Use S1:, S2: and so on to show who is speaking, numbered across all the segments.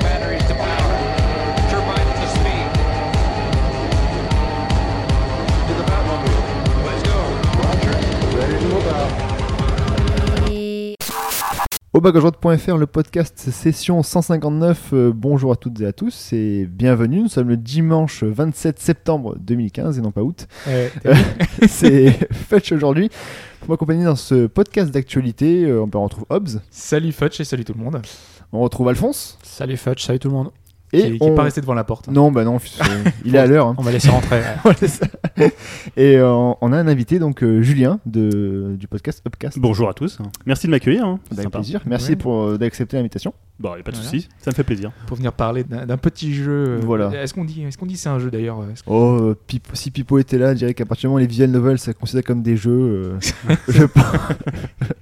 S1: batteries to power. Turbines to speed. To the Batmobile. Let's go.
S2: Au bagageroute.fr, le podcast session 159. Euh, bonjour à toutes et à tous et bienvenue. Nous sommes le dimanche 27 septembre 2015 et non pas août.
S3: Euh,
S2: C'est Fetch aujourd'hui. Pour m'accompagner dans ce podcast d'actualité, euh, on retrouve Hobbs,
S3: salut Fudge et salut tout le monde.
S2: on retrouve Alphonse
S3: Salut Fudge, salut tout le monde.
S2: et
S3: qui, qui est
S2: on...
S3: pas resté devant la porte. hein.
S2: Non, bah non, fils, euh, il est à l'heure. hein.
S3: On va laisser rentrer. ouais.
S2: Voilà, c'est ça. Et euh, on a un invité, donc euh, Julien de, du podcast Upcast.
S4: Bonjour à tous. Merci de m'accueillir. hein. C'est
S2: Bah, Avec
S4: sympa.
S2: plaisir. Merci
S3: Ouais.
S2: pour euh, d'accepter l'invitation.
S4: Bah, y a pas de
S3: Voilà.
S4: souci. Ça me fait plaisir.
S3: Pour venir parler d'un d'un petit jeu. euh,
S2: Voilà.
S3: Est-ce qu'on dit, est-ce qu'on dit c'est un jeu d'ailleurs euh, est-ce que-
S2: Oh, euh, Pipo- si Pipo était là, je dirais qu'à partir du moment où les visual novels, ça considère comme des jeux. euh, je, pense,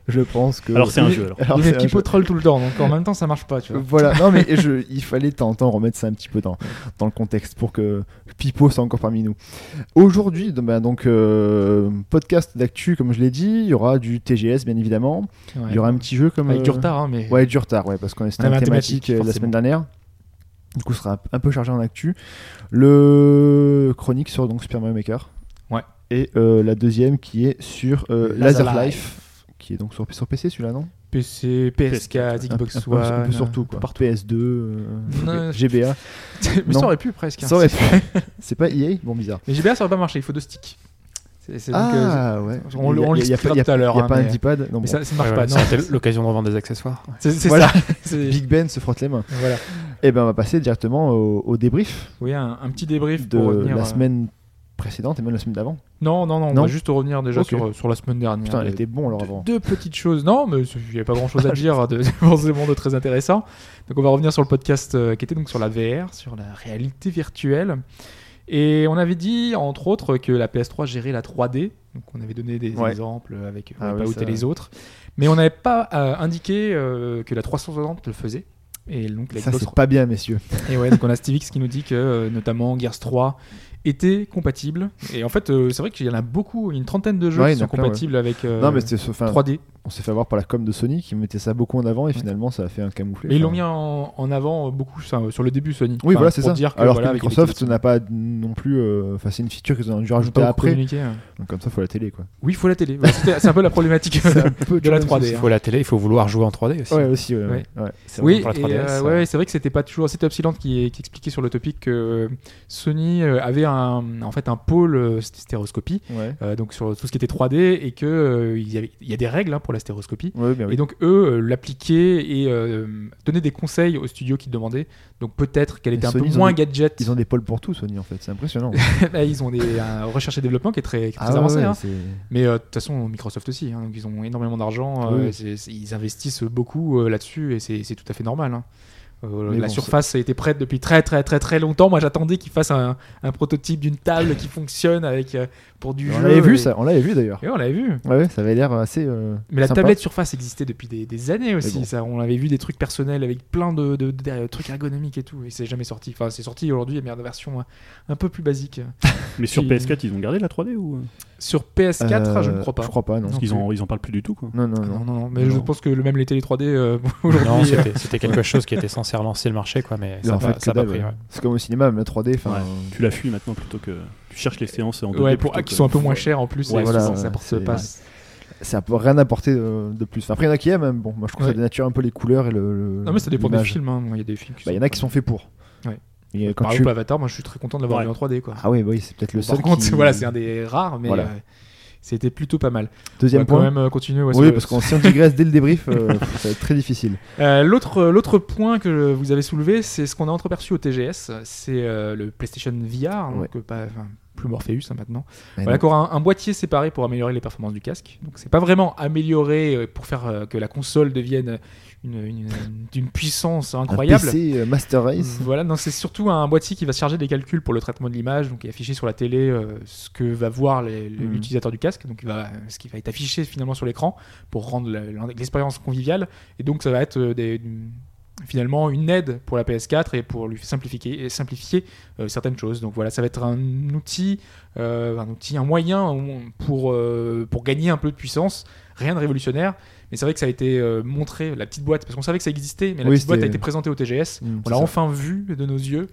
S2: je pense que.
S4: Alors, c'est un jeu. Alors.
S2: Alors,
S3: Oui,
S2: c'est
S3: mais
S2: un
S3: Pipo
S2: jeu.
S3: troll tout le temps, donc en même temps ça marche pas, tu vois.
S2: Voilà, non mais je- il fallait de temps en temps remettre ça un petit peu dans, dans le contexte pour que Pipo soit encore parmi nous. Aujourd'hui, donc, ben, donc euh, podcast d'actu, comme je l'ai dit, il y aura du TGS bien évidemment,
S3: Ouais.
S2: il y aura un petit jeu comme.
S3: Avec du
S2: euh,
S3: retard, hein, mais.
S2: Ouais, du retard, ouais, parce qu'on est
S3: Ah,
S2: en
S3: mais un
S2: thématique,
S3: thématique,
S2: euh, la
S3: forcément.
S2: semaine dernière. Du coup, ce sera un peu chargé en actu. Le chronique sur donc Super Mario Maker.
S3: Ouais.
S2: Et euh, la deuxième qui est sur euh,
S3: Laser
S2: Laser
S3: Life.
S2: Life, qui est donc sur, sur PC celui-là, non
S3: PC, PS4,
S2: Un-
S3: Xbox
S2: un, peu-
S3: One.
S2: un peu
S3: euh,
S2: surtout quoi.
S3: partout.
S2: PS2, euh,
S3: Non,
S2: GBA.
S3: mais
S2: Non.
S3: ça aurait pu presque. hein.
S2: Ça aurait pu. C'est pas EA Bon, bizarre.
S3: Mais GBA ça aurait pas marché, il faut deux sticks. C'est- c'est donc, euh,
S2: Ah ouais. Il
S3: on-
S2: y a-
S3: on
S2: il y a pas-
S3: l'expliquera
S2: il y a-
S3: tout à l'heure,
S2: Il n'y a
S3: hein,
S2: pas un
S3: mais-
S2: D-pad. Non,
S3: mais
S2: bon.
S3: ça, ça marche pas. Non, c'est-
S5: l'occasion de revendre des accessoires.
S3: c'est c'est
S2: Voilà.
S3: ça. C'est-
S2: Big Ben se frotte les mains.
S3: Voilà.
S2: Et ben on va passer directement au, au débrief
S3: Oui, un, un petit débrief
S2: de
S3: pour revenir.
S2: la
S3: euh,
S2: semaine précédente et même la semaine d'avant.
S3: Non, non, non, on
S2: Non
S3: va juste revenir déjà
S2: Ok.
S3: sur, sur la semaine dernière.
S2: Putain, elle
S3: Des-
S2: était bon alors
S3: deux,
S2: avant.
S3: deux petites choses. Non, mais il n'y avait pas grand chose à dire de de forcément de très intéressant. Donc on va revenir sur le podcast euh, qui était donc sur la VR, sur la réalité virtuelle. Et on avait dit, entre autres, que la PS3 gérait la 3D. Donc on avait donné des
S2: Ouais.
S3: exemples avec
S2: Ah
S3: euh,
S2: oui,
S3: Wipeout
S2: ça-
S3: et les autres. Mais on n'avait pas euh, indiqué euh, que la 360 le faisait. Et donc la
S2: Ça,
S3: Xbox
S2: c'est pas bien, messieurs.
S3: et ouais, donc on a Stevix qui nous dit que euh, notamment Gears 3 était compatible. Et en fait, euh, c'est vrai qu'il y en a beaucoup, une trentaine de jeux
S2: Ouais, il y
S3: qui
S2: en a
S3: sont
S2: plein, ouais.
S3: compatibles avec euh,
S2: non, mais c'était. enfin,
S3: 3D.
S2: on s'est fait avoir par la com de Sony qui mettait ça beaucoup en avant et finalement ça a fait un camouflet.
S3: Mais ils l'ont
S2: Enfin,
S3: mis en, en avant euh, beaucoup ça, euh, sur le début Sony.
S2: Oui,
S3: Enfin,
S2: voilà, c'est
S3: pour
S2: ça.
S3: Dire que,
S2: Alors
S3: voilà,
S2: que
S3: avec les
S2: Microsoft
S3: petits-
S2: n'a pas non plus. euh, Enfin, c'est une feature qu'ils ont dû
S3: ils ont pas
S2: rajouter
S3: beaucoup
S2: après.
S3: communiqué.
S2: Donc, comme ça, faut la télé quoi.
S3: euh. Oui, il faut la télé. Voilà, c'était- c'est un peu la problématique
S2: C'est un
S3: de,
S2: peu
S3: la
S2: challenge,
S3: 3D.
S5: Il
S3: hein.
S5: faut la télé, il faut vouloir jouer en 3D aussi.
S2: Ouais, aussi, ouais.
S3: Ouais.
S2: ouais. Ouais. C'est
S3: Oui,
S5: pour la
S3: et,
S5: 3DS,
S3: euh,
S5: euh.
S3: ouais, c'est vrai que c'était pas toujours. C'était Upsilon qui, qui expliquait sur le topic que euh, Sony euh, avait un, en fait un pôle euh, stéroscopie,
S2: Ouais.
S3: euh, donc sur tout ce qui était 3D, et que euh, il y avait- il y a des règles hein, pour la stéroscopie.
S2: Ouais, bien Ah oui.
S3: Et donc eux euh, l'appliquaient et euh, donnaient des conseils aux studios qui demandaient. Donc peut-être qu'elle
S2: Mais
S3: était un
S2: Sony, ils
S3: peu
S2: ont
S3: moins
S2: des-
S3: gadget.
S2: Ils ont des pôles pour tout, Sony, en fait. C'est impressionnant. Ah
S3: Bah, ils ont des un recherche et développement qui est très, qui est très
S2: ouais,
S3: avancé.
S2: ouais,
S3: hein.
S2: c'est-
S3: Mais euh, de toute façon Microsoft aussi, hein. donc ils ont énormément d'argent. euh,
S2: Oui.
S3: c'est- c'est- ils investissent beaucoup euh, là-dessus et c'est c'est tout à fait normal. hein. Euh,
S2: Mais
S3: la
S2: bon,
S3: surface était prête depuis très très très très longtemps. Moi j'attendais qu'ils fassent un, un prototype d'une table qui fonctionne avec euh, pour du
S2: On
S3: jeu.
S2: l'avait vu,
S3: et-
S2: ça. On l'avait vu, d'ailleurs.
S3: Et on l'avait vu.
S2: Ouais, ouais, ça avait l'air assez. euh,
S3: Mais la
S2: sympa.
S3: tablette surface existait depuis des, des années aussi.
S2: bon.
S3: Ça, on avait vu des trucs personnels avec plein de, de- de- de trucs ergonomiques et tout. Et c'est jamais sorti. Enfin, c'est sorti aujourd'hui, mais en version euh, un peu plus basique.
S4: Mais sur
S3: Puis-
S4: PS4, ils ont gardé la 3D ou
S3: Sur PS4,
S2: Euh,
S3: je ne crois pas.
S2: Je crois pas, non.
S3: Non.
S4: Parce qu'ils en, ils en parlent plus du tout, quoi.
S2: Non, non,
S3: Ah
S2: non.
S3: non, non, non. Mais je
S2: Non.
S3: pense que le même les télé 3D euh,
S5: Non,
S3: aujourd'hui. euh,
S5: c'était c'était quelque chose qui était censé relancer le marché, quoi, mais
S2: en
S5: ça n'a
S2: fait,
S5: pas,
S2: que
S5: ça a pas
S2: dalle,
S5: pris.
S2: ouais.
S5: ouais.
S2: C'est comme au cinéma, mais la 3D, enfin.
S4: Ouais. Tu la fuis maintenant plutôt que. Tu cherches les séances en 2D.
S3: ouais, pour,
S4: plutôt
S3: ah, qui
S4: que-
S3: sont un peu moins chers en plus.
S4: Ouais,
S3: et
S2: voilà,
S3: ça,
S2: ouais,
S3: ça porte
S2: c'est-
S3: pas.
S2: ouais. Ça n'a rien apporté euh, de plus. Enfin, après, il y en a qui aiment. hein. Bon, moi, je trouve que ça
S3: Ouais.
S2: dénature un peu les couleurs et le. le-
S3: Non, mais ça dépend des
S2: l'image.
S3: films. hein. Moi, Il y a des films qui
S2: Bah, il y en a qui sont faits pour.
S3: Ouais.
S2: Et euh, quand
S3: Par
S2: tu...
S3: exemple, Avatar, moi je suis très content de l'avoir
S4: Ouais.
S3: vu en 3D. Quoi.
S2: Ah oui, oui, c'est peut-être le seul.
S3: Par contre,
S2: qui-
S3: voilà, c'est un des rares, mais
S2: Voilà.
S3: euh, c'était plutôt pas mal. On
S2: Deuxième
S3: va quand
S2: point.
S3: même euh, continuer. ouais, sur
S2: Oui,
S3: le-
S2: parce qu'on si on digresse dès le débrief, euh, ça va être très difficile.
S3: Euh, l'autre, l'autre point que je- vous avez soulevé, c'est ce qu'on a entreperçu au TGS, c'est euh, le PlayStation VR, donc euh, pas, enfin, plus Morpheus hein, maintenant.
S2: Mais
S3: voilà,
S2: non.
S3: qui aura un, un boîtier séparé pour améliorer les performances du casque. Donc c'est pas vraiment amélioré euh, pour faire euh, que la console devienne une, une- d'une puissance incroyable.
S2: Un PC euh, Master Race.
S3: Mmh. Voilà, non, c'est surtout un boîtier qui va se charger des calculs pour le traitement de l'image, donc et afficher sur la télé euh, ce que va voir les- le-
S2: Mhm.
S3: l'utilisateur du casque, donc il va, ce qui va être affiché finalement sur l'écran pour rendre la- l'expérience conviviale. Et donc ça va être euh, des, finalement une aide pour la PS4 et pour lui simplifier, et simplifier euh, certaines choses. Donc voilà, ça va être un outil, euh, un outil, un moyen pour, euh, pour gagner un peu de puissance. Rien de révolutionnaire, mais c'est vrai que ça a été euh, montré, la petite boîte, parce qu'on savait que ça existait, mais la
S2: Oui,
S3: petite boîte a
S2: c'était-
S3: été présentée au TGS.
S2: Mm,
S3: On
S2: c'est
S3: l'a
S2: ça.
S3: enfin vue de nos yeux.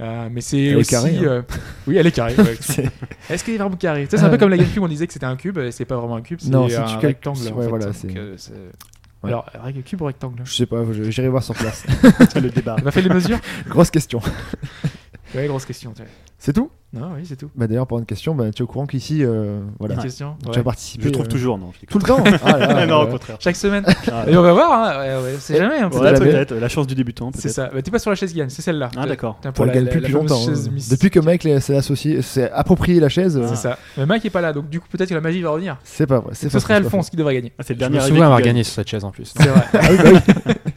S3: Euh, mais c'est
S2: Elle est
S3: aussi.
S2: carrée, hein.
S3: euh, Oui, elle est carrée. ouais.
S2: C'est-
S3: Est-ce qu'elle est vraiment carrée Tu sais, C'est un peu comme la GameCube, on disait que c'était un cube, et c'est pas vraiment un cube, c'est
S2: Euh. Non,
S3: un
S2: si tu calcules-
S3: rectangle. en
S2: ouais,
S3: fait.
S2: voilà,
S3: Donc,
S2: c'est-
S3: euh, c'est- Alors, euh, règle cube ou rectangle
S2: Je sais pas, je- j'irai voir sur place.
S4: le débat.
S3: On a fait les mesures
S2: Grosse question.
S3: Ouais, grosse question. tu vois.
S2: C'est tout
S3: Non, oui, c'est tout.
S2: bah, D'ailleurs, pour une question, bah, tu es au courant qu'ici, euh, voilà,
S3: Une question
S2: tu
S3: ouais.
S2: as participé.
S4: Je trouve
S2: euh,
S4: toujours, non. je
S2: Tout le temps Ah là,
S4: non,
S2: euh,
S4: au contraire.
S3: Chaque semaine.
S4: Ah,
S3: Et on va voir, hein. ouais, ouais, c'est jamais. hein,
S4: ouais,
S3: peut-être.
S2: la belle.
S4: peut-être, la chance du débutant,
S3: c'est
S4: peut-être.
S3: ça. Bah, T'es pas sur la chaise gagne, c'est celle-là.
S4: Ah, d'accord.
S3: T'es
S2: Pour
S3: la-
S2: le gagne
S3: la-
S2: plus
S3: la
S2: depuis
S3: fameuse
S2: longtemps.
S3: chaise
S2: hein.
S3: mystique.
S2: Depuis que Mike l'est- s'est associé, s'est approprié la chaise, euh,
S3: C'est ça. Mais Mike est pas là, donc du coup peut-être que la magie va revenir.
S2: c'est pas vrai. c'est
S3: Ce
S2: pas-
S3: serait
S2: c'est pas
S3: Alphonse qui devrait gagner.
S4: Ah, c'est le
S5: Je
S4: dernier
S5: me
S4: arrivé
S5: souviens
S4: qui
S5: avoir
S4: gagne.
S5: gagné sur cette chaise en plus.
S3: C'est vrai.
S2: faux. Ah oui, bah oui.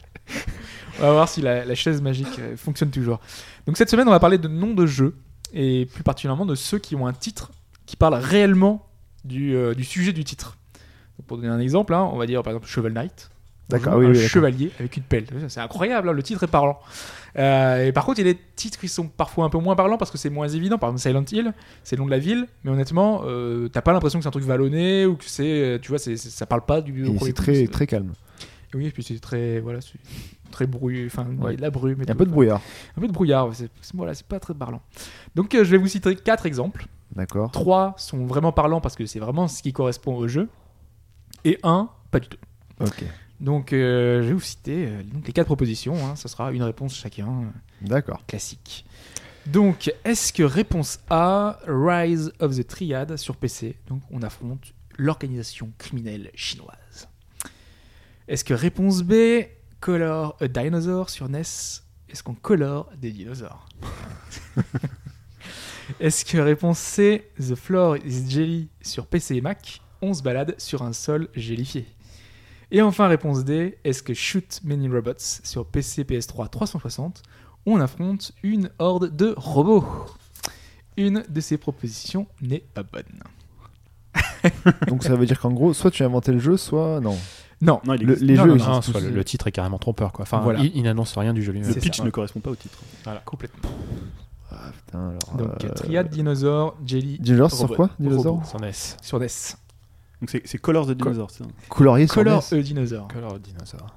S3: On va voir si la, la chaise magique euh, fonctionne toujours. Donc cette semaine, on va parler de noms de jeux, et plus particulièrement de ceux qui ont un titre qui parle réellement du, euh, du sujet du titre. Donc, pour donner un exemple, hein, on va dire par exemple Cheval Knight. On
S2: D'accord,
S3: joue
S2: oui,
S3: un
S2: oui, d'accord.
S3: chevalier avec une pelle. C'est incroyable, hein, le titre est parlant. Euh, et par contre, il y a des titres qui sont parfois un peu moins parlants parce que c'est moins évident. Par exemple, Silent Hill, c'est le nom de la ville, mais honnêtement, euh, t'as pas l'impression que c'est un truc vallonné ou que c'est, euh, tu vois, c'est, c'est- ça parle pas du. au
S2: Et
S3: premier
S2: C'est
S3: coup,
S2: très,
S3: c'est-
S2: très calme.
S3: oui, et puis c'est très, voilà, c'est très brouillé, enfin, il y a
S2: Ouais.
S3: de la brume. et
S2: Il y a un
S3: tout,
S2: peu de
S3: enfin,
S2: brouillard.
S3: Un peu de brouillard, c'est, c'est- voilà, c'est pas très parlant. Donc euh, je vais vous citer quatre exemples.
S2: D'accord.
S3: Trois sont vraiment parlants parce que c'est vraiment ce qui correspond au jeu. Et un, pas du tout.
S2: Ok.
S3: Donc euh, je vais vous citer euh, donc, les quatre propositions, hein, ça sera une réponse chacun, euh,
S2: D'accord.
S3: classique. Donc, est-ce que réponse A, Rise of the Triad sur PC, donc on affronte l'organisation criminelle chinoise Est-ce que réponse B, Color a Dinosaur sur NES Est-ce qu'on colore des dinosaures Est-ce que réponse C, The Floor is Jelly sur PC et Mac On se balade sur un sol gélifié. Et enfin, réponse D, est-ce que Shoot Many Robots sur PC, PS3, 360 on affronte une horde de robots. Une de ces propositions n'est pas bonne.
S2: Donc ça veut dire qu'en gros, soit tu as inventé le jeu, soit non.
S3: Non,
S4: Non, il
S2: Le-
S4: existe.
S2: les
S3: Non,
S2: jeux
S3: non,
S5: Non,
S3: non,
S2: existent
S5: non,
S2: tous.
S5: soit le, le titre est carrément trompeur quoi. Enfin,
S3: Voilà.
S5: il, il n'annonce rien du jeu lui-même.
S4: Le
S3: c'est
S4: pitch
S3: ça.
S4: ne correspond pas au titre.
S3: complètement.
S2: Ah, putain, alors,
S3: Donc,
S2: euh,
S3: triade, dinosaure, jelly,
S2: Dinosaure sur
S3: Robot.
S2: quoi Dinosaure
S3: Robot.
S5: Son E S.
S3: sur NES.
S4: Donc c'est c'est Colors de Dinosaurs. c'est ça
S2: Colorier sur
S3: Color euh,
S2: NES.
S3: E dinosaure.
S5: Color dinosaure.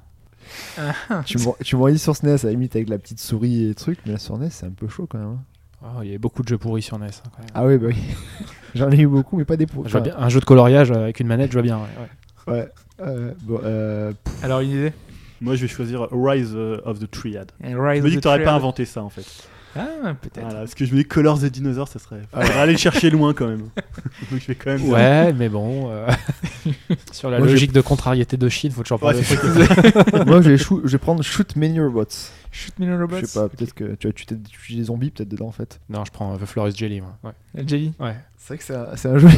S2: Tu m'aurais- Tu m'aurais dit sur SNES, à la limite avec la petite souris et truc, mais là sur NES, c'est un peu chaud quand même. hein.
S5: Oh, il y a beaucoup de jeux pourris sur NES. hein, quand même.
S2: Ah oui, bah oui. J'en ai eu beaucoup, mais pas des pour.
S5: Je vois bien- un jeu de coloriage euh, avec une manette, je vois bien. ouais, ouais.
S2: Ouais. Euh, bon, euh, pff,
S3: Alors, une idée
S4: Moi, je vais choisir Rise euh, of the Triad.
S3: Rise
S4: Je me
S3: of
S4: dis
S3: the
S4: que t'aurais pas
S3: Triad.
S4: inventé ça en fait.
S3: Ah, peut-être.
S4: Voilà, parce que je me dis Colors de Dinosaurs, ça serait.
S5: Ah
S4: Faudrait aller le chercher loin quand même. Donc je vais quand même.
S5: Ouais, mais bon. euh, sur la
S2: Moi, j'ai-
S5: logique de contrariété de Chine, faut toujours
S4: Ouais,
S5: parler.
S4: c'est
S2: moi, je vais, chou- je vais prendre Shoot Many Robots.
S3: Shoot me no robots.
S2: Je sais pas, peut-être que tu as tué des- tué des zombies peut-être dedans en fait.
S5: non, je prends euh, The Floor is Jelly. Moi. Ouais.
S3: Euh, Jelly.
S5: ouais.
S2: C'est vrai que c'est un, c'est un jeu.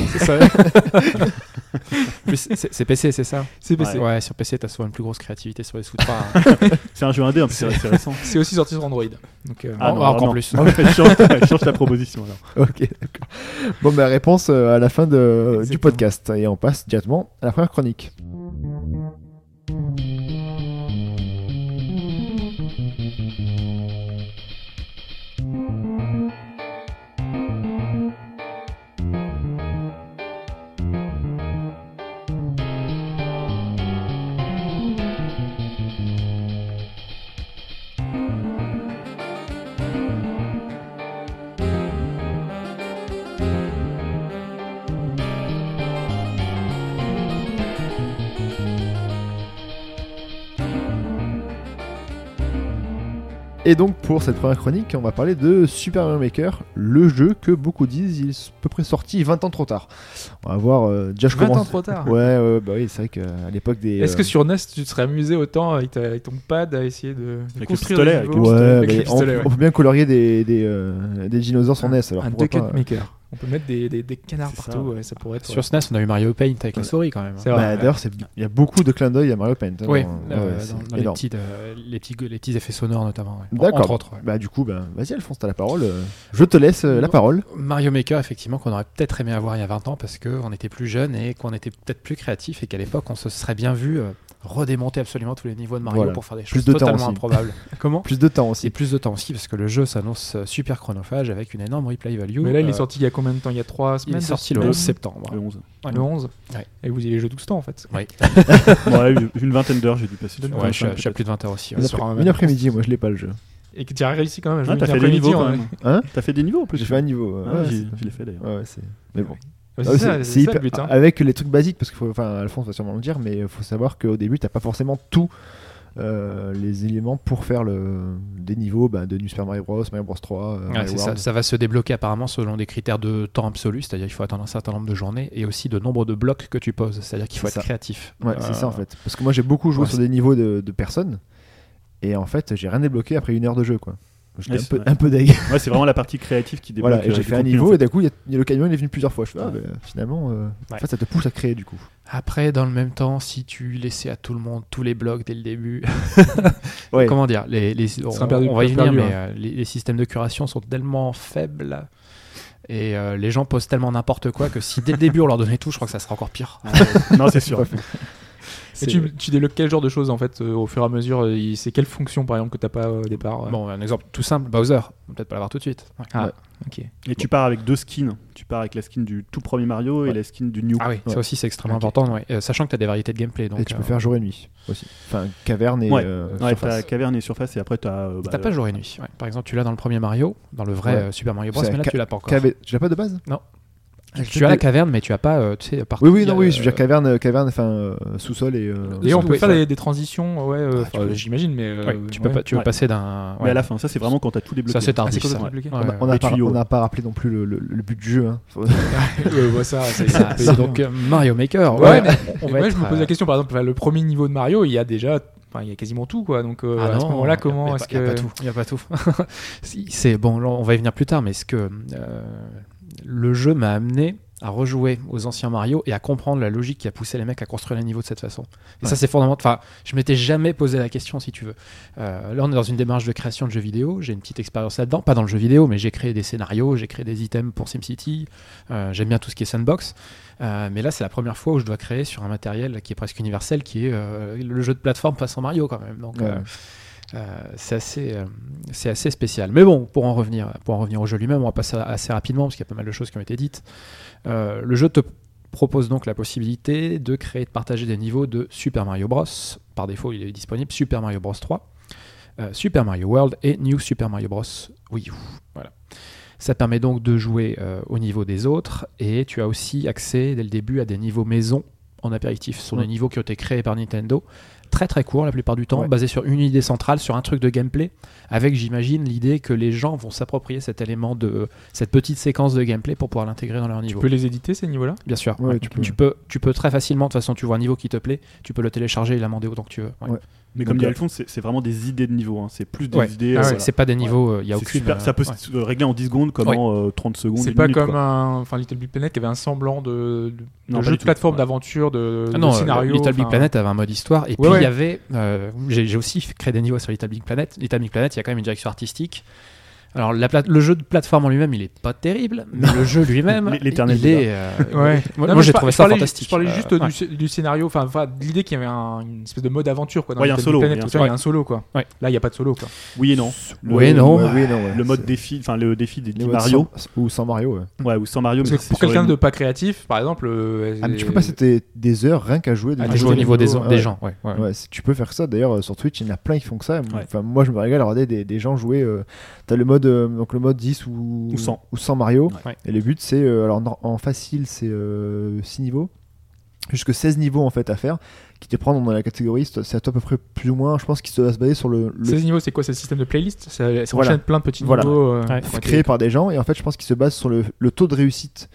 S5: Plus, c'est c'est PC, c'est ça
S3: C'est PC.
S5: ouais. sur PC, t'as souvent une plus grosse créativité sur les hein. sous-titres.
S4: C'est un jeu indé, en plus, c'est c'est récent.
S3: C'est aussi sorti sur Android. Donc, euh,
S4: Ah,
S5: Ah,
S4: non,
S5: encore
S4: alors non.
S5: plus.
S4: change, ta- change ta proposition alors.
S2: ok, d'accord. Bon, bah, réponse euh, à la fin de, du
S3: Exactement.
S2: podcast. Et on passe directement à la première chronique. Et donc pour cette première chronique, on va parler de Super Mario Maker, le jeu que beaucoup disent il est à peu près sorti 20 ans trop tard. On va voir, euh, déjà je
S3: 20 ans
S2: commence.
S3: trop tard.
S2: Ouais, ouais, bah oui, c'est vrai qu'à l'époque des.
S3: Est-ce que
S2: euh,
S3: sur NES, tu te serais amusé autant avec, ta- avec ton pad à essayer de, de
S4: le
S3: construire
S4: pistolet,
S3: des
S4: avec
S3: niveaux
S4: le
S2: Ouais,
S3: avec
S2: mais
S3: le
S2: on,
S3: pistolet, ouais.
S2: on peut bien colorier des, des, euh, des dinosaures sur NES, alors
S3: Un
S2: pourquoi
S3: Duck
S2: pas
S3: Maker. On peut mettre des, des- des canards
S4: C'est ça.
S3: partout, ouais, ça pourrait être. ouais.
S5: Sur SNES, on a eu Mario Paint avec
S2: Ouais.
S5: les souris quand même. hein.
S3: C'est
S2: Bah,
S3: vrai.
S2: D'ailleurs, c'est- il y a beaucoup de clins d'œil à Mario Paint. hein,
S5: Oui,
S2: dans-
S5: euh,
S2: ouais, c'est
S5: dans, dans les,
S2: énorme.
S5: petites, euh, les, petits, les petits effets sonores notamment. ouais.
S2: D'accord.
S5: Entre autres. ouais.
S2: Bah, du coup, bah, vas-y, Alphonse, t'as la parole. euh, Je te laisse euh, la parole.
S5: Mario Maker, effectivement, qu'on aurait peut-être aimé avoir il y a 20 ans parce qu'on était plus jeune et qu'on était peut-être plus créatif et qu'à l'époque, on se serait bien vu euh, redémonter absolument tous les niveaux de Mario
S2: Voilà.
S5: pour faire des
S2: Plus
S5: choses
S2: de temps
S5: totalement
S2: aussi.
S5: improbables. Comment
S2: Plus de temps
S5: C'est
S2: aussi.
S5: plus de temps aussi parce que le jeu s'annonce euh, super chronophage avec une énorme replay value.
S3: Mais là, il est
S5: Euh,
S3: sorti il y a combien de temps Il y a 3
S5: il
S3: semaines
S5: est
S3: deux
S5: sorti le
S3: semaines
S5: 11 septembre. hein.
S4: Le 11.
S3: Ouais, le 11.
S5: Ouais.
S3: Et vous y avez joué tout ce temps en fait.
S4: Ouais, une- une vingtaine d'heures, j'ai dû passer. dessus.
S5: Ouais, je suis à- je suis à plus de 20 heures aussi. ouais.
S2: Une
S3: sur
S2: après-
S3: un-
S2: une après-midi, moi, je l'ai pas le jeu.
S3: Et que tu as réussi quand même à jouer
S4: Ah, t'as
S3: une
S4: fait des niveaux
S3: après-midi,
S4: quand
S3: on-
S4: même.
S2: Hein
S4: T'as fait des niveaux en plus.
S2: J'ai fait un niveau. euh,
S4: Ah,
S2: ouais,
S4: j'ai-
S2: c'est-
S4: Je l'ai fait d'ailleurs.
S2: ouais, c'est. Mais bon.
S3: Ouais,
S2: Ah oui,
S3: C'est ça, c'est ça
S2: hyper-
S3: le but. hein.
S2: Avec les trucs basiques, parce que faut- enfin, Alphonse va sûrement le dire, mais il faut savoir qu'au début, t'as pas forcément tous euh, les éléments pour faire le, des niveaux bah, de New Super Mario Bros, Mario Bros 3, euh,
S5: Ouais,
S2: Mario
S5: c'est ça,
S2: World.
S5: ça va se débloquer apparemment selon des critères de temps absolu, c'est-à-dire qu'il faut atteindre un certain nombre de journées et aussi de nombre de blocs que tu poses, c'est-à-dire qu'il faut
S2: C'est ça.
S5: être créatif.
S2: Ouais,
S5: Euh,
S2: c'est ça en fait. Parce que moi, j'ai beaucoup joué
S5: ouais,
S2: sur des niveaux de, de personnes, et en fait, j'ai rien débloqué après une heure de jeu, quoi. J'étais
S4: Ouais,
S2: un,
S4: c'est
S2: peu,
S4: vrai.
S2: un peu deg.
S4: Ouais, c'est vraiment la partie créative qui débloque.
S2: voilà, et
S4: euh,
S2: j'ai
S4: du
S2: fait un
S4: contenu,
S2: niveau,
S4: en
S2: et
S4: fait.
S2: d'un coup, il y a- il y a le camion, il est venu plusieurs fois. Je fais, ah,
S4: Ouais.
S2: bah, finalement, euh, en
S5: Ouais.
S2: fait, ça te pousse à créer du coup.
S5: Après, dans le même temps, si tu laissais à tout le monde tous les blocs dès le début,
S2: Ouais.
S5: comment dire, les, les- on,
S3: serait un perdu-
S5: on va y venir,
S3: perdu, hein.
S5: mais
S3: ouais.
S5: euh, les, les systèmes de curation sont tellement faibles et euh, les gens posent tellement n'importe quoi que si dès le début on leur donnait tout, je crois que ça serait encore pire.
S4: Non, c'est sûr.
S3: Et
S5: C'est-
S3: tu, tu débloques quel genre de choses en fait euh, au fur et à mesure euh, il- C'est quelle fonction par exemple que t'as pas euh, au départ euh
S5: Bon, un exemple tout simple, Bowser, On va peut-être pas l'avoir tout de suite. Ouais.
S3: Ah,
S2: Ouais.
S3: ok.
S4: Et tu pars avec deux skins. Tu pars avec la skin du tout premier Mario et
S2: Ouais.
S4: la skin du New.
S5: Ah oui,
S2: Ouais.
S5: ça aussi c'est extrêmement
S2: Ok.
S5: important, ouais. Euh, sachant que tu as des variétés de gameplay. Donc,
S2: et tu peux
S5: euh,
S2: faire jour et nuit aussi. Enfin, caverne et
S4: Ouais.
S2: euh,
S4: Ouais, t'as
S2: surface.
S4: caverne et surface et après t'as. euh, bah,
S5: T'as pas jour et nuit. ouais. Par exemple, tu l'as dans le premier Mario, dans le vrai
S2: Ouais.
S5: euh, Super Mario Bros,
S2: C'est
S5: mais là
S2: ca-
S5: tu l'as pas encore.
S2: Cave- Tu l'as pas de base
S5: Tu as la caverne, mais tu as pas, euh, tu sais, partie,
S2: Oui, oui, non, oui, je veux
S5: euh,
S2: dire caverne, euh, caverne, enfin, euh, sous-sol et. euh,
S3: Et on
S2: sous-
S3: peut
S5: oui,
S3: faire
S5: ouais.
S3: des, des transitions, ouais, euh,
S5: Ah, tu
S3: enfin,
S5: peux-
S3: j'imagine, mais euh,
S5: ouais, tu peux
S3: ouais.
S5: pas, tu veux
S4: Ouais.
S5: passer d'un.
S4: Mais à
S5: ouais.
S4: la fin, ça c'est vraiment quand t'as tout débloqué.
S5: Ça c'est
S3: c'est
S5: tardif.
S3: quand
S5: ça,
S3: t'as
S5: ouais.
S3: débloqué.
S5: Ouais,
S2: Ah, On a-
S5: ouais.
S2: On n'a
S4: les
S2: pas,
S4: tuyaux.
S2: on n'a pas rappelé non plus le, le- le but du jeu. hein. Faut-
S3: Ouais, ouais, ça, c'est-
S5: Ah, c'est donc euh, Mario Maker.
S3: Ouais,
S5: Ouais,
S3: mais-
S5: on
S3: Et
S5: va
S3: moi,
S5: être,
S3: je me pose
S5: euh,
S3: la question, par exemple, enfin, le premier niveau de Mario, il y a déjà, enfin, il y a quasiment tout, quoi. Donc euh,
S5: Ah
S3: à ce
S5: non,
S3: moment-là,
S5: y a- y
S3: comment
S5: a
S3: est-ce
S5: pas- y
S3: que
S5: a pas tout, y a pas tout. Si, c'est bon, là, on va y venir plus tard, mais ce que euh, le jeu m'a amené à rejouer aux anciens Mario et à comprendre la logique qui a poussé les mecs à construire les niveaux de cette façon. Et ça, c'est fondamental. Enfin, je m'étais jamais posé la question, si tu veux. Euh, là, on est dans une démarche de création de jeux vidéo. J'ai une petite expérience là-dedans, pas dans le jeu vidéo, mais j'ai créé des scénarios, j'ai créé des items pour SimCity. Euh, J'aime bien tout ce qui est sandbox. Euh, mais là, c'est la première fois où je dois créer sur un matériel qui est presque universel, qui est euh, le jeu de plateforme façon Mario quand même. Donc,
S2: Ouais.
S5: euh, euh, c'est assez, euh, c'est assez spécial. Mais bon, pour en revenir, pour en revenir au jeu lui-même, on va passer assez rapidement parce qu'il y a pas mal de choses qui ont été dites. Euh, le jeu te propose donc la possibilité de créer, de partager des niveaux de Super Mario Bros. Par défaut, il est disponible Super Mario Bros. 3, euh, Super Mario World et New Super Mario Bros. Wii U. Voilà. Ça te permet donc de jouer euh, au niveau des autres et tu as aussi accès dès le début à des niveaux maison en apéritif. Ce sont des niveaux qui ont été créés par Nintendo, très très courts la plupart du temps,
S2: Ouais.
S5: basés sur une idée centrale, sur un truc de gameplay, avec j'imagine l'idée que les gens vont s'approprier cet élément de cette petite séquence de gameplay pour pouvoir l'intégrer dans leur
S3: tu
S5: niveau.
S3: peux les éditer ces niveaux-là
S5: Bien sûr.
S2: Ouais,
S5: ouais.
S2: tu
S5: tu,
S2: peux.
S5: peux. Tu, peux, très facilement, de toute façon, tu vois un niveau qui te plaît, tu peux le télécharger et l'amender autant que tu veux. Ouais.
S2: Ouais.
S4: Mais
S2: Donc,
S4: comme dit
S2: euh,
S4: Alphonse, c'est c'est vraiment des idées de niveau. hein. C'est plus des
S5: Ouais.
S4: idées.
S5: Ah
S4: euh,
S5: ouais,
S4: voilà.
S5: C'est pas des niveaux, il y a
S4: C'est
S5: aucune.
S4: super- ça peut
S5: euh, ouais.
S4: se régler en 10 secondes comme
S5: Ouais.
S4: en euh, 30 secondes.
S3: C'est
S4: une
S3: pas
S4: minute,
S3: comme
S4: quoi.
S3: un, enfin, Little Big Planet qui avait un semblant de, de- de
S4: Non, pas
S3: jeu
S4: du
S3: de
S4: tout.
S3: plateforme,
S4: Ouais.
S3: d'aventure, de,
S5: Ah
S3: de
S5: non, euh,
S3: scénario.
S5: Little Big
S3: enfin,
S5: Planet avait un mode histoire. Et puis il
S3: ouais.
S5: y avait. euh, J'ai j'ai aussi créé des niveaux sur Little Big Planet. Little Big Planet, il y a quand même une direction artistique. Alors la plate- le jeu de plateforme en lui-même, il est pas terrible, mais le jeu lui-même,
S4: L-
S5: il
S4: l'éternel
S5: est. euh,
S3: Ouais.
S5: Moi,
S3: Non,
S5: moi,
S3: mais
S5: j'ai
S3: je par-
S5: trouvé
S3: je
S5: ça
S3: parlais-
S5: fantastique.
S3: Je parlais
S5: Euh,
S3: juste
S5: ouais.
S3: du, sc- du scénario, enfin, enfin, de l'idée qu'il y avait un- une espèce de mode aventure. Quoi, dans
S4: Ouais, il y a un
S3: Little Big
S4: solo,
S3: Planet,
S4: il y a un
S3: tu vois, Il y a un solo, quoi.
S5: Ouais.
S3: Là, il n'y a pas de solo, quoi.
S4: Oui et non. Le-
S5: Ouais, non.
S2: Ouais, oui, non, ouais.
S4: Le mode
S2: C'est-
S4: défi, enfin le défi des
S2: les
S4: petits
S2: modes
S4: Mario,
S2: sans- ou sans Mario. ouais.
S4: ouais, ou sans Mario, mais
S3: Parce que
S4: c'est
S3: pour
S4: sur
S3: quelqu'un
S4: les-
S3: de pas créatif, par exemple. euh,
S2: Ah, mais tu
S3: c'est-
S2: peux passer tes- des heures rien qu'à jouer. des
S5: Ah,
S3: Ah,
S5: tu
S2: niveaux
S5: joues au
S2: de
S5: niveau des,
S2: niveaux,
S5: des
S2: ouais.
S5: gens. ouais, ouais.
S2: Ouais, c'est- tu peux faire ça d'ailleurs euh, sur Twitch, il y en a plein qui font que ça.
S4: Ouais.
S2: Enfin, moi je me régale à regarder des, des gens jouer. euh, T'as le mode euh, donc le mode 10 ou,
S4: Ou 100.
S2: ou 100 Mario.
S5: Ouais.
S2: Et le but c'est euh, alors en, en facile c'est 6 niveaux, jusque 16 niveaux en fait à faire, qui te prennent dans la catégorie. C'est c'est à toi à peu près plus ou moins. Je pense qu'ils se doivent se baser sur le, le
S3: 16 niveaux, c'est quoi C'est le système de playlist Ça, ça
S2: Voilà.
S3: enchaîne plein de petits
S2: Voilà.
S3: niveaux. euh,
S5: Ouais.
S3: pour
S2: créé par des gens. Et en fait, je pense qu'ils se basent sur le, le taux de réussite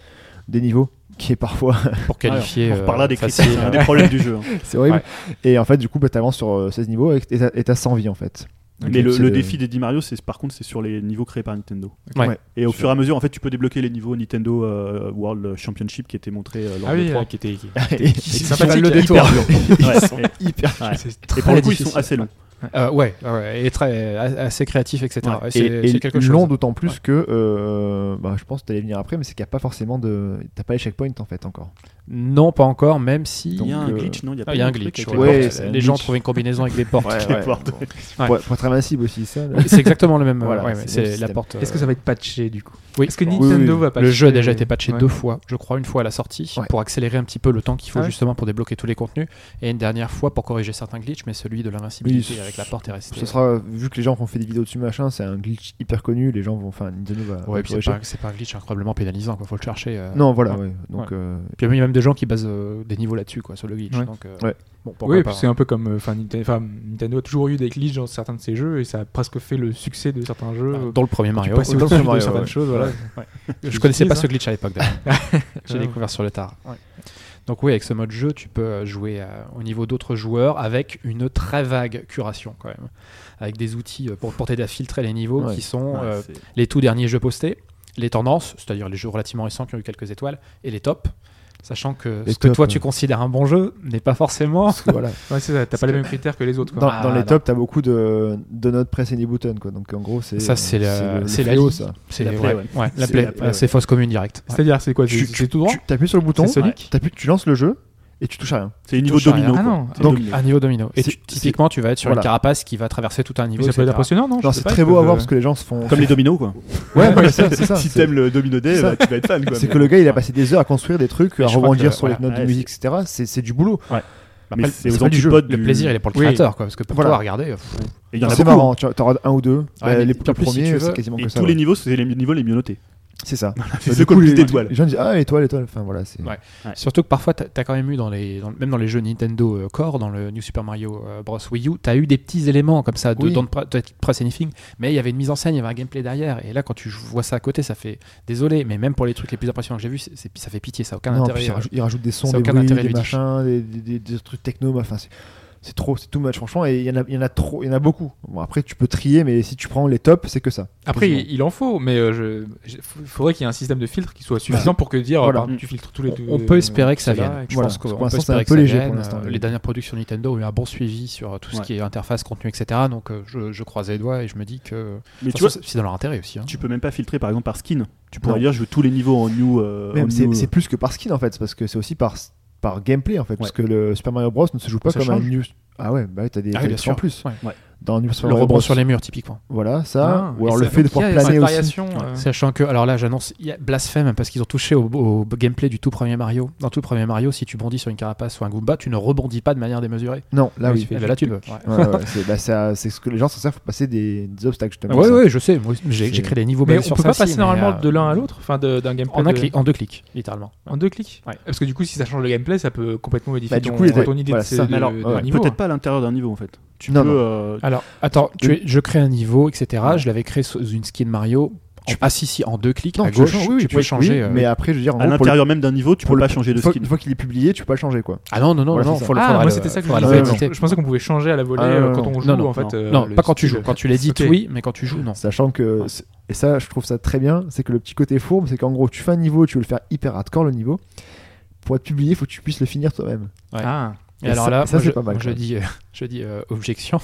S2: des niveaux, qui est parfois
S5: Pour qualifier.
S4: on reparlera
S5: euh,
S4: des
S5: facile,
S4: critères, c'est un
S5: euh,
S4: des problèmes du jeu. hein.
S2: C'est horrible. Et en fait, du coup, bah, t'avances sur euh, 16 niveaux et et t'as et t'as 100 vies en fait.
S4: mais le,
S2: c'est
S4: le
S2: de-
S4: défi des 10 Mario, c'est par contre, c'est sur les niveaux créés par Nintendo.
S5: Ouais.
S2: Ouais.
S4: Et au
S2: Sur-
S4: fur et à mesure, en fait, tu peux débloquer les niveaux Nintendo euh, World Championship qui étaient montrés euh, lors
S3: Ah
S4: de
S3: oui,
S4: trois.
S3: euh, qui était. qui-
S2: Et- et-
S3: C'est
S2: et-
S3: sympathique,
S2: le
S3: hein.
S2: détour.
S4: Hyper dur. Ouais.
S2: Ouais. Hyper.
S4: Ouais.
S3: c'est
S4: Et pour le coup, ils
S5: difficile.
S4: sont assez longs.
S5: Euh, ouais, ouais, ouais, et très a- assez créatif, etc.
S4: Ouais,
S5: Et c'est
S2: Et,
S5: c'est
S2: et
S5: quelque
S2: long
S5: chose.
S2: d'autant plus que euh, bah, je pense que t'allais venir après, mais c'est qu'il n'y a pas forcément de. T'as pas les checkpoints en fait encore.
S5: Non, pas encore, même si
S4: Il y a un
S2: Donc, euh,
S4: glitch, non Il y a,
S5: Ah,
S4: pas
S5: il y a un
S4: truc
S5: glitch.
S4: avec
S5: ouais.
S4: les
S2: Ouais,
S4: portes.
S5: Les
S2: c'est un
S5: gens
S2: glitch.
S5: trouvent une combinaison avec des portes.
S4: ouais, ouais.
S2: Bon. Pour, pour être invincible aussi, ça. là.
S5: C'est exactement le même.
S2: Voilà,
S5: ouais, ouais,
S2: c'est le
S5: c'est
S2: même
S5: la
S2: système.
S5: porte.
S3: Est-ce que ça va être patché du coup
S5: Oui.
S3: euh, Est-ce que
S2: Oui,
S3: Nintendo
S2: oui.
S3: va patcher
S5: Le jeu a déjà été patché
S3: Ouais.
S5: deux fois, je crois, une fois à la sortie,
S2: Ouais.
S5: pour accélérer un petit peu le temps qu'il faut
S3: Ah ouais.
S5: justement pour débloquer tous les contenus, et une dernière fois pour corriger certains glitches, mais celui de l'invincibilité
S2: Oui,
S5: avec la porte est resté.
S2: Ce sera, vu que les gens ont fait des vidéos dessus, machin, c'est un glitch hyper connu. Les gens vont. Enfin, Nintendo va.
S5: euh,
S2: va
S5: Ouais, puis c'est
S2: corriger.
S5: pas, c'est pas un glitch incroyablement pénalisant, quoi. Faut le chercher. euh.
S2: Non, voilà, ouais. Donc, euh,
S5: Puis il y a même des gens qui basent euh, des niveaux là-dessus, quoi, sur le glitch.
S3: Ouais.
S5: Donc, euh,
S2: Ouais.
S5: bon, pourquoi
S3: Oui,
S5: pas,
S3: puis c'est un peu comme. euh, Enfin, Nintendo, enfin, Nintendo a toujours eu des glitches dans certains de ses jeux et ça a presque fait le succès de certains jeux.
S5: hein. Dans le premier
S3: Tu
S5: Mario.
S3: passais
S2: dans le premier
S3: au-dessus de
S2: Mario,
S3: certaines
S2: ouais.
S3: choses, voilà.
S5: Je connaissais pas
S3: Hein.
S5: ce glitch à l'époque d'ailleurs. J'ai
S3: Ouais.
S5: découvert sur le tard. Donc oui, avec ce mode jeu, tu peux euh, jouer euh, au niveau d'autres joueurs avec une très vague curation quand même, avec des outils euh, pour, pour t'aider à filtrer les niveaux
S2: Ouais.
S5: qui sont
S4: Ouais,
S5: euh,
S4: c'est-
S5: les tout derniers jeux postés, les tendances, c'est-à-dire les jeux relativement récents qui ont eu quelques étoiles, et les tops. Sachant que
S2: Les
S5: ce que
S2: tops,
S5: toi
S2: ouais.
S5: tu considères un bon jeu n'est pas forcément.
S2: parce que voilà.
S3: hein. Ouais, c'est ça, t'as pas les mêmes critères que les autres.
S2: Dans,
S3: Quoi.
S5: Ah,
S2: dans les
S5: non.
S2: tops, t'as beaucoup de, de notes press et des boutons, quoi. Donc en gros, c'est.
S5: Ça, c'est la-
S2: le-
S5: c'est
S2: le
S5: la
S2: fléau,
S5: ligne.
S2: ça.
S5: C'est
S4: la
S5: ouais,
S4: plaie,
S5: ouais,
S4: ouais.
S5: la
S4: C'est
S5: plaie, euh,
S4: la plaie,
S5: c'est fausse commune directe. Ouais.
S3: C'est-à-dire, c'est quoi
S2: Tu-
S3: C'est
S2: tu-
S3: c'est tout droit
S2: Tu t'appuies sur le bouton,
S3: Oh. C'est Sonic
S2: t'appuies, tu lances le jeu et tu touches à rien.
S4: C'est les niveaux
S5: touches à rien.
S4: dominos.
S3: Ah
S4: quoi.
S3: non.
S4: C'est
S2: Donc,
S4: dominé.
S5: Un niveau domino. Et
S2: C'est-
S5: tu- typiquement, tu vas être sur
S2: voilà.
S5: une carapace qui va traverser tout un niveau.
S3: Mais ça peut être
S5: etc.
S3: impressionnant, non Je
S2: Non,
S3: sais
S2: c'est
S3: pas,
S2: très
S3: ils
S2: beau à
S3: peuvent,
S2: voir
S3: euh,
S2: parce que les gens se font.
S4: Comme les dominos, quoi.
S2: Ouais, voilà, c'est ça, c'est ça.
S4: si
S2: c'est-
S4: t'aimes le domino day,
S2: c'est ça.
S4: bah, tu vas être fan. quoi,
S2: C'est
S4: mais-
S2: que le gars, il a passé des heures à construire des trucs,
S5: Mais
S2: à
S5: je crois
S2: rebondir
S5: que,
S2: sur les
S5: voilà,
S2: notes de
S4: ouais,
S2: musique, etc. C'est c'est du boulot. Bah,
S4: Mais
S5: Après,
S4: c'est
S5: c'est
S4: aux
S5: pas du jeu.
S4: antipodes du
S5: Le plaisir, il est pour le
S3: Oui.
S5: créateur, quoi, parce que pour
S2: Voilà.
S5: toi, regarder, pff,
S4: Et il y en a
S2: C'est
S4: beaucoup,
S2: marrant, tu auras un ou deux. Bah,
S5: mais
S2: les
S5: puis
S2: le
S5: en plus, si
S2: premier,
S5: tu
S2: c'est
S5: veux,
S2: quasiment
S4: Et
S2: que ça.
S4: tous les
S2: ouais.
S4: niveaux, c'est les niveaux les mieux notés.
S2: C'est ça. Euh,
S4: C'est
S2: Du
S4: ceux qui
S2: coup,
S4: ont le plus
S2: les-
S4: d'étoiles.
S2: Les gens disent Ah, étoile, étoile. Enfin voilà, c'est.
S5: Ouais. Surtout que parfois, t'as as quand même eu, dans les, dans- même dans les jeux Nintendo euh, Core, dans le New Super Mario euh, Bros. Wii U, t'as eu des petits éléments comme ça, de
S2: Oui.
S5: dans le pre- de press anything, mais il y avait une mise en scène, il y avait un gameplay derrière. Et là, quand tu vois ça à côté, ça fait désolé, mais même pour les trucs les plus impressionnants que j'ai vus, c'est- c'est- ça fait pitié, ça a aucun
S2: Non, en
S5: intérêt.
S2: plus, il
S5: euh.
S2: rajoute, il rajoute des sons,
S5: ça a
S2: des
S5: aucun
S2: bruits,
S5: intérêt
S2: des
S5: ludique.
S2: machins, des, des- des- des trucs techno. Enfin, c'est- c'est trop, c'est tout match franchement. Et il y en a, il y en a trop, il y en a beaucoup. Bon, après, tu peux trier, mais si tu prends les tops, c'est que ça.
S3: Après,
S2: Quasiment.
S3: il il en faut, mais euh, je, je- f- faudrait qu'il y ait un système de filtre qui soit suffisant pour que dire
S2: voilà.
S3: par exemple, tu filtres tous les. euh,
S5: On peut espérer que ça vienne. Je
S2: Voilà,
S5: pense qu'on
S2: parce que pour
S5: peut
S2: l'instant, c'est
S5: espérer
S2: un
S5: que
S2: peu
S5: ça
S2: léger pour
S5: vienne.
S2: l'instant,
S5: Euh,
S2: oui.
S5: Les dernières productions Nintendo ont eu un bon suivi sur euh, tout ce
S4: Ouais.
S5: qui est interface, contenu, etc. Donc euh, je, je croise les doigts et je me dis que
S4: Mais tu
S5: de toute
S4: vois,
S5: façon, c'est dans leur intérêt aussi. hein.
S4: tu peux même pas filtrer par exemple par skin. Tu pourrais
S2: Non.
S4: dire je veux tous les niveaux en new. euh, en
S2: Même, c'est
S4: new-
S2: c'est plus que par skin en fait, c'est parce que c'est aussi par, par gameplay en fait, parce que le Super Mario Bros ne se joue pas
S5: Ça
S2: comme un
S5: change.
S2: New. Ah ouais, bah ouais, t'as des t'as
S5: Ah oui,
S2: des
S5: bien
S2: trucs
S5: sûr.
S2: en plus.
S5: Ouais.
S2: Dans New Super
S5: Le
S2: Mario
S5: rebond
S2: Bros.
S5: sur les Ah, murs, typiquement.
S2: Voilà, ça. ou alors le fait de pouvoir planer aussi.
S3: euh.
S5: Sachant que, alors là, j'annonce il y a blasphème parce qu'ils ont touché au, au gameplay du tout premier Mario. Dans tout premier Mario, si tu bondis sur une carapace ou un Goomba, tu ne rebondis pas de manière démesurée.
S2: Non, là oui.
S5: Eh ben là, tu peux. Ouais,
S2: Ouais, ouais, c'est bah, ça- c'est ce que les gens s'en servent pour passer des, des obstacles justement.
S5: ouais,
S2: ça.
S5: ouais, je sais. Moi, J'ai
S2: C'est-
S5: j'ai créé des niveaux
S3: Mais
S5: basés
S3: on
S5: sur
S3: peut
S5: ça
S3: pas
S5: aussi,
S3: passer
S5: mais,
S3: normalement
S5: euh,
S3: de l'un à l'autre, enfin de- d'un gameplay.
S5: En, un
S3: de-
S5: clic, en deux clics, littéralement.
S3: En deux clics
S5: Ouais.
S3: Parce que du coup, si ça change le gameplay, ça peut complètement modifier
S2: Bah, du
S3: ton,
S2: coup, il y a-
S3: ton idée
S2: voilà,
S3: de,
S2: c'est ça.
S3: de-
S4: Mais alors,
S3: de-
S4: euh,
S3: de niveau.
S4: peut-être pas à l'intérieur d'un niveau en fait. Tu
S2: hein. Non,
S4: peux.
S2: non.
S4: euh,
S5: Alors, attends, tu es- je crée un niveau, etc. Je l'avais créé sous une skin Mario. en- ah si, si, en deux clics,
S2: Non,
S5: à
S2: tu peux
S5: gauche,
S2: changer, oui,
S5: tu peux changer. euh,
S2: mais après, je veux dire, en
S4: à
S2: gros, pour le-
S4: l'intérieur même d'un niveau, tu
S2: pour
S4: peux
S2: le-
S4: pas changer de
S2: une fois-
S4: skin.
S2: Une fois qu'il est publié, tu peux pas le changer quoi.
S5: Ah non, non, non,
S2: Voilà,
S5: non,
S2: c'est ça.
S5: faut le
S3: Ah,
S5: faudra
S3: moi
S5: le-
S3: c'était ça que je
S5: faudra le
S2: disais,
S5: rééditer.
S3: Je pensais qu'on pouvait changer à la volée
S2: Ah,
S3: euh,
S2: non,
S3: quand euh, on
S5: non,
S3: joue
S5: non,
S3: en fait. euh,
S5: Non,
S3: le
S5: pas quand tu
S3: style.
S5: joues. Quand tu l'édites,
S3: Ok.
S5: oui, mais quand tu joues, non.
S2: Sachant que. c'est- Et ça, je trouve ça très bien, c'est que le petit côté fourbe, c'est qu'en gros, tu fais un niveau, tu veux le faire hyper hardcore le niveau. Pour être publié, faut que tu puisses le finir toi-même.
S5: Ouais.
S3: Ah,
S5: Et
S2: Et
S5: alors
S2: ça-
S5: là,
S2: ça,
S5: moi,
S2: c'est
S5: je,
S2: pas mal,
S5: moi, je
S2: quand même.
S5: dis, euh, je dis euh, objection.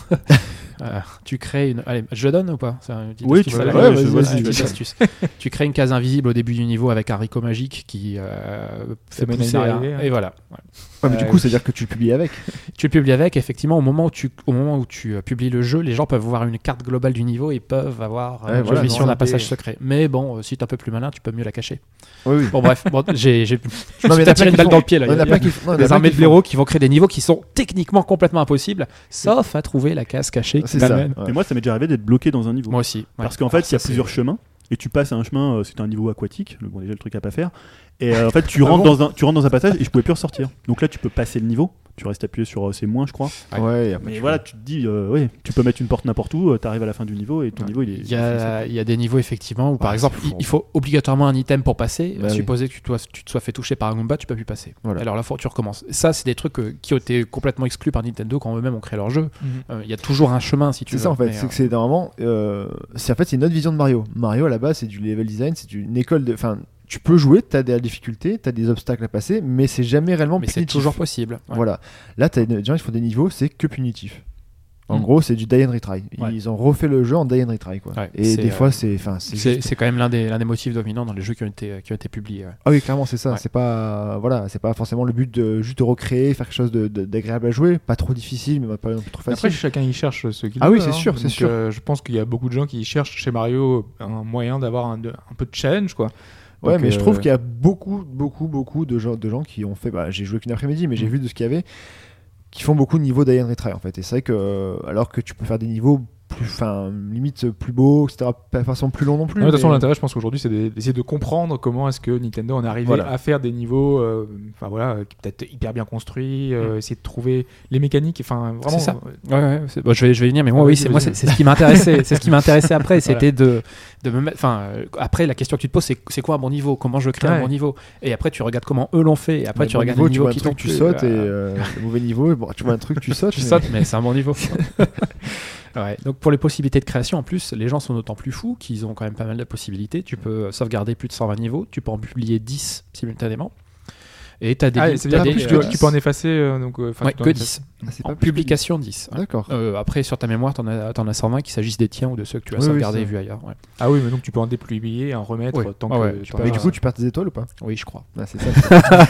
S5: Euh, tu crées une. Allez, je donne ou pas C'est une petite
S4: Oui,
S5: astuce
S4: tu
S5: à la
S4: peux-
S5: con.
S4: ouais,
S5: Une
S4: vas-y,
S5: petite
S4: vas-y,
S5: astuce.
S4: vas-y.
S5: astuce. tu crées une case invisible au début du niveau avec un haricot magique qui euh, fait
S3: mène à une
S5: pousser. un-
S3: arrivée, hein.
S5: Et voilà.
S2: Ouais, mais
S5: Euh,
S2: du coup, c'est-à-dire que tu le publies avec.
S5: Tu le publies avec. Effectivement, au moment où tu, au moment où tu euh, publies le jeu, les gens peuvent voir une carte globale du niveau et peuvent avoir euh,
S2: Ouais,
S5: une
S2: voilà,
S5: mission
S2: non,
S5: d'un
S2: des-
S5: passage secret. Mais bon, euh, si t'es un peu plus malin, tu peux mieux la cacher.
S2: Oui, oui.
S5: Bon, bref, bon, j'ai j'ai- je
S2: Non,
S5: me
S2: mais
S5: suis
S2: il y en a
S5: tiré
S2: plein
S5: une
S2: qui
S5: balle
S2: font-
S5: dans le pied là.
S2: Il y en a plein qui- non, il y en a
S5: des
S2: plein
S5: armées
S2: qui
S5: de
S2: bah, font-
S5: blaireaux qui vont créer des niveaux qui sont techniquement complètement impossibles, sauf à trouver la case cachée qui
S2: C'est ça.
S5: t'amène.
S2: ouais.
S4: Mais moi, ça m'est déjà arrivé d'être bloqué dans un niveau.
S5: Moi aussi. ouais.
S4: Parce qu'en fait, il y a
S5: ça,
S4: plusieurs chemins. Et tu passes à un chemin, euh, c'est un niveau aquatique, le, bon déjà le truc à pas faire. Et euh, en fait, tu
S2: Ah
S4: rentres,
S2: bon
S4: dans un, tu rentres dans un passage et je pouvais plus ressortir. Donc là, tu peux passer le niveau, tu restes appuyé sur euh, c'est moins, je crois.
S5: Ouais.
S2: Ouais, y a pas de
S4: Mais
S2: choix.
S4: voilà, tu te dis, euh, ouais, tu peux mettre une porte n'importe où, euh, t'arrives à la fin du niveau et ton niveau il est.
S5: Il y, a, il y a des niveaux effectivement où par
S2: Ouais,
S5: exemple
S2: c'est
S5: il-
S2: fou.
S5: il faut obligatoirement un item pour passer.
S2: Bah oui.
S5: Supposer que tu, dois- tu te sois fait toucher par un Goomba, tu peux plus passer.
S2: Voilà.
S5: Alors là faut- tu recommences. Ça c'est des trucs euh, qui ont été complètement exclus par Nintendo quand eux-mêmes ont créé leur jeu.
S3: Mhm.
S5: Euh, Il y a toujours un chemin si tu
S2: C'est
S5: veux.
S2: ça en fait,
S5: mais,
S2: c'est que
S5: euh,
S2: c'est normalement, euh, c'est en fait c'est une autre vision de Mario. Mario à la base c'est du level design, c'est une école de, enfin tu peux jouer, t'as des difficultés, t'as des obstacles à passer, mais c'est jamais réellement
S5: euh, mais c'est
S2: punitif.
S5: toujours possible. Ouais.
S2: Voilà, là t'as des gens qui font des niveaux, c'est que punitif. En
S5: Mm.
S2: gros c'est du die and retry.
S4: Ouais.
S2: Ils ont refait le jeu en die and retry quoi.
S5: Ouais,
S2: Et
S5: c'est,
S2: des
S5: euh,
S2: fois c'est, enfin c'est,
S5: C'est
S2: juste-
S5: c'est quand même l'un des, l'un des motifs dominants dans les jeux qui ont été, qui ont été publiés. ouais.
S2: ah oui clairement c'est ça.
S5: Ouais.
S2: C'est pas, voilà, c'est pas forcément le but de juste de recréer, faire quelque chose de- de- d'agréable à jouer, pas trop difficile mais pas non plus trop facile.
S3: Après, chacun y cherche ce qu'il
S2: Ah
S3: veut,
S2: oui, c'est
S3: hein.
S2: sûr, c'est
S3: Donc,
S2: sûr.
S3: euh, je pense qu'il y a beaucoup de gens qui cherchent chez Mario un moyen d'avoir un, de- un peu de challenge, quoi.
S2: Ouais,
S3: Donc,
S2: mais je
S3: euh,
S2: trouve qu'il y a beaucoup, beaucoup, beaucoup de gens, de gens qui ont fait. Bah, j'ai joué qu'une après-midi, mais j'ai
S3: Mm.
S2: vu de ce qu'il y avait, qui font beaucoup de niveaux d'Alien Retry en fait. Et c'est vrai que, euh, alors que tu peux faire des niveaux plus, enfin, limite euh, plus beaux, etc., pas forcément plus longs non plus.
S3: Non, Ah, mais de toute façon,
S2: mais-
S3: l'intérêt, je pense qu'aujourd'hui, c'est de- d'essayer de comprendre comment est-ce que Nintendo en est arrivé
S2: Voilà.
S3: à faire des niveaux, euh, enfin voilà, euh, qui peut-être hyper bien construits, euh, essayer de trouver les mécaniques, enfin vraiment.
S5: C'est ça.
S3: euh,
S5: Ouais, ouais, c'est- bon, je, vais, je vais y venir, mais moi,
S3: Ah,
S5: oui,
S3: vas-y,
S5: c'est, moi,
S3: vas-y.
S5: c'est, c'est ce qui m'intéressait. c'est ce qui m'intéressait après, c'était de, de me mettre. Enfin, euh, après, la question que tu te poses, c'est, c'est quoi mon niveau Comment je crée
S3: Ouais.
S5: mon niveau Et après, tu regardes comment eux l'ont fait. Et après,
S2: mais
S5: tu
S2: bon
S5: regardes
S2: niveau,
S5: les niveaux
S2: tu vois un
S5: qui
S2: truc,
S5: t'ont
S2: tu
S5: plu,
S2: sautes et
S5: euh,
S2: euh, c'est mauvais niveau. et bon, tu vois un truc, tu sautes.
S5: tu
S2: mais-
S5: sautes, mais c'est un bon niveau. Ouais. Donc pour les possibilités de création, en plus, les gens sont d'autant plus fous qu'ils ont quand même pas mal de possibilités. Tu peux sauvegarder plus de 120 niveaux, tu peux en publier 10 simultanément. Et t'as des,
S3: Ah,
S5: t'as
S3: c'est-à-dire
S5: des-
S3: que tu,
S2: euh,
S3: tu peux en effacer, euh, donc euh, enfin,
S5: Ouais,
S3: tu peux en
S5: que
S3: effacer.
S5: 10.
S2: Ah, c'est
S5: En
S2: pas plus-
S5: publication 10. ouais.
S2: D'accord.
S5: Euh, après, sur ta mémoire, t'en as, t'en as 120, qu'il s'agisse des tiens ou de ceux que tu as
S2: Oui, oui,
S5: sauvegardés et
S2: c'est-
S5: vus ailleurs. ouais.
S3: Ah oui, mais donc tu peux en dépluyer, en remettre
S5: Oui.
S3: tant
S5: Ah
S3: que.
S5: ouais,
S3: tu
S5: tu peux-
S3: peux-
S2: Mais du coup, tu perds tes étoiles ou pas
S5: Oui, je crois.
S2: Ah, c'est ça.
S4: Ah,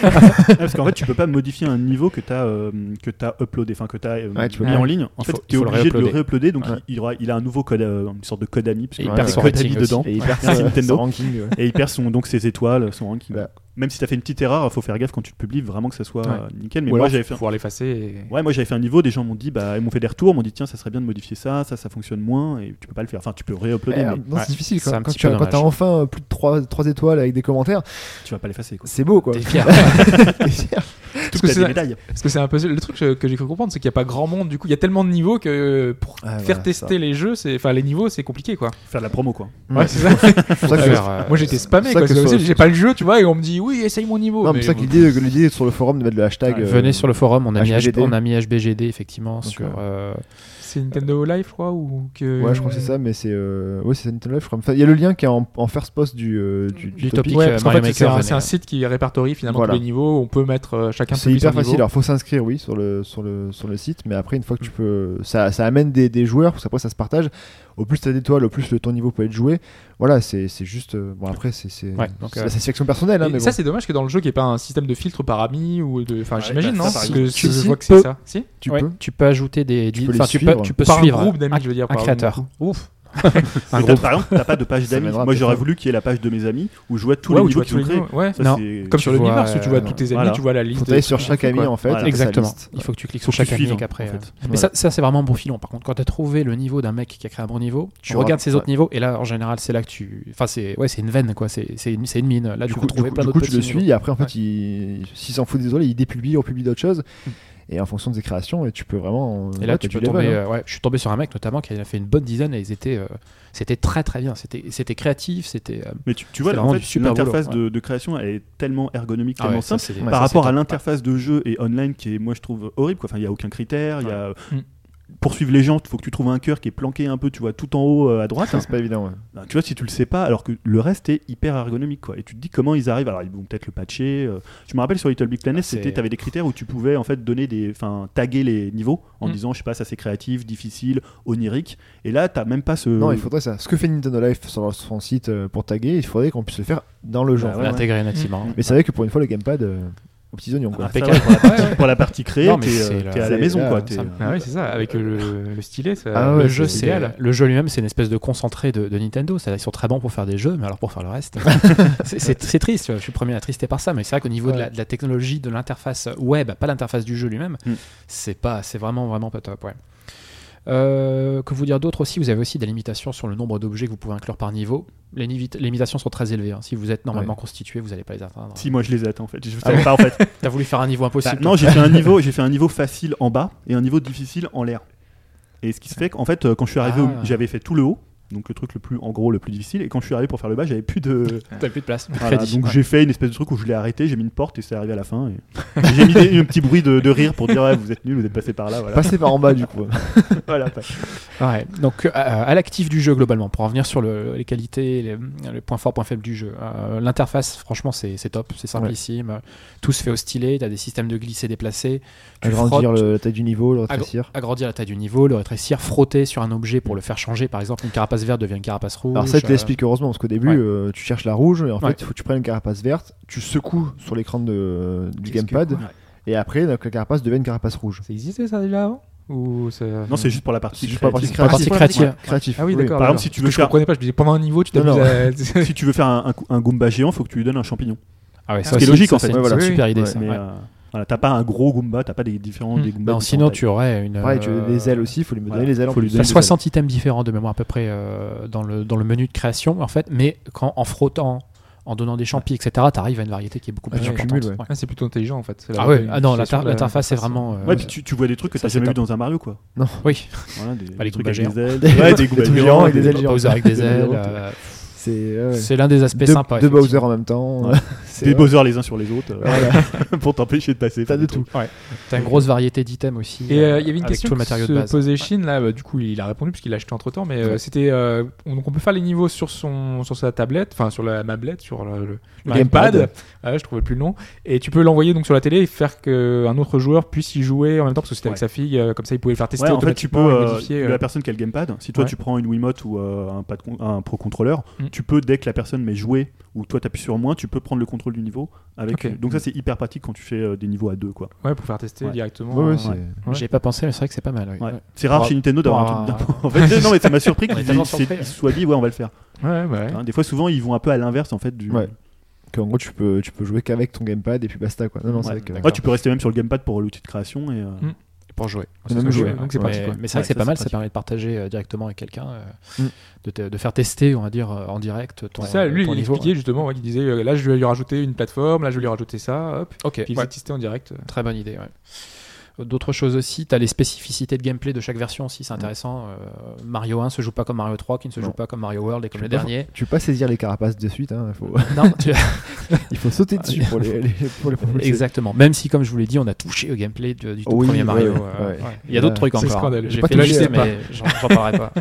S4: parce qu'en fait, tu peux pas modifier un niveau que t'as euh, que t'as uploadé, enfin que t'as euh,
S2: Ouais, tu peux
S4: mis
S2: pas.
S4: en ligne. En
S5: Il
S4: fait,
S5: faut- il
S4: t'es
S5: faut le
S4: obligé de le
S5: réuploader.
S4: réuploader, donc
S2: Ouais.
S4: il, il aura- il a un nouveau code, euh, une sorte de code ami, parce
S5: Et
S4: qu'il
S5: il
S4: y a
S2: perd
S4: des
S2: son
S4: codes
S5: rating
S4: ami
S5: aussi.
S4: dedans,
S2: Et il perd
S4: Merci
S2: son-
S4: Nintendo.
S2: Euh, son ranking. ouais.
S4: et il perd son donc ses étoiles, son ranking.
S2: Bah.
S4: Même si t'as fait une petite erreur, faut faire gaffe quand tu le publies vraiment que ça soit
S3: Ouais.
S4: euh, nickel. Mais
S3: Ou
S4: moi
S3: alors,
S4: j'avais fait.
S3: pouvoir l'effacer. et-
S4: Ouais, moi j'avais fait un niveau, des gens m'ont dit, bah, ils m'ont fait des retours, m'ont dit, tiens, ça serait bien de modifier ça, ça, ça fonctionne moins, et tu peux pas le faire. Enfin, tu peux réuploader,
S2: Eh,
S3: Euh,
S4: mais
S2: non,
S5: ouais,
S2: C'est difficile
S5: c'est
S2: quand,
S5: un
S2: quand
S5: petit
S2: tu
S5: peu
S2: as- quand t'as
S5: dommage.
S2: enfin euh, plus de 3, étoiles avec des commentaires.
S4: tu vas pas l'effacer, quoi.
S2: C'est beau quoi.
S5: T'es fier.
S2: T'es fier.
S3: Parce que
S4: T'as
S3: c'est
S4: des
S3: un-
S4: médailles.
S3: parce que c'est un peu le truc euh, que que j'ai cru comprendre, c'est qu'il n'y a pas grand monde. Du coup, il y a tellement de niveaux que euh, pour
S2: Ah,
S3: faire
S2: voilà,
S3: tester
S2: ça.
S3: les jeux, c'est enfin les niveaux, c'est compliqué quoi.
S4: Faire de la promo, quoi.
S2: Ouais,
S3: c'est ça.
S2: C'est pour ça que je-
S5: Faire, euh,
S3: Moi j'étais spammé
S2: c'est
S3: quoi.
S2: ça que
S3: parce que
S2: sur-
S3: aussi, J'ai pas le jeu, tu vois, et on me dit oui, essaye mon niveau.
S2: Non, mais c'est ça que l'idée, que l'idée sur le forum de mettre le hashtag.
S4: Ouais,
S2: euh,
S5: Venez sur le forum, on a, mis
S2: HBGD.
S5: HB on a mis HBGD effectivement sur. euh,
S3: c'est Nintendo Live, je crois, ou que.
S2: Ouais, je crois que c'est ça, mais c'est. Euh... Ouais, c'est ça, Nintendo Live, je crois. Enfin, Il y a le lien qui est en, en first post du, euh, du,
S5: Du topic.
S3: Ouais,
S5: euh,
S3: parce qu'en
S5: Mario
S3: fait, c'est
S5: Maker,
S3: un,
S5: venez,
S3: c'est un
S5: ouais.
S3: site qui répertorie finalement
S2: Voilà.
S3: tous les niveaux. On peut mettre euh, chacun.
S2: C'est
S3: publie
S2: hyper
S3: son
S2: facile.
S3: niveau.
S2: Alors, faut s'inscrire, oui, sur le, sur, le, sur le site, mais après, une fois que
S5: Mm.
S2: tu peux. Ça, ça amène des, des joueurs, parce qu'après, ça se partage. Au plus t'as d'étoiles, au plus le- ton niveau peut être joué. Voilà, c'est c'est juste. euh, Bon, après, c'est c'est
S5: Ouais, donc,
S2: c'est
S5: euh,
S2: la satisfaction personnelle, hein,
S3: Et
S2: mais
S3: ça
S2: bon.
S3: c'est dommage que dans le jeu qu'il n'y ait pas un système de filtre par ami ou de. Enfin
S4: Ouais,
S3: j'imagine
S4: bah,
S3: non.
S4: ça,
S3: Parce
S4: par
S3: que
S2: exemple.
S3: je
S2: Si,
S3: vois
S2: si.
S3: que c'est ça. Si.
S2: Tu
S5: ouais,
S2: peux.
S5: tu peux ajouter des. des-
S2: peux les
S5: enfin, tu, peux,
S2: suivre.
S5: tu peux
S3: Par un
S5: suivre
S3: groupe d'amis,
S5: un-
S3: je veux dire,
S5: un
S3: par un
S5: créateur. Ouf. un
S4: Mais t'as-
S5: groupe.
S4: Par exemple, t'as pas de page
S2: Ça
S4: d'amis.
S2: mènera
S4: Moi, j'aurais
S2: peut-être.
S4: voulu qu'il y ait la page de mes amis où je vois tous
S3: Ouais,
S4: les
S3: où tu
S4: niveaux
S3: vois
S4: qu'ils
S3: tous
S4: ont
S3: les
S4: créés.
S3: niveaux. Ouais.
S4: Ça,
S5: Non.
S4: c'est-
S3: Comme
S4: tu
S3: sur
S5: vois,
S3: le Miiverse où tu vois
S5: euh,
S3: tous tes amis,
S4: voilà.
S3: tu vois la liste.
S2: Faut aller sur chaque ami, en fait.
S4: Voilà.
S2: et sa
S5: Exactement.
S2: liste.
S5: Il faut que tu cliques
S4: Faut
S5: sur
S4: que
S5: chaque
S4: tu
S5: ami
S4: suives,
S5: et qu'après, euh,
S4: en fait.
S5: Mais ça, ça, c'est vraiment un bon filon. Par contre, quand tu as trouvé le niveau d'un mec qui a créé un bon niveau, tu
S2: Tu
S5: regardes
S2: rates,
S5: ses autres
S2: ouais.
S5: niveaux et là, en général, c'est là que tu. Enfin, c'est ouais, c'est une veine, quoi. C'est c'est une, c'est une mine. Là,
S2: Ah, du
S5: tu
S2: coup,
S5: peux
S2: du
S5: trouver
S2: coup-
S5: plein
S2: du
S5: d'autres
S2: coup, tu le
S5: petits niveaux.
S2: suis, et après, en fait, il- s'il s'en fout des oreilles, il dépublie, on publie d'autres choses. Et en fonction de ses créations, et tu peux vraiment.
S5: Mm. Et
S2: ouais,
S5: là, tu
S2: t'as du
S5: peux
S2: level,
S5: tomber.
S2: hein.
S5: euh, ouais, je suis tombé sur un mec notamment qui a fait une bonne dizaine et ils étaient, euh, c'était très très bien. C'était, c'était créatif, c'était. euh,
S4: Mais tu, tu
S5: C'est
S4: vois, en
S5: vraiment
S4: fait,
S5: du super
S4: l'interface
S5: boulot,
S4: de, de création, elle est tellement ergonomique,
S5: ah ouais,
S4: tellement
S5: ça,
S4: simple.
S5: c'est des-
S2: Ouais,
S4: par
S5: ça,
S4: rapport
S5: c'est
S4: à
S5: top.
S4: l'interface de jeu et online qui est, moi, je trouve horrible. quoi. Enfin, il n'y a aucun critère. Il y a
S3: Mm.
S4: poursuivre les gens. Il faut que tu trouves un cœur qui est planqué un peu, tu vois, tout en haut euh, à droite.
S2: Ça, C'est pas évident, ouais.
S4: Ben, tu vois, si tu le sais pas, alors que le reste est hyper ergonomique, quoi. Et tu te dis comment ils arrivent. Alors ils vont peut-être le patcher. euh. Je me rappelle sur Little Big Planet,
S5: Ah, c'est-
S4: c'était, t'avais des critères où tu pouvais en fait donner des, enfin, taguer les niveaux en
S3: Mm.
S4: disant, je sais pas, ça c'est créatif, difficile, onirique. Et là, t'as même pas ce.
S5: Euh,
S2: Non, il faudrait ça. Ce que fait Nintendo Life sur leur- son site euh, pour taguer, il faudrait qu'on puisse le faire dans le jeu.
S4: Bah
S2: en
S4: ouais,
S2: fait.
S4: ouais.
S5: L'intégrer nativement.
S4: Mm.
S2: Mais c'est vrai que pour une fois, le gamepad euh, aux petits oignons.
S4: Ah,
S2: Quoi.
S4: ça,
S5: Impeccable.
S4: ouais, pour, la partie,
S3: Ouais, ouais.
S4: pour la partie créée,
S5: Non, mais
S4: t'es,
S5: c'est
S4: euh,
S5: la-
S4: t'es à la
S2: c'est
S4: maison,
S2: là,
S4: quoi.
S2: ça
S4: T'es-
S5: me-
S3: Ah ouais, c'est ça, avec le, le stylet. Ça,
S2: Ah
S5: Euh, le
S2: ouais,
S5: jeu,
S2: c'est
S5: c'est
S3: idéal.
S5: le jeu lui-même, c'est une espèce de concentré de, de Nintendo. C'est-à-dire, ils sont très bons pour faire des jeux, mais alors pour faire le reste, c'est- c'est c'est triste. Je suis le premier à trister par ça, mais c'est vrai qu'au niveau de, la,
S2: Ouais.
S5: de la technologie, de l'interface web, pas l'interface du jeu lui-même,
S4: Mm.
S5: c'est pas, c'est vraiment vraiment pas top. ouais. Euh, que vous dire d'autre aussi Vous avez aussi des limitations sur le nombre d'objets que vous pouvez inclure par niveau. Les, nivi- les limitations sont très élevées. hein. Si vous êtes normalement constitué, vous n'allez pas les atteindre.
S4: Si moi je les atteins en fait, je
S5: Ah
S4: savais pas en fait.
S5: T'as voulu faire un niveau
S4: Bah,
S5: impossible
S4: non,
S5: toi.
S4: j'ai fait un niveau, j'ai fait un niveau facile en bas et un niveau difficile en l'air. Et ce qui se fait qu'en fait, euh, quand je suis arrivé, au-
S5: Ah.
S4: j'avais fait tout le haut, donc le truc le plus, en gros, le plus difficile. Et quand je suis arrivé pour faire le bas, j'avais plus de.
S5: T'as plus de place.
S4: Voilà,
S5: Crédit.
S4: donc
S5: Ouais.
S4: j'ai fait une espèce de truc où je l'ai arrêté, j'ai mis une porte et c'est arrivé à la fin. et- et j'ai mis des- un petit bruit de, de rire pour dire ouais, vous êtes nul, vous êtes passé par là. Voilà.
S2: Passer par en bas, du coup.
S4: Voilà.
S5: Ouais, donc euh, à l'actif du jeu globalement, pour en revenir sur le- les qualités, les, les points forts, points faibles du jeu. euh, L'interface, franchement, c'est c'est top, c'est simplissime. euh, Tout se fait au stylet, t'as des systèmes de glisser déplacés. Tu
S2: Agrandir
S5: frottes,
S2: le- la taille du niveau, le rétrécir.
S5: agrandir la taille du niveau, le rétrécir, frotter sur un objet pour le faire changer. Par exemple, une carapace verte devient une carapace rouge.
S2: Alors ça, je
S5: euh,
S2: t'explique heureusement, parce qu'au début,
S5: ouais.
S2: euh, tu cherches la rouge, et en
S5: Ouais.
S2: fait, il faut que tu prennes une carapace verte, tu secoues sur l'écran de- du
S5: Qu'est-ce que-
S2: gamepad,
S5: ouais.
S2: et après, donc, la carapace devient une carapace rouge.
S3: Ça existait ça déjà avant Ou ça-
S4: Non, c'est juste pour la
S2: C'est
S4: partie.
S2: juste pour la partie
S4: créative.
S5: Pour la
S2: créative.
S5: partie créative.
S2: Créatif,
S3: Ah oui, d'accord.
S4: Par
S3: alors.
S4: exemple, si tu
S3: Parce
S4: veux
S3: que je
S4: faire-
S3: comprenais pas, je me disais pendant un niveau, tu
S2: Non,
S3: t'amuses
S2: non.
S3: à.
S4: Si tu veux faire un, un- un Goomba géant, faut que tu lui donnes un champignon.
S5: Ah ouais, ça
S4: Ce qui est
S5: aussi,
S4: logique,
S5: ça,
S4: en fait.
S5: c'est
S2: Ouais,
S5: une- c'est une
S3: voilà.
S5: super idée
S2: Ouais,
S5: ça.
S4: Mais,
S5: ouais. Bah,
S4: euh, voilà, t'as pas un gros Goomba, t'as pas des différents
S3: Hmm.
S4: des Goombas.
S5: Non,
S4: différents
S5: sinon
S4: tailles.
S5: tu aurais une.
S2: Pareil, tu veux des
S5: euh,
S2: ailes aussi, il faut lui me
S4: voilà.
S2: donner les ailes. en
S4: Faut lui
S2: plus.
S4: donner
S5: T'as
S4: des
S5: 60 items différents de mémoire à peu près euh, dans, le, dans le menu de création, en fait, mais quand, en frottant, en donnant des champis, etc., t'arrives à une variété qui est beaucoup
S2: Ouais,
S5: plus
S2: tu
S5: importante.
S2: cumules, ouais.
S5: Ouais.
S3: Ah, c'est plutôt intelligent en fait. C'est la-
S5: Ah ouais,
S3: une
S5: ah non,
S3: utilisation
S5: l'inter-
S3: de la-
S5: l'interface est vraiment. euh,
S4: Ouais, puis tu, tu vois des trucs que
S5: Ça,
S4: t'as
S5: c'est
S4: jamais vu
S5: top.
S4: dans un Mario, quoi.
S5: Oui,
S4: Voilà, des,
S5: les
S4: des trucs
S5: Goombas
S4: avec des ailes.
S2: Des-
S4: Ouais,
S2: des
S4: des Goombas
S2: trucs
S4: géants avec
S2: géants,
S4: des
S2: ailes
S4: ailes.
S2: géantes.
S5: Bowser avec des ailes.
S2: Des
S5: euh,
S2: C'est ouais, ouais.
S5: C'est l'un des aspects
S2: deux,
S5: sympas.
S2: deux Bowser
S5: effectivement.
S2: en même temps. C'est-
S4: Des Bowser les uns sur les autres euh,
S2: Voilà.
S4: pour t'empêcher de passer.
S2: T'as de
S4: Enfin,
S2: tout.
S5: T'as une grosse variété d'items aussi.
S3: Et
S5: euh,
S3: euh, il y avait une
S5: avec
S3: question
S5: tout le
S3: qui
S5: matériau
S3: se
S5: de base.
S3: posait Shin là, bah, du coup il a répondu puisqu'il l'a acheté entre temps, mais euh,
S5: Ouais.
S3: c'était euh, on- donc on peut faire les niveaux sur son sur sa tablette, enfin sur la mablette, sur le, le- le
S2: gamepad.
S3: gamepad. Ah, je trouvais plus le nom. Et tu peux l'envoyer donc sur la télé et faire qu'un autre joueur puisse y jouer en même temps parce que c'était avec
S4: Ouais.
S3: sa fille, euh, comme ça il pouvait le faire tester
S4: Ouais, en fait, tu peux,
S3: automatiquement et
S4: euh,
S3: modifier. euh.
S4: la personne qui a le gamepad, si toi
S3: Ouais.
S4: tu prends une Wiimote ou euh, un, pad con- un Pro Controller,
S3: Mm.
S4: tu peux, dès que la personne met jouer ou toi t'appuies sur moins, tu peux prendre le contrôle du niveau. Avec,
S3: Ok.
S4: euh, donc ça c'est hyper pratique quand tu fais euh, des niveaux à deux. quoi.
S3: Ouais, pour faire tester
S4: Ouais.
S3: directement.
S2: Ouais, ouais,
S3: euh,
S2: c'est-
S4: ouais.
S3: Ouais.
S5: J'ai pas pensé, mais c'est vrai que c'est pas mal. oui.
S4: Ouais. Bah,
S5: Ouais.
S4: C'est rare
S5: Pour
S4: chez Nintendo d'avoir un
S5: pour
S4: truc d'un En fait, non, mais ça m'a surpris
S5: On est
S4: qu'ils
S5: tellement
S4: ils s'est-
S5: surpris,
S4: ils se soient dit, ouais, on va le faire.
S3: ouais, ouais.
S4: Hein, des fois, souvent, ils vont un peu à l'inverse en fait du.
S2: Ouais. Qu'en gros, tu peux, tu peux jouer qu'avec ton gamepad et puis basta quoi. Non, non, c'est
S4: Ouais.
S2: vrai que-
S4: Ouais, tu peux rester même sur le gamepad pour l'outil de création et. euh,
S3: Mm.
S5: Pour jouer.
S2: C'est même
S5: Ouais,
S2: jouer,
S5: ouais.
S3: donc c'est
S5: Mais-
S3: parti, quoi.
S5: Mais c'est vrai
S4: Ouais,
S5: que c'est
S4: ça,
S5: pas
S4: c'est
S5: mal, ça
S4: pratique.
S5: permet de partager euh, directement avec quelqu'un, euh,
S2: Mm.
S5: de, te- de faire tester, on va dire, euh, en direct ton,
S3: C'est ça, lui
S5: ton
S3: il
S5: niveau.
S3: expliquait justement, ouais, il disait euh, là je vais lui rajouter une plateforme, là je vais lui rajouter ça, hop,
S5: Ok,
S3: puis il
S5: ouais.
S3: faisait tester en direct. euh,
S5: Très bonne idée, ouais. D'autres choses aussi, tu as les spécificités de gameplay de chaque version aussi, c'est intéressant. Euh, Mario 1 se joue pas comme Mario 3, qui ne se joue
S2: Mm. Non.
S5: pas comme Mario World et comme
S2: Je
S5: le
S2: sais pas.
S5: dernier.
S2: Tu peux pas saisir les carapaces de suite, hein, il, faut,
S5: non, tu-
S2: il faut sauter dessus pour les, les- pour les propulser.
S5: exactement. Même si, comme je vous l'ai dit, on a touché au gameplay du, du tout
S2: Oui,
S5: premier Mario.
S2: ouais,
S5: euh,
S2: ouais.
S5: Il y a d'autres
S2: Ouais.
S5: trucs
S3: C'est
S5: encore. hein.
S3: scandaleux.
S5: J'ai
S3: Pas
S5: fait la
S3: touché,
S5: liste,
S3: pas.
S5: mais j'en j'en parlerai pas.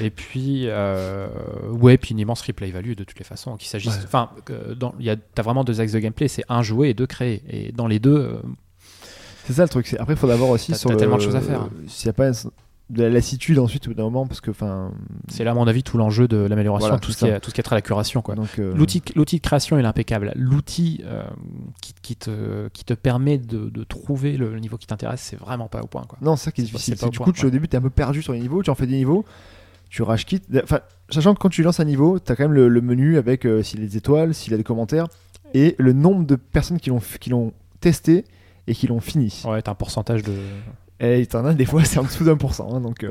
S5: Et puis, euh, ouais, puis une immense replay value de toutes les façons. Qu'il s'agisse,
S2: Ouais.
S5: enfin, euh, dans- il y a, t'as vraiment deux axes de gameplay, c'est un jouer et deux créer. Et dans les deux, euh,
S2: C'est ça le truc. c'est- Après, il faudra voir aussi
S5: T'as-
S2: sur.
S5: t'as
S2: le-
S5: tellement de choses à faire. hein.
S2: S'il n'y a pas un- de la lassitude ensuite au bout d'un moment, parce que enfin.
S5: c'est là à mon avis tout l'enjeu de l'amélioration,
S2: Voilà,
S5: tout, ce
S2: c'est
S5: qui
S2: ça.
S5: est, tout ce qui est trait à la curation, quoi.
S2: donc, euh,
S5: L'outil, l'outil de création il est impeccable. L'outil euh, qui, qui te, qui te permet de, de trouver le, le niveau qui t'intéresse, c'est vraiment pas au point. Quoi.
S2: Non, c'est ça qui est
S5: C'est pas-
S2: difficile.
S5: c'est pas
S2: c'est que du coup,
S5: au point,
S2: tu, au
S5: ouais.
S2: début, t'es un peu perdu sur les niveaux, tu en fais des niveaux, tu rage quitte. Enfin, sachant que quand tu lances un niveau, t'as quand même le, le menu avec euh, s'il y a des étoiles, s'il y a des commentaires, et le nombre de personnes qui l'ont f- qui l'ont testé et qui l'ont fini.
S5: Ouais, t'as un pourcentage de.
S2: Et t'en as des fois, c'est en dessous d'un pour cent. hein, donc, euh,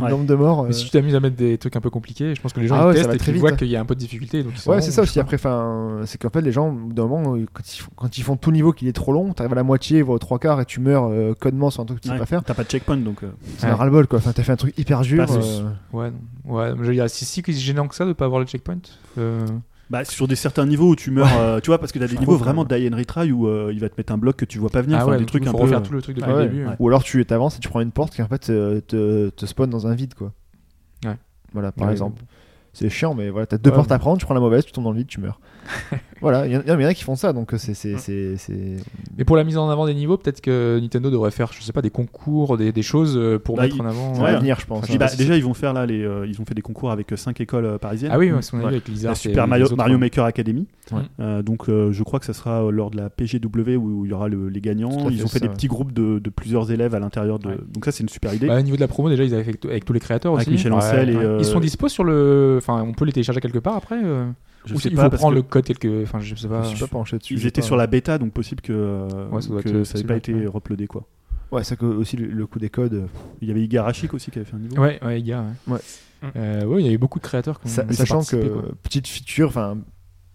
S2: le nombre de morts. euh,
S3: Mais si tu t'amuses à mettre des trucs un peu compliqués, je pense que les gens
S2: Ah
S3: ils
S2: ouais, ça
S3: testent
S2: va
S3: et
S2: très
S3: qu'ils
S2: vite.
S3: voient qu'il y a un peu de difficulté. donc ils sont
S2: Ouais,
S3: bons,
S2: c'est ça
S3: je
S2: aussi.
S3: sais
S2: Après, enfin, c'est qu'en fait, les gens, au bout d'un moment, euh, quand ils, font, quand ils font tout niveau qu'il est trop long, t'arrives à la moitié, voire aux trois quarts, et tu meurs euh, codement sur un truc que tu sais
S4: ouais,
S2: pas faire.
S4: T'as pas de checkpoint donc. euh,
S2: C'est
S3: Ouais.
S2: un ras-le-bol, quoi. Enfin, t'as fait un truc hyper dur.
S4: Bah, c'est-
S2: euh,
S3: pas. Ouais, non. ouais. mais Je veux dire, si si, c'est gênant que ça de pas avoir le checkpoint. euh,
S4: Bah, sur des certains niveaux où tu meurs, euh, tu vois, parce que t'as des
S3: Ouais.
S4: niveaux vraiment die and retry où euh, il va te mettre un bloc que tu vois pas venir,
S3: Ah
S4: enfin,
S3: ouais,
S4: des
S3: donc
S4: trucs
S3: il
S4: un
S3: faut
S4: peu.
S3: refaire
S4: euh,
S3: tout le truc
S2: Ah
S3: depuis
S2: ouais.
S3: le début.
S4: Ouais.
S2: Ou alors tu t'avances et tu prends une porte qui en fait te, te, te spawn dans un vide quoi.
S3: Ouais.
S2: Voilà par
S3: Ouais.
S2: exemple. C'est chiant mais voilà, t'as deux
S3: Ouais.
S2: portes à prendre, tu prends la mauvaise, tu tombes dans le vide, tu meurs. voilà, il y, en- il y en a qui font ça donc euh, c'est c'est c'est c'est
S3: Mais pour la mise en avant des niveaux, peut-être que Nintendo devrait faire, je sais pas, des concours, des, des choses euh, pour
S4: Bah,
S3: mettre
S4: il-
S3: en avant.
S2: c'est
S4: Ouais.
S2: à venir je pense.
S4: Bah,
S2: hein.
S4: bah, déjà, ils vont faire là, les, euh, ils ont fait des concours avec 5 écoles euh, parisiennes.
S3: Ah oui, ouais, ce qu'on a
S4: Ouais.
S3: vu avec Lisa.
S4: La Super Mario, Mario Maker Academy.
S3: hein. Ouais.
S4: Euh, donc, euh, je crois que ça sera euh, lors de la PGW où où il y aura le- les
S2: Tout à
S4: gagnants. Ils
S2: fait,
S4: ont fait
S2: ça,
S4: des
S2: ouais.
S4: petits groupes de, de plusieurs élèves à l'intérieur de.
S3: Ouais.
S4: Donc, ça, c'est une super idée.
S3: Bah, au niveau de la promo, déjà, ils avaient fait avec tous les créateurs
S4: Avec
S3: aussi.
S4: Michel Ancel et, euh,
S3: Ils sont dispo sur le. Enfin, on peut les télécharger quelque part après. euh,
S4: Je
S3: ou
S4: sais
S3: il
S4: pas
S3: faut
S4: parce
S3: prendre
S4: que
S3: le code quelque. Enfin, je sais pas.
S2: Je suis pas penché dessus.
S4: ils
S2: j'ai
S4: étaient
S2: pas-
S4: sur la bêta, donc possible que, euh,
S3: Ouais, ça doit
S4: que
S3: être
S4: ça n'ait
S3: possible,
S4: pas été
S3: ouais.
S4: replodé quoi.
S2: Ouais, c'est que aussi le, le coup des codes. euh,
S4: Il y avait Igarashik aussi qui avait fait un niveau.
S3: Ouais, ouais, les gars. Ouais. Euh, ouais, il y a eu beaucoup de créateurs qui ont
S2: sa-
S3: qui ont
S2: sachant que
S3: participé, quoi.
S2: petite feature, enfin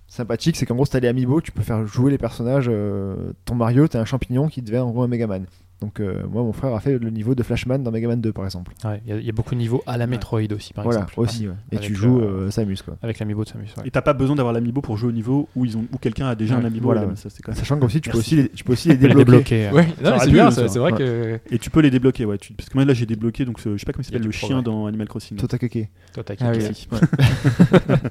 S2: sympathique, c'est qu'en gros, si t'as les amiibo, tu peux faire jouer les personnages. euh, ton Mario, t'es un champignon qui devient en gros un Megaman. Donc euh, moi, mon frère a fait le niveau de Flashman dans Megaman 2, par exemple.
S5: Ouais, Il y, a- il y a beaucoup de niveaux à la Metroid aussi, par
S2: voilà,
S5: exemple.
S2: aussi. ouais. Et
S5: Avec
S2: tu
S5: le-
S2: joues euh, Samus, quoi.
S5: Avec l'amiibo de Samus. ouais.
S4: Et t'as pas besoin d'avoir l'amiibo pour jouer au niveau où, ils ont, où quelqu'un a déjà
S3: Ouais,
S4: un amiibo.
S2: voilà,
S4: là,
S2: ouais.
S4: ça, c'est quand même-
S2: Sachant qu'aussi, tu peux
S4: Merci.
S2: aussi les, tu peux aussi les
S5: Tu peux les
S2: débloquer.
S5: débloquer,
S3: Ouais, non, mais
S4: aurait
S3: c'est
S4: pu,
S3: bien,
S4: hein,
S3: ça,
S4: ça.
S3: c'est vrai
S2: Ouais.
S3: que.
S4: Et tu peux les débloquer, ouais. Tu- Parce que moi là j'ai débloqué, donc ce- je sais pas comment il
S5: Il y a
S4: s'appelle,
S5: du
S4: le chien
S5: progrès.
S4: dans Animal Crossing. là.
S2: Totakeke.
S5: Toi, t'as
S3: Ah oui.
S5: kiffé. Voilà,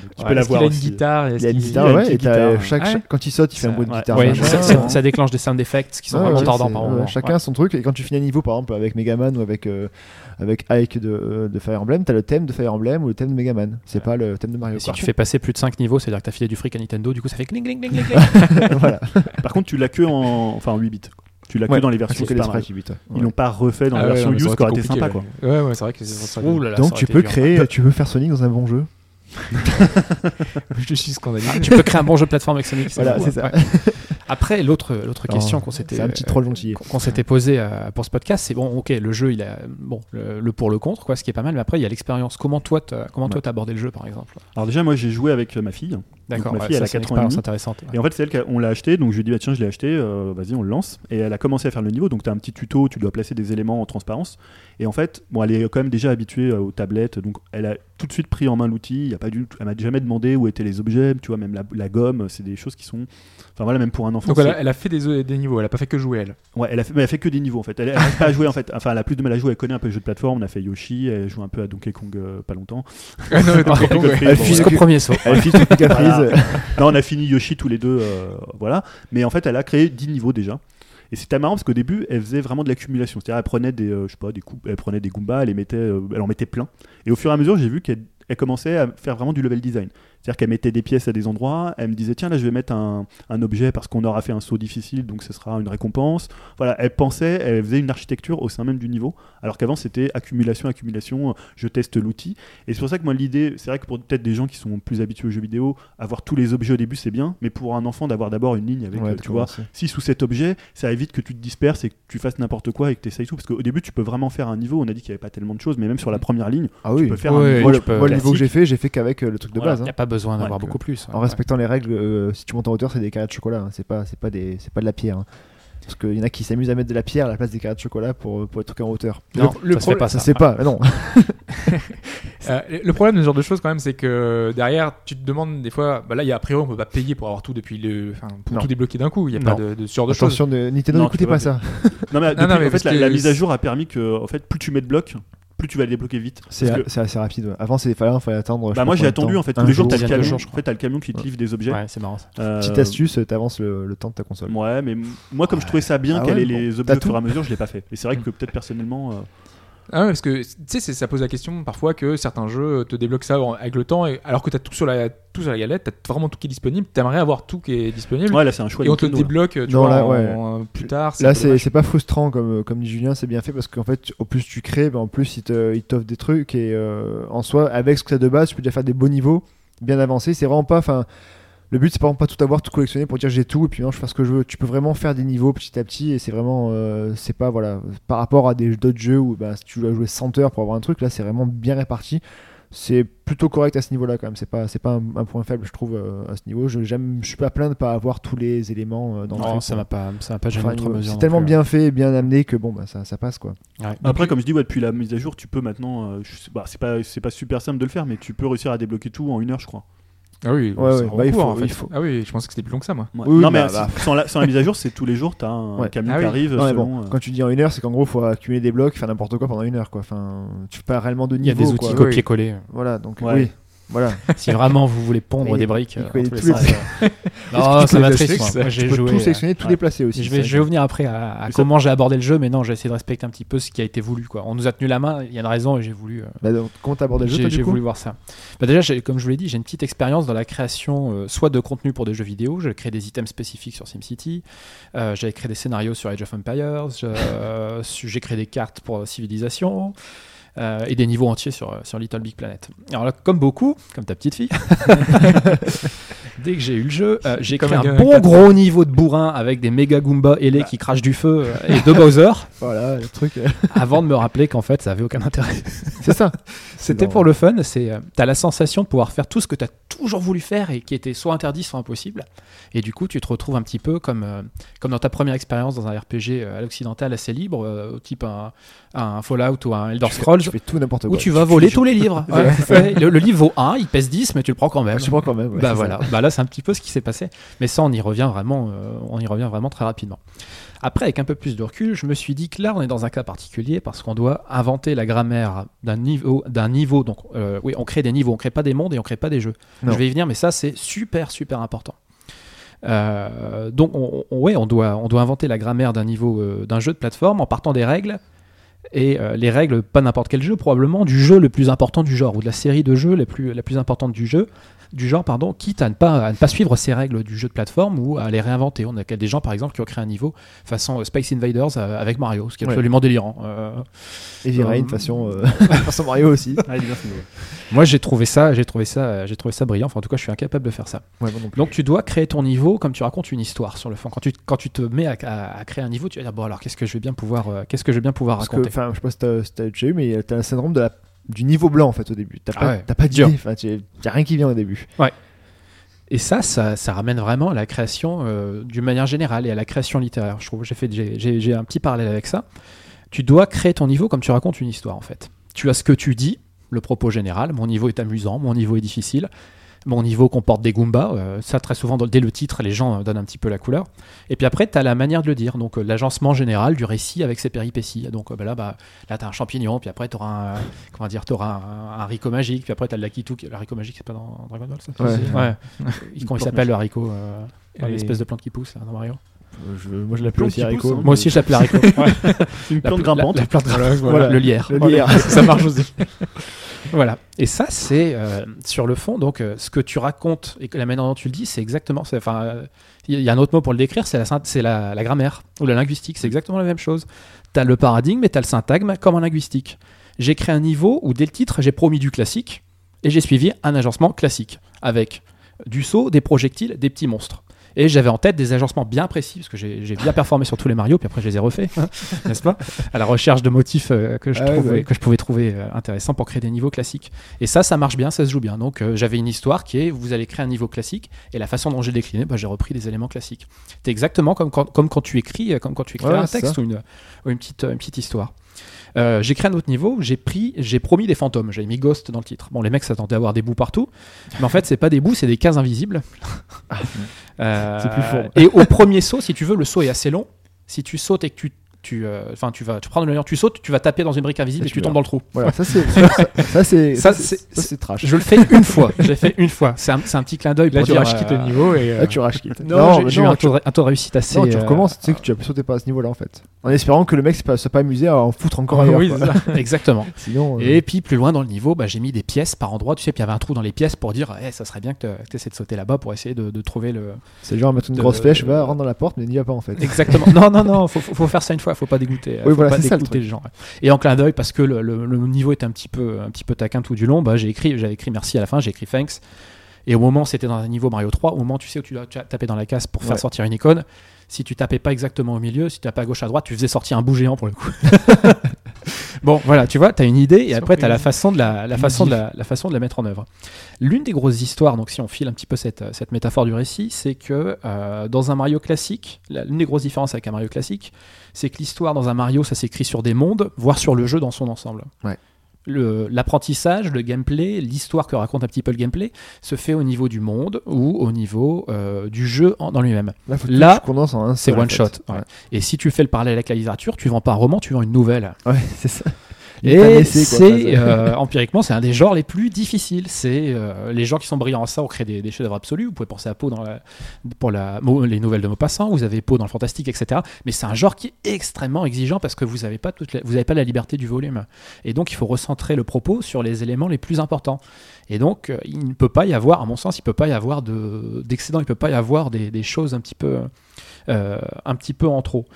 S5: donc-
S4: Tu
S3: Ouais,
S4: peux la
S3: est-ce qu'il
S4: voir
S3: a une
S4: aussi.
S3: guitare
S2: Il y a une
S4: qu'il-
S2: guitare,
S4: il y a une
S2: ouais, et
S4: petite
S2: t'as-
S4: guitare,
S2: chaque,
S3: ouais.
S2: chaque- quand il saute, il fait un
S3: Ça-
S2: bruit de
S4: ouais.
S2: guitare.
S5: Ouais,
S2: machin.
S5: ça,
S2: Ouais.
S5: ça- ça déclenche des sound effects qui sont
S2: Ouais,
S5: vraiment
S2: ouais,
S5: tordants
S2: c'est-
S5: par
S2: ouais,
S5: moment.
S2: Chacun a son truc, et quand tu finis un niveau, par exemple, avec Megaman ou avec, euh, avec Ike de, euh, de Fire Emblem, t'as le thème de Fire Emblem ou le thème de Megaman. C'est pas le thème de Mario
S5: Et si
S2: Kart.
S5: tu fais passer plus de 5 niveaux, c'est-à-dire que t'as filé du fric à Nintendo, du coup ça fait cling cling cling cling. cling.
S2: voilà.
S4: Par contre, tu l'as que en, enfin, en 8 bits. quoi. Tu l'as
S2: Ouais,
S4: que dans les
S2: Ah,
S4: versions
S2: c'est que les
S4: Super Mario.
S2: sprites, vite.
S4: Ils l'ont pas refait dans
S3: Ah
S4: la
S3: ouais,
S4: version
S3: non, mais
S4: Use,
S3: ça
S4: ce qui
S3: aurait
S4: aurait été
S3: compliqué,
S4: sympa quoi.
S3: Ouais, ouais, ouais, c'est vrai que c'est
S5: Ouh là là, ça
S2: Donc
S5: aurait
S2: tu
S5: été
S2: peux
S5: dur.
S2: créer, tu peux faire Sonic dans un bon jeu.
S3: Je suis scandalisé.
S5: Tu peux créer un bon jeu de plateforme avec Sonic.
S2: Voilà,
S5: fou,
S2: c'est
S5: hein.
S2: ça.
S5: Ouais. Après, l'autre l'autre question qu'on s'était
S2: C'est un petit troll gentil.
S5: qu'on s'était posé euh, pour ce podcast, c'est bon, ok, le jeu, il a bon le, le pour le contre, quoi, ce qui est pas mal. Mais après, il y a l'expérience. Comment toi, t'as- comment toi, t'as abordé le jeu, par exemple
S4: Alors déjà, moi j'ai joué avec euh, ma fille.
S5: D'accord,
S4: ma
S5: ouais,
S4: fille, elle
S5: ça,
S4: a
S5: c'est une
S4: 4 ans et demi.
S5: expérience intéressante. ouais.
S4: Et en fait, c'est elle qu'on l'a acheté, donc je lui ai dit, bah, tiens, je l'ai acheté, euh, vas-y, on le lance. Et elle a commencé à faire le niveau, donc tu as un petit tuto, tu dois placer des éléments en transparence. Et en fait, bon, elle est quand même déjà habituée euh, aux tablettes, donc elle a tout de suite pris en main l'outil, il y a pas du tout- elle m'a jamais demandé où étaient les objets, tu vois, même la, la gomme, c'est des choses qui sont. Enfin voilà, même pour un enfant.
S3: Donc elle a,
S4: c'est-
S3: elle a fait des, des niveaux, elle a pas fait que jouer elle.
S4: Ouais, elle a fait, mais elle fait que des niveaux en fait. Elle elle arrive pas à jouer en fait. Enfin, elle a plus de mal à jouer. Elle connaît un peu les jeux de plateforme. On a fait Yoshi. Elle joue un peu à Donkey Kong euh, pas longtemps.
S3: Ah non, mais
S4: Donkey
S3: d'accord,
S4: Kong
S3: ouais.
S4: Free, bon,
S2: fuse
S4: voilà.
S5: Jusqu'au premier saut.
S2: Elle file toute
S4: Voilà.
S2: caprice.
S4: Non, on a fini Yoshi tous les deux, euh, voilà. Mais en fait, elle a créé 10 niveaux déjà. Et c'était marrant parce qu'au début, elle faisait vraiment de l'accumulation. C'est-à-dire, elle prenait des, euh, je sais pas, des coupes, elle prenait des Goombas, elle, les mettait, euh, elle en mettait plein. Et au fur et à mesure, j'ai vu qu'elle elle commençait à faire vraiment du level design. C'est-à-dire qu'elle mettait des pièces à des endroits, elle me disait, tiens, là, je vais mettre un, un objet parce qu'on aura fait un saut difficile, donc ce sera une récompense. Voilà, elle pensait, elle faisait une architecture au sein même du niveau, alors qu'avant, c'était accumulation, accumulation, euh, je teste l'outil. Et c'est pour ça que moi, l'idée, c'est vrai que pour peut-être des gens qui sont plus habitués aux jeux vidéo, avoir tous les objets au début, c'est bien, mais pour un enfant, d'avoir d'abord une ligne avec, euh, tu vois, 6 ou 7 objets, ça évite que tu te disperses et que tu fasses n'importe quoi et que tu essayes tout. Parce qu'au début, tu peux vraiment faire un niveau, on a dit qu'il n'y avait pas tellement de choses, mais même sur la première ligne,
S2: Ah
S4: tu
S2: oui.
S4: peux faire
S5: Ouais,
S4: un niveau.
S2: Moi, le,
S5: tu peux-
S2: moi, le niveau que
S4: classique.
S2: j'ai fait, j'ai fait qu'avec euh, le truc de
S4: Voilà,
S2: base.
S5: Il n'y
S2: hein.
S5: a pas besoin d'avoir
S4: Ouais, que-
S5: beaucoup plus. ouais.
S2: En respectant les règles, euh, si tu montes en hauteur, c'est des carrés de chocolat. hein. C'est pas, c'est pas des, c'est pas de la pierre. hein. Parce qu'il y en a qui s'amusent à mettre de la pierre à la place des carrés de chocolat pour, euh, pour les trucs en hauteur.
S5: Non,
S2: Le-
S5: le ça se fait pas
S2: ça
S5: ça.
S2: c'est pas, non.
S3: Euh, le problème de ce genre de choses quand même, c'est que derrière, tu te demandes des fois, bah là, il y a a priori, on peut pas payer pour avoir tout depuis le, enfin, pour
S2: Non.
S3: tout débloquer d'un coup. Il y a pas
S5: Non.
S3: de, de ce genre de choses.
S2: Attention, ne- Nintendo,
S4: Non,
S2: n'écoutez
S4: tu peux
S2: pas ça.
S4: Non,
S3: Non,
S4: mais, depuis,
S3: non, mais
S4: en
S3: parce
S4: fait, la,
S3: que-
S4: la mise à jour a permis que, en fait, plus tu mets de blocs, plus tu vas les débloquer vite.
S2: C'est
S4: Parce que-
S2: c'est assez rapide. ouais. Avant, c'était fallait, fallait attendre. je sais
S4: Bah
S2: pas
S4: moi j'ai
S2: combien de
S4: attendu
S2: temps.
S4: en fait
S2: Un
S4: tous les jours
S2: jour,
S4: t'as le
S5: il y a deux
S4: camion
S5: jours, je
S4: en fait, t'as le camion qui te livre des objets.
S5: Ouais, c'est marrant. ça.
S4: Euh,
S2: Petite astuce, euh, t'avances le, le temps de ta console.
S4: Ouais mais m- moi comme je trouvais ça bien
S2: Ah
S4: qu'elle
S2: ouais,
S4: ait
S2: bon.
S4: les
S2: T'as
S4: objets au
S2: tout.
S4: fur et à mesure je l'ai pas fait. Et c'est vrai que peut-être personnellement euh,
S3: Ah ouais, parce que tu sais, c'est- ça pose la question parfois que certains jeux te débloquent ça en- avec le temps, et, alors que t'as tout sur la, tout sur la galette, t'as vraiment tout qui est disponible. T'aimerais avoir tout qui est disponible.
S4: ouais là c'est un choix
S3: Et on te le
S4: Nintendo, là.
S3: débloque, tu
S2: Non,
S3: vois,
S2: là,
S3: en-
S2: ouais.
S3: en- plus tard.
S2: Là,
S3: un peu
S2: c'est
S3: dommage.
S2: c'est pas frustrant, comme, euh, comme dit Julien, c'est bien fait parce qu'en fait, tu- au plus tu crées, ben, en plus, ils te- ils t'offrent des trucs et euh, en soi, avec ce que t'as de base, tu peux déjà faire des beaux niveaux bien avancés. C'est vraiment pas. enfin Le but, c'est vraiment pas tout avoir, tout collectionner pour dire j'ai tout et puis maintenant je fais ce que je veux. Tu peux vraiment faire des niveaux petit à petit et c'est vraiment. euh, c'est pas, voilà, par rapport à des- d'autres jeux où ben, si tu dois jouer 100 heures pour avoir un truc, là, c'est vraiment bien réparti. C'est plutôt correct à ce niveau-là quand même. C'est pas, c'est pas un, un point faible, je trouve, euh, à ce niveau. Je j'aime- je suis pas plaint de pas avoir tous les éléments euh, dans le
S5: Non,
S2: jeu
S5: ça
S2: pour-
S5: m'a pas, ça m'a pas gêné
S2: Enfin,
S5: outre
S2: niveau-
S5: mesure
S2: c'est
S5: non
S2: tellement
S5: plus,
S2: bien fait et bien amené que bon bah ça, ça passe quoi.
S5: ouais. Ouais.
S4: Après, comme je dis, ouais, depuis la mise à jour, tu peux maintenant. euh, je sais- bah, c'est pas, c'est pas super simple de le faire, mais tu peux réussir à débloquer tout en une heure, je crois.
S3: Ah oui,
S2: Ouais,
S3: c'est
S2: ouais,
S3: en
S2: bah, il
S3: cours,
S2: faut-
S3: en fait.
S2: il faut.
S3: Ah oui, je pensais que c'était plus long que ça, moi.
S4: Ouais.
S2: Oui,
S4: non, mais
S2: bah,
S4: si-
S2: bah.
S4: Sans, la, sans la mise à jour, c'est tous les jours, t'as un
S2: Ouais.
S4: camion
S3: Ah oui.
S4: qui arrive.
S2: Non, mais
S4: selon,
S2: bon,
S4: euh,
S2: quand tu dis en une heure, c'est qu'en gros faut accumuler des blocs, faire n'importe quoi pendant une heure quoi. Enfin, tu fais pas réellement de
S5: Il y
S2: niveau.
S5: a des outils
S2: quoi.
S3: quoi.
S5: copier-coller.
S2: Voilà donc
S4: Ouais.
S2: oui. Voilà.
S5: si vraiment vous voulez pondre
S2: Mais
S5: des briques.
S2: il
S5: euh,
S2: connaît
S5: dans
S2: tous
S5: les
S2: les-
S3: Est-ce
S5: sens. Non,
S3: que tu
S5: ça
S3: peux les
S5: m'attriste.
S3: acheter,
S5: moi. Moi,
S2: tu
S5: j'ai
S2: peux
S5: joué.
S2: tout
S5: euh,
S2: sélectionner, tout
S4: ouais.
S2: déplacer aussi.
S5: Je vais,
S2: c'est
S5: je vais
S2: vrai
S5: revenir après à, à
S4: Mais ça-
S5: comment j'ai abordé le jeu, mais non, j'ai essayé de respecter un petit peu ce qui a été voulu. Quoi. On nous a tenu la main, il y a une raison et j'ai voulu, euh,
S2: que- Bah, donc, comment t'abordes le jeu toi,
S5: j'ai, j'ai
S2: du coup
S5: voulu voir ça. Bah, déjà, j'ai- comme je vous l'ai dit, j'ai une petite expérience dans la création euh, soit de contenu pour des jeux vidéo, j'ai créé des items spécifiques sur SimCity, euh, j'avais créé des scénarios sur Age of Empires, je- euh, su- j'ai créé des cartes pour euh, Civilization. euh, et des niveaux entiers sur, euh, sur Little Big Planet. Alors là, comme beaucoup, comme ta petite fille, Dès que j'ai eu le jeu, euh, j'ai
S3: Comme
S5: créé un
S3: un-
S5: bon gros niveau de bourrin avec des méga Goomba ailés
S2: Bah.
S5: qui crachent du feu euh, et deux Bowser
S2: Voilà, le truc.
S5: avant de me rappeler qu'en fait ça avait aucun intérêt.
S2: c'est ça.
S5: C'était pour le fun, c'est euh, t'as la sensation de pouvoir faire tout ce que t'as toujours voulu faire et qui était soit interdit, soit impossible. Et du coup, tu te retrouves un petit peu comme, euh, comme dans ta première expérience dans un RPG euh, à l'occidental assez libre, euh, type un, un Fallout ou un Elder Scrolls,
S2: Je fais tout n'importe
S5: où
S2: quoi.
S5: tu vas voler tous les livres. Ouais, ouais, le, le livre vaut 1, il pèse 10, mais tu le prends quand même.
S2: Je prends quand même. ouais, c'est
S5: bah
S2: ça.
S5: voilà, bah là c'est un petit peu ce qui s'est passé, mais ça on y revient vraiment, euh, on y revient vraiment très rapidement. Après avec un peu plus de recul, je me suis dit que là on est dans un cas particulier parce qu'on doit inventer la grammaire d'un niveau, d'un niveau. Donc euh, oui, on crée des niveaux, on crée pas des mondes et on crée pas des jeux.
S2: Non.
S5: Je vais y venir, mais ça c'est super super important. Euh, donc on, on- ouais, on doit, on doit inventer la grammaire d'un niveau, euh, d'un jeu de plateforme en partant des règles et euh, les règles, pas n'importe quel jeu, probablement du jeu le plus important du genre, ou de la série de jeux les plus, la plus importante du jeu, du genre, pardon, quitte à ne, pas, à ne pas suivre ces règles du jeu de plateforme ou à les réinventer. On a des gens, par exemple, qui ont créé un niveau façon euh, Space Invaders euh, avec Mario, ce qui est
S2: Ouais.
S5: absolument délirant. Euh,
S2: Et Vira, une façon, euh, façon Mario aussi.
S5: moi, j'ai trouvé ça, j'ai trouvé ça, euh, j'ai trouvé ça brillant. Enfin, en tout cas, je suis incapable de faire ça.
S2: Ouais, moi non plus.
S5: Donc tu dois créer ton niveau comme tu racontes une histoire sur le fond. Quand tu, quand tu te mets à, à- à créer un niveau, tu vas dire bon alors qu'est-ce que je vais bien pouvoir, euh, qu'est-ce que je vais bien pouvoir
S2: Parce que,
S5: raconter.
S2: enfin, je sais pas si t'as si t'as déjà eu, mais t'as le syndrome de la- du niveau blanc en fait au début. T'as
S5: Ah
S2: pas,
S5: ouais.
S2: t'as pas
S5: Dur.
S2: d'idée. Enfin, t'y- t'y a rien qui vient au début.
S5: Et ça, ça, ça ramène vraiment à la création euh, d'une manière générale et à la création littéraire. Je trouve j'ai fait j'ai- j'ai j'ai un petit parallèle avec ça. Tu dois créer ton niveau comme tu racontes une histoire en fait. Tu as ce que tu dis, le propos général. Mon niveau est amusant, mon niveau est difficile, mon niveau comporte des Goombas. euh, ça très souvent dans- dès le titre, les gens euh, donnent un petit peu la couleur. Et puis après, tu as la manière de le dire. Donc euh, l'agencement général du récit avec ses péripéties. Donc euh, bah là, bah, là tu as un champignon, puis après tu auras un, euh, comment dire, t'auras un, un haricot magique, puis après tu as le Lakitu. qui- Le haricot magique, c'est pas dans Dragon Ball ça
S2: Ouais.
S5: Ouais. Il- Comment il
S2: plante
S5: s'appelle le haricot euh,
S3: Elle
S5: L'espèce
S3: est-
S5: de plante qui pousse là, dans Mario.
S2: Euh, je- moi je l'appelle aussi
S4: Plante qui pousse,
S2: haricot.
S4: hein.
S5: Moi aussi, je l'appelle haricot. Ouais.
S4: Une
S5: La
S4: plante
S5: pla-
S4: grimpante.
S5: La, la plante grimpante.
S2: voilà.
S5: Le lierre.
S2: Le lierre.
S3: ça marche aussi.
S5: Voilà. Et ça, c'est euh, sur le fond. Donc, euh, ce que tu racontes et que la manière dont tu le dis, c'est exactement. c'est- Enfin, euh, il y a un autre mot pour le décrire. C'est la, synt- c'est la, la grammaire ou la linguistique. C'est exactement la même chose. T'as le paradigme et t'as le syntagme comme en linguistique. J'ai créé un niveau où dès le titre, j'ai promis du classique et j'ai suivi un agencement classique avec du saut, des projectiles, des petits monstres. Et j'avais en tête des agencements bien précis, parce que j'ai j'ai bien performé sur tous les Mario, puis après je les ai refaits, hein, n'est-ce pas À la recherche de motifs euh, que, je
S2: Ah ouais,
S5: trouvais-
S2: bah oui.
S5: que je pouvais trouver euh, intéressants pour créer des niveaux classiques. Et ça, ça marche bien, ça se joue bien. Donc euh, j'avais une histoire qui est, vous allez créer un niveau classique, et la façon dont j'ai décliné, bah, j'ai repris des éléments classiques. C'est exactement comme quand, comme quand tu écris, euh, comme quand tu écris
S2: Ouais,
S5: un
S2: c'est
S5: texte
S2: ça.
S5: ou une, ou une petite, euh, une petite histoire. Euh, j'ai créé un autre niveau, j'ai pris, j'ai promis des fantômes, j'avais mis Ghost dans le titre. Bon, les mecs s'attendaient à avoir des bouts partout, mais en fait, c'est pas des bouts, c'est des cases invisibles. Euh,
S2: Ah, C'est plus fort.
S5: Et au premier saut, si tu veux, le saut est assez long. Si tu sautes et que tu, tu, euh, enfin, tu vas, tu prends le mur, tu sautes, tu vas taper dans une brique invisible
S2: Et
S5: et
S2: tu
S5: tu tombes
S2: meurs.
S5: dans le trou.
S2: Voilà, ça c'est ça, ça, c'est ça,
S5: Ça,
S2: c'est-
S5: c'est-
S2: ça, c'est trash.
S5: Je le fais une fois. J'ai fait une fois. C'est un, c'est un petit clin d'œil pour
S3: Là, tu
S5: dire.
S3: rachetes quitte
S5: euh,
S3: le niveau et. euh,
S2: Là tu rages quitte.
S5: Non, j'ai-
S2: mais
S5: j'ai eu un
S2: tu,
S5: taux, de, un taux de réussite assez.
S2: non, tu
S5: euh,
S2: recommences, tu sais que tu as sauté pas à ce niveau-là en fait. En espérant que le mec s'est pas- soit pas amusé à en foutre encore ailleurs.
S3: oui,
S2: quoi.
S3: c'est ça.
S5: exactement.
S2: Sinon, euh,
S5: Et puis plus loin dans le niveau, bah, j'ai mis des pièces par endroit. Tu sais, puis il y avait un trou dans les pièces pour dire, Eh, ça serait bien que tu essaies de sauter là-bas pour essayer de, de trouver le.
S2: c'est genre mettre une
S5: de-
S2: grosse flèche, va rentre dans la porte, mais n'y va pas en fait.
S5: Exactement. non, non, non. Faut, faut faut faire ça une fois. Faut pas dégoûter. faut
S2: voilà,
S5: pas
S2: c'est ça, le
S5: dégoûter les gens. ouais. Et en clin d'œil, parce que le, le- le niveau est un petit peu, un petit peu taquin tout du long. Bah, j'ai écrit, j'avais écrit merci à la fin. J'ai écrit thanks. Et au moment, c'était dans un niveau Mario 3. Au moment, tu sais où tu dois tu as tapé dans la case pour faire
S2: Ouais.
S5: sortir une icône. Si tu tapais pas exactement au milieu, si tu tapais à gauche à droite, tu faisais sortir un bout géant pour le coup. bon, voilà, tu vois, tu as une idée et après tu as la façon de la, la façon de la, la façon de la mettre en œuvre. L'une des grosses histoires, donc si on file un petit peu cette, euh, cette métaphore du récit, c'est que euh, dans un Mario classique, la- l'une des grosses différences avec un Mario classique, c'est que l'histoire dans un Mario, ça s'écrit sur des mondes, voire sur le jeu dans son ensemble.
S2: Ouais.
S5: Le- L'apprentissage, le gameplay, l'histoire que raconte un petit peu le gameplay, se fait au niveau du monde ou au niveau euh, du jeu en- dans lui-même.
S2: Là, faut
S5: Là,
S2: tout, tu condenses en un
S5: C'est
S2: seul, en
S5: one
S2: fait.
S5: shot. ouais. Et si tu fais le parallèle avec la littérature, tu vends pas un roman, tu vends une nouvelle.
S2: Ouais, c'est ça. T'as
S5: Et
S2: laissé, quoi,
S5: c'est
S2: ça, ça.
S5: euh, empiriquement, c'est un des genres les plus difficiles. C'est euh, les gens qui sont brillants à ça ont créé des, des chefs-d'œuvre absolus. Vous pouvez penser à Poe dans la- pour la, Mo- les nouvelles de Maupassant. Vous avez Poe dans le fantastique, etc. Mais c'est un genre qui est extrêmement exigeant parce que vous n'avez pas toute la- vous avez pas la liberté du volume. Et donc, il faut recentrer le propos sur les éléments les plus importants. Et donc, euh, il ne peut pas y avoir, à mon sens, il ne peut pas y avoir de- d'excédent. il ne peut pas y avoir des, des choses un petit peu, euh, un petit peu en trop.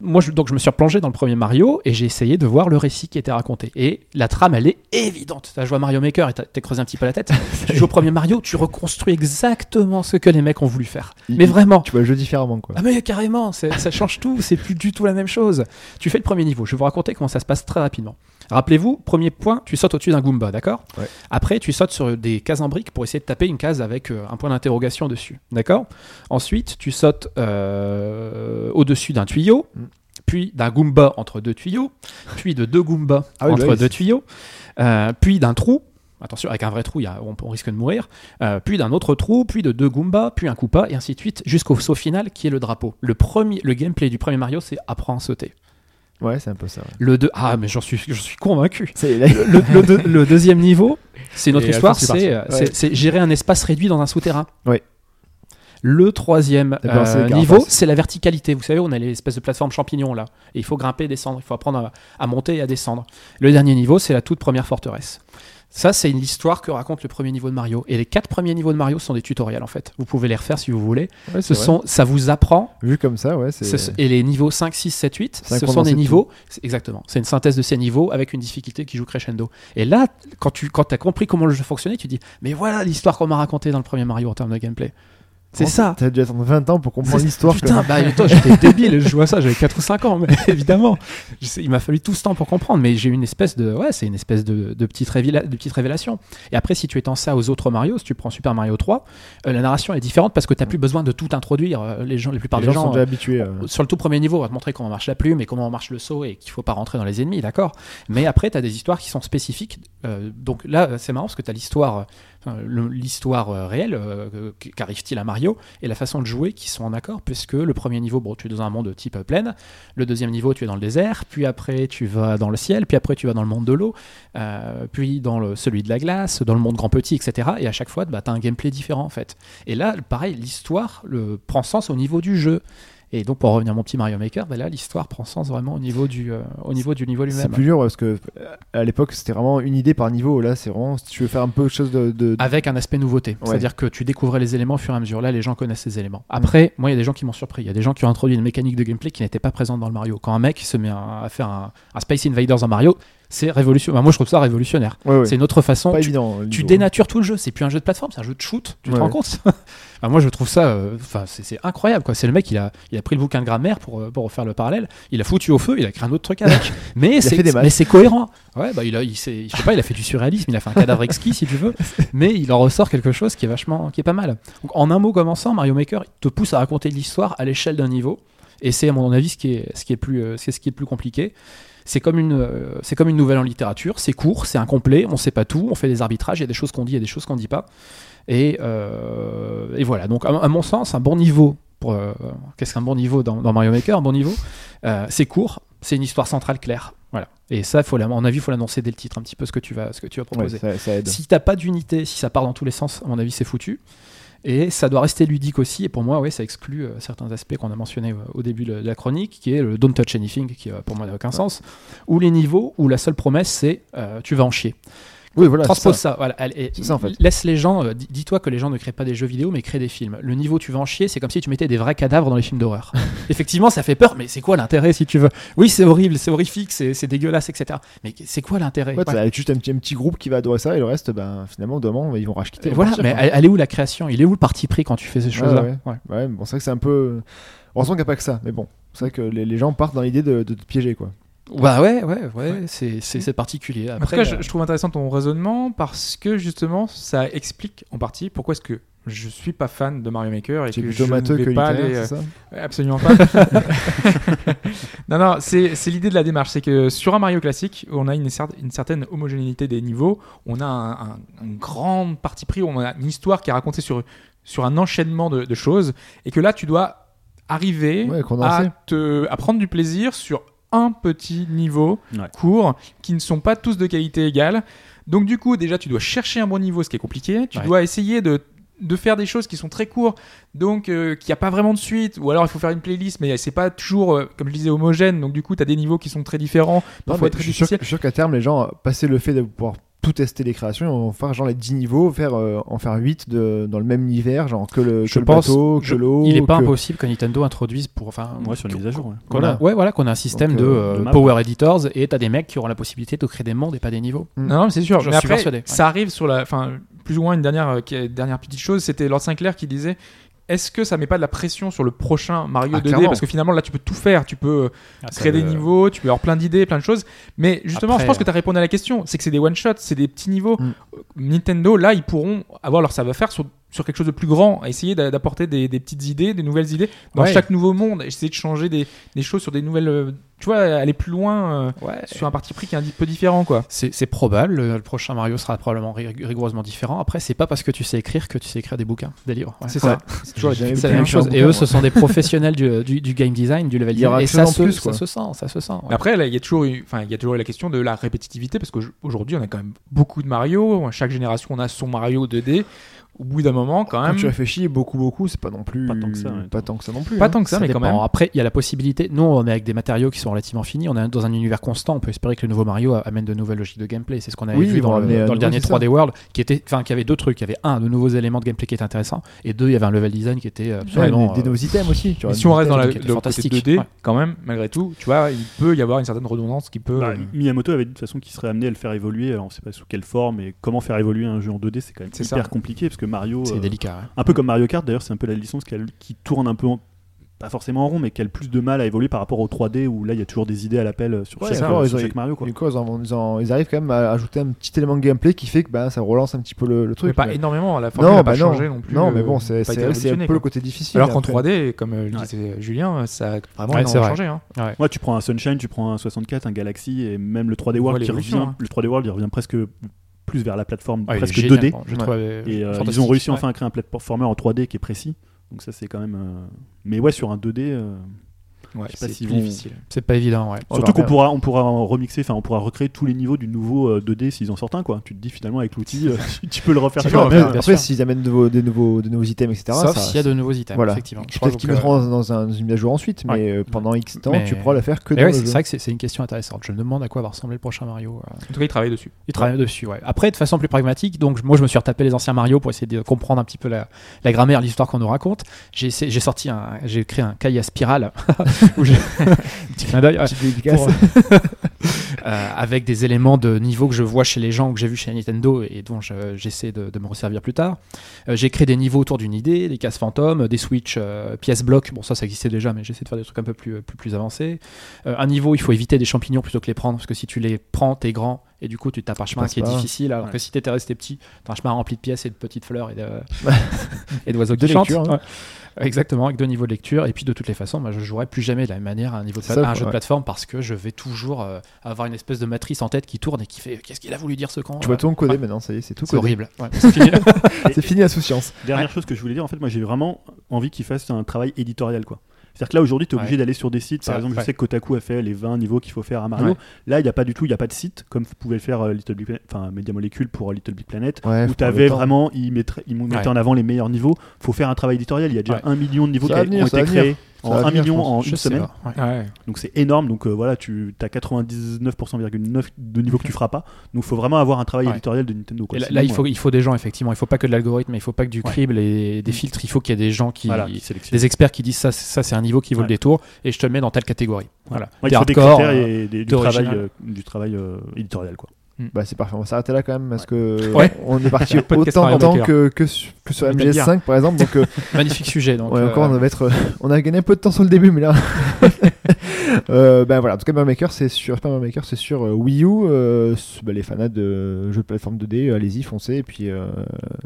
S5: moi, je, donc je me suis replongé dans le premier Mario et j'ai essayé de voir le récit qui était raconté. Et la trame, elle est évidente. T'as joué à Mario Maker et t'as- t'es creusé un petit peu la tête. tu joues au premier Mario, tu reconstruis exactement ce que les mecs ont voulu faire.
S2: Il-
S5: Mais vraiment.
S2: Tu vois le jeu différemment, quoi.
S5: Ah mais carrément, c'est- ça change tout, c'est plus du tout la même chose. Tu fais le premier niveau, je vais vous raconter comment ça se passe très rapidement. Rappelez-vous, premier point, tu sautes au-dessus d'un Goomba, d'accord
S2: Ouais.
S5: Après, tu sautes sur des cases en briques pour essayer de taper une case avec euh, un point d'interrogation dessus, d'accord Ensuite, tu sautes euh, au-dessus d'un tuyau,
S2: Mm.
S5: puis d'un Goomba entre deux tuyaux, puis de deux Goombas
S2: Ah oui,
S5: entre
S2: bah oui,
S5: deux
S2: c'est-
S5: tuyaux, euh, puis d'un trou. Attention, avec un vrai trou, il y a- on, on risque de mourir. Euh, puis d'un autre trou, puis de deux Goombas, puis un Koopa, et ainsi de suite, jusqu'au saut final qui est le drapeau. Le, premier, le gameplay du premier Mario, c'est apprends à sauter.
S2: Ouais, c'est un peu ça. ouais.
S5: Le 2, ah, mais j'en suis, j'en suis convaincu.
S2: C'est là-
S5: Le, le deux- le deuxième niveau, c'est notre
S3: Et
S5: histoire,
S3: Alphonse est parti.
S5: c'est euh, c'est- c'est gérer un espace réduit dans un souterrain.
S2: Ouais. Eh ben,
S5: Le troisième
S2: T'as pensé
S5: euh,
S2: Carapace.
S5: niveau, c'est la verticalité. Vous savez, on a l'espèce de plateforme champignon là. Et il faut grimper, descendre. Il faut apprendre à, à monter et à descendre. Le dernier niveau, c'est la toute première forteresse. Ça, c'est une- l'histoire que raconte le premier niveau de Mario. Et les quatre premiers niveaux de Mario sont des tutoriels en fait. Vous pouvez les refaire si vous voulez.
S2: ouais,
S5: Ce
S2: c'est vrai.
S5: sont, ça vous apprend
S2: Vu comme ça, ouais, c'est.
S5: ce- et les niveaux 5, 6, 7, 8,
S2: C'est un
S5: ce sont
S2: condensé
S5: des
S2: de
S5: niveaux. c'est- Exactement. C'est une synthèse de ces niveaux avec une difficulté qui joue crescendo. Et là, quand tu quand as compris comment le jeu fonctionnait, tu dis Mais voilà l'histoire qu'on m'a racontée dans le premier Mario en termes de gameplay. C'est
S2: Comment
S5: ça.
S2: T'as dû attendre 20 ans pour comprendre
S5: C'est-
S2: l'histoire.
S5: Putain, bah, toi, j'étais débile, je jouais à ça, j'avais 4 ou 5 ans, mais évidemment. Je sais, il m'a fallu tout ce temps pour comprendre, mais j'ai eu une espèce de. Ouais, c'est une espèce de, de, petite révéla- de petite révélation. Et après, si tu étends ça aux autres Mario, si tu prends Super Mario 3, euh, la narration est différente parce que tu plus besoin de tout introduire. Euh, Les gens, la plupart
S2: les
S5: des
S2: gens
S5: gens
S2: sont
S5: euh,
S2: déjà habitués. euh.
S5: sur le tout premier niveau, on va te montrer comment marche la plume et comment marche le saut et qu'il faut pas rentrer dans les ennemis, d'accord Mais après, tu as des histoires qui sont spécifiques. Euh, donc là, c'est marrant parce que tu as l'histoire, euh, le- l'histoire euh, réelle, euh, euh, qu'arrive-t-il à Mario, et la façon de jouer qui sont en accord, puisque le premier niveau, bon, tu es dans un monde type euh, plaine, le deuxième niveau, tu es dans le désert, puis après, tu vas dans le ciel, puis après, tu vas dans le monde de l'eau, euh, puis dans le, celui de la glace, dans le monde grand petit, etc. Et à chaque fois, bah, tu as un gameplay différent, en fait. Et là, pareil, l'histoire le- prend sens au niveau du jeu. Et donc, pour revenir à mon petit Mario Maker, bah là, l'histoire prend sens vraiment au niveau du, euh, au niveau, du niveau
S2: C'est
S5: lui-même.
S2: plus dur ouais, parce que euh, à l'époque c'était vraiment une idée par niveau. Là, c'est vraiment si tu veux faire un peu quelque chose de. de-
S5: Avec un aspect nouveauté. C'est-à-dire que tu découvrais les éléments au fur et à mesure. Là, les gens connaissent ces éléments.
S2: Mm.
S5: Après, moi, il y a des gens qui m'ont surpris. Il y a des gens qui ont introduit une mécanique de gameplay qui n'était pas présente dans le Mario. Quand un mec se met à, à faire un, un Space Invaders en Mario, c'est révolutionnaire. moi, je trouve ça révolutionnaire.
S2: Ouais, ouais.
S5: C'est une autre façon.
S2: pas
S5: Tu-
S2: évident. hein, le
S5: tu
S2: niveau.
S5: dénatures tout le jeu. C'est plus un jeu de plateforme, c'est un jeu de shoot. Tu
S2: Ouais.
S5: te rends compte Bah, Moi, je trouve ça, euh, enfin, c'est c'est incroyable. quoi. C'est le mec, il a, il a pris le bouquin de grammaire pour euh, pour faire le parallèle. Il a foutu au feu, il a créé un autre truc avec. mais
S2: fait
S5: c'est
S2: des maths.
S5: mais c'est cohérent. Ouais, bah il a, il s'est- je sais pas, il a fait du surréalisme. Il a fait un cadavre exquis, si tu veux. Mais il en ressort quelque chose qui est vachement, qui est pas mal. Donc, en un mot commençant, Mario Maker il te pousse à raconter de l'histoire à l'échelle d'un niveau. Et c'est à mon avis ce qui est, ce qui est plus, euh, c'est ce qui est le plus compliqué. C'est comme, une, euh, c'est comme une nouvelle en littérature, c'est court, c'est incomplet, on sait pas tout, on fait des arbitrages, il y a des choses qu'on dit, il y a des choses qu'on dit pas. Et, euh, et voilà, donc à, à mon sens, un bon niveau, pour, euh, qu'est-ce qu'un bon niveau dans, dans Mario Maker Un bon niveau, euh, c'est court, c'est une histoire centrale claire. Voilà. Et ça, faut la- à mon avis, il faut l'annoncer dès le titre, un petit peu ce que tu vas, ce que tu vas
S2: Ouais,
S5: proposer.
S2: ça, ça aide.
S5: Si t'as pas d'unité, si ça part dans tous les sens, à mon avis, c'est foutu. Et ça doit rester ludique aussi. Et pour moi, ouais, ça exclut euh, certains aspects qu'on a mentionnés euh, au début de la- de la chronique, qui est le don't touch anything, qui euh, pour moi n'a aucun sens, ou les niveaux où la seule promesse c'est euh, tu vas en chier.
S2: Oui, voilà.
S5: Transpose
S2: c'est
S5: ça. voilà. Allez, et
S2: C'est ça, en fait.
S5: Laisse les gens. euh, di- Dis-toi que les gens ne créent pas des jeux vidéo, mais créent des films. Le niveau tu vas en chier, c'est comme si tu mettais des vrais cadavres dans les films d'horreur. Effectivement, ça fait peur, mais c'est quoi l'intérêt si tu veux Oui, c'est horrible, c'est horrifique, c'est c'est dégueulasse, etc. Mais c'est quoi l'intérêt
S2: Ouais,
S5: Voilà.
S2: ça va être juste un petit, un petit groupe qui va adorer ça et le reste, ben, finalement, demain, ils vont hein. racheter.
S5: Et voilà, mais elle, elle est où la création Il est où le parti pris quand tu fais ces choses-là
S2: ouais.
S5: Ouais.
S2: Ouais, mais bon, c'est vrai que c'est un peu. Heureusement qu'il n'y a pas que ça, mais bon, c'est vrai que les, les gens partent dans l'idée de, de te piéger, quoi.
S5: Bah ouais, ouais, ouais, c'est- c'est c'est particulier.
S3: En tout
S5: Après,
S3: cas,
S5: euh,
S3: je, je trouve intéressant ton raisonnement parce que justement, ça explique en partie pourquoi est-ce que je suis pas fan de Mario Maker et
S2: C'est
S3: que
S2: plutôt
S3: je ne
S2: matheux
S3: vais
S2: que
S3: pas
S2: littéraire,
S3: aller, euh,
S2: c'est ça
S3: Ouais, Absolument pas. non, non, c'est c'est l'idée de la démarche. C'est que sur un Mario classique, on a une, cer- une certaine homogénéité des niveaux. On a un, un- une grande partie pris. On a une histoire qui est racontée sur, sur un enchaînement de, de choses. Et que là, tu dois arriver
S2: Ouais,
S3: à,
S2: condensé.
S3: te, à prendre du plaisir sur un petit niveau
S4: Ouais.
S3: court qui ne sont pas tous de qualité égale. Donc du coup, déjà, tu dois chercher un bon niveau, ce qui est compliqué. Tu
S5: Ouais.
S3: dois essayer de, de faire des choses qui sont très courtes, donc euh, qu'il n'y a pas vraiment de suite. Ou alors, il faut faire une playlist, mais c'est pas toujours, euh, comme je disais, homogène. Donc du coup, tu as des niveaux qui sont très
S2: Non,
S3: différents. Parfois
S2: mais
S3: très
S2: je suis sûr,
S3: difficiles.
S2: je suis sûr qu'à terme, les gens, euh, passer le fait de pouvoir tout tester les créations, on va faire genre les 10 niveaux, faire, euh, en faire 8 de, dans le même univers, genre que le, que le bateau, que
S5: je-
S2: l'eau.
S5: il est pas
S2: que-
S5: impossible que Nintendo introduise pour enfin
S4: Moi, sur les mises à jour. ouais.
S5: qu'on a, ouais voilà qu'on a un système
S2: Donc,
S5: de,
S2: euh,
S5: euh,
S4: de map.
S5: power editors et t'as des mecs qui auront la possibilité de créer des mondes et pas des niveaux.
S3: Non, non, mais c'est sûr.
S5: Mm. J'en
S3: mais
S5: suis
S3: après,
S5: persuadé, ouais.
S3: ça arrive sur la. Enfin, plus ou moins une dernière, euh, qui- dernière petite chose, c'était Lord Sinclair qui disait. Est-ce que ça met pas de la pression sur le prochain Mario
S5: Ah,
S3: 2D
S5: clairement.
S3: Parce que finalement, là, tu peux tout faire. Tu peux euh, créer des
S5: Euh,
S3: niveaux, tu peux avoir plein d'idées, plein de choses. Mais justement,
S5: Après,
S3: je pense que
S5: euh,
S3: tu as répondu à la question. C'est que c'est des one-shots, c'est des petits niveaux.
S5: Mm.
S3: Euh, Nintendo, là, ils pourront avoir leur savoir-faire sur, sur quelque chose de plus grand. Essayer d'a- d'apporter des, des petites idées, des nouvelles idées dans
S5: Ouais.
S3: chaque nouveau monde. Essayer de changer des, des choses sur des nouvelles. euh, Tu vois, aller plus loin euh,
S5: ouais.
S3: sur un parti pris qui est un peu différent, quoi.
S5: C'est c'est probable, le, le prochain Mario sera probablement rig- rigoureusement différent. Après, c'est pas parce que tu sais écrire que tu sais écrire des bouquins, des livres. Ouais.
S3: C'est ça.
S2: C'est toujours
S5: C'est
S2: jamais
S5: la même
S2: pu faire un
S5: chose. Et
S2: bouquin,
S5: eux,
S2: moi.
S5: ce sont des professionnels du, du- du game design, du level
S2: Il y aura
S5: design. Et
S2: de choses
S5: ça
S2: en
S5: se,
S2: plus,
S5: ça
S2: quoi.
S5: se sent, ça se sent. ouais.
S3: Mais Après, là, il y a toujours eu, enfin, il y a toujours eu la question de la répétitivité parce qu'aujourd'hui, on a quand même beaucoup de Mario. À chaque génération, on a son Mario 2D. Au bout d'un moment, quand
S2: Quand
S3: même,
S2: tu réfléchis beaucoup, beaucoup, c'est pas non plus.
S4: Pas tant que ça, ouais.
S2: pas tant que ça non plus.
S3: pas
S2: hein.
S3: tant que ça, mais quand
S5: dépend.
S3: même.
S5: Après, il y a la possibilité. Nous, on est avec des matériaux qui sont relativement finis. On est dans un univers constant. On peut espérer que le nouveau Mario amène de nouvelles logiques de gameplay. C'est ce qu'on avait
S2: Oui,
S5: vu
S2: ils vont
S5: dans,
S2: amener à
S5: le, dans le
S2: nouveau,
S5: dernier
S2: c'est ça.
S5: 3D World, qui était, enfin, qui avait deux trucs. Il y avait un, de nouveaux éléments de gameplay qui étaient intéressants, et deux, il y avait un level design qui était
S2: Ouais,
S5: absolument.
S2: des, des
S5: euh,
S2: nouveaux items aussi. tu
S3: Mais
S2: vois,
S3: si on reste dans la,
S5: donc,
S3: le
S5: qui était
S3: côté
S5: fantastique.
S3: 2D,
S5: Ouais.
S3: quand même, malgré tout, tu vois, il peut y avoir une certaine redondance qui peut.
S4: Bah,
S3: euh,
S4: Miyamoto avait dit de toute façon qu'il serait amené à le faire évoluer. Alors, on sait pas sous quelle forme et comment faire évoluer un jeu en 2D, c'est quand même
S3: C'est
S4: hyper
S3: ça.
S4: compliqué parce que Mario.
S5: c'est
S4: euh,
S5: délicat. hein.
S4: Un peu comme Mario Kart, d'ailleurs, c'est un peu la licence qui, a- qui tourne un peu, en- pas forcément en rond, mais qui a le plus de mal à évoluer par rapport au 3D où là il y a toujours des idées à l'appel euh, sur,
S2: Ouais,
S4: chaque,
S2: d'accord,
S4: euh,
S2: ils
S4: sur
S2: ont-
S4: chaque Mario. Quoi.
S2: Du coup, ils, en- ils en- ils arrivent quand même à ajouter un petit élément de gameplay qui fait que bah, ça relance un petit peu le, le
S3: mais
S2: truc.
S3: pas
S2: mais-
S3: énormément, la formule
S2: non,
S3: n'a
S2: bah
S3: pas
S2: non.
S3: changé non plus.
S2: non,
S3: euh,
S2: mais bon, c'est c'est-
S3: pas été
S2: c'est un
S3: révolutionné,
S2: peu le
S3: quoi.
S2: côté difficile.
S3: Alors qu'en
S2: après. Bah,
S3: 3D, comme euh, le
S4: Ouais.
S3: disait Julien, euh, ça a vraiment
S5: Ouais, c'est
S3: énormément
S5: vrai.
S3: changé. hein.
S4: Ouais, tu prends un Sunshine, tu prends un 64, un Galaxy et même le 3D
S3: On voit
S4: World qui
S3: l'évolution,
S4: revient.
S3: hein.
S4: Le 3D World il revient presque plus vers la plateforme
S5: Ouais, Ah, il est
S4: presque
S5: génial.
S4: 2D.
S5: Bon, je
S2: Ouais.
S5: trouve, euh,
S4: Et euh, ils ont
S5: fantastique.
S4: réussi
S5: Ouais.
S4: enfin à créer un platformer en 3D qui est précis. Donc ça c'est quand même. euh, Mais ouais, sur un 2D. euh,
S2: hein.
S3: Ouais,
S4: sais pas
S3: c'est
S4: s'ils
S3: plus
S4: vont-
S3: difficile.
S5: C'est pas évident, ouais.
S2: Oh,
S4: Surtout
S2: bah,
S4: qu'on pourra, on pourra en remixer, enfin on pourra recréer tous les niveaux du nouveau euh, 2D s'ils en sortent un quoi. Tu te dis finalement avec l'outil, euh, tu peux le refaire. euh,
S5: Tu
S4: toi.
S5: peux le
S2: Après,
S5: bien
S2: après,
S5: sûr.
S2: s'ils amènent de nouveaux- des nouveaux, des nouveaux items, etc.
S5: Sauf
S2: ça-
S5: s'il y a de nouveaux items,
S2: Voilà.
S5: effectivement. Je crois
S2: Peut-être qu'ils
S5: donc, euh,
S2: mettront dans, dans un, dans une mise à jour ensuite,
S5: Ouais.
S2: mais euh, pendant X temps,
S5: Mais-
S2: tu pourras la faire que
S5: mais
S2: dans
S5: ouais,
S2: le
S5: c'est
S2: jeu.
S5: vrai que c'est- c'est une question intéressante. Je me demande à quoi va ressembler le prochain Mario. euh.
S3: En tout cas, ils travaillent dessus.
S5: Il travaille dessus, ouais. Après, de façon plus pragmatique, donc moi je me suis retapé les anciens Mario pour essayer de comprendre un petit peu la, la grammaire, l'histoire qu'on nous raconte. J'ai essayé- j'ai sorti un, j'ai créé un cahier à spirale où j'ai petit clin d'œil, ouais,
S2: Petite dédicace.
S5: pour- euh, avec des éléments de niveau que je vois chez les gens, que j'ai vu chez Nintendo et dont je- j'essaie de, de me resservir plus tard. Euh, j'ai créé des niveaux autour d'une idée, des cases fantômes, des switches, euh, pièces blocs. Bon, ça, ça existait déjà, mais j'essaie de faire des trucs un peu plus, plus, plus avancés. Euh, un niveau, il faut éviter des champignons plutôt que les prendre, parce que si tu les prends, t'es grand et du coup, tu tapes un chemin
S2: passes
S5: qui est
S2: pas.
S5: difficile, alors
S4: Ouais.
S5: que si t'étais resté petit, t'as un chemin rempli de pièces et de petites fleurs et de- et d'oiseaux
S2: De
S5: qui chantent.
S2: lecture, hein.
S5: Ouais. Exactement, avec deux niveaux de lecture. Et puis de toutes les façons, moi, je jouerai plus jamais de la même manière à un, niveau de
S2: C'est
S5: pla-
S2: ça,
S5: à un jeu de
S2: ouais.
S5: plateforme parce que je vais toujours euh, avoir une espèce de matrice en tête qui tourne et qui fait qu'est-ce qu'il a voulu dire ce camp
S2: Tu vois
S5: euh,
S2: tout en codé
S5: Ouais.
S2: maintenant, ça y est, c'est tout
S5: C'est
S2: codé.
S5: horrible. Ouais, c'est fini.
S2: C'est fini la souciance.
S4: Dernière chose que je voulais dire, en fait, moi j'ai vraiment envie qu'ils fassent un travail éditorial, quoi. C'est-à-dire que là aujourd'hui, tu es obligé
S5: Ouais.
S4: d'aller sur des sites.
S5: C'est
S4: Par
S5: vrai,
S4: exemple,
S5: ouais.
S4: je sais que Kotaku a fait les 20 niveaux qu'il faut faire à Mario.
S5: Ouais.
S4: Là, il n'y a pas du tout, il n'y a pas de site, comme vous pouvez le faire euh, Little Big Planet, enfin Media Molecule pour euh, Little Big Planet,
S2: Ouais,
S4: où tu avais vraiment, ils mettraient, ils mettaient
S5: Ouais.
S4: en avant les meilleurs niveaux. faut faire un travail éditorial. Il y a déjà
S5: Ouais.
S4: un million de niveaux
S2: Ça
S4: qui
S2: va
S4: a-
S2: venir,
S4: ont
S2: ça
S4: été
S2: va venir.
S4: créés
S2: Ça
S4: en
S2: va
S4: un
S2: venir, je
S4: million
S2: pense.
S4: en
S5: Je
S4: une
S5: sais
S4: semaine.
S5: pas, ouais.
S4: Donc c'est énorme. Donc euh, voilà, tu as 99,9% de niveaux que tu feras pas. Donc faut vraiment avoir un travail
S5: Ouais.
S4: éditorial de Nintendo. quoi.
S5: Et là,
S4: Sinon,
S5: là, il,
S4: euh,
S5: faut, il faut des gens, effectivement. Il faut pas que de l'algorithme, il faut pas que du crible et des filtres. Il faut qu'il y ait des gens qui.
S4: voilà, qui sélectionnent.
S5: Des experts qui disent ça, c'est- ça c'est un niveau qui vaut le
S4: Ouais.
S5: détour et je te le mets dans telle catégorie. Voilà.
S4: Voilà. Ouais, il
S5: T'es
S4: faut des
S5: hardcore,
S4: critères
S5: euh,
S4: et des-
S5: t'es
S4: du, travail,
S5: original.
S4: euh, du travail euh, éditorial. Quoi.
S2: Bah c'est parfait, on va s'arrêter là quand même parce que
S5: Ouais.
S2: on est parti
S3: Le podcast
S2: autant
S3: Mario
S2: en temps
S3: Maker.
S2: que, que, sur- que sur
S3: Metal Gear.
S2: MGS5 par exemple. Donc euh,
S5: Magnifique sujet. Donc,
S2: ouais,
S5: euh,
S2: encore on va être, on a gagné un peu de temps sur le début mais là. euh, bah voilà, en tout cas Mario Maker c'est sur Super Mario Maker c'est sur euh, Wii U. euh, s- bah, les fanats de jeux de plateforme 2D, euh, allez-y foncez et puis euh,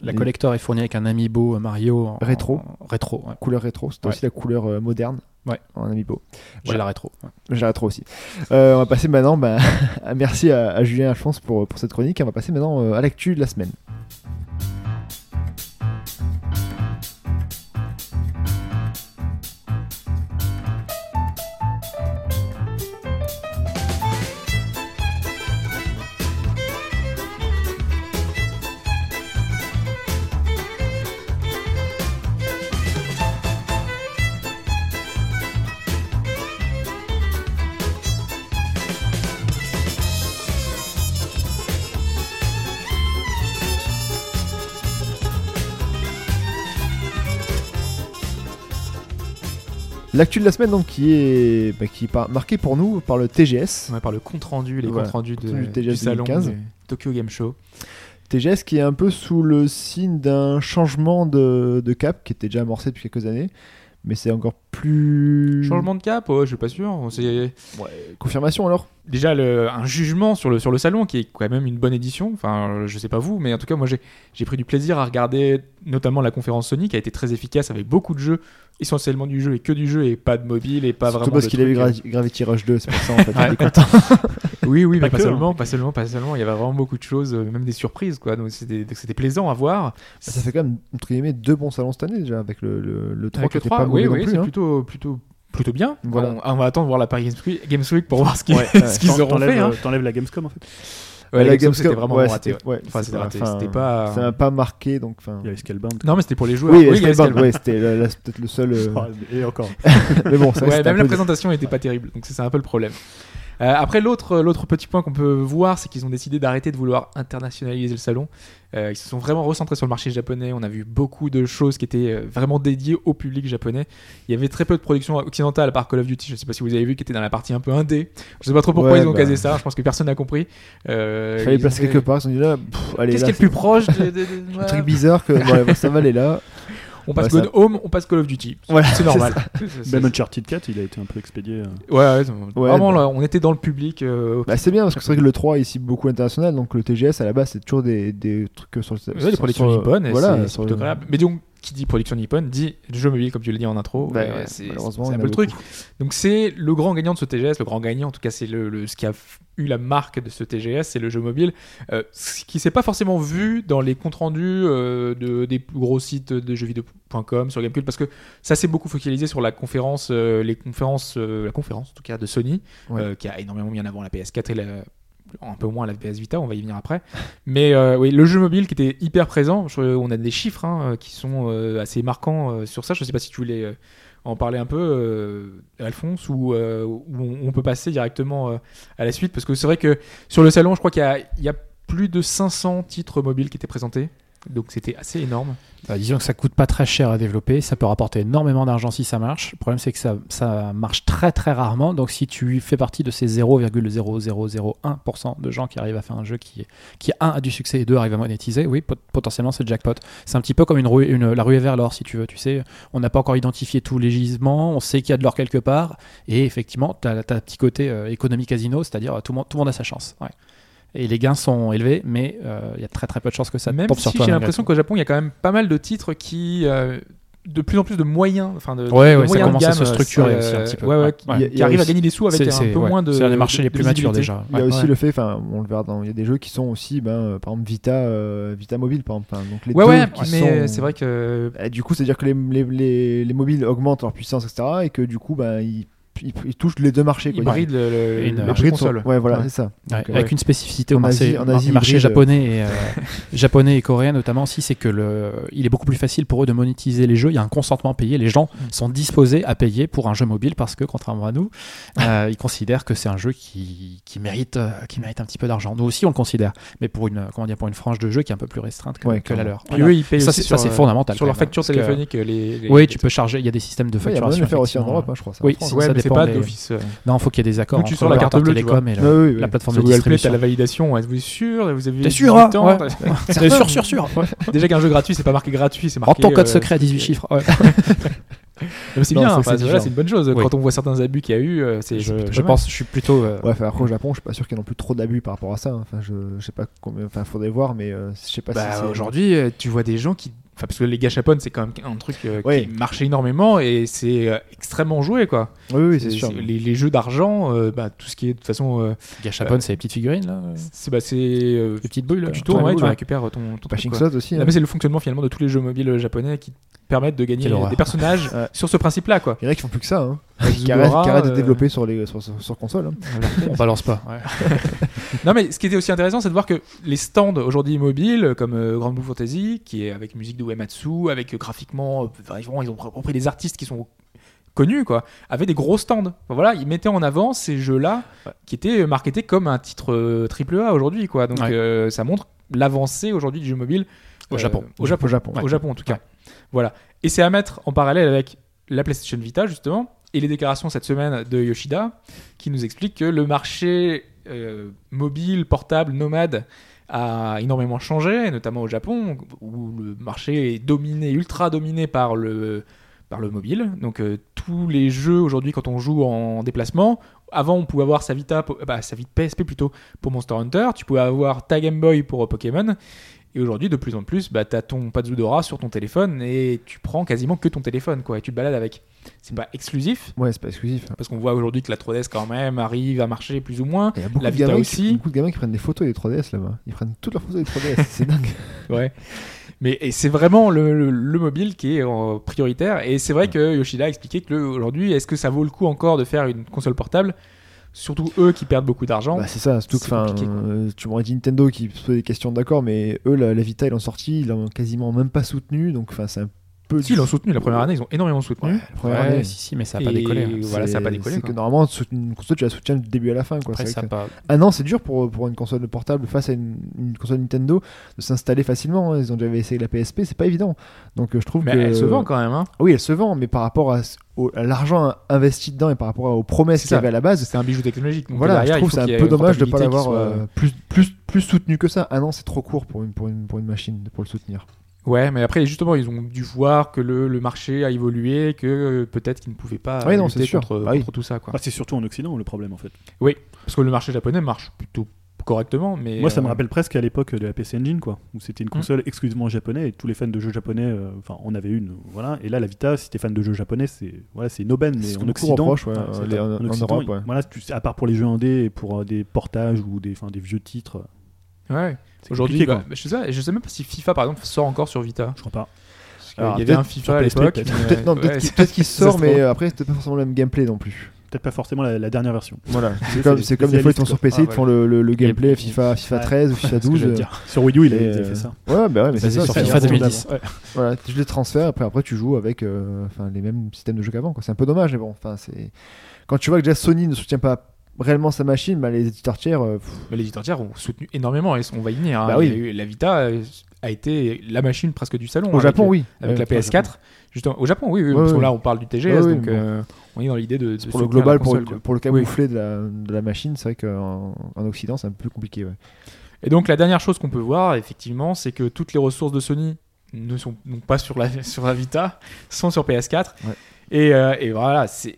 S5: La
S2: les
S5: collector est fournie avec un amiibo euh, Mario en-
S2: Rétro.
S5: en- rétro. ouais.
S2: couleurs rétro, c'est
S5: Ouais.
S2: aussi la couleur euh, moderne
S5: Ouais.
S2: en amiibo.
S5: J'ai la rétro. ouais.
S2: J'ai la trop aussi. Euh, on va passer maintenant, bah, à- merci à, à Julien et Alphonse pour, pour cette chronique. On va passer maintenant euh, à l'actu de la semaine. L'actu de la semaine donc qui est, bah, qui est par- marquée pour nous par le TGS.
S3: On va par le compte rendu, les
S2: Voilà,
S3: comptes rendus de-
S2: compte rendu du TGS
S3: du salon
S2: 2015.
S3: du Tokyo Game Show.
S2: TGS qui est un peu sous le signe d'un changement de, de cap qui était déjà amorcé depuis quelques années, mais c'est encore plus
S3: Changement de cap, ouais, je suis pas sûr. C'est
S2: confirmation alors.
S3: déjà le- un jugement sur le sur le salon qui est quand même une bonne édition. Enfin, euh, je sais pas vous, mais en tout cas moi j'ai j'ai pris du plaisir à regarder notamment la conférence Sony qui a été très efficace avec beaucoup de jeux, essentiellement du jeu et que du jeu et pas de mobile et pas
S2: Surtout
S3: vraiment.
S2: parce
S3: de
S2: qu'il avait
S3: trucs, euh,
S2: Gra- Gravity Rush 2, c'est pour ça en fait.
S3: Ouais.
S2: il est content.
S3: Oui, oui,
S4: Pas
S3: mais pas
S2: hein.
S4: que,
S3: seulement, pas seulement, pas seulement. Il y avait vraiment beaucoup de choses, euh, même des surprises, quoi. Donc c'était donc, c'était plaisant à voir.
S2: Ça fait quand même entre guillemets deux bons salons cette année déjà avec le, le, le 3
S3: Avec
S2: qui
S3: le
S2: était
S3: 3,
S2: pas
S3: oui,
S2: mauvais
S3: oui,
S2: non
S3: c'est
S2: plus. hein.
S3: plutôt, plutôt, plutôt bien.
S2: Voilà.
S3: On, on va attendre de voir la Paris Games Week, Games Week pour voir ce qu'ils
S4: Ouais,
S3: ce qu'ils
S4: T'en-
S3: auront
S4: t'enlèves,
S3: fait. hein.
S4: euh, T'enlèves la Gamescom en fait.
S3: Ouais, la
S2: euh, Gamescom,
S3: Gamescom, c'était vraiment
S2: ouais,
S3: raté.
S2: c'était- ouais,
S3: Enfin, c'était raté,
S2: enfin,
S3: c'était pas-
S2: Ça m'a pas marqué donc. enfin
S4: Il y avait Scalebound.
S3: Non, mais c'était pour les joueurs.
S2: Oui,
S3: il y avait
S2: Scalebound,
S3: Scalebound.
S2: ouais, c'était la- la- peut-être le seul. euh,
S4: Et encore.
S2: Mais bon, ça
S3: Ouais,
S2: c'était un
S3: même la
S2: peu-
S3: présentation n'était pas terrible, donc c'est c'est un peu le problème. Euh, après, l'autre l'autre petit point qu'on peut voir, c'est qu'ils ont décidé d'arrêter de vouloir internationaliser le salon. Euh, ils se sont vraiment recentrés sur le marché japonais. On a vu beaucoup de choses qui étaient euh, vraiment dédiées au public japonais. Il y avait très peu de production occidentale, à part Call of Duty, je ne sais pas si vous avez vu, qui était dans la partie un peu indé. Je ne sais pas trop pourquoi
S2: Ouais,
S3: ils ont
S2: bah.
S3: casé ça, je pense que personne n'a compris. Euh,
S2: Il fallait
S3: ils ont
S2: placer
S3: fait-
S2: quelque part, ils se sont dit là, pff, allez,
S3: Qu'est-ce
S2: là,
S3: qui est le plus proche de- de- de-
S2: un
S3: voilà.
S2: truc bizarre que bon, allez, bon, ça va aller là.
S3: On passe
S2: Ouais,
S3: God Home, on passe Call of Duty.
S2: Voilà,
S3: c'est normal. C'est-
S4: Même Uncharted 4, il a été un peu expédié. euh.
S3: Ouais, ouais, vraiment,
S2: bah.
S3: là, on était dans le public. euh,
S2: Bah, c'est bien parce que c'est vrai que le 3 est ici beaucoup international, donc le TGS à la base c'est toujours des, des trucs sur le.
S3: Ouais,
S2: sur-
S3: les productions
S2: sur-
S3: nippones, et
S2: voilà,
S3: c'est- c'est
S2: sur-
S3: plutôt agréable. Mais donc, qui dit production nippone dit jeu mobile, comme tu l'as dit en intro.
S2: Bah,
S3: et
S2: ouais,
S3: c'est
S2: malheureusement,
S3: c'est
S2: il y
S3: un
S2: en
S3: peu
S2: a
S3: le truc. Donc, c'est le grand gagnant de ce TGS, le grand gagnant, en tout cas, c'est le, le- ce qui a f- eu la marque de ce TGS, c'est le jeu mobile. Euh, ce qui s'est pas forcément vu dans les comptes rendus euh, de, des plus gros sites de jeuxvideo.com, sur Gamecube, parce que ça s'est beaucoup focalisé sur la conférence, euh, les conférences, euh, la conférence en tout cas de Sony,
S2: Ouais.
S3: euh, qui a énormément mis en avant la PS4 et la, un peu moins la PS Vita, on va y venir après. Mais euh, oui, le jeu mobile qui était hyper présent, je- on a des chiffres hein, euh, qui sont euh, assez marquants euh, sur ça. Je ne sais pas si tu voulais euh, en parler un peu, euh, Alphonse, ou euh, ou on, on peut passer directement euh, à la suite, parce que c'est vrai que sur le salon, je crois qu'il y a- il y, a plus de 500 titres mobiles qui étaient présentés. Donc c'était assez énorme.
S5: Bah, disons que ça coûte pas très cher à développer, ça peut rapporter énormément d'argent si ça marche. Le problème c'est que ça, ça marche très très rarement, donc si tu fais partie de ces 0,0001% de gens qui arrivent à faire un jeu qui, qui un a du succès et deux arrive à monétiser, oui pot- potentiellement c'est le jackpot. C'est un petit peu comme une rue, une, la ruée vers l'or si tu veux, tu sais, on n'a pas encore identifié tous les gisements, on sait qu'il y a de l'or quelque part, et effectivement tu as, un petit côté euh, économie casino, c'est-à-dire euh, tout, le monde- tout le monde a sa chance. ouais. Et les gains sont élevés, mais euh, il y a très très peu de chances que ça
S3: Même
S5: tombe
S3: si
S5: sur toi.
S3: j'ai
S5: malgré
S3: l'impression
S5: tout.
S3: qu'au Japon, il y a quand même pas mal de titres qui... euh, de plus en plus de moyens, enfin de,
S5: Ouais,
S3: de
S5: ouais, ça
S3: moyens de
S5: commence à
S3: gamme,
S5: se structurer
S3: euh,
S5: aussi un petit peu.
S3: ouais, ouais,
S5: Ouais,
S3: qui,
S5: ouais.
S3: qui
S2: Il y a
S3: arrivent à
S2: aussi-
S3: gagner des sous avec
S5: C'est-
S3: un
S5: c'est-
S3: peu
S5: ouais.
S3: moins de.
S5: C'est un des marchés
S3: de-
S5: les
S3: de
S5: plus matures
S3: visibilité.
S5: déjà.
S2: Il y a
S5: Ouais.
S2: aussi
S5: Ouais.
S2: le fait, enfin, on le verra dans, il y a des jeux qui sont aussi, ben, euh, par exemple Vita, euh, Vita mobile, par exemple. Enfin, donc les
S3: Ouais,
S2: deux
S3: ouais,
S2: qui
S3: mais
S2: sont-
S3: c'est vrai que.
S2: Euh, du coup, c'est-à-dire que les, les, les, les mobiles augmentent leur puissance, etc. Et que du coup, ben, ils, ils, ils touchent les deux marchés.
S3: Il
S2: Quoi.
S3: bride le, le-
S5: Une-
S3: le
S5: un
S2: Les
S3: marché
S2: prix de
S3: euh, console.
S2: son- Ouais, voilà,
S3: Ouais.
S2: c'est ça.
S5: Ouais,
S2: Donc,
S5: avec
S2: ouais.
S5: une spécificité au
S2: En
S5: marché,
S2: Asie- en Asie,
S5: au marché
S2: hybride.
S5: japonais, et, euh, japonais et coréen notamment aussi, c'est que le, il est beaucoup plus facile pour eux de monétiser les jeux. Il y a un consentement payé. Les gens sont disposés à payer pour un jeu mobile parce que, contrairement à nous, euh, ils considèrent que c'est un jeu qui, qui mérite, euh, qui mérite un petit peu d'argent. Nous aussi, on le considère, mais pour une, comment dire, pour une frange de jeu qui est un peu plus restreinte que,
S2: Ouais,
S5: que la
S2: clairement.
S5: leur.
S3: Puis eux, ils payent
S5: Ça,
S3: aussi
S5: c'est- ça,
S3: sur,
S5: c'est
S3: euh,
S5: fondamental
S3: Sur
S5: quand
S3: leur
S5: même,
S3: facture
S5: parce que-
S3: téléphonique. les- les-
S5: Oui,
S3: les-
S5: tu peux charger. Il y a des systèmes de
S2: Ouais, il y a moyen de
S5: facturation.
S2: le faire aussi en
S5: effectivement.
S2: Europe, hein, je crois. Ça,
S5: Oui,
S2: en France,
S5: si-
S3: Ouais,
S5: ça
S3: mais c'est
S5: dépend
S3: pas
S5: des-
S3: d'office. euh.
S5: Non, faut qu'il y ait des accords
S3: Nous, tu
S5: entre
S3: sors la carte
S5: l'opérateur
S3: bleue, tu
S5: télécom et
S2: hein.
S5: le-
S2: Ouais, oui, oui.
S5: la plateforme
S3: Sur
S5: de
S3: Google Play, t'as
S5: distribution.
S3: la validation. ouais. Vous êtes sûr Vous avez
S5: T'es
S3: 18
S5: sûr hein
S3: ans
S5: Ouais. T'es sûr, sûr, sûr.
S3: Déjà qu'un jeu gratuit, c'est pas marqué gratuit, c'est marqué.
S5: Rends ton code
S3: euh,
S5: secret à 18 chiffres. ouais.
S3: Mais C'est
S2: Non,
S3: bien,
S2: ça,
S3: enfin,
S2: c'est
S3: voilà,
S2: différent.
S3: c'est une bonne chose.
S5: Oui.
S3: Quand on voit certains abus qu'il y a eu, euh, c'est.
S5: je, je
S3: dommage.
S5: pense, je suis plutôt. euh,
S2: Ouais, enfin, après au Japon, je suis pas sûr qu'il y ait non plus trop d'abus par rapport à ça. hein. Enfin, je, je sais pas combien. Enfin, faudrait voir, mais euh, je sais pas
S3: Bah,
S2: si. c'est-
S3: aujourd'hui, euh, tu vois des gens qui. Enfin, parce que les gachapon, c'est quand même un truc euh,
S2: Ouais.
S3: qui marchait énormément et c'est euh, extrêmement joué, quoi.
S2: Oui, oui, c'est
S3: C'est-
S2: sûr.
S3: c'est- Les, les jeux d'argent, euh, bah, tout ce qui est de toute façon, euh,
S5: Gachapon, c'est les petites figurines, là euh,
S3: c'est bah, c'est, euh,
S5: Les petites boules là.
S3: tu tournes,
S2: ouais,
S3: ouais, tu
S2: ouais.
S3: récupères ton, ton truc,
S2: Pashing
S3: quoi.
S2: Slot aussi.
S3: Non,
S2: hein.
S3: mais c'est le fonctionnement finalement de tous les jeux mobiles japonais qui permettent de gagner
S5: Quelle horreur.
S3: des personnages
S2: Ouais.
S3: sur ce principe-là, quoi.
S2: Il y en a qui font plus que ça. Hein.
S3: Avec
S2: Qui arrêtent
S3: Zudora,
S2: qui arrêtent de
S3: euh,
S2: développer sur, les, sur, sur, sur console. hein.
S5: On balance pas. ouais.
S3: Non mais ce qui était aussi intéressant, c'est de voir que les stands aujourd'hui mobiles, comme euh, Grand Blue Fantasy, qui est avec musique de Uematsu, avec euh, graphiquement, euh, enfin, vraiment, ils ont repris des artistes qui sont connus, quoi, avaient des gros stands. Enfin, voilà, ils mettaient en avant ces jeux-là qui étaient marketés comme un titre euh, triple A aujourd'hui, quoi. Donc
S5: Ouais.
S3: euh, ça montre l'avancée aujourd'hui du jeu mobile
S5: Au Japon.
S3: Au Japon.
S2: Au Japon.
S3: Au Japon en tout cas. Voilà. Et c'est à mettre en parallèle avec la PlayStation Vita justement, et les déclarations cette semaine de Yoshida, qui nous explique que le marché euh, mobile, portable, nomade a énormément changé, notamment au Japon, où le marché est dominé, ultra dominé par le, par le mobile. Donc euh, tous les jeux aujourd'hui, quand on joue en déplacement, avant on pouvait avoir sa Vita, pour- bah, sa Vita PSP plutôt pour Monster Hunter, tu pouvais avoir ta Game Boy pour euh, Pokémon, et aujourd'hui, de plus en plus, bah, t'as ton Pazudora sur ton téléphone et tu prends quasiment que ton téléphone, quoi, et tu te balades avec. C'est pas exclusif,
S2: Ouais, c'est pas exclusif. hein.
S3: parce qu'on voit aujourd'hui que la 3DS quand même arrive à marcher plus ou moins.
S2: Il y a beaucoup,
S3: La
S2: de
S3: Vita
S2: gamins qui-
S3: aussi.
S2: beaucoup de gamins qui prennent des photos des 3DS là-bas. Ils prennent toutes leurs photos des 3DS. c'est dingue.
S3: Ouais. Mais et c'est vraiment le, le- le mobile qui est euh, prioritaire. Et c'est vrai que Yoshida a expliqué que le- aujourd'hui, est-ce que ça vaut le coup encore de faire une console portable Surtout eux qui perdent beaucoup d'argent.
S2: Bah, c'est ça, surtout que
S3: C'est
S2: enfin,
S3: compliqué, quoi.
S2: euh, tu m'aurais dit Nintendo qui se posait des questions, d'accord, mais eux, la, la Vita, ils l'ont sorti, ils l'ont quasiment même pas soutenu, donc enfin, c'est un peu.
S3: si, ils l'ont soutenu la première année, ils ont énormément soutenu.
S2: Ouais, la première année.
S5: si, si, mais ça
S3: Et
S5: n'a pas décollé. hein.
S3: Voilà, ça n'a pas
S2: C'est-
S3: décollé.
S2: C'est
S3: quoi.
S2: que normalement, tu soutiens une console, tu la soutiens du début à la fin. Quoi.
S5: Après,
S2: C'est
S5: ça
S2: vrai
S5: a
S2: que
S5: pas.
S2: ça- Ah non, c'est dur pour, pour une console portable face à une, une console Nintendo de s'installer facilement. hein. Ils ont déjà essayé la PSP, c'est pas évident. Donc euh, je trouve
S3: Mais
S2: que.
S3: elle se vend quand même. hein.
S2: Oui, elle se vend, mais par rapport à, au- à l'argent investi dedans et par rapport aux promesses
S3: C'est
S2: qu'il y
S3: ça.
S2: avait à la base,
S3: C'est un bijou technologique. Donc
S2: voilà,
S3: derrière,
S2: je
S3: il
S2: trouve
S3: faut
S2: c'est
S3: qu'il y
S2: un
S3: ait
S2: peu
S3: une
S2: dommage de ne pas
S3: rentabilité qui
S2: l'avoir
S3: soit-
S2: euh, plus, plus, plus soutenu que ça. Ah non, c'est trop court pour une, pour, une, pour une machine, pour le soutenir.
S3: Ouais, mais après, justement, ils ont dû voir que le, le marché a évolué, que euh, peut-être qu'ils ne pouvaient pas
S2: Ouais, non,
S3: lutter
S2: c'est sûr.
S3: contre,
S2: Bah oui.
S3: contre tout ça. Quoi.
S4: Ah, c'est surtout en Occident le problème en fait.
S3: Parce que le marché japonais marche plutôt correctement. Mais
S4: Moi, ça
S3: euh,
S4: me rappelle presque à l'époque de la PC Engine, quoi, où c'était une console exclusivement japonais et tous les fans de jeux japonais, euh, enfin, on avait une, voilà. Et là, la Vita, si t'es fan de jeux japonais, c'est voilà, c'est une aubaine,
S2: C'est ce
S4: mais en
S2: qu'on nous
S4: Occident,
S2: reproche, ouais,
S4: c'est
S2: les-
S4: ça.
S2: en- en
S4: Occident,
S2: Europe,
S4: il-
S2: ouais.
S4: voilà, tu- à part pour les jeux indés et pour euh, des portages ou des, enfin, des vieux titres,
S3: Ouais.
S4: c'est
S3: Aujourd'hui,
S4: compliqué,
S3: bah,
S4: quoi.
S3: je, sais, pas- je sais même pas si FIFA par exemple sort encore sur Vita.
S4: je crois pas.
S3: Parce
S2: Alors,
S3: qu'il y avait un
S2: peut-être
S3: FIFA
S4: sur
S3: à
S4: PSP,
S3: l'époque.
S4: peut-être.
S3: mais-
S2: Peut-être non, peut-être
S3: ouais,
S2: qu'il-
S3: c'est-
S2: peut-être qu'il
S3: ça
S2: sort,
S3: se
S2: mais
S3: trouve.
S2: après, c'est peut-être pas forcément le même gameplay non plus.
S4: Peut-être pas forcément la, la dernière version.
S2: Voilà, c'est
S4: C'est-
S2: comme,
S4: c'est-
S2: c'est comme
S4: c'est
S2: des fois, ils sont
S4: réaliste,
S2: sur
S4: quoi.
S2: PC,
S3: Ah,
S2: ils te font le, le- le gameplay FIFA, FIFA
S4: Ouais.
S2: 13 ou FIFA
S4: C'est ce que j'allais
S2: 12.
S4: dire. Sur Wii U, il a
S2: et,
S4: il a
S2: euh,
S4: fait ça.
S2: Ouais, bah ouais, mais c'est
S5: Basé
S2: ça.
S5: sur
S2: c'est-
S5: FIFA
S4: c'est-
S5: 2010. ouais.
S2: Voilà, tu les transfères, après, après tu joues avec euh, enfin, les mêmes systèmes de jeu qu'avant. quoi. C'est un peu dommage, mais bon, enfin, c'est. Quand tu vois que déjà Sony ne soutient pas réellement sa machine, bah, les éditeurs tiers, euh, pff,
S3: Mais les éditeurs tiers ont soutenu énormément et on va y venir. hein.
S2: Bah oui.
S3: Il y a eu- La Vita euh, a été la machine presque du salon.
S2: au
S3: avec,
S2: Japon,
S3: euh,
S2: oui.
S3: Avec la
S2: Ouais.
S3: PS4. Justement, au Japon, oui, oui,
S2: Ouais,
S3: parce que
S2: ouais.
S3: là on parle du TGS,
S2: Ouais, ouais,
S3: donc
S2: mais-
S3: euh, on est dans l'idée de, de
S2: pour le
S3: soutenir
S2: global,
S3: la console,
S2: pour,
S3: quoi.
S2: le, pour le camouflet de, la, de la machine, c'est vrai qu'en en Occident, c'est un peu plus compliqué. ouais.
S3: Et donc la dernière chose qu'on peut voir, effectivement, c'est que toutes les ressources de Sony ne sont donc pas sur la, sur la Vita, sont sur PS4.
S2: Ouais.
S3: Et, euh, et voilà, c'est-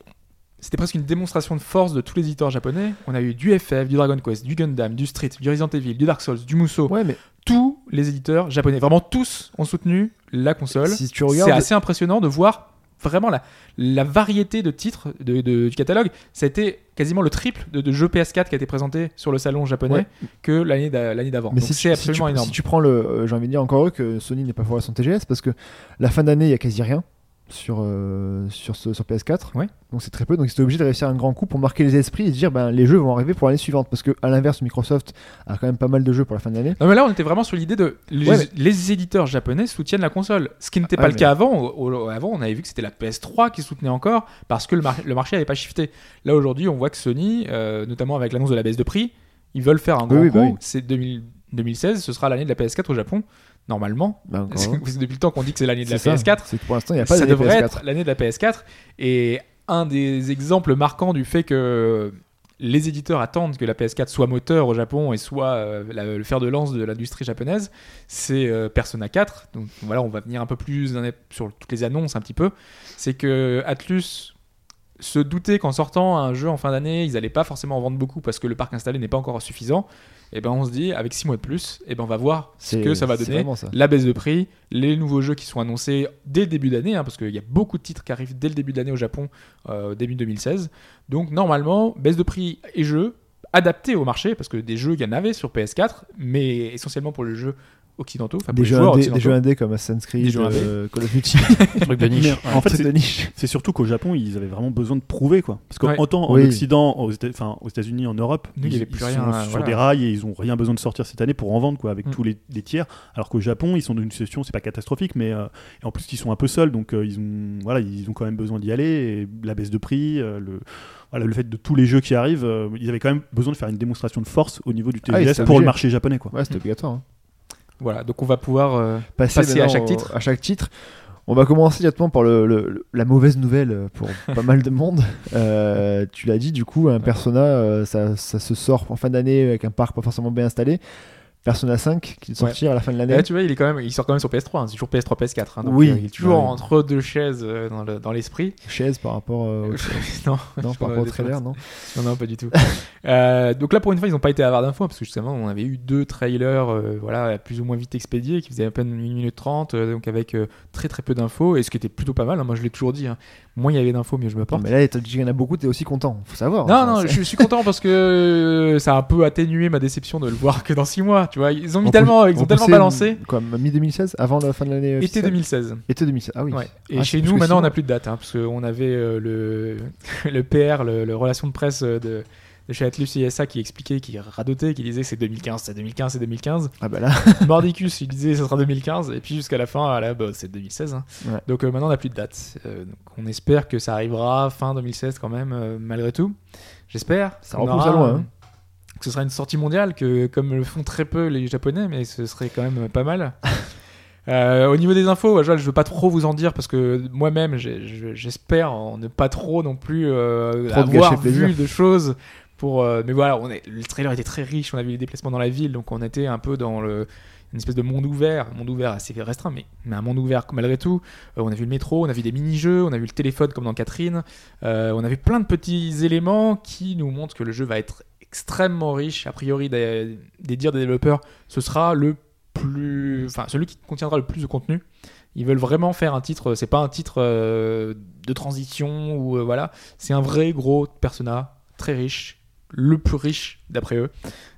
S3: c'était presque une démonstration de force de tous les éditeurs japonais. On a eu du FF, du Dragon Quest, du Gundam, du Street, du Resident Evil, du Dark Souls, du Musou.
S2: Ouais, mais
S3: Tous les éditeurs japonais, vraiment tous, ont soutenu la console.
S2: si tu
S3: C'est
S2: regardes,
S3: assez impressionnant de voir vraiment la, la variété de titres de- de- du catalogue. Ça a été quasiment le triple de, de jeux PS4 qui a été présenté sur le salon japonais
S2: Ouais.
S3: que l'année d'a- l'année d'avant.
S2: mais
S3: Donc
S2: si,
S3: c'est
S2: tu- si
S3: absolument
S2: tu,
S3: énorme.
S2: si tu prends le, euh, j'ai envie de dire encore heureux que Sony n'est pas fort à son TGS parce que la fin d'année, il y a quasi rien sur euh, sur ce- sur PS4.
S3: Ouais.
S2: Donc c'est très peu. Donc ils étaient obligés de réussir un grand coup pour marquer les esprits et se dire, ben les jeux vont arriver pour l'année suivante parce que à l'inverse, Microsoft a quand même pas mal de jeux pour la fin d'année.
S3: Non mais là on était vraiment sur l'idée de les,
S2: Ouais, mais-
S3: les éditeurs japonais soutiennent la console, ce qui n'était
S2: Ah,
S3: pas le
S2: mais-
S3: cas avant. Au- au- avant on avait vu que c'était la PS3 qui soutenait encore parce que le, mar- le marché n'avait pas shifté. Là aujourd'hui on voit que Sony, euh, notamment avec l'annonce de la baisse de prix, ils veulent faire un grand
S2: oui,
S3: coup.
S2: bah oui.
S3: C'est 2000 2016, ce sera l'année de la PS4 au Japon normalement.
S2: Ben, encore
S3: Parce
S2: heureux.
S3: que c'est depuis le temps qu'on dit que c'est l'année de la
S2: C'est ça.
S3: PS4.
S2: C'est que pour l'instant, il n'y a pas
S3: Ça
S2: de
S3: devrait
S2: PS4.
S3: être l'année de la PS4. Et un des exemples marquants du fait que les éditeurs attendent que la PS4 soit moteur au Japon et soit euh, la- le fer de lance de l'industrie japonaise, c'est euh, Persona 4. Donc voilà, on va venir un peu plus dans les- sur toutes les annonces un petit peu. C'est que Atlus se doutait qu'en sortant un jeu en fin d'année, ils n'allaient pas forcément en vendre beaucoup parce que le parc installé n'est pas encore suffisant. Et ben on se dit, avec 6 mois de plus, et ben on va voir ce
S2: C'est-
S3: que ça va
S2: c'est
S3: donner
S2: vraiment ça.
S3: la baisse de prix, les nouveaux jeux qui sont annoncés dès le début d'année, hein, parce qu'il y a beaucoup de titres qui arrivent dès le début d'année au Japon, euh, début 2016. Donc normalement, baisse de prix et jeux adaptés au marché, parce que des jeux, il y en avait sur PS4, mais essentiellement pour les jeux occidentaux, enfin pour
S2: Des
S3: les
S2: jeux,
S3: joueurs
S2: indés, des
S3: occidentaux.
S2: jeux indés comme Assassin's Creed,
S3: Des jeux
S2: euh, Call of Duty,
S5: Truc de niche.
S4: Mais en fait,
S2: trucs
S4: c'est-
S2: de niche.
S4: C'est surtout qu'au Japon, ils avaient vraiment besoin de prouver quoi. Parce qu'en
S3: Ouais.
S4: autant en
S2: Oui.
S4: Occident, aux, Éta- enfin, aux États-Unis, en Europe,
S3: Nous, il y
S4: ils,
S3: avait plus
S4: ils
S3: rien,
S4: sont
S3: euh,
S4: sur
S3: voilà.
S4: des rails et ils ont rien besoin de sortir cette année pour en vendre quoi, avec
S3: Mm.
S4: tous les, les tiers. Alors qu'au Japon, ils sont dans une situation, c'est pas catastrophique, mais euh, et en plus ils sont un peu seuls, donc euh, ils ont voilà, ils ont quand même besoin d'y aller. Et la baisse de prix, euh, le voilà, le fait de tous les jeux qui arrivent, euh, ils avaient quand même besoin de faire une démonstration de force au niveau du
S2: Ah, ils
S4: TGS
S2: étaient
S4: pour le
S2: obligés.
S4: marché japonais quoi.
S2: Ouais, c'est obligatoire. hein.
S3: Voilà, donc on va pouvoir... euh,
S2: Passer,
S3: Passer à
S2: maintenant
S3: chaque
S2: au-
S3: titre.
S2: À chaque titre. On va commencer directement par le- le- le- la mauvaise nouvelle euh, pour pas mal de monde. Euh, tu l'as dit, du coup, un Persona, euh, ça, ça se sort en fin d'année avec un parc pas forcément bien installé. Persona 5 qui sortira à la fin de l'année.
S3: Là, Eh, tu vois, il, est quand même, il sort quand même sur PS3, hein, c'est toujours PS3, PS4. hein, donc,
S2: Oui.
S3: euh, il est toujours
S2: Ouais.
S3: entre deux chaises euh, dans le- dans l'esprit.
S2: Chaise par rapport euh,
S3: non,
S2: au, non,
S3: je
S2: par
S3: vois
S2: rapport au
S3: des
S2: trailer, non
S3: Non, non, pas du tout. Euh, donc là, pour une fois, ils n'ont pas été avares d'infos, hein, parce que justement, on avait eu deux trailers euh, voilà, plus ou moins vite expédiés, qui faisaient à peine 1 minute 30, euh, donc avec euh, très très peu d'infos, et ce qui était plutôt pas mal. hein. moi, je l'ai toujours dit, hein. moins il y avait d'infos, mieux je me
S2: Non,
S3: porte.
S2: Mais là, t'as dit qu'il y en a beaucoup, t'es aussi content. Faut savoir.
S3: Non,
S2: Enfin,
S3: non,
S2: c'est-
S3: je suis content parce que euh, ça a un peu atténué ma déception de le voir que dans 6 mois, tu vois. Ils ont mis
S2: on
S3: tellement,
S2: pousse-
S3: ils
S2: on
S3: ont tellement
S2: poussait,
S3: balancé.
S2: Quoi, mi-2016 Avant la fin de l'année
S3: Été
S2: officielle
S3: 2016.
S2: Été 2016, ah oui.
S3: Ouais. Et
S2: Ah,
S3: chez
S2: parce
S3: nous,
S2: que
S3: maintenant, on
S2: sinon-
S3: n'a plus de date, hein, parce qu'on avait euh, le, le PR, le, le relation de presse euh, de, de chez Atlus ISA qui expliquait, qui radotait, qui disait c'est 2015, c'est 2015, c'est 2015.
S2: Ah bah là,
S3: Mordicus, il disait ça sera 2015, et puis jusqu'à la fin, ah là, bah, c'est 2016. hein.
S2: Ouais.
S3: Donc euh, maintenant, on n'a plus de date. Euh, donc, on espère que ça arrivera fin 2016 quand même, euh, malgré tout. J'espère.
S2: Ça
S3: On
S2: repousse à loin, hein.
S3: Que ce sera une sortie mondiale, que comme le font très peu les Japonais, mais ce serait quand même pas mal. Euh, au niveau des infos, ouais, Joël, je veux pas trop vous en dire parce que moi-même, j'ai- je- j'espère en ne pas trop non plus euh,
S2: Trop de
S3: avoir
S2: gâcher le
S3: vu
S2: plaisir.
S3: de choses. Pour, euh, mais voilà, on est, le trailer était très riche, on a vu les déplacements dans la ville, donc on était un peu dans le, une espèce de monde ouvert, un monde ouvert assez restreint, mais, mais un monde ouvert malgré tout. Euh, on a vu le métro, on a vu des mini-jeux, on a vu le téléphone comme dans Catherine, euh, on a vu plein de petits éléments qui nous montrent que le jeu va être extrêmement riche. A priori, des, des dires des développeurs, ce sera le plus, enfin celui qui contiendra le plus de contenu. Ils veulent vraiment faire un titre, c'est pas un titre euh, de transition ou euh, voilà, c'est un vrai gros persona très riche, le plus riche d'après eux.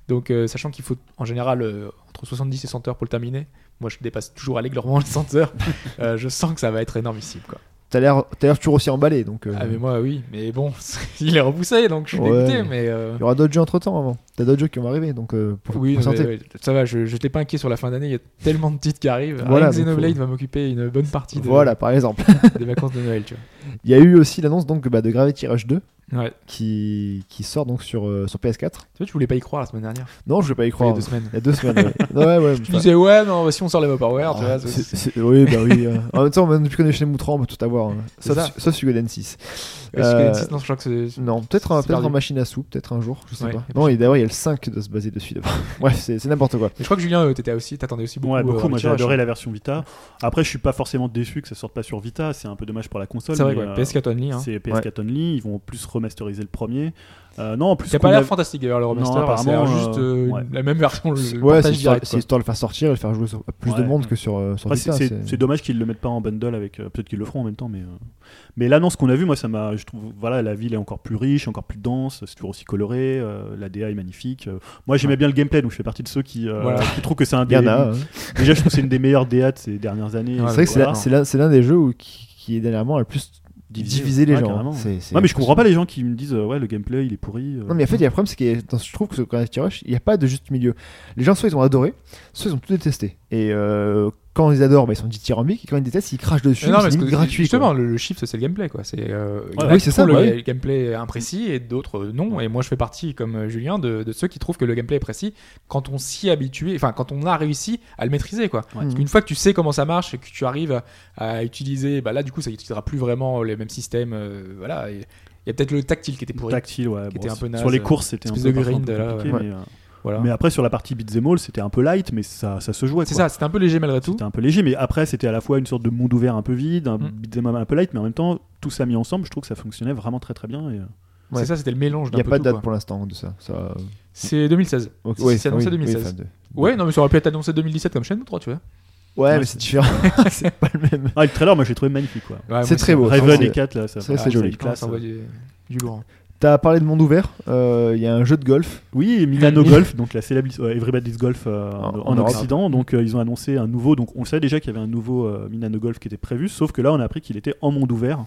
S3: Donc, euh, sachant qu'il faut en général euh, entre 70 et 100 heures pour le terminer, moi je dépasse toujours allègrement les 100 heures, Euh, je sens que ça va être énormissime. Quoi.
S2: t'as l'air t'as l'air toujours aussi emballé. Donc, euh,
S3: Ah, mais moi oui, mais bon, il est repoussé donc je suis
S2: Ouais,
S3: dégoûté,
S2: mais-
S3: mais. euh,
S2: Il y aura d'autres jeux entre temps avant. T'as d'autres jeux qui vont arriver, donc euh, pour
S3: Oui,
S2: pour
S3: non, mais,
S2: santé.
S3: ouais, ça va, je n'étais pas inquiet sur la fin d'année, il y a tellement de titres qui arrivent.
S2: Voilà,
S3: Voilà,
S2: donc
S3: Xenoblade
S2: faut-
S3: va m'occuper une bonne partie de-
S2: Voilà, par exemple.
S3: des vacances de Noël, tu vois.
S2: Il y a eu aussi l'annonce donc bah, de Gravity Rush 2
S3: Ouais.
S2: qui, qui sort donc sur, euh, sur PS4.
S3: Tu vois, tu voulais pas y croire la semaine dernière,
S2: Non, je vais pas y
S3: il y a
S2: croire.
S3: deux semaines.
S2: Il y a deux semaines. ouais. ouais, ouais,
S3: Tu
S2: bah,
S3: disais, ouais, non, si on sort les Vaporware, tu vois.
S2: ah,
S3: c'est-
S2: c'est- c'est- oui, bah oui. euh. En même temps, même depuis qu'on est chez Moutran, on peut tout avoir. hein.
S3: C'est
S2: Sauf,
S3: ça.
S2: su- sauf Suikoden 6.
S3: Ouais, parce que
S2: Euh,
S3: les titres, non, je crois que c'est-
S2: Non, peut-être un- peut-être
S3: C'est perdu.
S2: en machine à sous, peut-être un jour, je sais
S3: Ouais,
S2: pas.
S3: et puis-
S2: Non, et d'ailleurs, il y a le 5 de se baser dessus. d'abord. Bref, c'est c'est n'importe quoi.
S3: Mais je crois que Julien, euh, t'étais aussi, t'attendais aussi beaucoup.
S4: Ouais,
S3: euh,
S4: beaucoup. Moi, j'ai
S3: Gravity Rush.
S4: adoré la version Vita. Après, je suis pas forcément déçu que ça sorte pas sur Vita. C'est un peu dommage pour la console.
S3: C'est vrai,
S4: mais,
S3: quoi.
S4: euh,
S3: PS4 Only. Hein.
S4: C'est PS4 only. Ils vont en plus remasteriser le premier. Euh, non, en plus.
S3: T'as
S4: qu'on
S3: pas l'air
S4: a-
S3: fantastique d'ailleurs, le
S4: Non,
S3: remaster. C'est
S4: apparemment,
S3: juste
S4: euh,
S3: euh,
S4: ouais.
S3: la même version, le
S2: C'est-
S3: le
S2: Ouais, c'est
S3: portage
S2: histoire,
S3: direct.
S2: c'est
S3: quoi.
S2: histoire de le faire sortir et le faire jouer sur- à plus de
S4: Ouais.
S2: monde que sur, euh, sur
S4: Après, Ah, c'est-
S2: Vita.
S4: c'est c'est dommage qu'ils le mettent pas en bundle avec. euh, Peut-être qu'ils le feront en même temps, mais. euh, Mais l'annonce qu'on a vue, moi, ça m'a. Je trouve. Voilà, la ville est encore plus riche, encore plus dense. C'est toujours aussi coloré. euh, la DA est magnifique. euh. moi, j'aimais bien le gameplay, donc je fais partie de ceux qui, euh,
S3: Voilà.
S4: qui trouvent que c'est un
S2: Il y en
S4: des-
S2: a. hein.
S4: Déjà, je trouve que c'est une des meilleures DA de ces dernières années.
S3: Ouais,
S2: C'est vrai que c'est
S4: Voilà.
S2: la- c'est la- c'est l'un des jeux où- qui, qui est dernièrement le plus
S4: Divisé,
S2: divisé, les
S4: ouais,
S2: gens.
S4: carrément.
S2: hein. C'est- c'est
S4: Ouais, mais je comprends pas les gens qui me disent euh, ouais le gameplay il est pourri. euh.
S2: Non, mais en fait, il y a un problème, c'est que dans- je trouve que sur Gravity Rush, il n'y a pas de juste milieu. Les gens, soit ils ont adoré, soit ils ont tout détesté. Et euh, quand ils adorent, bah, ils sont dithyrambiques, et quand ils détestent, ils crachent dessus,
S3: Mais non,
S2: c'est
S3: parce
S2: limite
S3: que
S2: gratuit.
S3: Justement,
S2: quoi.
S3: le, le shift, c'est le gameplay, quoi. C'est euh, il y en a
S4: Ouais,
S2: oui,
S3: qui
S2: c'est ça,
S3: trouvent
S2: ouais.
S3: Le, le gameplay imprécis et d'autres euh, non. Et moi, je fais partie, comme euh, Julien, de, de ceux qui trouvent que le gameplay est précis quand on s'y habitue, enfin quand on a réussi à le maîtriser, quoi.
S4: Ouais.
S3: Parce qu'une fois que tu sais comment ça marche et que tu arrives à, à utiliser, bah là, du coup, ça utilisera plus vraiment les mêmes systèmes, euh, voilà. Et Il y a peut-être le tactile qui était pourri.
S4: tactile ouais.
S3: qui était un peu naze,
S4: sur les
S3: euh,
S4: courses c'était un peu,
S3: espèce de
S4: parfois un
S3: grind,
S4: peu
S3: là,
S4: compliqué,
S2: ouais.
S4: mais, euh,
S3: Voilà.
S4: mais après sur la partie beat'em all c'était un peu light mais ça ça se jouait.
S3: C'est
S4: quoi.
S3: ça, c'était un peu léger malgré tout.
S4: C'était un peu léger mais après c'était à la fois une sorte de monde ouvert un peu vide, un
S3: Mm.
S4: beat'em up un peu light mais en même temps tout ça mis ensemble je trouve que ça fonctionnait vraiment très très bien. Et... euh,
S2: Ouais.
S3: C'est ça, c'était le mélange
S2: Il
S3: d'un
S2: n'y a
S3: peu
S2: pas de
S3: tout,
S2: date
S3: quoi.
S2: pour l'instant de ça. ça...
S3: C'est 2016.
S2: Ok,
S3: C'est-
S2: ouais,
S3: c'est annoncé
S2: oui,
S3: 2016.
S2: oui, enfin, de-
S3: Ouais, non, mais ça aurait pu être annoncé 2017 comme Shenmue 3, tu vois.
S2: Ouais,
S4: Ouais,
S2: mais c'est différent. c'est pas le même.
S4: Ah et le trailer moi j'ai trouvé magnifique quoi.
S3: Ouais, moi,
S2: C'est très beau.
S4: Raven
S2: C'est-
S4: et 4 là ça
S2: ça, c'est
S4: ah, ça
S2: joli.
S4: a une
S3: Putain,
S4: classe.
S3: ça envoie du, du lourd.
S2: T'as parlé de monde ouvert, euh, il y a un jeu de golf.
S4: Oui, Milano Golf, donc la célèbre euh, Everybody's Golf euh, en,
S2: en Europe.
S4: Occident. Donc euh, ils ont annoncé un nouveau. Donc on savait déjà qu'il y avait un nouveau euh, Milano Golf qui était prévu, sauf que là on a appris qu'il était en monde ouvert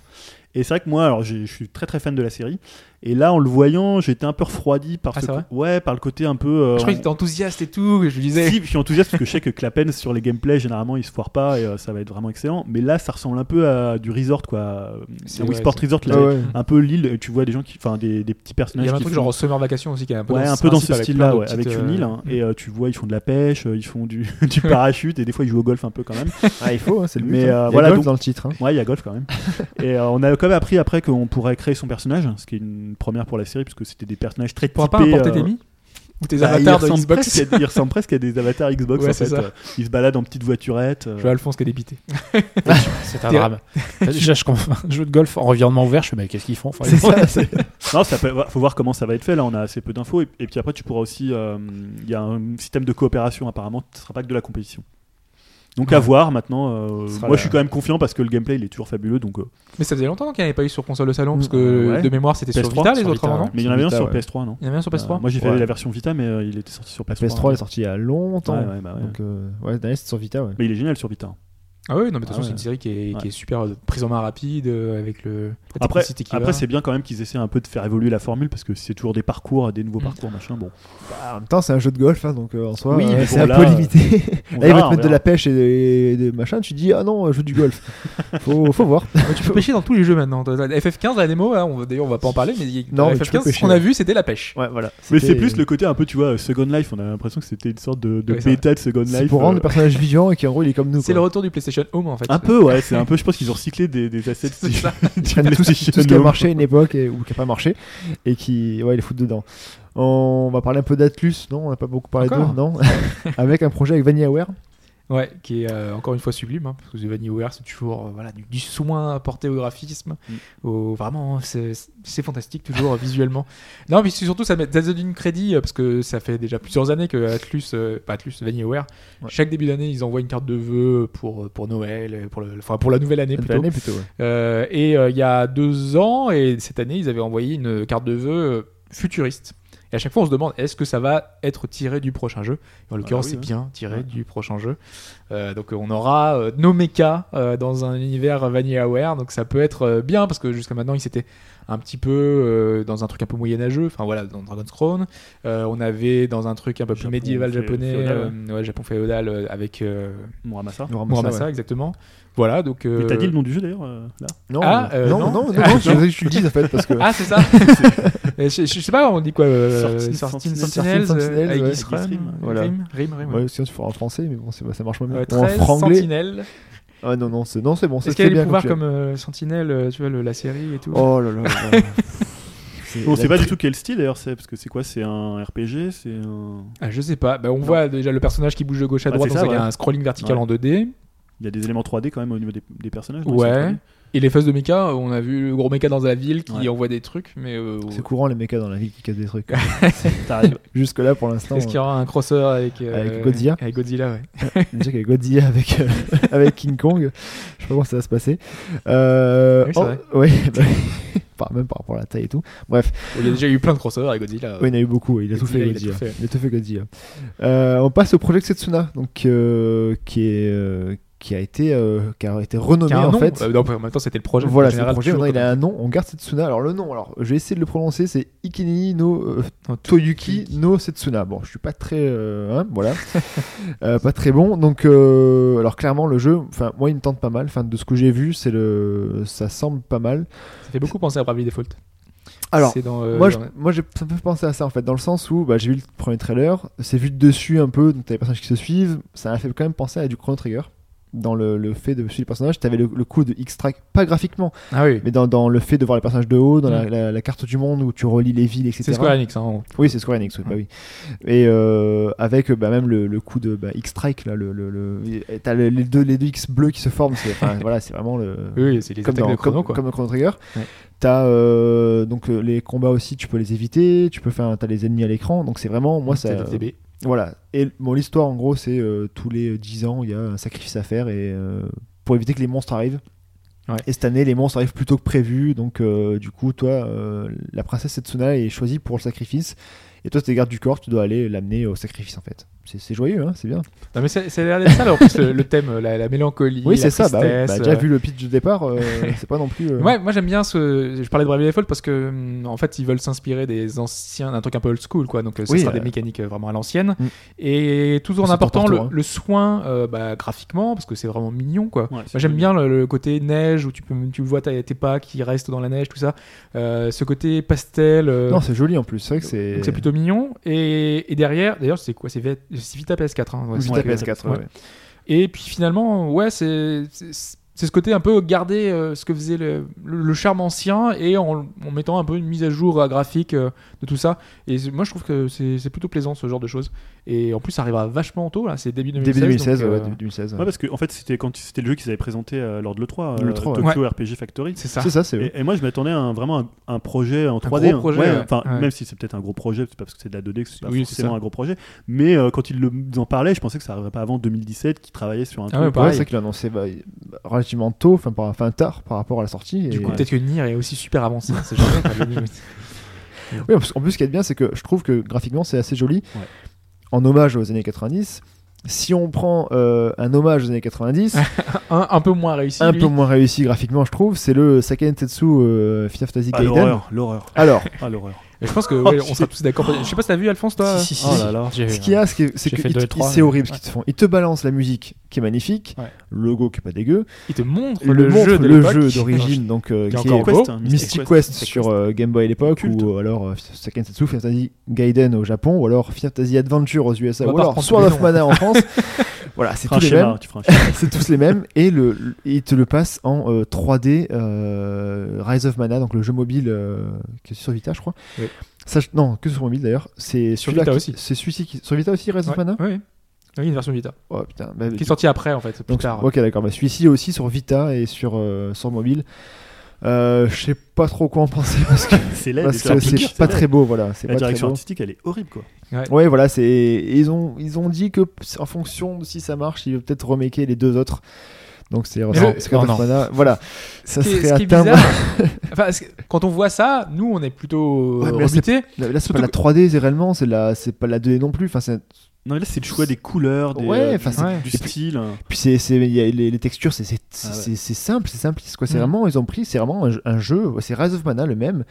S4: Et c'est vrai que moi, alors j'ai- je suis très très fan de la série. Et là, en le voyant, j'étais un peu refroidi par,
S3: Ah,
S4: ce
S3: c'est
S4: co-
S3: vrai
S4: ouais, par le côté un peu. euh,
S3: Je croyais que t'étais enthousiaste et tout, et je lui disais.
S4: Si, je suis enthousiaste parce que je sais que Clapens sur les gameplays généralement il se foire pas et euh, ça va être vraiment excellent. Mais là ça ressemble un peu à du resort quoi.
S3: C'est
S4: C'est Wii
S3: vrai,
S4: Sport
S3: ça.
S4: Resort là.
S2: Ah ouais.
S4: Un peu l'île, tu vois des gens qui. Enfin des, des petits
S3: Il
S4: personnages.
S3: y a un
S4: qui
S3: truc
S4: font-
S3: genre Summer Vacation aussi qui est un peu
S4: Ouais,
S3: dans
S4: un peu dans ce
S3: principe avec
S4: style-là,
S3: plein de
S4: ouais, avec
S3: petites,
S4: une île. hein.
S3: euh,
S4: Et euh, tu vois, ils font de la pêche, euh, ils font du, du parachute et des fois ils jouent au golf un peu quand même.
S2: Ah, il faut, hein, c'est le but. hein.
S4: Mais, euh,
S2: Il y a
S4: voilà,
S2: golf
S4: donc-
S2: dans le titre. hein.
S4: Ouais, il y a golf quand même. Et euh, on a quand même appris après qu'on pourrait créer son personnage, ce qui est une première pour la série, puisque c'était des personnages très
S3: Tu pourras pas
S4: typés,
S3: importer
S4: euh,
S3: tes mis Ou tes
S4: bah,
S3: avatars
S4: ils
S3: de
S4: ressemblent
S3: Xbox
S4: presque à- ils ressemblent presque à des avatars Xbox
S3: Ouais,
S4: en
S3: c'est
S4: fait.
S3: ça.
S4: Euh, Ils se baladent en petite voiturette. euh,
S3: Je vois Alphonse qui est débité.
S5: C'est un
S3: T'es-
S5: drame. Déjà, je comprends. Un jeu de golf en environnement ouvert, je fais, mais qu'est-ce qu'ils font Enfin,
S3: C'est ça.
S4: Non, ça peut, faut voir comment ça va être fait. Là, on a assez peu d'infos. Et, et puis après, tu pourras aussi. euh, Il y a un système de coopération, apparemment. Ce sera pas que de la compétition. Donc, à
S3: Ouais.
S4: voir maintenant. euh,
S5: Ce sera
S4: moi,
S5: la-
S4: je suis quand même confiant parce que le gameplay, il est toujours fabuleux. Donc, euh,
S3: Mais ça faisait longtemps qu'il n'y en avait pas eu sur console de salon, parce
S4: Euh,
S3: que
S4: ouais.
S3: de mémoire c'était sur
S4: PS3,
S3: Vita les
S5: sur
S3: autres
S5: Vita,
S3: avant,
S5: ouais.
S3: non
S4: Mais il y en avait un
S2: Vita,
S4: sur
S2: ouais.
S4: PS3, non
S3: Il y en avait un sur
S4: Euh,
S3: PS3
S4: Moi, j'ai fait
S2: Ouais.
S4: la version Vita, mais euh, il était sorti sur PS3.
S2: PS3
S4: hein.
S2: est sorti il y a longtemps.
S4: Ouais, ouais, bah ouais.
S2: Donc, euh, ouais, dernier, c'était sur Vita. Ouais.
S4: Mais il est génial sur Vita. hein.
S3: Ah oui, non, mais de toute
S4: Ah
S3: façon, c'est
S4: ouais.
S3: une série qui est, qui
S4: Ouais.
S3: est super euh, prise en main rapide, euh, avec le. la
S4: Après,
S3: technicité qui va.
S4: après c'est bien quand même qu'ils essaient un peu de faire évoluer la formule parce que c'est toujours des parcours, des nouveaux
S3: Mm.
S4: parcours, machin. Bon,
S2: Bah, en même temps, c'est un jeu de golf, hein, donc euh, en soi,
S4: Oui,
S2: euh,
S4: mais
S2: c'est
S4: bon,
S2: un
S4: là,
S2: peu limité.
S4: on
S2: Là, ils vont
S4: verra,
S2: te
S4: on
S2: mettre de
S4: verra.
S2: la pêche et des, des machins. Tu dis, ah non, je joue du golf. Faut, faut voir.
S3: Tu peux pêcher dans tous les jeux maintenant. T'as- t'as- FF15, la démo, hein, on- d'ailleurs, on va pas en parler, mais il-
S2: Non, mais tu peux
S3: FF15, ce
S2: pêcher,
S3: qu'on a
S2: ouais.
S3: vu, c'était la pêche.
S2: Ouais, voilà.
S4: Mais c'est plus le côté un peu, tu vois, Second Life. On a l'impression que c'était une sorte de, de
S3: Ouais, c'est
S4: bêta de Second
S2: C'est
S4: Life.
S2: pour rendre
S4: euh,
S2: le personnage vivant et qui en gros, il est comme nous.
S3: C'est le
S2: quoi.
S3: retour du PlayStation Home en fait.
S4: Un peu, ouais, c'est un peu, je pense qu'ils ont recyclé des, des assets.
S3: C'est ça.
S4: du
S2: Ils prennent tout, ce-
S4: PlayStation
S2: tout ce qui a
S4: Home.
S2: marché à une époque et- ou qui a pas marché et qui, ouais, ils les foutent dedans. On va parler un peu d'Atlus, non On n'a pas beaucoup parlé d'eux,
S3: Encore
S2: non Avec un projet avec VanillaWare.
S3: Ouais, qui est euh, encore une fois sublime, hein, parce que The Vanillaware, c'est toujours euh, voilà, du, du soin apporté au graphisme. au- vraiment, c'est c'est fantastique, toujours euh, visuellement. Non, mais c'est surtout, ça met ça donne du crédit, euh, parce que ça fait déjà plusieurs années que Atlus, euh, pas Atlus, Vanillaware,
S2: Ouais.
S3: chaque début d'année, ils envoient une carte de vœux pour, euh, pour Noël, euh, pour, le, enfin, pour la nouvelle année plutôt.
S2: L'année plutôt. ouais.
S3: Euh, et euh, il y a deux ans, et cette année, ils avaient envoyé une carte de vœux euh, futuriste. Et à chaque fois, on se demande est-ce que ça va être tiré du prochain jeu Et En l'occurrence,
S4: oui,
S3: c'est bien
S4: hein.
S3: tiré
S4: Ouais.
S3: du prochain jeu. Euh, donc, euh, on aura euh, Nomeka euh, dans un univers VanillaWare. Donc, ça peut être euh, bien parce que jusqu'à maintenant, ils s'étaient un petit peu euh, dans un truc un peu moyenâgeux. Enfin, voilà, dans Dragon's Crown. Euh, on avait dans un truc un peu plus
S4: Japon
S3: médiéval
S4: fé-
S3: japonais,
S4: féodal,
S3: euh, ouais, Japon féodal euh, avec euh,
S4: Bon, Ramassa.
S2: On ramasse ça,
S3: Muramasa,
S2: ouais.
S3: exactement. Voilà, donc.
S4: Mais t'as
S3: euh,
S4: dit le nom du jeu d'ailleurs euh, là
S2: Non,
S3: Ah, euh,
S2: non,
S3: non.
S2: non, non,
S3: Ah,
S2: non, je voulais que tu le dises en fait parce que.
S3: Ah, c'est ça Euh, je, je- je sais pas, on dit quoi euh,
S4: Sortine,
S3: Sortine
S4: Sentinelles,
S3: Sentinelles,
S2: Sortine, Sentinelles,
S3: euh,
S2: ouais.
S3: Aegis Run,
S4: Rime,
S2: voilà.
S3: Rime, Rime, Rime, ouais.
S2: Ouais, sinon tu feras en français, mais bon, c'est- ça marche moins bien.
S3: Euh,
S2: Ou en
S3: 13
S2: franglais.
S3: Sentinelles.
S2: Ah non, non, c'est non, c'est bon,
S3: Est-ce
S2: c'est
S3: qu'elle a des
S2: bien
S3: pouvoirs
S2: comme
S3: comme euh, Sentinelle, euh, tu vois, le- la série et tout
S2: tu as. Oh là là. là. C'est
S4: On
S2: la
S4: sait pas
S2: tri-
S4: du tout quel style d'ailleurs c'est, parce que c'est quoi C'est un RPG C'est un.
S3: ah, Je sais pas. Bah, on voit déjà le personnage qui bouge de gauche à
S4: Ah,
S3: droite,
S4: c'est
S3: donc
S4: ça,
S3: il y a
S4: ouais.
S3: un scrolling vertical
S4: Ouais.
S3: en 2D.
S4: Il y a des éléments 3D quand même au niveau des, des personnages. non Ils sont
S3: Ouais.
S4: 3D.
S3: Et les phases de mecha, on a vu le gros mecha dans la ville qui
S4: Ouais.
S3: envoie des trucs, mais euh,
S2: C'est courant les mechas dans la vie qui cassent des trucs.
S4: T'arrives.
S2: Jusque là pour l'instant.
S3: est-ce qu'il y aura un crossover avec, euh,
S2: hein. Avec Godzilla
S3: avec Godzilla, ouais.
S2: Déjà euh, qu'il y a Godzilla avec, euh, avec King Kong, je sais pas comment ça va se passer. Euh,
S3: Oui, c'est vrai.
S2: ouais, bah, par- même par rapport à la taille et tout. Bref,
S3: Bon, Il y a déjà eu plein de crossovers avec Godzilla.
S2: oui, il y en a eu beaucoup, il a tout fait
S3: Godzilla, il
S2: Godzilla.
S3: a tout fait.
S2: Il a tout fait Godzilla. Euh, on passe au projet Setsuna, donc, euh, qui, est, euh, qui, a été, euh, qui a été renommé
S3: Qui a un
S2: en
S3: nom.
S2: fait.
S3: Euh, non, en même temps, c'était le projet.
S2: voilà, c'est
S3: général,
S2: le projet.
S3: toujours,
S2: Maintenant, il
S3: quoi.
S2: a un nom, on garde Setsuna. Alors, le nom, alors, je vais essayer de le prononcer, c'est Ikinini no euh, Toyuki no Setsuna. Bon, je suis pas très, euh, hein, voilà, Euh, pas très bon. Donc, euh, alors clairement, le jeu, enfin, moi, il me tente pas mal. Enfin, de ce que j'ai vu, c'est le, ça semble pas mal.
S3: Ça fait beaucoup penser à Bravely Default.
S2: Alors,
S3: C'est dans, euh,
S2: moi, je,
S3: dans-
S2: moi, j'ai un peu pensé à ça en fait, dans le sens où bah, j'ai vu le premier trailer, c'est vu de dessus un peu, donc t'as les personnages qui se suivent. Ça m'a fait quand même penser à du Chrono Trigger. Dans le, le fait de suivre les personnages, t'avais le, le coup de X-Track, pas graphiquement,
S3: Ah oui,
S2: mais dans, dans le fait de voir les personnages de haut, dans la, la- la carte du monde où tu relis les villes, etc.
S3: Mm. c'est Square Enix. Mm. hein, en-
S2: Oui, c'est Square Enix, oui, bah oui. Et euh, avec euh, bah, même le, le coup de bah, X-Strike, là, le, le, le- et t'as le- les, deux, les deux X bleus qui se forment, c'est enfin, voilà, c'est vraiment le.
S3: Oui, c'est les attaques
S2: dans,
S3: de chrono, quoi.
S2: comme dans Chrono Trigger.
S3: Ouais.
S2: T'as euh, donc euh, les combats aussi, tu peux les éviter, tu peux faire, t'as les ennemis à l'écran, donc c'est vraiment, moi ça.
S3: C'est des TB.
S2: Voilà. Et bon, l'histoire en gros, c'est euh, tous les 10 ans, il y a un sacrifice à faire et euh, pour éviter que les monstres arrivent.
S3: Ouais.
S2: Et cette année, les monstres arrivent plus tôt que prévu. Donc, euh, du coup, toi, euh, la princesse Setsuna est choisie pour le sacrifice. Et toi, si t'es garde du corps, tu dois aller l'amener au sacrifice en fait. C'est- C'est joyeux, hein, c'est bien.
S3: Non, mais ça, ça a l'air d'être ça, là, en plus, le, le thème, la, la mélancolie.
S2: Oui,
S3: la
S2: c'est ça. Bah, oui.
S3: tristesse,
S2: Bah, déjà
S3: euh,
S2: vu le pitch de départ, euh, c'est pas non plus. euh,
S3: Ouais, moi j'aime bien ce. Je parlais de Bravely Default parce que hum, en fait ils veulent s'inspirer des anciens, d'un truc un peu old school quoi. Donc euh, ce
S2: Oui,
S3: sera
S2: euh,
S3: des mécaniques euh, vraiment à l'ancienne.
S2: Mm.
S3: Et toujours en
S2: C'est
S3: apportant
S2: partout,
S3: le,
S2: hein.
S3: le soin euh, bah, graphiquement parce que c'est vraiment mignon quoi.
S4: Ouais,
S3: Moi
S4: c'est
S3: j'aime
S4: cool.
S3: bien le, le côté neige où tu peux tu vois ta- tes pas qui restent dans la neige tout ça. Euh, ce côté pastel. euh,
S2: Non, c'est joli en plus. C'est vrai que
S3: donc
S2: c'est.
S3: c'est plutôt mignon. Et, et derrière, d'ailleurs c'est quoi C'est Vita c'est Vita PS4. hein, ouais,
S2: Vita
S3: c'est-
S2: PS4. ouais,
S3: ouais.
S2: ouais.
S3: et puis finalement, ouais, c'est c'est- c'est ce côté un peu garder euh, ce que faisait le, le- le charme ancien et en, en mettant un peu une mise à jour euh, graphique euh, de tout ça. Et c'est- moi, je trouve que c'est c'est plutôt plaisant ce genre de choses. Et en plus, ça arrivera vachement tôt là. C'est début 2016.
S2: Début 2016.
S3: donc, euh,
S2: ouais, début 2016.
S4: Ouais, parce que en fait, c'était quand c'était le jeu qu'ils avaient présenté euh, lors de l'E3, euh,
S2: Le 3, ouais.
S4: Tokyo RPG Factory.
S3: C'est ça.
S2: C'est ça, c'est.
S4: Et, et moi, je m'attendais à un- vraiment un, un projet en 3D.
S3: gros
S4: hein.
S3: projet,
S4: Ouais,
S3: ouais.
S4: enfin,
S3: Ouais.
S4: Même si c'est peut-être un gros projet, c'est pas parce que c'est de la 2D que c'est pas
S3: Oui, c'est
S4: forcément
S3: ça.
S4: un gros projet. Mais euh, quand ils, le- ils en parlaient, je pensais que ça arriverait pas avant 2017, qu'ils travaillaient sur un
S3: Ah
S4: truc.
S3: ouais,
S2: Ouais,
S3: pareil.
S2: c'est vrai qu'il l'a annoncé bah, relativement tôt, enfin, par, enfin tard par rapport à la sortie.
S3: Du
S2: et-
S3: coup, peut-être que Nier est aussi super avancé. hein, C'est génial, quoi, le jeu.
S2: Oui, parce qu'en plus, ce qui est bien, c'est que je trouve que graphiquement, c'est assez joli.
S4: Ouais.
S2: En hommage aux années 90. Si on prend euh, un hommage aux années 90,
S5: Ah,
S3: un, un peu moins réussi.
S2: un
S3: lui.
S2: peu moins réussi graphiquement, je trouve, c'est le Sakae Tetsu euh, Final Fantasy
S4: Ah,
S2: Gaiden.
S4: l'horreur, l'horreur,
S2: Alors,
S4: ah, l'horreur.
S3: Et Je pense que
S2: Oh,
S3: ouais, on sera tous d'accord. Je sais pas si t'as vu Alphonse toi.
S5: Si, si, si,
S4: Oh
S5: si.
S4: là là.
S5: J'ai-
S2: ce qu'il y a, c'est que- c'est
S5: euh,
S2: que
S5: J'ai fait
S2: ils te-
S5: deux et trois,
S2: ils-
S5: mais-
S2: c'est horrible ce qu'ils te font. Ils te balancent la musique qui est magnifique,
S3: Ouais.
S2: le logo qui est pas dégueu,
S3: Il te montre
S2: le,
S3: le,
S2: montre,
S3: jeu de
S2: le
S3: l'époque.
S2: jeu d'origine, donc euh,
S3: Qui
S2: qui
S3: est
S2: est
S3: encore
S4: Quest,
S3: beau.
S4: hein,
S2: Mystic Quest
S4: Mystic
S2: sur euh, Game Boy à l'époque,
S4: Culte.
S2: ou alors euh, Sakae Tetsu Final Fantasy Gaiden au Japon, ou alors Final Fantasy Adventure aux USA,
S3: On va
S2: ou
S3: pas
S2: alors
S3: reprendre
S2: Sword
S3: tous les
S2: of
S3: noms.
S2: Mana en France. voilà, c'est
S4: Tu feras un
S2: tous les mêmes.
S4: schéma, tu feras un schéma.
S2: c'est tous les mêmes et le le- il te le passe en euh, 3D euh, Rise of Mana donc le jeu mobile euh, qui est sur Vita je crois
S3: Oui.
S2: Ça, je- non que sur mobile d'ailleurs c'est
S3: Sur
S2: celui-là
S3: Vita
S2: qui-
S3: aussi.
S2: c'est celui-ci qui sur Vita aussi Rise of
S3: Ouais,
S2: Mana
S3: ouais. Oui, une version Vita.
S2: oh putain bah,
S3: Qui est sortie après en fait, plus
S2: donc,
S3: tard.
S2: ok d'accord bah, celui-ci aussi sur Vita et sur euh, sur mobile Euh, je sais pas trop quoi en penser parce que
S4: C'est laid.
S2: parce
S4: déjà,
S2: que
S4: c'est
S2: c'est
S4: laid.
S2: pas très beau voilà c'est
S4: La
S2: pas très
S4: direction
S2: beau
S4: artistique, elle est horrible, quoi.
S2: Ouais, voilà, c'est ils ont ils ont dit que p- en fonction de si ça marche, ils vont peut-être remaker les deux autres. Donc c'est
S3: Mais
S2: c'est-
S3: bon,
S2: c'est
S5: non,
S4: Oh,
S2: Rise of Mana. Voilà, ça
S3: Ce qui est-
S2: serait
S3: ce qui est
S2: atteint.
S3: bizarre, enfin, ce que- quand on voit ça, nous on est plutôt
S2: Ouais, mais là,
S3: rebuté.
S2: Là, là, c'est pas
S3: Surtout
S2: la 3D, c'est réellement, c'est la c'est pas la 2D non plus. Enfin, c'est-
S4: Non, mais là, c'est le choix des couleurs, des,
S2: Ouais,
S4: euh,
S2: enfin,
S4: du-
S3: c'est-
S4: du
S2: Et puis-
S4: style. hein.
S2: puis c'est c'est il y a les, les textures, c'est c'est
S4: Ah ouais.
S2: c'est- c'est simple, c'est simpliste quoi. C'est
S3: Mm.
S2: vraiment ils ont pris, c'est vraiment un, jeu- un jeu. C'est Rise of Mana le même.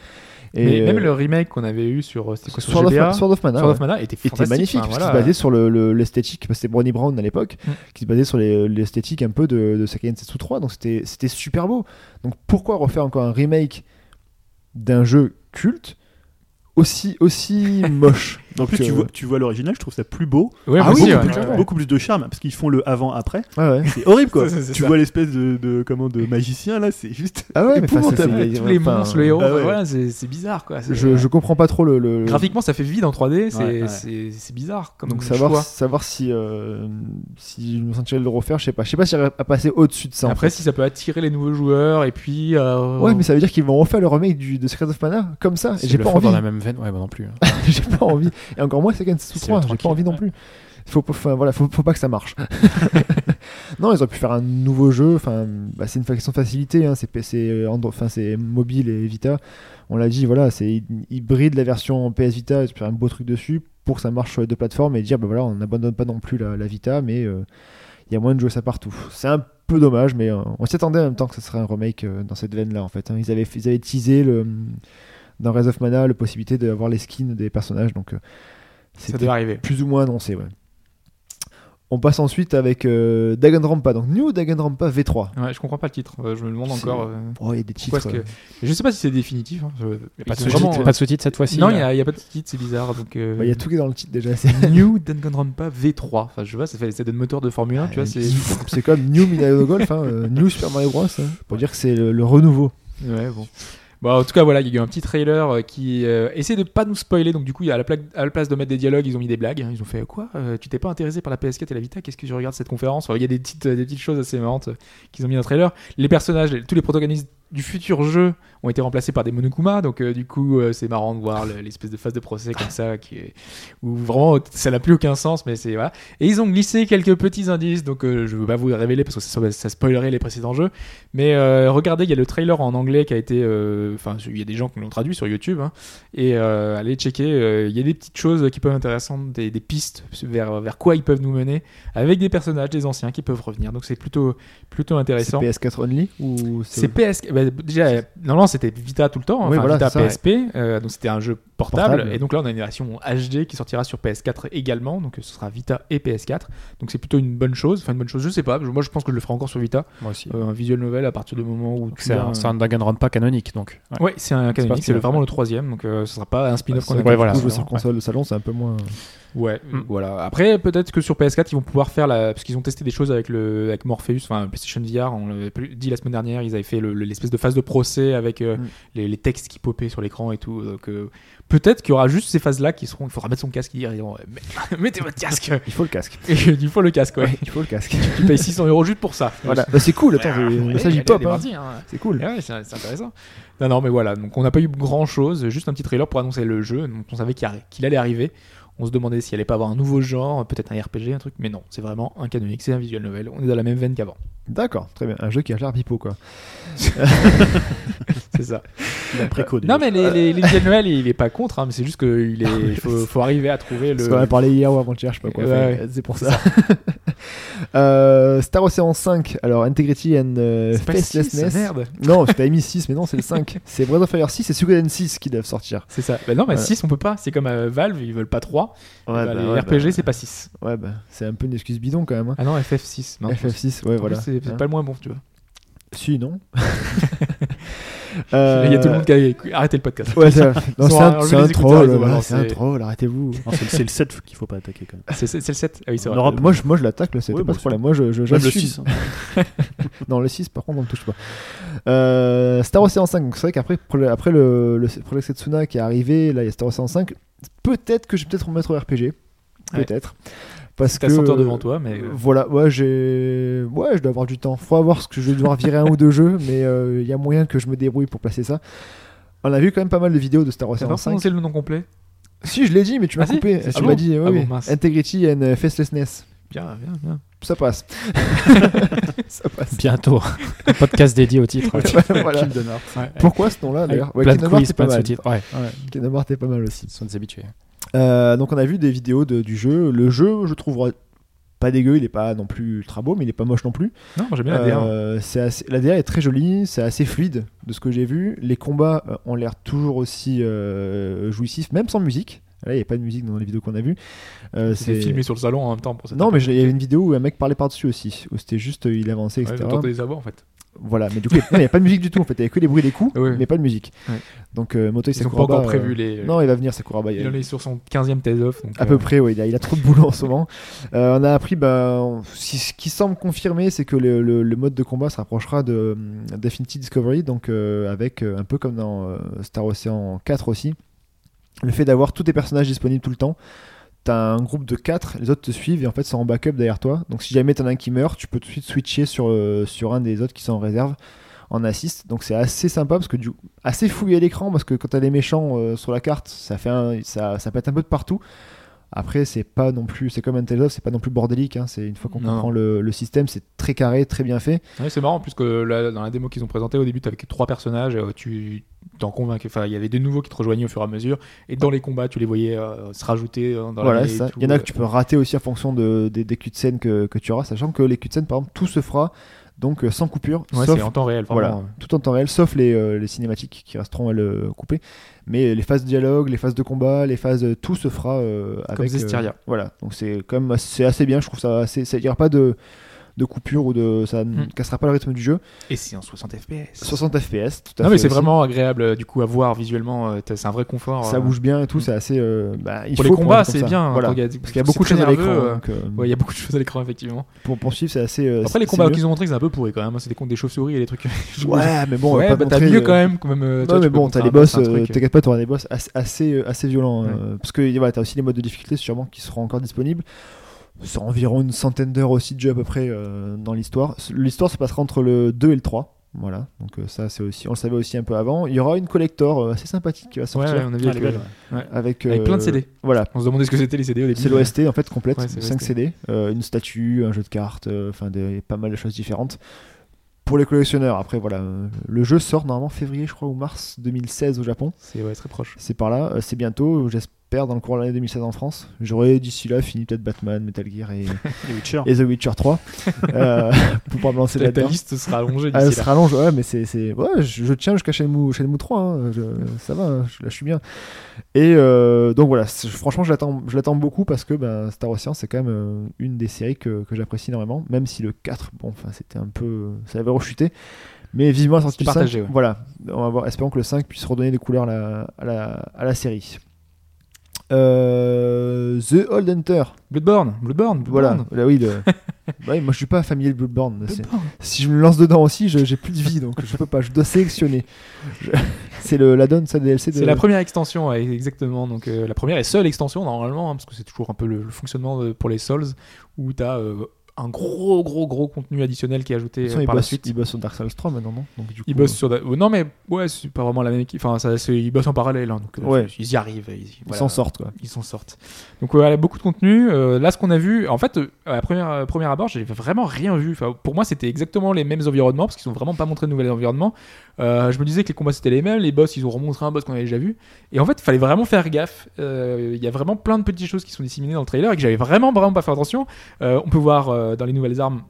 S2: Et
S3: Mais même
S2: euh,
S3: le remake qu'on avait eu sur, euh, c'était quoi, sur
S2: Sword of,
S3: GBA,
S2: Sword of Mana.
S3: Sword
S2: ouais.
S3: of Mana était
S2: était
S3: fantastique.
S2: magnifique
S3: Enfin,
S2: parce
S3: voilà.
S2: qu'il se basait sur le- le- l'esthétique parce que c'était Bronnie Brown à l'époque
S3: Mm.
S2: qui se basait sur les- l'esthétique un peu de, de Sakae Setsu 3 donc c'était c'était super beau donc pourquoi refaire encore un remake d'un jeu culte aussi aussi moche
S4: En plus,
S2: Donc,
S4: tu
S2: euh,
S4: vois, tu vois l'original, je trouve ça plus beau,
S3: Ouais,
S2: Ah
S3: moi
S2: oui,
S3: aussi,
S2: ouais,
S4: beaucoup,
S3: ouais.
S4: plus,
S2: clairement.
S4: beaucoup plus de charme, parce qu'ils font le avant-après.
S2: ah ouais
S4: C'est horrible, quoi.
S3: C'est- c'est
S4: tu
S3: ça.
S4: vois l'espèce de, de, comment, de magicien, là, c'est juste.
S2: ah ouais mais enfin, c'est-
S4: Épouvantable.
S2: c'est-
S3: Tous les
S2: enfin, euh,
S3: monstres, le héros,
S4: bah
S3: enfin,
S4: ouais.
S3: voilà, c'est c'est bizarre quoi. C'est- euh,
S2: je, je comprends pas trop le, le-
S3: Graphiquement, ça fait vide en 3D, c'est
S4: Ouais, ouais.
S3: c'est- c'est bizarre comme
S2: donc
S3: choix.
S2: savoir savoir si euh, si je me sentirais de le refaire je sais pas je sais pas si à passer au dessus de ça en
S3: Après,
S2: fait.
S3: si ça peut attirer les nouveaux joueurs et puis. euh,
S2: ouais mais ça veut dire qu'ils vont refaire le remake du, de Secret of Mana comme ça et
S5: Si
S2: j'ai
S5: je
S2: pas
S5: le fais
S2: envie
S5: dans la même veine, ouais, moi non plus. hein.
S2: j'ai pas envie. Et encore moins Second sous
S5: C'est
S2: 3, j'ai
S5: tranquille.
S2: pas envie non plus. Faut, pas- enfin, voilà, faut, faut pas que ça marche. non, ils auraient pu faire un nouveau jeu. Enfin, bah, c'est une façon de facilité. Hein, c'est PC, euh, Andro- enfin, c'est mobile et Vita. On l'a dit, voilà, c'est ils- ils brident la version PS Vita. Ils ont fait un beau truc dessus pour que ça marche sur les deux plateformes et dire, bah voilà, on n'abandonne pas non plus la, la Vita, mais euh, il y a moyen de jouer ça partout. C'est un peu dommage, mais euh, on s'y attendait en même temps que ce serait un remake euh, dans cette veine-là, en fait. hein. Ils, avaient, ils avaient teasé le, dans Rise of Mana la possibilité d'avoir les skins des personnages, donc euh,
S3: Ça
S2: c'était
S3: devait arriver.
S2: plus ou moins annoncé, ouais. On passe ensuite avec euh, Danganronpa, donc New Danganronpa V3.
S3: Ouais, je comprends pas le titre, euh, je me demande
S2: C'est-
S3: encore. euh,
S2: Oh, il y a des
S3: pourquoi
S2: titres.
S3: est-ce
S2: euh,
S3: que... Je sais pas si c'est définitif. hein, je-
S5: Y a Pas de
S3: ils ont
S5: sous-titres
S3: vraiment,
S5: pas de sous-titres cette fois-ci.
S3: Non, il
S5: là.
S3: n'y a, il y a pas de titre, c'est bizarre. Donc, euh,
S2: bah, Il y a tout qui est dans le titre déjà. C'est
S3: New Danganronpa V3. Enfin, je vois, ça fait ça donne moteur de Formule 1, Hein, tu vois, c'est
S2: c'est comme New Minado Golf, hein, euh, New Super Mario Bros. hein, pour dire que c'est le, le renouveau.
S3: Ouais, bon. Bon, en tout cas, voilà, il y a eu un petit trailer euh, qui euh, essaie de pas nous spoiler. Donc, du coup, il y a à la, plaque- à la place de mettre des dialogues, ils ont mis des blagues. hein. Ils ont fait quoi Euh, Tu t'es pas intéressé par la PS4 et la Vita Qu'est-ce que je euh, regarde cette conférence Enfin, Il y a des petites, des petites choses assez marrantes euh, qu'ils ont mis dans le trailer. Les personnages, les- tous les protagonistes du futur jeu ont été remplacés par des Monokuma. Donc, euh, du coup, euh, c'est marrant de voir le- l'espèce de phase de procès comme ça, qui est- où vraiment ça n'a plus aucun sens. Mais c'est voilà. Et ils ont glissé quelques petits indices. Donc, euh, je ne veux pas vous les révéler parce que ça, ça spoilerait les précédents jeux. Mais euh, regardez, il y a le trailer en anglais qui a été. euh, Enfin, il y a des gens qui l'ont traduit sur YouTube. hein. et euh, allez checker. euh, Il y a des petites choses qui peuvent être intéressantes, des, des pistes vers, vers quoi ils peuvent nous mener, avec des personnages, des anciens qui peuvent revenir. Donc, c'est plutôt, plutôt
S2: C'est
S3: intéressant.
S2: PS4 only ou
S3: C'est PS. bah, déjà, euh, normalement, c'était Vita tout le temps, hein,
S2: Oui,
S3: enfin,
S2: voilà,
S3: Vita
S2: c'est ça,
S3: PSP. euh, donc, c'était un jeu portable,
S2: Portable.
S3: Et donc là, on a une version HD qui sortira sur PS4 également. Donc, euh, ce sera Vita et PS4. Donc, c'est plutôt une bonne chose. Enfin, une bonne chose, je sais pas. Moi, je pense que je le ferai encore sur Vita.
S5: Moi aussi.
S3: euh, un visual novel à partir du moment où. tu
S5: C'est
S3: as
S5: un, c'est un Danganronpa canonique, donc. Ouais.
S3: Ouais, c'est un canonique.
S5: parti,
S3: C'est
S5: là.
S3: vraiment le troisième. Donc, euh, ce sera pas un spin-off qu'on a
S5: ouais, voilà.
S2: Du coup,
S3: Ouais.
S2: jouer sur console de salon, c'est un peu moins.
S3: Ouais,
S5: Mm.
S3: voilà. Après, peut-être que sur PS4, ils vont pouvoir faire la. Parce qu'ils ont testé des choses avec, le... avec Morpheus, enfin PlayStation VR, on l'avait plus- dit la semaine dernière, ils avaient fait le- le- l'espèce de phase de procès avec euh,
S2: Mm.
S3: les, les textes qui popaient sur l'écran et tout. Donc, euh, peut-être qu'il y aura juste ces phases-là qui seront. Il faudra mettre son casque et dire Met- mettez votre casque
S2: Il faut le casque.
S3: Et il faut le casque, ouais.
S2: Il faut le casque.
S3: tu payes 600 euros juste pour ça.
S2: voilà. Bah, c'est cool, attends,
S3: Ah, Ouais,
S2: le message
S3: allez,
S2: du top.
S3: allez,
S2: hein.
S3: parti, hein.
S2: C'est cool.
S3: Et ouais, c'est c'est intéressant. Non, non, mais voilà. Donc, on n'a pas eu grand chose. Juste un petit trailer pour annoncer le jeu. Donc, on savait qu'il arri- qu'il allait arriver. On se demandait s'il allait pas avoir un nouveau genre, peut-être un RPG, un truc. Mais non, c'est vraiment un canonique. C'est un visual novel. On est dans la même veine qu'avant.
S2: D'accord, très bien. Un jeu qui a l'air bipo, quoi.
S3: C'est ça.
S4: Préco, déjà.
S3: non, mais les, les, les visual novel, il est pas contre. hein, mais c'est juste qu'il est, faut, faut arriver à trouver
S2: Parce qu'on en
S3: le.
S2: a parlé hier ou avant-hier, je sais pas quoi.
S3: Ouais,
S2: Enfin,
S3: ouais.
S2: C'est pour ça. Euh, Star Ocean 5, alors Integrity and euh,
S3: C'est pas le six,
S2: Facelessness.
S3: merde.
S2: Non, c'est pas MI6, mais non, c'est le 5. c'est Breath of Fire 6 et Suikoden 6 qui doivent sortir.
S3: C'est ça. Bah non, mais
S2: Voilà.
S3: 6, on peut pas. C'est comme euh, Valve, ils veulent pas 3.
S2: Ouais, bah,
S3: les
S2: ouais,
S3: RPG,
S2: bah,
S3: c'est pas 6.
S2: Ouais, bah, c'est un peu une excuse bidon quand même. hein.
S3: Ah non, FF6. Non.
S2: FF6, ouais,
S3: En
S2: voilà.
S3: plus, C'est c'est
S2: Hein.
S3: pas le moins bon, tu vois.
S2: Si, non.
S3: Il y a tout
S2: Euh,
S3: le monde qui a arrêté le podcast.
S2: Ouais, ça- non,
S3: Ils
S2: c'est
S3: ont
S2: un,
S3: enlevé
S2: c'est
S3: les
S2: un
S3: écouteurs,
S2: troll,
S3: ils ont
S2: voilà,
S3: balancé.
S2: c'est un troll, arrêtez-vous.
S4: Non, c'est le- c'est le 7 qu'il faut pas attaquer quand même.
S3: C'est c'est- c'est le 7 Ah oui, c'est
S4: En
S3: vrai.
S4: Europe,
S2: Moi je, moi je l'attaque le 7,
S4: Ouais,
S2: pas
S3: bah,
S4: moi
S2: de
S4: aussi.
S2: problème. Moi je, je
S4: Même le
S2: j'assume.
S4: 6. hein.
S2: Non, le 6 par contre on le touche pas. Euh, Star Ocean 5, donc c'est vrai qu'après pro- après le, le Project Setsuna qui est arrivé, là il y a Star Ocean 5, peut-être que je vais peut-être remettre au RPG.
S3: Ouais.
S2: Peut-être. Parce
S3: T'as
S2: que.
S3: 100 heures devant toi, mais.
S2: Euh, Voilà, ouais, j'ai. Ouais, je dois avoir du temps. Faut avoir ce que je vais devoir virer un ou deux jeux, mais il y a moyen que je me débrouille pour placer ça. On a vu quand même pas mal de vidéos de Star Wars
S3: T'as pas
S2: 5.
S3: prononcé le nom complet
S2: Si, je l'ai dit, mais tu m'as
S3: Ah si
S2: coupé.
S3: Ah
S2: tu
S3: bon
S2: m'as dit, oui,
S3: Ah bon,
S2: oui.
S3: mince.
S2: Integrity and euh, Facelessness.
S3: Bien, bien, bien.
S2: Ça passe. ça passe.
S5: Bientôt. Un podcast dédié au titre. ouais.
S2: Voilà.
S5: Kingdom Hearts. Ouais.
S2: Pourquoi ce nom-là d'ailleurs Ouais,
S5: plein de
S2: Kingdom Hearts,
S5: quiz,
S2: c'est
S5: plein
S2: pas
S5: de
S2: mal.
S5: sous-titres. Ouais.
S2: Kingdom Hearts est pas mal aussi.
S5: Ils sont des habitués.
S2: Euh, donc on a vu des vidéos de- du jeu. Le jeu, je trouve pas dégueu, il est pas non plus ultra beau, mais il est pas moche non plus.
S3: Non, j'aime bien la hein. DR.
S2: Euh, c'est assez- la DR est très jolie, c'est assez fluide de ce que j'ai vu. Les combats euh, ont l'air toujours aussi euh, jouissifs, même sans musique. Là, il n'y a pas de musique dans les vidéos qu'on a vues. Euh,
S3: C'est filmé sur le salon en même temps pour cette
S2: Non, mais je- il y avait une vidéo où un mec parlait par-dessus aussi, où c'était juste euh, il avançait,
S3: Ouais,
S2: etc.
S3: autant des savoir en fait.
S2: voilà, mais du coup, il n'y a pas de musique du tout en fait, il n'y avait que les bruits des coups,
S3: Ouais.
S2: mais pas de musique.
S3: Ouais.
S2: Donc, euh, Moto
S3: Ils ont pas encore prévu les.
S2: Non, il va venir Sakuraba. il-
S3: Il en est sur son 15ème Tales of. donc,
S2: à
S3: euh,
S2: peu près, oui, il a, il a trop de boulot en ce moment. Euh, on a appris, bah, on- si- ce qui semble confirmé, c'est que le, le- le mode de combat se rapprochera de hum, d'Infinity Discovery, donc euh, avec euh, un peu comme dans euh, Star Ocean 4 aussi, le fait d'avoir tous tes personnages disponibles tout le temps. T'as un groupe de 4, les autres te suivent et en fait sont en backup derrière toi. Donc si jamais t'en as un qui meurt, tu peux tout de suite switcher sur, euh, sur un des autres qui sont en réserve en assist. Donc c'est assez sympa parce que du assez fouillé à l'écran parce que quand t'as les méchants euh, sur la carte, ça fait un, ça, ça pète un peu de partout. Après c'est pas non plus, c'est comme un Tales of, c'est pas non plus bordélique. hein. C'est une fois qu'on
S3: Non.
S2: comprend le, le système, c'est très carré, très bien fait.
S3: ouais, c'est marrant, puisque là, dans la démo qu'ils ont présentée au début, t'avais que trois personnages, euh, tu t'en convaincs. Enfin, il y avait des nouveaux qui te rejoignaient au fur et à mesure, et dans les combats, tu les voyais euh, se rajouter euh, dans
S2: voilà,
S3: la.
S2: c'est ça. Il y en a que tu peux rater aussi en fonction de, des, des cutscenes que, que tu auras, sachant que les cutscenes par exemple tout se fera donc euh, sans coupure,
S3: Ouais,
S2: sauf
S3: c'est en temps réel,
S2: Voilà,
S3: vraiment.
S2: tout en temps réel, sauf les, euh, les cinématiques qui resteront à le couper. Mais les phases de dialogue, les phases de combat, les phases, euh, tout se fera euh, avec. euh,
S3: Zestiria.
S2: voilà, donc c'est quand même assez, c'est assez bien. Je trouve ça, assez- ça- il n'y aura pas de, de coupure ou de, ça ne
S3: Mm.
S2: cassera pas le rythme du jeu.
S3: Et c'est en 60 FPS.
S2: 60 FPS, tout à
S3: Non,
S2: fait
S3: mais c'est
S2: aussi.
S3: vraiment agréable, euh, du coup, à voir visuellement. euh, t'as- C'est un vrai confort.
S2: Ça
S3: euh,
S2: bouge bien et tout,
S3: Mm.
S2: c'est assez. euh, bah, il
S3: Pour
S2: faut
S3: les combats,
S2: un jeu comme
S3: c'est
S2: ça.
S3: bien. hein,
S2: Voilà.
S3: pour-
S2: Parce qu'il y a beaucoup de
S3: c'est
S2: choses
S3: très
S2: à l'écran.
S3: nerveux, euh,
S2: donc, euh,
S3: Ouais, il y a beaucoup de choses à l'écran, effectivement.
S2: Pour poursuivre, c'est assez. euh,
S3: Après, les
S2: c'est-
S3: combats
S2: c'est
S3: qu'ils ont montrés, c'est un peu pourri quand même. hein, C'est des comptes des chauves-souris et des trucs.
S2: mieux. Ouais, mais bon, on va
S3: ouais,
S2: pas
S3: bah, t'as
S2: montrer,
S3: mieux
S2: euh,
S3: quand même. Quand même euh, tu vois,
S2: Non, mais
S3: tu peux
S2: bon,
S3: monter
S2: t'as
S3: un-
S2: les boss,
S3: un
S2: euh,
S3: truc, euh,
S2: t'inquiète pas, t'auras des boss assez, assez, euh, assez violents.
S3: Ouais.
S2: euh, parce que voilà, t'as aussi les modes de difficulté, sûrement, qui seront encore disponibles. C'est environ une centaine d'heures aussi de jeu à peu près euh, dans l'histoire. L'histoire se passera entre le 2 et le 3. Voilà, donc euh, ça c'est aussi, on le savait aussi un peu avant. Il y aura une collector euh, assez sympathique qui va
S3: Ouais,
S2: sortir
S3: ouais, on a vu
S4: Ah,
S3: avec,
S4: les
S3: le-
S4: gars,
S2: avec,
S3: avec plein de
S2: euh,
S3: CD.
S2: Voilà,
S3: On se demandait ce que c'était les CD au début.
S2: c'est l'OST en fait complète,
S3: Ouais, c'est
S2: 5
S3: l'OST.
S2: CD, euh, une statue, un jeu de cartes, euh, enfin des- pas mal de choses différentes pour les collectionneurs. Après voilà, euh, le jeu sort normalement en février je crois ou mars 2016 au Japon.
S3: C'est ouais, très proche.
S2: C'est par là, euh, c'est bientôt, j'espère dans le courant de l'année 2016 en France. J'aurai d'ici là fini peut-être Batman, Metal Gear et,
S4: les Witcher.
S2: et The Witcher 3 euh, pour pouvoir me lancer
S3: Ta, ta
S2: là-dedans.
S3: liste sera allongée
S2: Ah, elle
S3: d'ici
S2: se
S3: là.
S2: rallonge, ouais, mais c'est. c'est- Ouais, je, je tiens jusqu'à Shenmue, Shenmue 3, hein, je- ça va, hein, je, là je suis bien. Et euh, donc voilà, c'est- franchement, je l'attends je l'attends beaucoup parce que ben, Star Ocean, c'est quand même euh, une des séries que, que j'apprécie énormément, même si le 4, bon, enfin, c'était un peu. ça avait rechuté. Mais vivement la sortie
S3: C'était
S2: du 5,
S3: partagé, ouais.
S2: Voilà, on va voir, espérons que le 5 puisse redonner des couleurs à la, à la, à la série. Euh, The Old Hunter,
S3: Bloodborne, Bloodborne,
S2: voilà,
S3: Bloodborne.
S2: là, oui, le- ouais, moi je suis pas familier de Bloodborne. c'est-
S3: Bloodborne.
S2: si je me lance dedans aussi, je- j'ai plus de vie, donc je peux pas. Je dois sélectionner. Je- C'est le la donne, ça DLC. De...
S3: C'est la première extension, ouais, exactement. Donc euh, la première et seule extension normalement, hein, parce que c'est toujours un peu le, le fonctionnement de- pour les Souls, où t'as euh, un gros, gros, gros contenu additionnel qui est
S2: De
S3: ajouté
S2: toute
S3: euh,
S2: façon, ils
S3: par la
S2: bossent-
S3: suite.
S2: ils bossent sur Dark Souls 3 maintenant, non Donc du
S3: Ils
S2: coup, euh,
S3: bossent sur. da- Non, mais ouais, c'est pas vraiment la même équipe. Enfin, ça, c'est- ils bossent en parallèle. hein, donc, euh,
S2: Ouais.
S3: Ils y arrivent. Ils
S2: euh, ils
S3: voilà.
S2: s'en sortent quoi.
S3: Ils s'en sortent. Donc, ouais, beaucoup de contenu. Euh, là, ce qu'on a vu, en fait, euh, à la première, euh, première abord, j'ai vraiment rien vu. Enfin, pour moi, c'était exactement les mêmes environnements, parce qu'ils ont vraiment pas montré de nouveaux environnements. Euh, je me disais que les combats c'était les mêmes, les boss, ils ont remontré un boss qu'on avait déjà vu. Et en fait, il fallait vraiment faire gaffe. Euh, Il y a vraiment plein de petites choses qui sont disséminées dans le trailer et que j'avais vraiment, vraiment pas fait attention. Euh, on peut voir euh, dans les nouvelles armes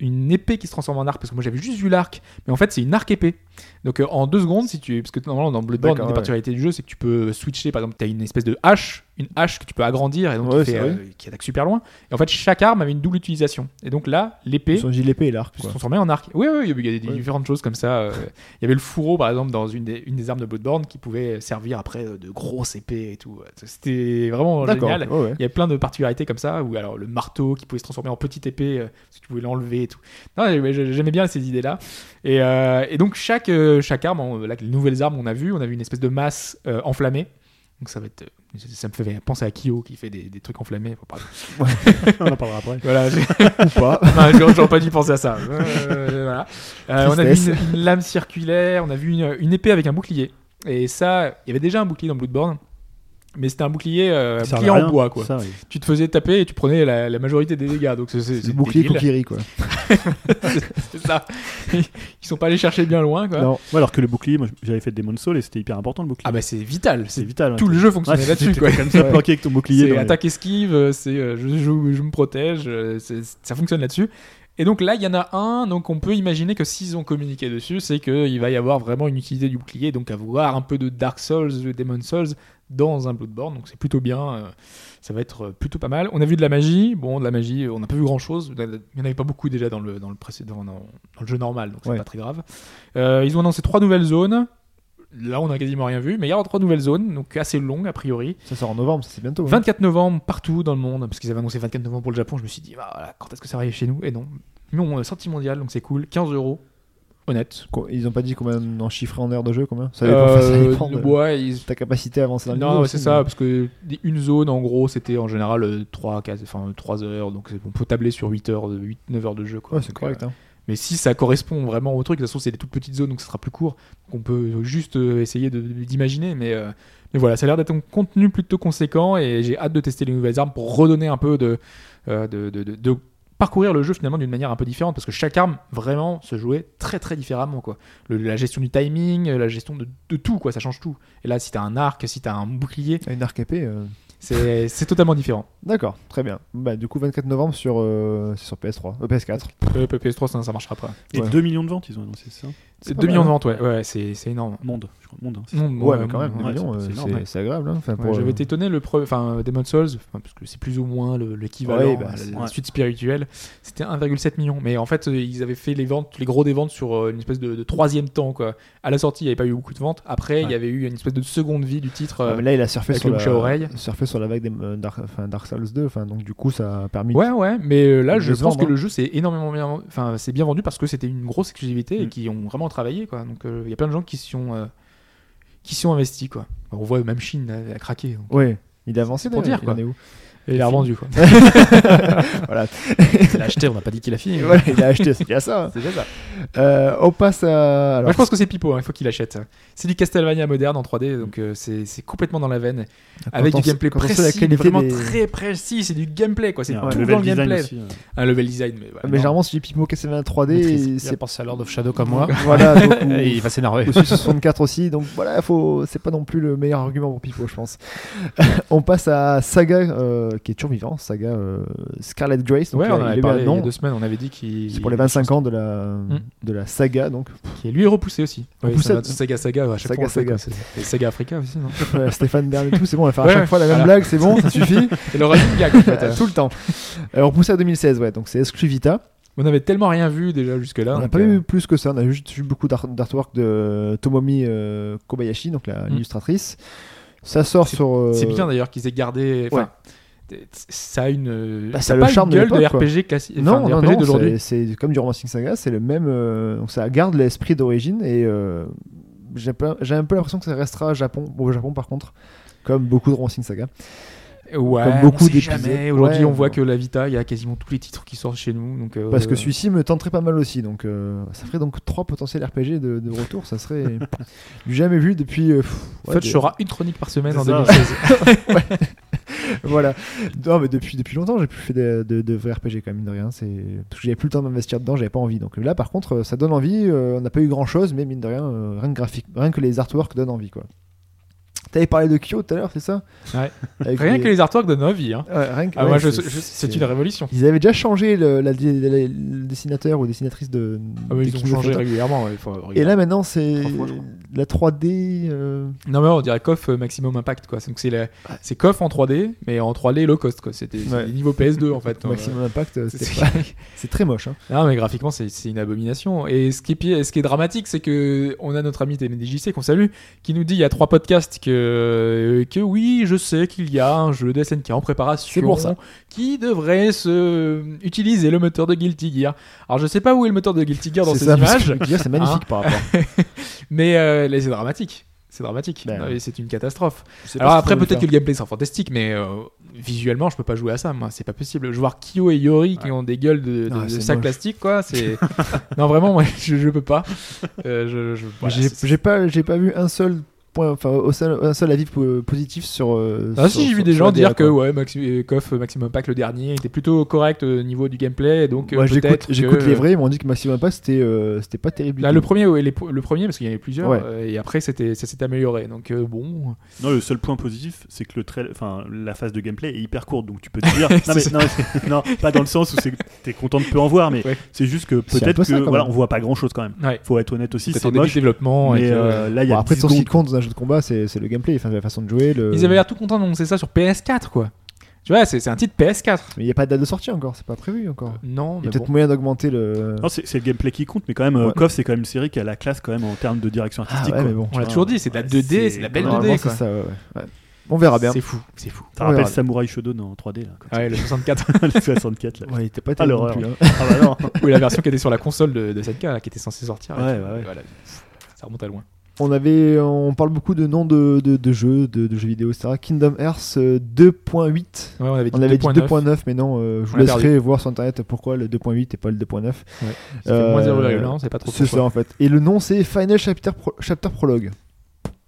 S3: une épée qui se transforme en arc parce que moi j'avais juste vu l'arc mais en fait c'est une arc épée donc euh, en deux secondes si tu parce que normalement dans Bloodborne
S2: D'accord,
S3: une des
S2: ouais.
S3: particularités du jeu c'est que tu peux switcher par exemple t'as une espèce de hache une hache que tu peux agrandir et donc
S2: Ouais,
S3: qui, fait,
S2: c'est vrai.
S3: euh, qui attaque super loin et en fait chaque arme avait une double utilisation et donc là l'épée
S2: Ils ont dit l'épée et l'arc.
S3: se
S2: quoi.
S3: transformait en arc. Oui, oui, il y a- il y a des
S2: Oui.
S3: différentes choses comme ça. euh, Il y avait le fourreau, par exemple, dans une des, une des armes de Bloodborne qui pouvait servir après euh, de grosses épées et tout. C'était vraiment
S2: D'accord.
S3: génial.
S2: ouais, ouais.
S3: Il y a plein de particularités comme ça, ou alors le marteau qui pouvait se transformer en petite épée, euh, parce que tu pouvais l'enlever et tout. Non, mais j'ai- j'aimais bien ces idées-là. Et, euh, et donc chaque, euh, chaque arme, on- là, les nouvelles armes, on a vu, on a vu une espèce de masse euh, enflammée. Donc ça va être, euh, ça me fait penser à Kyo qui fait des, des trucs enflammés. Faut pas-
S4: On en parlera après.
S3: Voilà, j'ai-
S2: Ou pas.
S3: non, j'aurais- j'aurais pas dû penser à ça. Euh, voilà. Euh, on a vu
S2: Tristesse.
S3: une, une lame circulaire, on a vu une, une épée avec un bouclier. Et ça, il y avait déjà un bouclier dans Bloodborne, mais c'était un bouclier, euh,
S4: Ça sert à
S3: bouclier en
S4: rien,
S3: bois, quoi.
S4: ça, oui.
S3: Tu te faisais taper et tu prenais la, la majorité des dégâts. Donc c'est- c'est
S2: C'est
S3: c'est
S2: le bouclier
S3: débile.
S2: Kokiri quoi.
S3: C'est ça. Ils sont pas allés chercher bien loin, quoi.
S2: Non.
S4: Ouais, alors que le bouclier, moi j'avais fait des Souls et c'était hyper important le bouclier.
S3: Ah bah c'est vital.
S4: c'est
S3: C'est
S4: vital. hein, ouais.
S3: tout le jeu fonctionnait
S4: Ouais,
S3: là-dessus,
S4: t'étais
S3: quoi.
S4: comme ça planqué avec ton bouclier. dans
S3: C'est
S4: les-
S3: attaque esquive, euh, c'est euh, je, je- je me protège, euh, c'est- ça fonctionne là-dessus. Et donc là, il y en a un, donc on peut imaginer que s'ils ont communiqué dessus, c'est qu'il va y avoir vraiment une utilité du bouclier, donc avoir un peu de Dark Souls, de Demon Souls dans un Bloodborne, donc c'est plutôt bien, euh, ça va être euh, plutôt pas mal. On a vu de la magie, bon, de la magie, euh, on n'a pas vu grand-chose, il n'y en avait pas beaucoup déjà dans le, dans le précédent, dans, dans le jeu normal, donc c'est
S2: Ouais.
S3: pas très grave. Euh, ils ont annoncé trois nouvelles zones, là on n'a quasiment rien vu, mais il y aura trois nouvelles zones, donc assez longues a priori.
S2: Ça sort en novembre, ça, c'est bientôt. hein.
S3: 24 novembre partout dans le monde, parce qu'ils avaient annoncé 24 novembre pour le Japon, je me suis dit, bah, voilà, quand est-ce que ça arrive chez nous Et non. Mais on a sortie mondiale, donc c'est cool. 15 euros, honnête.
S2: Quoi, Ils ont pas dit combien en chiffré en heures de jeu combien Ça dépend, ça
S3: Euh,
S2: dépend de
S3: ouais, ils-
S2: ta capacité à avancer dans le
S3: Non,
S2: niveau
S3: ouais,
S2: aussi,
S3: c'est ça,
S2: mais-
S3: parce que des- une zone, en gros, c'était en général 3, enfin, 3 heures, donc c'est- on peut tabler sur 8 heures, 8, 9 heures de jeu. Quoi.
S2: Ouais, c'est
S3: Donc, euh,
S2: correct. hein.
S3: Mais si ça correspond vraiment au truc, de toute façon c'est des toutes petites zones donc ça sera plus court. Donc on peut juste euh, essayer de- d'imaginer. Mais, euh, mais voilà, ça a l'air d'être un contenu plutôt conséquent et j'ai hâte de tester les nouvelles armes pour redonner un peu de. euh, de, de- de- de parcourir le jeu finalement d'une manière un peu différente parce que chaque arme vraiment se jouait très très différemment quoi Le- la gestion du timing euh, la gestion de, de tout quoi ça change tout et là si t'as un arc si t'as un bouclier
S2: Une arc épée, euh,
S3: c'est c'est totalement différent
S2: D'accord, très bien. Bah, du coup, 24 novembre sur, euh, c'est sur PS3, euh, PS4.
S3: Euh, PS3 ça, ça marchera pas
S4: Et
S2: Ouais.
S4: 2 millions de ventes, ils ont annoncé c'est ça.
S2: C'est pas
S3: 2
S2: mal,
S3: millions de
S2: hein.
S3: ventes ouais, ouais c'est c'est énorme
S4: Monde, je crois. Monde. hein.
S3: Non,
S2: Ouais,
S3: bon,
S2: mais quand même,
S4: ouais,
S2: millions,
S4: c'est-
S2: euh,
S4: c'est énorme,
S2: c'est
S4: ouais.
S2: c'est agréable. hein. Enfin,
S3: Ouais,
S2: pour,
S3: J'avais
S2: euh,
S3: été étonné, le pre... enfin, Demon's Souls, enfin, parce que c'est plus ou moins le- l'équivalent,
S2: Ouais, bah,
S3: à la-
S2: c'est-
S3: la
S4: ouais.
S3: suite spirituelle, c'était 1,7 million. Mais en fait, euh, ils avaient fait les ventes, les gros des ventes sur euh, une espèce de, de troisième temps. Quoi. À la sortie, il n'y avait pas eu beaucoup de ventes. Après, il y
S4: Ouais.
S3: avait eu une espèce de seconde vie du titre.
S2: ouais,
S3: euh,
S2: Ah, mais là, il a surfé
S3: avec
S2: sur,
S3: le bouche à oreille.
S2: la... surfé sur la vague des euh, Dark... enfin, Dark Souls 2, enfin, donc du coup, ça a permis.
S3: Ouais, ouais, mais euh, là,
S2: de
S3: je
S2: se
S3: pense
S2: vendre,
S3: que
S2: hein.
S3: le jeu s'est énormément bien, enfin, c'est bien vendu parce que c'était une grosse exclusivité et
S4: Mm.
S3: qui ont vraiment travaillé, quoi. Donc, euh, il y a plein de gens qui s'y ont, euh, qui s'y ont investis, quoi. On Bah, voit même Chine a, a craqué. donc.
S2: Ouais, il a avancé
S3: pour
S2: d'ailleurs,
S3: dire,
S2: il en est où
S3: Et il a revendu quoi.
S2: Voilà.
S5: Il l'a acheté, on n'a pas dit qu'il a fini.
S2: Voilà, il a acheté, c'est déjà ça. hein.
S3: C'est ça.
S2: Euh, on passe à.
S3: Moi,
S2: Alors,
S3: je pense que c'est Pipo, hein, il faut qu'il achète. C'est du Castlevania moderne en 3D, donc euh, c'est c'est complètement dans la veine. Avec
S2: on
S3: du
S2: sait-
S3: gameplay
S2: quand on sait
S3: précis,
S2: la qualité
S3: vraiment
S2: des-
S3: très précis, c'est du gameplay quoi, c'est
S4: Ouais,
S3: tout
S4: level
S3: dans le
S4: design
S3: gameplay.
S4: aussi, euh.
S3: Un level design, mais, ouais,
S2: mais
S3: non.
S2: généralement, si tu dis Pimo Castlevania 3D,
S5: Il a
S2: c'est
S5: pensé à Lord of Shadow comme moi.
S2: Voilà, donc, ou-
S5: Et il va s'énerver.
S2: ou sur 64 aussi, donc voilà, faut... c'est pas non plus le meilleur argument pour Pipo, je pense. on passe à Saga, euh, qui est toujours vivant, Saga euh, Scarlet Grace. donc
S3: Ouais,
S2: là,
S3: on en
S2: il a eu
S3: avait
S2: un
S3: parlé il y
S2: nom.
S3: a deux semaines, on avait dit qu'il.
S2: C'est pour les 25 ans de la,
S3: Mm.
S2: de la saga, donc
S3: Qui est lui repoussé aussi. Oui,
S2: Repoussé.
S3: ça va être saga Saga, à chaque
S2: Saga
S3: fois. on le fait,
S2: Saga.
S3: quoi, c'est- Et Saga Africa aussi, non
S2: euh, Stéphane Bern et tout, c'est bon, on va faire à
S3: Ouais,
S2: chaque
S3: ouais,
S2: fois la même
S3: voilà.
S2: blague, c'est bon, ça suffit,
S3: Et le running gag en fait.
S2: Euh,
S3: hein.
S2: tout le temps. Alors, on pousse à 2016, ouais, donc c'est Escrivita.
S3: On avait tellement rien vu déjà jusque-là.
S2: on n'a
S3: donc,
S2: pas
S3: euh,
S2: eu plus que ça, on a juste vu beaucoup d'art- d'artwork de Tomomi euh, Kobayashi, donc la- l'illustratrice. Ça sort sur. euh,
S3: Mm. C'est bien d'ailleurs qu'ils aient gardé. enfin, Ça a une.
S2: Bah,
S3: c'est
S2: ça a le
S3: pas
S2: charme de
S3: une gueule de,
S2: l'époque, quoi.
S3: RPG classique.
S2: Non, non, non,
S3: d'aujourd'hui.
S2: c'est- c'est comme du Romancing Saga, c'est le même. euh, donc ça garde l'esprit d'origine et euh, j'ai pas- j'ai un peu l'impression que ça restera au Japon, au Japon par contre, comme beaucoup de Romancing Saga.
S3: Ouais,
S2: comme beaucoup
S3: on sait
S2: d'épisodes.
S3: jamais. Aujourd'hui,
S2: Ouais,
S3: on voit
S2: bon.
S3: que la Vita, il y a quasiment tous les titres qui sortent chez nous. Donc, euh,
S2: Parce que celui-ci me tenterait pas mal aussi, donc euh, ça ferait donc trois potentiels RPG de, de retour, ça serait du jamais vu depuis. euh, pff,
S3: En
S2: ouais,
S3: fait,
S2: des-
S3: je ferai une chronique par semaine
S4: C'est
S3: en
S4: ça.
S3: 2016.
S2: voilà. Non, mais depuis, depuis longtemps, j'ai plus fait de, de, de vrais RPG quand même, mine de rien. C'est parce que j'avais plus le temps d'investir dedans, j'avais pas envie. Donc là, par contre, ça donne envie. euh, on n'a pas eu grand chose, mais mine de rien, euh, rien, que graphique, rien que les artworks donnent envie, quoi. T'avais parlé de Kyo tout à l'heure, c'est ça
S3: Ouais.
S2: Avec
S3: Rien que les artworks donnent envie. Hein.
S2: Ouais, rien que-
S3: Ah,
S2: ouais,
S3: moi, je-
S2: c'est-
S3: je-
S2: c'est-
S3: c'est une révolution.
S2: Ils avaient déjà changé le, la- la- la- le dessinateur ou dessinatrice de.
S3: Ah, ouais,
S2: de
S3: ils ont
S2: Kyo
S3: changé
S2: Phantom.
S3: régulièrement. ouais, faut-
S2: Et là maintenant c'est
S3: Trois fois, je crois.
S2: la 3D. euh,
S3: Non mais on dirait KOF euh, Maximum Impact quoi. Donc c'est la- c'est KOF en 3D mais en 3D low cost quoi. C'était c'était
S2: Ouais.
S3: des niveaux PS2 en fait.
S2: Maximum impact. euh,
S3: Euh, c'est-
S2: c'était pas- C'est très moche. hein.
S3: non mais graphiquement c'est c'est une abomination. Et ce qui est, pire- ce qui est dramatique c'est que on a notre ami TMDJC qu'on salue qui nous dit il y a trois podcasts euh, que que oui je sais qu'il y a un jeu de SNK en préparation
S2: C'est pour ça.
S3: qui devrait se euh, utiliser le moteur de Guilty Gear. Alors je sais pas où est le moteur de Guilty Gear dans
S2: C'est
S3: ces
S2: ça, parce que
S3: images Hein
S2: je veux dire, C'est magnifique par rapport.
S3: mais euh, là c'est dramatique. C'est dramatique.
S2: Ben,
S3: Non, mais C'est une catastrophe.
S4: Je sais pas
S3: Alors
S4: si
S3: après
S4: faut le
S3: peut-être que le
S4: faire.
S3: gameplay sera fantastique, mais euh, visuellement je peux pas jouer à ça, moi c'est pas possible. Je Voir Kyo et Yori qui ont des gueules de, de-
S2: Ah,
S3: de
S2: c'est
S3: sacs
S2: moche.
S3: plastiques quoi, c'est non vraiment moi je, je peux pas. Euh, je, je- voilà,
S2: j'ai
S3: c'est-
S2: j'ai pas, j'ai pas vu un seul point, enfin au seul- un seul avis po- positif sur. euh,
S3: Ah
S2: sur-
S3: si j'ai vu
S2: sur-
S3: des
S2: sur
S3: gens
S2: la
S3: dire
S2: DA,
S3: que
S2: quoi.
S3: ouais Maxi- euh, KOF Maximum Pack le dernier était plutôt correct au niveau du gameplay, donc euh,
S2: Moi, j'écoute
S3: peut-être
S2: j'écoute
S3: que-
S2: les vrais, ils m'ont dit que Maximum Impact c'était euh, c'était pas terrible. du
S3: Là,
S2: tout.
S3: le premier, ouais, les po- le premier parce qu'il y en avait plusieurs,
S2: Ouais.
S3: euh, et après c'était ça s'est amélioré. Donc euh, bon,
S4: Non, le seul point positif, c'est que le trail, enfin, la phase de gameplay est hyper courte, donc tu peux te dire. non, mais,
S3: C'est
S4: non, mais- non, pas dans le sens où c'est que t'es content de peu en voir, mais
S3: Ouais.
S4: c'est juste que
S2: C'est un
S4: peut-être
S2: peu
S4: que
S2: ça, quand
S4: voilà,
S2: même.
S4: on voit pas grand chose quand même.
S3: ouais.
S4: Faut être honnête aussi,
S3: Peut-être
S4: c'est
S3: en début de
S4: moche.
S3: développement. et
S4: Mais
S3: que-
S4: euh, là, il y
S2: Bon,
S4: a
S2: après,
S4: 10
S2: ton qui
S4: secondes.
S2: compte dans un jeu de combat, c'est c'est le gameplay, enfin, la façon de jouer. Le...
S3: Ils avaient l'air tout contents d'annoncer ça sur PS4 quoi. Tu vois, c'est c'est un titre PS4.
S2: Mais il n'y a pas de date de sortie encore, c'est pas prévu encore. Il y
S3: Non, Euh, mais
S2: a peut-être
S3: bon.
S2: moyen d'augmenter le.
S4: Non, c'est c'est le gameplay qui compte, mais quand même, euh,
S2: Ouais.
S4: KOF, c'est quand même une série qui a la classe quand même en termes de direction
S2: Ah,
S4: artistique.
S2: ouais,
S4: quoi.
S2: mais bon.
S3: On l'a toujours dit, c'est de la
S4: Ouais,
S3: 2D, c'est
S4: c'est-
S3: de la belle
S4: normalement,
S3: 2D.
S2: Normalement, c'est
S3: Quoi.
S2: ça, ouais, ouais. Ouais. On verra bien.
S3: C'est fou, c'est fou.
S4: Ça
S2: On
S4: rappelle
S2: verra.
S4: Samurai Shodown en 3D, là. comme
S3: Ouais, le 64,
S4: ça, le 64, là.
S2: Ouais, il était pas
S4: Ah,
S2: terrible non
S4: l'horreur.
S2: plus, hein.
S4: Ah, bah non.
S3: ou la version qui était sur la console de, de Senka, là, qui était censée sortir.
S4: Ouais,
S3: Et puis,
S4: ouais, ouais.
S3: voilà, ça remonte à loin.
S2: On avait, on parle beaucoup de noms de, de, de jeux, de, de jeux vidéo, etc. Kingdom Hearts euh, 2.8.
S3: Ouais, on avait dit
S2: On avait dit
S3: 2.9,
S2: 2.9, mais non, euh, je vous
S3: On l'a perdu.
S2: laisserai voir sur internet pourquoi le 2.8 et pas le 2.9.
S3: c'était moins 0,1, c'est pas trop
S2: Euh, C'est
S3: pourquoi.
S2: ça en fait. Et le nom c'est Final Chapter, Pro- Chapter Prologue.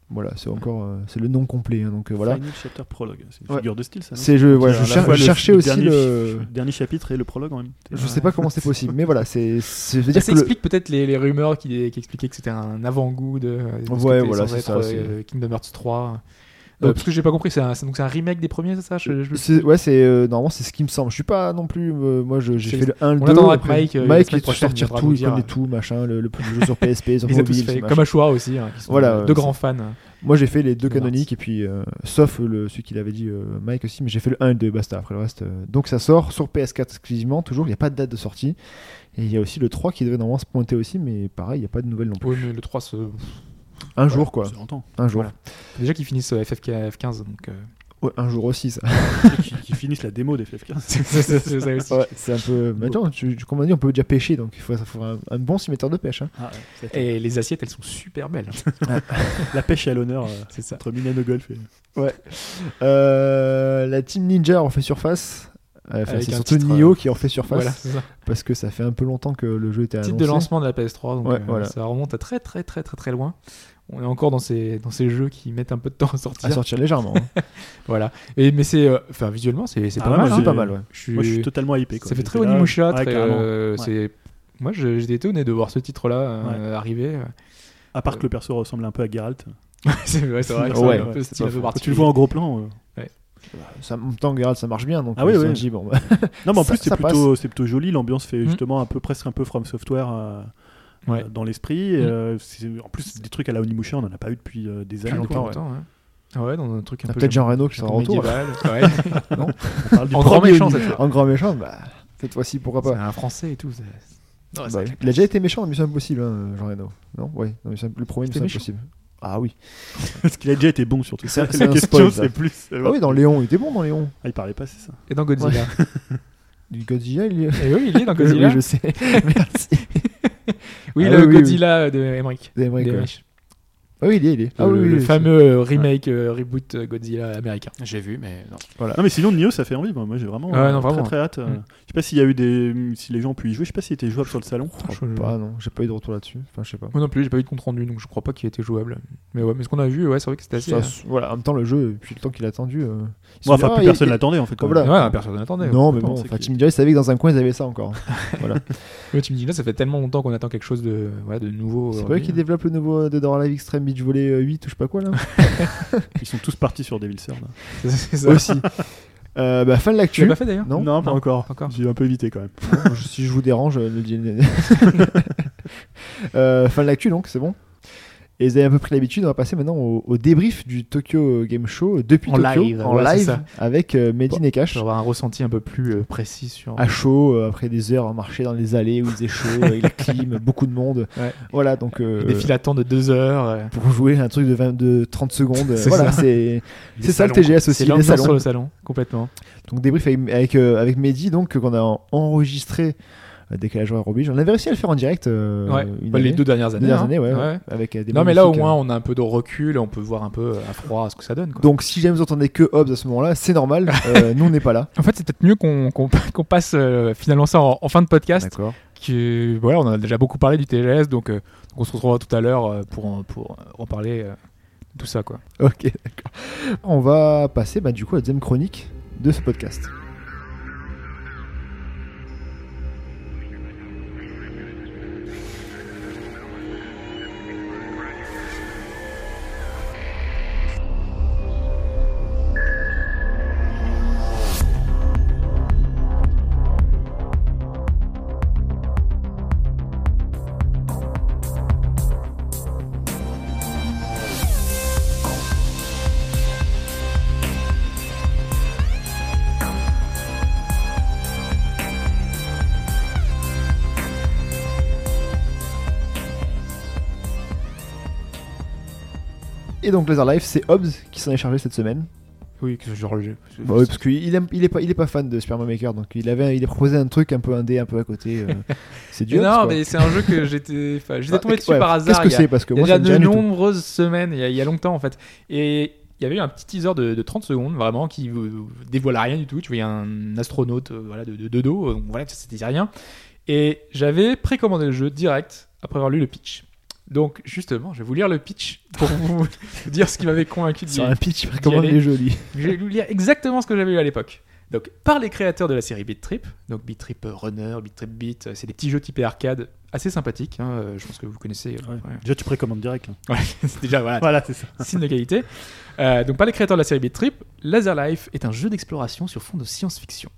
S2: Voilà, c'est encore euh, c'est le nom complet. hein, donc euh, voilà.
S4: Final Chapter Prologue. C'est une
S2: Ouais.
S4: figure de style, ça. non
S2: C'est je, ouais, je,
S4: à la
S2: cher-
S4: fois
S2: je
S4: le-
S2: cherchais
S4: le
S2: aussi
S4: dernier
S2: le.
S4: chi- dernier chapitre et le prologue en même temps.
S2: Je sais pas comment c'est possible, mais voilà, c'est. c'est- je veux
S3: Ça
S2: dire que le-
S3: explique peut-être les, les rumeurs qui, qui expliquaient que c'était un avant-goût de, de ce
S2: Ouais,
S3: que
S2: voilà,
S3: censé
S2: c'est
S3: être,
S2: ça,
S3: euh, Kingdom Hearts 3. Euh,
S2: Donc-
S3: parce que j'ai pas compris, c'est un, c'est- donc c'est un remake des premiers, c'est ça Je- je-
S2: c'est- ouais, c'est euh, normalement c'est ce qui me semble. Je suis pas non plus. euh, moi, je- j'ai
S3: C'est-
S2: fait le 1, le
S3: on
S2: 2.
S3: attendra
S2: après-
S3: que Mike, euh, la
S2: Mike
S3: semaine
S2: il va
S3: prochaine,
S2: sortir
S3: viendra
S2: tout,
S3: nous
S2: il connaît
S3: dire.
S2: tout, machin. Le, le jeu sur PSP, sur
S3: Ils ont tous
S2: mobile,
S3: fait,
S2: sur
S3: comme
S2: machin.
S3: Ashura aussi, hein, qui sont
S2: Voilà,
S3: deux
S2: ouais,
S3: grands fans.
S2: Moi, j'ai fait les deux
S3: Kingdom
S2: canoniques et puis euh, sauf le celui qu'il avait dit euh, Mike aussi, mais j'ai fait le 1 et le 2. Basta. Après le reste, euh, donc ça sort sur PS4 exclusivement. Toujours, il n'y a pas de date de sortie. Et il y a aussi le 3 qui devait normalement se pointer aussi, mais pareil, il n'y a pas de nouvelles non plus.
S3: Ouais, mais le 3, se-
S2: Un jour quoi,
S4: Ça s'entend.
S2: un jour.
S3: Voilà. déjà qu'ils finissent euh, FFK, F15, donc euh,
S2: Ouais, un jour aussi, ça.
S4: qui, qui finissent la démo d'FF15.
S3: C'est- c'est- c'est- c'est ça aussi.
S2: Ouais, c'est un peu. Mais attends, tu, tu- comme on dit, on peut déjà pêcher, donc il faut, ça faut un, un bon simulateur de pêche. hein.
S4: Ah,
S3: Et les assiettes, elles sont super belles. hein,
S4: la pêche est à l'honneur euh,
S3: C'est ça.
S4: entre Minano Golf et.
S2: Euh, la Team Ninja en fait surface. Euh, enfin,
S3: Avec
S2: c'est
S3: un
S2: surtout
S3: titre,
S2: Nioh
S3: euh,
S2: qui en fait surface
S3: Voilà, c'est ça.
S2: parce que ça fait un peu longtemps que le jeu était
S3: Titre
S2: annoncé.
S3: de lancement de la PS3, donc
S2: Ouais,
S3: euh,
S2: voilà.
S3: ça remonte à très très très très très loin. On est encore dans ces, dans ces jeux qui mettent un peu de temps à sortir.
S2: À sortir légèrement. hein.
S3: Voilà. Et, mais c'est, euh, enfin, visuellement, c'est c'est
S4: Ah
S3: pas
S4: ouais,
S3: mal.
S4: moi,
S3: hein.
S2: c'est pas mal, ouais.
S3: Je suis-
S4: Moi, je suis totalement hypé. quoi.
S3: ça fait très
S4: J'étais là,
S3: Onimusha.
S4: ouais,
S3: très,
S4: carrément.
S3: euh,
S4: Ouais.
S3: c'est- Moi, je- j'étais étonné de voir ce titre-là euh, arriver.
S4: À part que le perso ressemble un peu à Geralt.
S3: c'est vrai, c'est vrai. que c'est
S2: Ouais,
S3: un peu
S4: ouais,
S3: style un peu
S4: Quand tu
S3: particulier.
S4: le vois en gros plan. euh.
S2: Ça, en même temps, Geralt, ça marche bien. Donc
S4: Ah
S2: ils
S4: oui,
S2: se sont
S4: oui.
S2: dit, bon, bah,
S4: Non, mais en
S2: Ça-
S4: plus, c'est
S2: ça Mhm.
S4: plutôt, c'est plutôt joli. L'ambiance fait
S3: Mm.
S4: justement un peu, presque un peu From Software euh,
S3: Ouais.
S4: euh, dans l'esprit.
S2: Mhm.
S4: et, euh, c'est- en plus, des trucs à la Onimusha, on n'en a pas eu depuis euh, des
S3: Depuis
S4: années.
S3: longtemps,
S4: quoi.
S3: ouais. Ah ouais, dans un truc un
S2: t'as
S3: peu.
S2: peut-être Jean Reno qui sera en retour.
S3: médiéval. Ouais.
S4: On parle du
S3: En bah, grand
S4: premier
S3: méchant,
S4: Onimusha.
S3: cette fois.
S2: En grand méchant, bah, cette fois-ci, pourquoi
S3: C'est
S2: pas.
S3: un français et tout. c'est- Ouais,
S2: Bah,
S3: c'est-
S2: il a déjà été méchant dans Mission Impossible, hein, Jean Reno. Non, oui, dans Mission- le premier
S3: C'était
S2: Mission
S3: méchant.
S2: Impossible. Ah oui.
S4: Parce qu'il a déjà été bon, surtout.
S2: C'est-
S4: La
S2: c'est un
S4: question,
S2: spoil, ça.
S4: c'est plus. euh,
S2: Ah oui, dans Léon, il était bon dans Léon.
S4: Ah, il parlait pas, c'est ça.
S3: Et dans Godzilla.
S2: Du Godzilla, il y a-
S3: Et oui, il est dans Godzilla.
S2: Oui, je sais. Merci.
S3: Oui,
S2: Ah
S3: le
S2: oui, oui,
S3: Godzilla de Emmerich.
S2: Des Américains.
S3: D'Emmerich.
S2: Ah oui, il y est, il y est. Ah
S3: le
S2: oui, oui,
S3: le
S2: oui,
S3: fameux euh, remake, euh, reboot euh, Godzilla américain.
S5: J'ai vu, mais non.
S4: Non, mais sinon, Nioh, ça fait envie. Moi, Moi, j'ai vraiment,
S3: Ouais,
S4: euh,
S3: non,
S4: très,
S3: vraiment.
S4: très hâte. euh,
S3: Mm.
S4: Je sais pas s'il y a eu des. Si les gens ont pu y jouer. Je sais pas s'il était jouable sur le salon.
S2: Je crois pas, Ah non, j'ai pas eu de retour là-dessus. Enfin, je sais pas.
S3: Moi non plus, j'ai pas eu de compte rendu, donc je crois pas qu'il était jouable. Mais ouais, mais ce qu'on a vu, ouais, c'est vrai que c'était assez.
S2: Ça,
S3: euh,
S2: c'est- voilà, en même temps, le jeu, depuis le temps qu'il a attendu. euh, ils se
S4: Bon,
S2: sont dit,
S4: enfin,
S2: ah,
S4: plus
S2: il-
S4: personne
S2: il-
S4: l'attendait, en fait. quand
S2: Voilà.
S4: même.
S3: euh, Ouais, personne n'attendait.
S2: Non, mais
S4: Attends,
S2: bon,
S4: c'est
S2: enfin,
S4: qui-
S2: Tim Jace savait que dans un coin ils avaient ça encore.
S3: Ouais, tu me dis là, ça fait tellement longtemps qu'on attend quelque chose de, voilà, de nouveau.
S2: C'est pas eux
S3: aujourd'hui.
S2: qui développent le nouveau euh, Dead or Alive Extreme Beach Volley euh, 8 ou je sais pas quoi là
S4: Ils sont tous partis sur hein. Devil's Third.
S3: C'est ça.
S2: Aussi. Euh, bah, fin de
S3: Tu l'as
S2: l'actu.
S3: pas fait d'ailleurs
S2: Non,
S4: pas encore.
S3: encore.
S4: J'ai un peu évité quand même.
S2: Bon, je- si je vous dérange, euh, le Euh, fin de l'actu donc, c'est bon. Et vous avez à peu près l'habitude, on va passer maintenant au, au débrief du Tokyo Game Show euh, depuis
S3: En
S2: Tokyo
S3: live,
S2: en
S3: ouais, c'est
S2: live
S3: ça.
S2: avec euh, Mehdi Nekash.
S3: Je vais avoir un ressenti un peu plus euh, précis sur.
S2: à chaud euh, après des heures à marcher dans les allées où il faisait chaud avec la clim beaucoup de monde
S3: Ouais.
S2: voilà donc euh,
S3: des filatons de deux heures. euh,
S2: pour jouer un truc de, 20, de 30 secondes euh,
S3: C'est
S2: voilà
S3: ça.
S2: c'est c'est
S3: des
S2: ça le
S3: salons.
S2: TGS aussi
S3: C'est
S2: les
S3: l'ambiance
S2: salons
S3: sur le salon, complètement.
S2: donc débrief avec avec, euh, avec Mehdi donc euh, qu'on a en- enregistré euh, décalage horaire oblige on avait réussi à le faire en direct euh,
S3: ouais.
S2: une
S3: Bah,
S2: année.
S3: les deux dernières années.
S2: dernières
S3: hein.
S2: années, ouais, ouais.
S3: Ouais.
S2: avec euh, des
S3: Non, mais là, au
S2: magnifiques,
S3: moins,
S2: euh,
S3: on a un peu de recul et on peut voir un peu euh, à froid ce que ça donne. Quoi.
S2: donc si jamais vous entendez que Hobbs à ce moment là c'est normal euh, nous on n'est pas là
S3: en fait, c'est peut-être mieux qu'on qu'on- qu'on passe euh, finalement ça en, en fin de podcast.
S2: d'accord
S3: Que, voilà, on en a déjà beaucoup parlé du TGS, donc, euh, donc on se retrouvera tout à l'heure euh, pour, en- pour euh, en parler euh, de tout ça. Quoi.
S2: ok d'accord on va passer bah, du coup à la deuxième chronique de ce podcast Et donc Laser Life, c'est Hobbs qui s'en est chargé cette semaine.
S3: Oui, que je relève.
S2: Bah oui, parce qu'il aime, il est pas, il est pas fan de Super Mario Maker, donc il avait, il a proposé un truc un peu indé, un peu à côté. euh, c'est dur.
S3: non, mais c'est un jeu que j'étais enfin, j'étais tombé dessus par
S2: Qu'est-ce
S3: hasard.
S2: que
S3: il y a-
S2: c'est Bah, Parce que
S3: Il y a
S2: moi,
S3: déjà
S2: ça me dit
S3: de
S2: rien du tout.
S3: nombreuses semaines, il y, a, il y a longtemps en fait. Et il y avait eu un petit teaser de, de 30 secondes, vraiment, qui vous dévoile rien du tout. Tu voyais un astronaute euh, voilà, de, de, de dos, euh, donc voilà, c'était rien. Et j'avais précommandé le jeu direct après avoir lu le pitch. Donc justement, je vais vous lire le pitch pour vous dire ce qui m'avait convaincu d'y
S2: C'est un pitch, comment
S3: aller.
S2: il est joli.
S3: je vais vous lire exactement ce que j'avais eu à l'époque. Donc, par les créateurs de la série Beat Trip, donc Beat Trip Runner, Beat Trip Beat, euh, c'est des petits jeux typés arcade assez sympathiques. hein, euh, je pense que vous connaissez. euh,
S4: Ouais.
S3: ouais.
S4: Déjà, tu précommandes direct. là.
S3: C'est déjà, voilà,
S4: Ah, Voilà, c'est ça.
S3: signe de qualité. Euh, donc, par les créateurs de la série Beat Trip, Laser Life est un jeu d'exploration sur fond de science-fiction.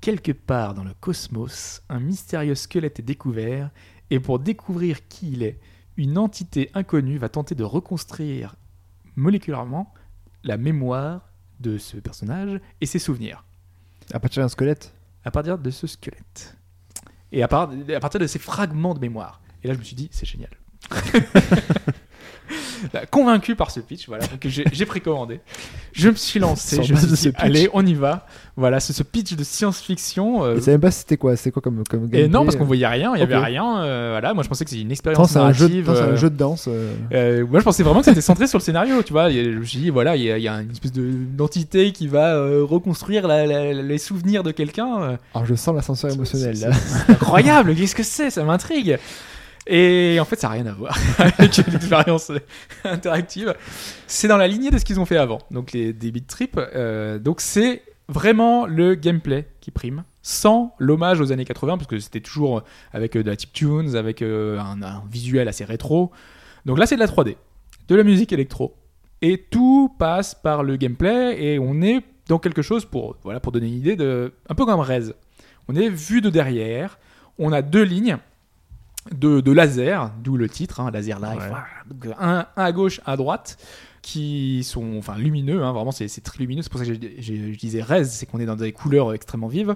S3: Quelque part dans le cosmos, un mystérieux squelette est découvert, et pour découvrir qui il est, une entité inconnue va tenter de reconstruire moléculairement la mémoire de ce personnage et ses souvenirs,
S2: À partir d'un squelette.
S3: à partir de ce squelette. Et à, part- à partir de ces fragments de mémoire. Et là, je me suis dit, c'est génial. Bah, convaincu par ce pitch, voilà, donc j'ai j'ai précommandé. Je me suis lancé,
S2: Sur
S3: je me
S2: base
S3: suis
S2: de ce
S3: dit,
S2: pitch.
S3: allez, on y va. Voilà, c'est ce pitch de science-fiction. euh,
S2: Je savais même pas c'était quoi, c'est quoi comme, comme
S3: et
S2: gameplay,
S3: non, parce qu'on
S2: euh.
S3: voyait rien, il y avait
S2: Ok.
S3: rien. euh, voilà, moi je pensais que c'était une
S2: Attends,
S3: expérience
S2: c'est un jeu,
S3: narrative.
S2: attends, c'est un
S3: euh,
S2: jeu de danse. euh.
S3: euh, moi, je pensais vraiment que c'était centré sur le scénario, tu vois. Et je me suis dit, voilà, il y, a- il y a une espèce de- d'entité qui va euh, reconstruire la- la- la- les souvenirs de quelqu'un. euh.
S2: Alors je sens l'ascenseur émotionnel là.
S3: C'est incroyable, qu'est-ce que c'est Ça m'intrigue. Et en fait, ça n'a rien à voir avec l'expérience interactive. C'est dans la lignée de ce qu'ils ont fait avant, donc les des beat trip. euh, donc c'est vraiment le gameplay qui prime, sans l'hommage aux années 80, parce que c'était toujours avec euh, de la chip tunes, avec euh, un, un visuel assez rétro. Donc là, c'est de la 3D, de la musique électro, et tout passe par le gameplay, et on est dans quelque chose pour voilà pour donner une idée de un peu comme Rez. On est vu de derrière, on a deux lignes de, de laser, d'où le titre, hein, laser life, Voilà. un, un à gauche, un à droite, qui sont enfin lumineux, hein, vraiment c'est c'est très lumineux, c'est pour ça que j'ai- j'ai- je disais Rez, c'est qu'on est dans des couleurs extrêmement vives.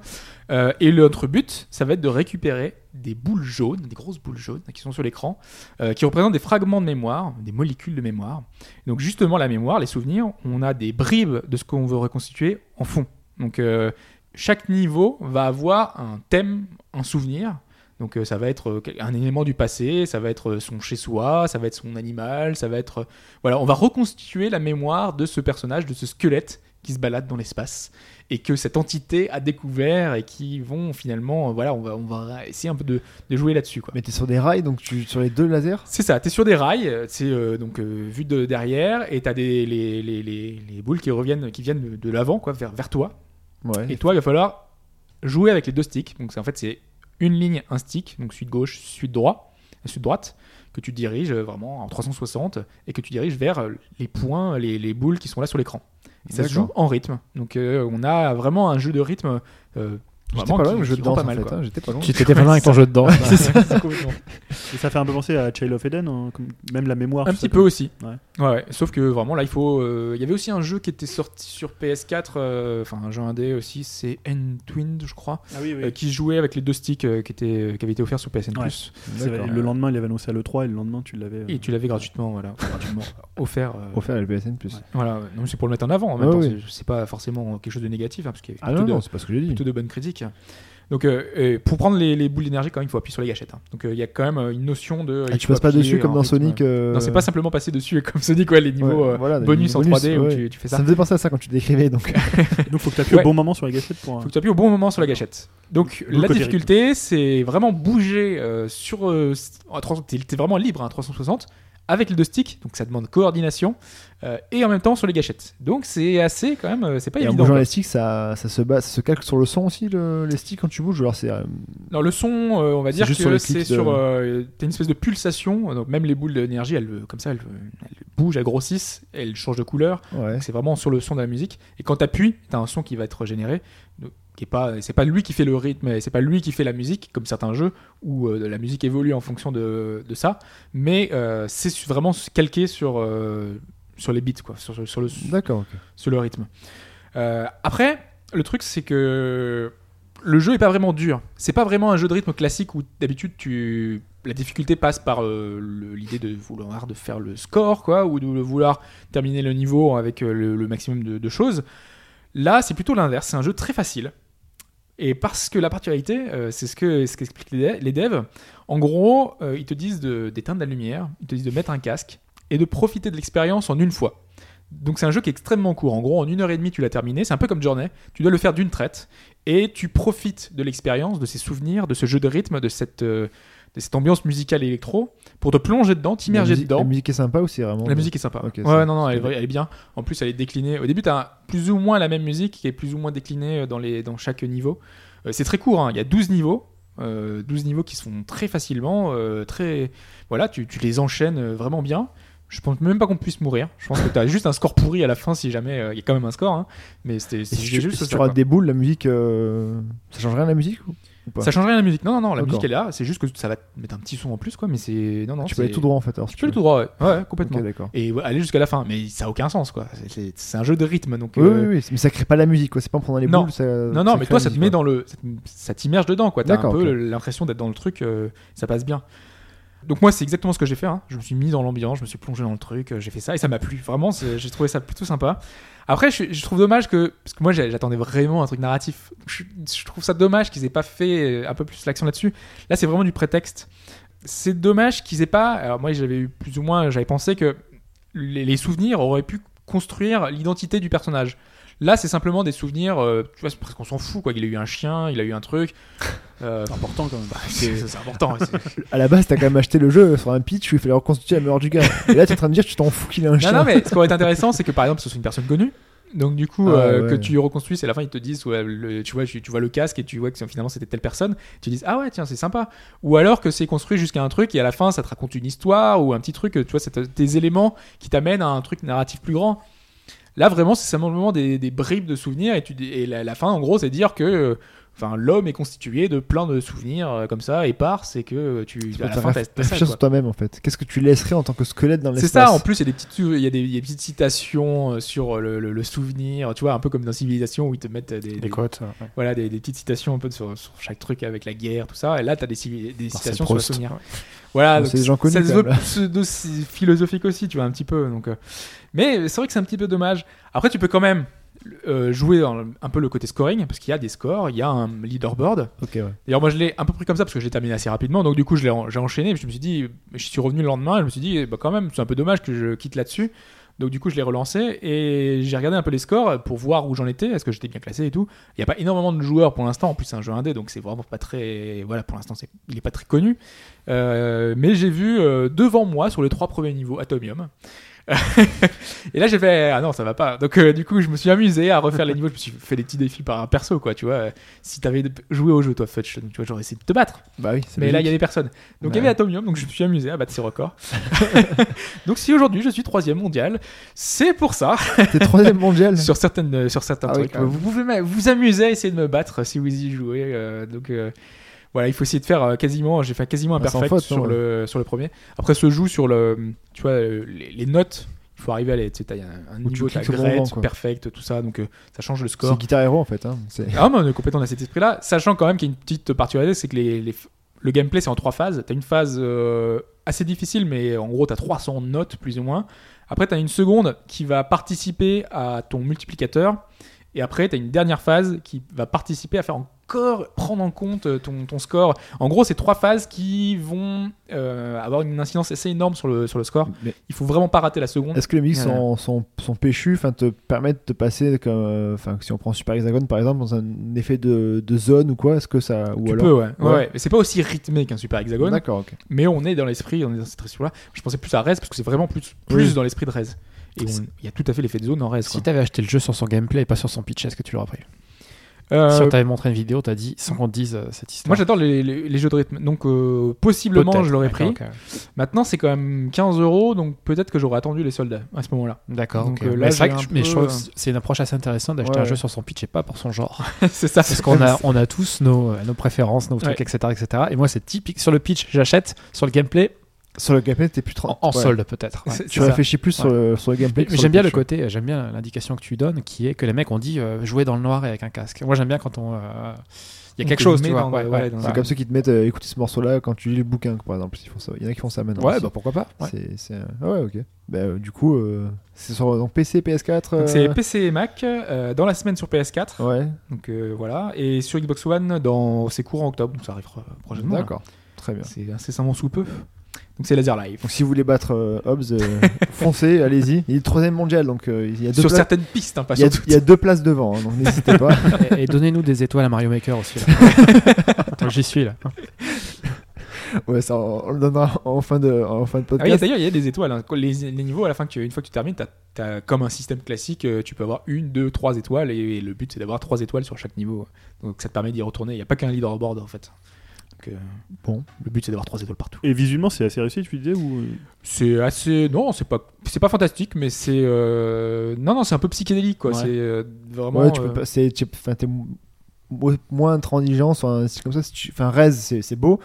S3: Euh, et notre but, ça va être de récupérer des boules jaunes, des grosses boules jaunes qui sont sur l'écran, euh, qui représentent des fragments de mémoire, des molécules de mémoire. Donc justement la mémoire, les souvenirs, on a des bribes de ce qu'on veut reconstituer en fond. Donc euh, chaque niveau va avoir un thème, un souvenir. Donc euh, ça va être euh, quel- un élément du passé, ça va être euh, son chez-soi, ça va être son animal, ça va être... euh, Voilà, on va reconstituer la mémoire de ce personnage, de ce squelette qui se balade dans l'espace et que cette entité a découvert et qui vont finalement... euh, Voilà, on va, on va essayer un peu de, de jouer là-dessus. quoi.
S2: Mais t'es sur des rails donc tu sur les deux lasers.
S3: C'est ça, t'es sur des rails, euh, c'est euh, donc euh, vu de derrière, et t'as des les, les, les, les boules qui reviennent, qui viennent de, de l'avant, quoi, vers, vers toi.
S2: Ouais.
S3: Et toi, il va falloir jouer avec les deux sticks. Donc c'est- en fait, c'est une ligne, un stick, donc sud gauche, sud droit, sud droite, que tu diriges euh, vraiment en 360 et que tu diriges vers euh, les points, les, les boules qui sont là sur l'écran. Et ça se
S2: D'accord.
S3: joue en rythme. Donc euh, on a vraiment un jeu de rythme. euh,
S2: J'étais pas
S3: vraiment qui-
S2: loin avec le jeu
S3: qui
S2: de
S3: rend
S2: danse
S3: pas
S2: en
S3: mal,
S2: fait.
S3: quoi.
S2: hein, J'étais pas loin.
S5: Tu t'étais pas loin avec ton jeu dedans.
S3: C'est ça, complètement.
S4: Et ça fait un peu penser à Child of Eden, hein, comme- même la mémoire.
S3: Un
S4: tout ça,
S3: petit peu
S4: comme-
S3: aussi.
S4: Ouais.
S3: Ouais. ouais. Sauf que vraiment là, il faut. euh, Il y avait aussi un jeu qui était sorti sur PS4, euh, enfin un jeu indé aussi, c'est N-Twind, je crois,
S4: Ah oui, oui.
S3: euh, qui jouait avec les deux sticks euh, qui, étaient, qui avaient été offerts sur PSN.
S4: Ouais.
S3: Plus.
S4: C'est vrai,
S2: D'accord.
S4: le lendemain, il avait annoncé à l'E3 et le lendemain, tu l'avais. euh,
S3: Et tu l'avais gratuitement, voilà, enfin, gratuitement offert. euh,
S2: Offert à la PSN plus.
S3: Voilà, non, mais c'est pour le mettre en avant. En même
S2: Ouais,
S3: temps,
S2: oui.
S3: c'est- c'est pas forcément quelque chose de négatif, hein, parce qu'il y avait
S2: Ah
S3: plutôt
S2: non,
S3: de-
S2: non, c'est pas ce que j'ai dit.
S3: plutôt de bonnes critiques. Donc, euh, euh, pour prendre les, les boules d'énergie, quand même, il faut appuyer sur les gâchettes. hein. Donc, euh, il y a quand même euh, une notion de.
S2: Ah,
S3: il
S2: tu
S3: faut
S2: passes pas
S3: appuyer
S2: dessus comme
S3: en
S2: dans
S3: rythme.
S2: Sonic. euh,
S3: Non, c'est pas simplement passer dessus comme Sonic, ouais, les niveaux
S2: ouais,
S3: euh,
S2: voilà, des
S3: bonus, en
S2: bonus,
S3: 3D où
S2: ouais.
S3: tu, tu fais ça.
S2: Ça me faisait penser à ça quand tu décrivais donc.
S4: Donc, faut que tu appuies
S3: Ouais.
S4: au bon moment sur la gâchette pour. euh,
S3: faut que tu appuies au bon moment sur la gâchette. Donc
S4: D'où le
S3: la
S4: côté
S3: difficulté, c'est vraiment bouger euh, sur. Euh, en 360, t'es t'es vraiment libre, hein, 360, avec les deux sticks, donc ça demande coordination, euh, et en même temps sur les gâchettes. Donc c'est assez quand même, euh, c'est pas
S2: Et en
S3: évident.
S2: bougeant
S3: quoi.
S2: les sticks, ça, ça se base, ça se calque sur le son aussi le, les sticks quand tu bouges. ou Alors c'est euh,
S3: Non, le son, euh, on va
S2: C'est
S3: dire que
S2: juste sur les
S3: c'est
S2: clics de-
S3: sur. euh, t'as une espèce de pulsation, donc même les boules d'énergie, elles, euh, comme ça, elles, euh, elles bougent, elles grossissent, elles changent de couleur.
S2: ouais.
S3: Donc, C'est vraiment sur le son de la musique. Et quand t'appuies, t'as un son qui va être généré. donc, Qui est pas, c'est pas lui qui fait le rythme, et c'est pas lui qui fait la musique, comme certains jeux où euh, la musique évolue en fonction de, de ça. Mais euh, c'est su- vraiment calqué sur, euh, sur les beats, quoi, sur, sur- sur le,
S2: D'accord. ok.
S3: sur le rythme. Euh, après, le truc, c'est que le jeu est pas vraiment dur. C'est pas vraiment un jeu de rythme classique où d'habitude tu la difficulté passe par euh, le- l'idée de vouloir de faire le score, quoi, ou de vouloir terminer le niveau avec euh, le, le maximum de, de choses. Là, c'est plutôt l'inverse. C'est un jeu très facile. Et parce que la particularité, euh, c'est ce que ce qu'expliquent les, de- les devs. En gros, euh, ils te disent de- d'éteindre la lumière, ils te disent de mettre un casque et de profiter de l'expérience en une fois. Donc c'est un jeu qui est extrêmement court. En gros, en une heure et demie, tu l'as terminé. C'est un peu comme Journey. Tu dois le faire d'une traite et tu profites de l'expérience, de ces souvenirs, de ce jeu de rythme, de cette, euh, de cette ambiance musicale électro pour te plonger dedans,
S2: La
S3: t'immerger
S2: musique-
S3: dedans.
S2: La musique est sympa aussi vraiment.
S3: La musique est sympa.
S2: Ok,
S3: ouais,
S2: ça-
S3: non, non, elle, est- elle est bien. En plus, elle est déclinée. Au début, tu as plus ou moins la même musique qui est plus ou moins déclinée euh, dans, les, dans chaque niveau. Euh, c'est très court, hein. il y a 12 niveaux. euh, 12 niveaux qui sont très facilement. euh, très... Voilà, tu, tu les enchaînes euh, vraiment bien. Je pense même pas qu'on puisse mourir. Je pense que tu as juste un score pourri à la fin si jamais. euh, Il y a quand même un score, hein. mais c'était
S2: Et
S3: c'était
S2: si tu,
S3: juste
S2: si tu
S3: ça.
S2: auras
S3: quoi.
S2: des boules, la musique, euh, ça change rien à la musique ou ou pas
S3: Ça change rien à la musique. Non, non, non, la
S2: D'accord.
S3: musique est là. C'est juste que ça va te mettre un petit son en plus, quoi. Mais c'est. Non, non,
S2: Tu peux aller
S3: c'est-
S2: tout droit en fait. Alors, si
S3: Tu peux aller
S2: veux.
S3: tout droit, ouais. Ouais, complètement.
S2: Ok, d'accord.
S3: Et ouais, aller jusqu'à la fin. Mais ça a aucun sens, quoi. C'est- C'est c'est un jeu de rythme, donc.
S2: Oui,
S3: euh,
S2: oui, oui, mais ça crée pas la musique, quoi. C'est pas en prenant les
S3: Non.
S2: boules. Ça,
S3: Non, non, mais toi, ça te met dans le. ça te- Ça t'immerge dedans, quoi. T'as un
S2: D'accord,
S3: peu
S2: ok.
S3: l'impression d'être dans le truc, euh, ça passe bien. Donc moi, c'est exactement ce que j'ai fait. hein. Je me suis mis dans l'ambiance, je me suis plongé dans le truc, euh, j'ai fait ça et ça m'a plu. Vraiment, c'est- j'ai trouvé ça plutôt sympa. Après, je, je trouve dommage que parce que moi, j'a- j'attendais vraiment un truc narratif. Je, je trouve ça dommage qu'ils aient pas fait euh, un peu plus l'action là-dessus. Là, c'est vraiment du prétexte. C'est dommage qu'ils aient pas. Alors moi, j'avais eu plus ou moins, j'avais pensé que les, les souvenirs auraient pu construire l'identité du personnage. Là, c'est simplement des souvenirs. euh, tu vois, c'est presque on s'en fout quoi. Il a eu un chien, il a eu un truc. Euh,
S4: C'est important quand même.
S3: c'est c'est important. hein, c'est-
S2: À la base, t'as quand même acheté le jeu sur un pitch où il fallait reconstituer la meilleure du gars. Et là, t'es en train de dire, tu t'en fous qu'il ait un chien.
S3: Non, non, mais ce qui aurait été intéressant, c'est que par exemple, ce soit une personne connue. Donc, du coup,
S2: Ah,
S3: euh,
S2: ouais.
S3: que tu reconstruises et à la fin, ils te disent, ouais, le- tu, vois, tu, tu vois le casque et tu vois que finalement c'était telle personne. Tu dis, ah ouais, tiens, c'est sympa. Ou alors que c'est construit jusqu'à un truc et à la fin, ça te raconte une histoire ou un petit truc, tu vois, c'est des éléments qui t'amènent à un truc narratif plus grand. Là, vraiment, c'est simplement des, des bribes de souvenirs et, tu, dis- et la, la fin, en gros, c'est dire que. euh, Enfin, l'homme est constitué de plein de souvenirs euh, comme ça, épars, c'est que euh, tu.
S2: Tu
S3: à
S2: peux
S3: la
S2: te
S3: fin,
S2: réf-
S3: t'as- t'as ça,
S2: réfléchir
S3: quoi.
S2: sur toi-même en fait. Qu'est-ce que tu laisserais en tant que squelette dans
S3: C'est
S2: l'espace
S3: ça, en plus, il y a des petites, il y a des, il y a des petites citations euh, sur le, le- le souvenir, tu vois, un peu comme dans Civilisation où ils te mettent euh, des, des-
S5: Les côtes.
S3: voilà, des, des petites citations un peu sur, sur chaque truc avec la guerre, tout ça. Et là, tu as des, civi- des citations sur le
S5: Proust.
S3: souvenir. Voilà,
S2: Bon,
S3: donc
S2: c'est des gens connus,
S3: ça se
S2: quand
S3: veut
S2: même, là.
S3: pseudo-philosophique aussi, tu vois, un petit peu. Donc, euh, Mais c'est vrai que c'est un petit peu dommage. Après, tu peux quand même euh, jouer dans le- un peu le côté scoring, parce qu'il y a des scores, il y a un leaderboard.
S2: Ok, ouais.
S3: D'ailleurs, moi, je l'ai un peu pris comme ça parce que j'ai terminé assez rapidement. Donc, du coup, je l'ai en- j'ai enchaîné. Puis je me suis dit, je suis revenu le lendemain. Et je me suis dit, eh, bah, quand même, c'est un peu dommage que je quitte là-dessus. Donc, du coup, je l'ai relancé et j'ai regardé un peu les scores pour voir où j'en étais. Est-ce que j'étais bien classé et tout. Il n'y a pas énormément de joueurs pour l'instant. En plus, c'est un jeu indé, donc c'est vraiment pas très. Voilà, pour l'instant, c'est- il n'est pas très connu. Euh, mais j'ai vu euh, devant moi sur les trois premiers niveaux Atomium. et là j'ai fait ah non ça va pas donc euh, du coup je me suis amusé à refaire les niveaux je me suis fait des petits défis par un perso quoi tu vois si t'avais joué au jeu toi Fudge donc, tu vois j'aurais essayé de te battre
S2: Bah oui, c'est
S3: mais là
S2: logique.
S3: il y
S2: Bah
S3: avait personne donc il y
S5: Ouais.
S3: avait Atomium donc je me suis amusé à battre ces records donc si aujourd'hui je suis troisième mondial c'est pour ça
S2: T'es troisième mondial.
S3: sur certaines euh, sur certains
S2: Ah oui,
S3: trucs
S2: quand même.
S3: vous pouvez m'a- vous amuser à essayer de me battre si vous y jouez euh, donc euh, voilà il faut essayer de faire euh, quasiment j'ai fait quasiment un
S2: Ah, sans
S3: perfect
S2: faute,
S3: sur
S2: non,
S3: le sur le premier après se joue sur le tu vois euh, les, les notes il faut arriver à les tu sais t'as un, un
S2: Où tu
S3: niveau t'as
S2: cliques au bon moment,
S3: great
S2: quoi.
S3: perfect tout ça donc euh, ça change le score
S2: C'est Guitar Hero en fait. hein. C'est-
S3: ah, mais on est complètement dans cet esprit-là, sachant quand même qu'il y a une petite particularité, c'est que les, les- le gameplay c'est en trois phases. T'as une phase euh, assez difficile, mais en gros t'as 300 notes plus ou moins. Après t'as une seconde qui va participer à ton multiplicateur, et après t'as une dernière phase qui va participer à faire encore prendre en compte euh, ton, ton score. En gros, c'est trois phases qui vont euh, avoir une incidence assez énorme sur le, sur le score.
S2: Mais-
S3: Il faut vraiment pas rater la seconde.
S2: Est-ce que les musiques
S3: Voilà.
S2: sont, sont, sont péchues, enfin te permettent de passer, comme, euh, enfin si on prend Super Hexagon par exemple, dans un effet de, de zone ou quoi, est-ce que ça, ou
S3: Tu
S2: alors
S3: peux, ouais. Ouais,
S2: Ouais.
S3: ouais. Mais c'est pas aussi rythmé qu'un super hexagone.
S2: D'accord, ok.
S3: Mais on est dans l'esprit, on est dans cette restriction-là. Je pensais plus à Rez parce que c'est vraiment plus, plus
S2: Oui.
S3: dans l'esprit de Rez. Et on- il y a tout à fait l'effet de zone en Rez.
S5: Si
S3: quoi.
S5: t'avais acheté le jeu sur son gameplay et pas sur son pitch, est-ce que tu l'aurais pris
S3: Euh,
S5: Si on t'avait montré une vidéo, t'as dit sans qu'on te dise euh, cette
S3: moi
S5: histoire.
S3: j'adore les, les- les jeux de rythme, donc euh, possiblement je l'aurais pris. Maintenant c'est quand même 15 euros, donc peut-être que j'aurais attendu les soldats à ce moment-là.
S5: D'accord.
S3: Donc,
S5: ok.
S3: euh, là,
S5: Mais c'est
S3: j'ai
S5: vrai que je-
S3: un
S5: mais
S3: peu,
S5: je trouve
S3: euh,
S5: que c'est une approche assez intéressante d'acheter
S2: Ouais,
S5: un
S2: ouais.
S5: jeu sur son pitch et pas pour son genre.
S3: c'est ça.
S5: Parce qu'on a, on a tous nos, euh, nos préférences, nos trucs,
S3: Ouais.
S5: etc., etc. Et moi, c'est typique. Sur le pitch, j'achète. Sur le gameplay,
S2: Sur le gameplay, t'es plus
S5: en,
S2: trente.
S5: en
S2: ouais.
S5: solde peut-être. ouais.
S3: C'est-
S2: Tu
S3: c'est ça.
S2: réfléchis plus sur,
S5: Ouais.
S2: le, sur le gameplay.
S5: Mais,
S2: que
S5: mais
S2: sur
S5: j'aime
S2: le
S5: bien le
S2: pitch, ouais.
S5: côté, euh, j'aime bien l'indication que tu donnes, qui est que les mecs ont dit euh, jouer dans le noir et avec un casque. Moi, j'aime bien quand on, euh, il y a
S3: On
S5: quelque
S3: te
S5: chose,
S3: met
S5: tu vois.
S3: dans- ouais,
S5: ouais, ouais,
S3: dans-
S5: ouais.
S3: Ouais.
S2: C'est comme ceux qui te mettent euh, écouter ce morceau-là quand tu lis le bouquin, par exemple. Ils font ça. Il y en a qui font ça maintenant.
S5: Ouais,
S2: aussi.
S5: bah pourquoi pas. ouais.
S2: C'est- c'est un- ah ouais, ok. Bah, euh, du coup, euh, c'est sur donc, PC, PS4. euh,
S3: Donc, c'est PC et Mac euh, dans la semaine sur PS4,
S2: Ouais,
S3: donc euh, voilà, et sur Xbox One dans c'est courant octobre, donc ça arrivera prochainement. là.
S2: d'accord. Très bien.
S3: C'est incessamment sous peu. Donc c'est Laser Live.
S2: Donc si vous voulez battre euh, Hobbs, euh, foncez, allez-y. Il est troisième mondial, donc euh, il y a deux
S3: Sur
S2: places.
S3: certaines pistes, hein, pas
S2: Il y, a,
S3: sur toutes.
S2: il y a deux places devant, hein, donc n'hésitez pas.
S5: Et, et donnez-nous des étoiles à Mario Maker aussi. là. Attends, J'y suis là.
S2: Ouais, ça, on on le donnera en fin de, en fin de
S3: Ah oui,
S2: podcast.
S3: d'ailleurs, il y a des étoiles. hein. Les, les niveaux, à la fin, que tu- une fois que tu termines, t'as, t'as comme un système classique, euh, tu peux avoir une, deux, trois étoiles, et, et le but, c'est d'avoir trois étoiles sur chaque niveau. Donc ça te permet d'y retourner. Il n'y a pas qu'un leaderboard, en fait. Donc, euh,
S2: Bon.
S3: Le but, c'est d'avoir trois étoiles partout.
S4: Et visuellement, c'est assez réussi, tu disais ou... euh,
S3: C'est assez. Non, c'est pas, c'est pas fantastique, mais c'est. euh, Non, non, c'est un peu psychédélique, quoi.
S4: Ouais.
S3: C'est euh, vraiment.
S2: ouais, tu peux
S3: euh,
S2: pas, c'est, tu- enfin, t'es mo- mo- moins intransigeant sur un style comme ça. si tu- Enfin, Rez, c'est, c'est beau,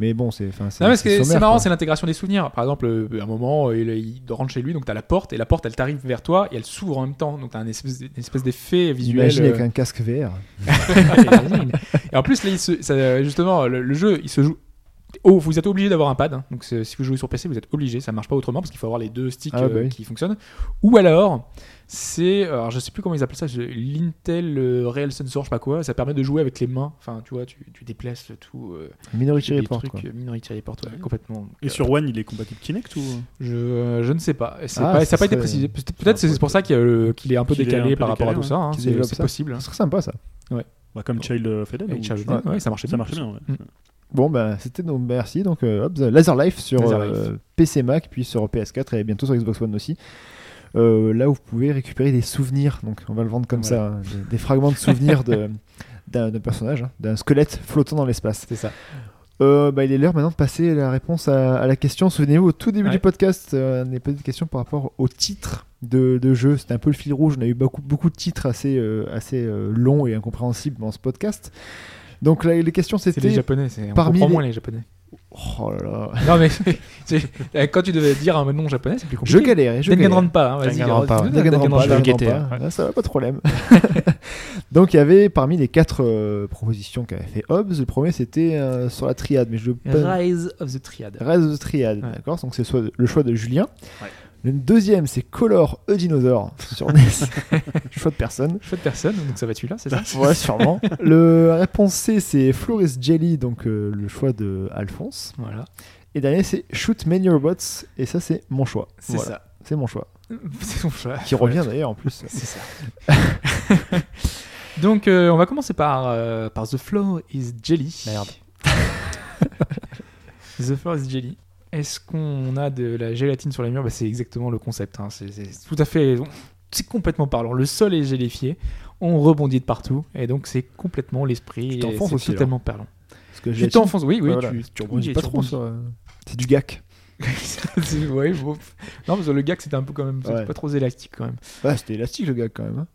S2: mais bon, c'est, enfin, c'est,
S3: Non, mais ce
S2: c'est
S3: qui est- c'est
S2: sommaire,
S3: marrant,
S2: quoi.
S3: c'est l'intégration des souvenirs. Par exemple, euh, à un moment, euh, il, il rentre chez lui, donc t'as la porte, et la porte, elle t'arrive vers toi, et elle s'ouvre en même temps. Donc t'as un espèce, une espèce d'effet visuel.
S2: Imagine
S3: euh,
S2: avec un casque VR.
S3: Imagine. et en plus, là, il se- ça, justement, le, le jeu, il se joue Oh, vous êtes obligé d'avoir un pad. hein. Donc c'est- si vous jouez sur PC, vous êtes obligé. Ça marche pas autrement parce qu'il faut avoir les deux sticks
S2: Ah, bah
S3: euh,
S2: oui.
S3: qui fonctionnent. Ou alors, c'est, euh, alors je sais plus comment ils appellent ça, je- l'Intel euh, Real Sensor, je sais pas quoi. Ça permet de jouer avec les mains. Enfin, tu vois, tu, tu déplaces tout. euh,
S2: Minority
S3: des
S2: Report,
S3: trucs,
S2: quoi.
S3: euh, Minority Report, ouais, complètement. euh,
S4: Et sur One, il est compatible Kinect ou
S3: Je, euh, je ne sais pas. C'est
S2: Ah,
S3: pas-
S2: ça
S3: ça n'a pas été
S2: serait-
S3: précisé. Peut- Peut-être c'est
S4: pourrait
S3: pour ça qu'il y a le- qu'il est un peu
S4: Qu'il est
S3: décalé
S4: un peu
S3: par rapport à tout
S4: décalé,
S3: ça. hein.
S2: Qu'il
S3: C'est
S2: développe
S3: c'est
S2: ça.
S3: possible.
S2: Ce serait sympa ça.
S4: Bah, Comme Child euh, Fed
S3: Et
S4: ou-
S3: Charles
S4: Ouais.
S3: Dance, ouais, ça marchait
S4: Ça
S3: bien.
S4: marchait bien, ouais.
S3: Mm.
S2: Bon, bah, c'était nos merci. Donc, euh, hop, Laser Life sur
S3: Laserlife.
S2: euh, PC Mac, puis sur PS4 et bientôt sur Xbox One aussi. Euh, là, où vous pouvez récupérer des souvenirs. Donc, on va le vendre comme ça hein, des, des fragments de souvenirs de- d'un d'un personnage, hein, d'un squelette flottant dans l'espace.
S3: C'est ça.
S2: Euh, bah, il est l'heure maintenant de passer la réponse à, à la question. Souvenez-vous, au tout début
S3: Ouais.
S2: du podcast, euh, on a posé des questions par rapport au titre de, de jeu. C'était un peu le fil rouge. On a eu beaucoup, beaucoup de titres assez, euh, assez euh, longs et incompréhensibles dans ce podcast. Donc, là, les questions,
S3: C'est les
S2: c'était.
S3: japonais. c'est- On
S2: parmi
S3: comprend
S2: les-
S3: moins les japonais.
S2: Oh là là.
S3: Non mais c'est- euh, quand tu devais dire un nom japonais, c'est plus
S2: Je
S3: compliqué.
S2: galérais, je galérais.
S3: Danganronpa, hein, vas-y.
S2: Danganronpa,
S3: alors,
S2: ouais.
S3: dis-nous
S2: Danganronpa,
S3: Danganronpa.
S5: je vais le
S2: Danganronpa.
S5: guetter,
S2: Là, ça va pas de problème. Donc il y avait parmi les quatre euh, propositions qu'avait fait Hobbes, le premier c'était euh, sur la triade, mais je veux pas...
S3: Rise of the Triad.
S2: Rise of the Triade,
S3: Ouais.
S2: d'accord Donc c'est soit le choix de Julien. Le deuxième c'est Color E Dinosaur sur NES, choix de personne.
S3: Chouette personne, donc ça va être celui-là, Ah, c'est ça
S2: Ouais, sûrement. le la réponse C c'est Flores Jelly, donc euh, le choix de Alphonse.
S3: Voilà,
S2: Et dernier c'est Shoot Many Robots, et ça c'est mon choix.
S3: c'est
S2: Voilà,
S3: ça.
S2: C'est mon choix.
S3: C'est son choix.
S2: Qui revient d'ailleurs en plus.
S3: C'est ça. donc euh, on va commencer par, euh, par The Floor is Jelly.
S5: Merde.
S3: The Floor is Jelly. Est-ce qu'on a de la gélatine sur les murs Bah, C'est exactement le concept. hein. C'est c'est tout à fait. C'est complètement parlant. Le sol est gélifié, on rebondit de partout, et donc c'est complètement l'esprit.
S2: Tu
S3: et
S2: t'enfonces
S3: c'est
S2: aussi, alors.
S3: totalement parlant.
S2: Parce que
S3: Tu t'enfonces, oui, oui,
S2: Ouais, voilà.
S3: tu, tu
S2: On dit
S3: rebondis.
S2: pas
S3: tu
S2: trop
S3: rebondis.
S2: sur, euh, C'est du gac.
S3: C'est- ouais, bon. Non, parce que le gag c'était un peu quand même, c'était
S2: Ouais.
S3: pas trop élastique quand même.
S2: Ah, c'était élastique le gac quand même. hein.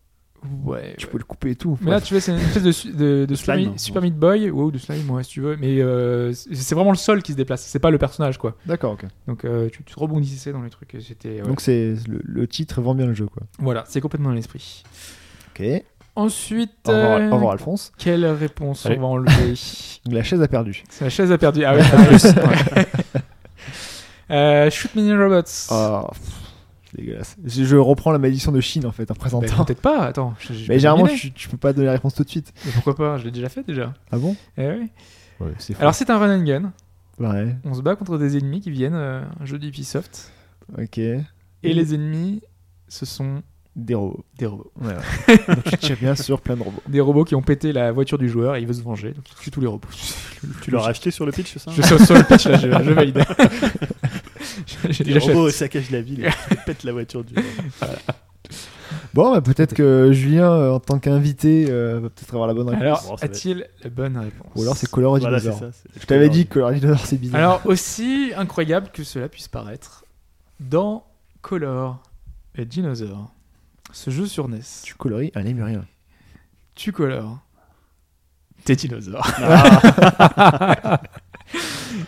S3: Ouais.
S2: Tu peux le couper et tout.
S3: Mais là, tu vois, c'est une espèce de, su- de, de Super,
S4: slime.
S3: Mi- Super Meat Boy, ou de slime, ouais, si tu veux, mais euh, c'est c'est vraiment le sol qui se déplace, c'est pas le personnage, quoi.
S2: D'accord, ok.
S3: Donc euh, tu, tu rebondissais dans les trucs, et c'était... ouais.
S2: Donc c'est le, le titre vend bien le jeu quoi.
S3: voilà, c'est complètement dans l'esprit.
S2: Ok.
S3: Ensuite,
S2: Au revoir,
S3: euh,
S2: au revoir, Alphonse.
S3: quelle réponse
S5: Allez.
S3: on va enlever
S2: Donc la chaise a perdu.
S3: C'est la chaise a perdu. Ah ouais, ah ouais. Euh, Shoot Mini Robots.
S2: Ah, pff, c'est dégueulasse. Je, je reprends la malédiction de Chine en fait en
S3: Bah,
S2: présentant.
S3: Peut-être pas, attends. je- je-
S2: mais
S3: je-
S2: généralement
S3: je-
S2: tu, tu peux pas donner la réponse tout de suite.
S3: Mais Pourquoi pas, je l'ai déjà fait déjà.
S2: Ah bon
S3: Eh ouais.
S2: Ouais, c'est fou.
S3: Alors c'est un run and gun.
S2: Ouais.
S3: On se bat contre des ennemis qui viennent, euh, un jeu d'Ubisoft.
S2: Ok.
S3: Et les ennemis, ce sont
S2: Des robots.
S3: des robots.
S2: Ouais. Donc tu tires bien sûr plein de robots.
S3: Des robots qui ont pété la voiture du joueur et il veut se venger. Donc il tue tous les robots.
S4: Ah. Tu l'auras acheté sur le pitch, c'est ça
S3: Je suis sur le pitch là, je, je valide. Je- Oh, je-
S4: Les
S3: j'achète.
S4: robots saccagent la ville et pètent la voiture du.
S2: Bon, bah, peut-être que Julien euh, en tant qu'invité euh, va peut-être avoir la bonne réponse.
S4: Bon,
S3: Alors,
S4: ça va
S3: a-t-il la bonne réponse
S2: Ou alors c'est Color et
S4: Voilà, c'est
S2: Dinosaur.
S4: ça. c'est-
S2: Je t'avais dit que Color et Dinosaur c'est bizarre.
S3: Alors, aussi incroyable que cela puisse paraître, dans Color et Dinosaur, ce jeu sur E NES,
S2: Tu coloris un lémurien.
S3: tu colores tes dinosaures.
S2: Ah.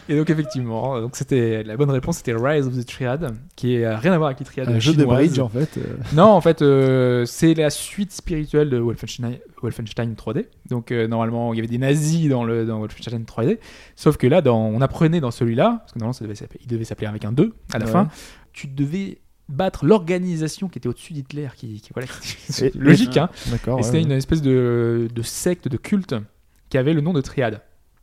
S3: Et donc effectivement, euh, donc c'était la bonne réponse, c'était Rise of the Triad, qui est euh, rien à voir avec les triades
S2: Un jeu de
S3: chinoises.
S2: bridge en fait. euh,
S3: Non, en fait, euh, c'est la suite spirituelle de Wolfenstein, Wolfenstein 3D. Donc euh, normalement, il y avait des nazis dans le dans Wolfenstein 3D, sauf que là, dans, on apprenait dans celui-là, parce que normalement, ça devait s'appeler- il devait s'appeler avec un 2 à la
S2: Ouais.
S3: fin. Tu devais battre l'organisation qui était au-dessus d'Hitler, qui, qui- voilà, qui-
S2: Et-
S3: c'est logique. hein.
S2: D'accord.
S3: Et
S2: ouais,
S3: c'était
S2: ouais.
S3: une espèce de, de secte, de culte, qui avait le nom de triade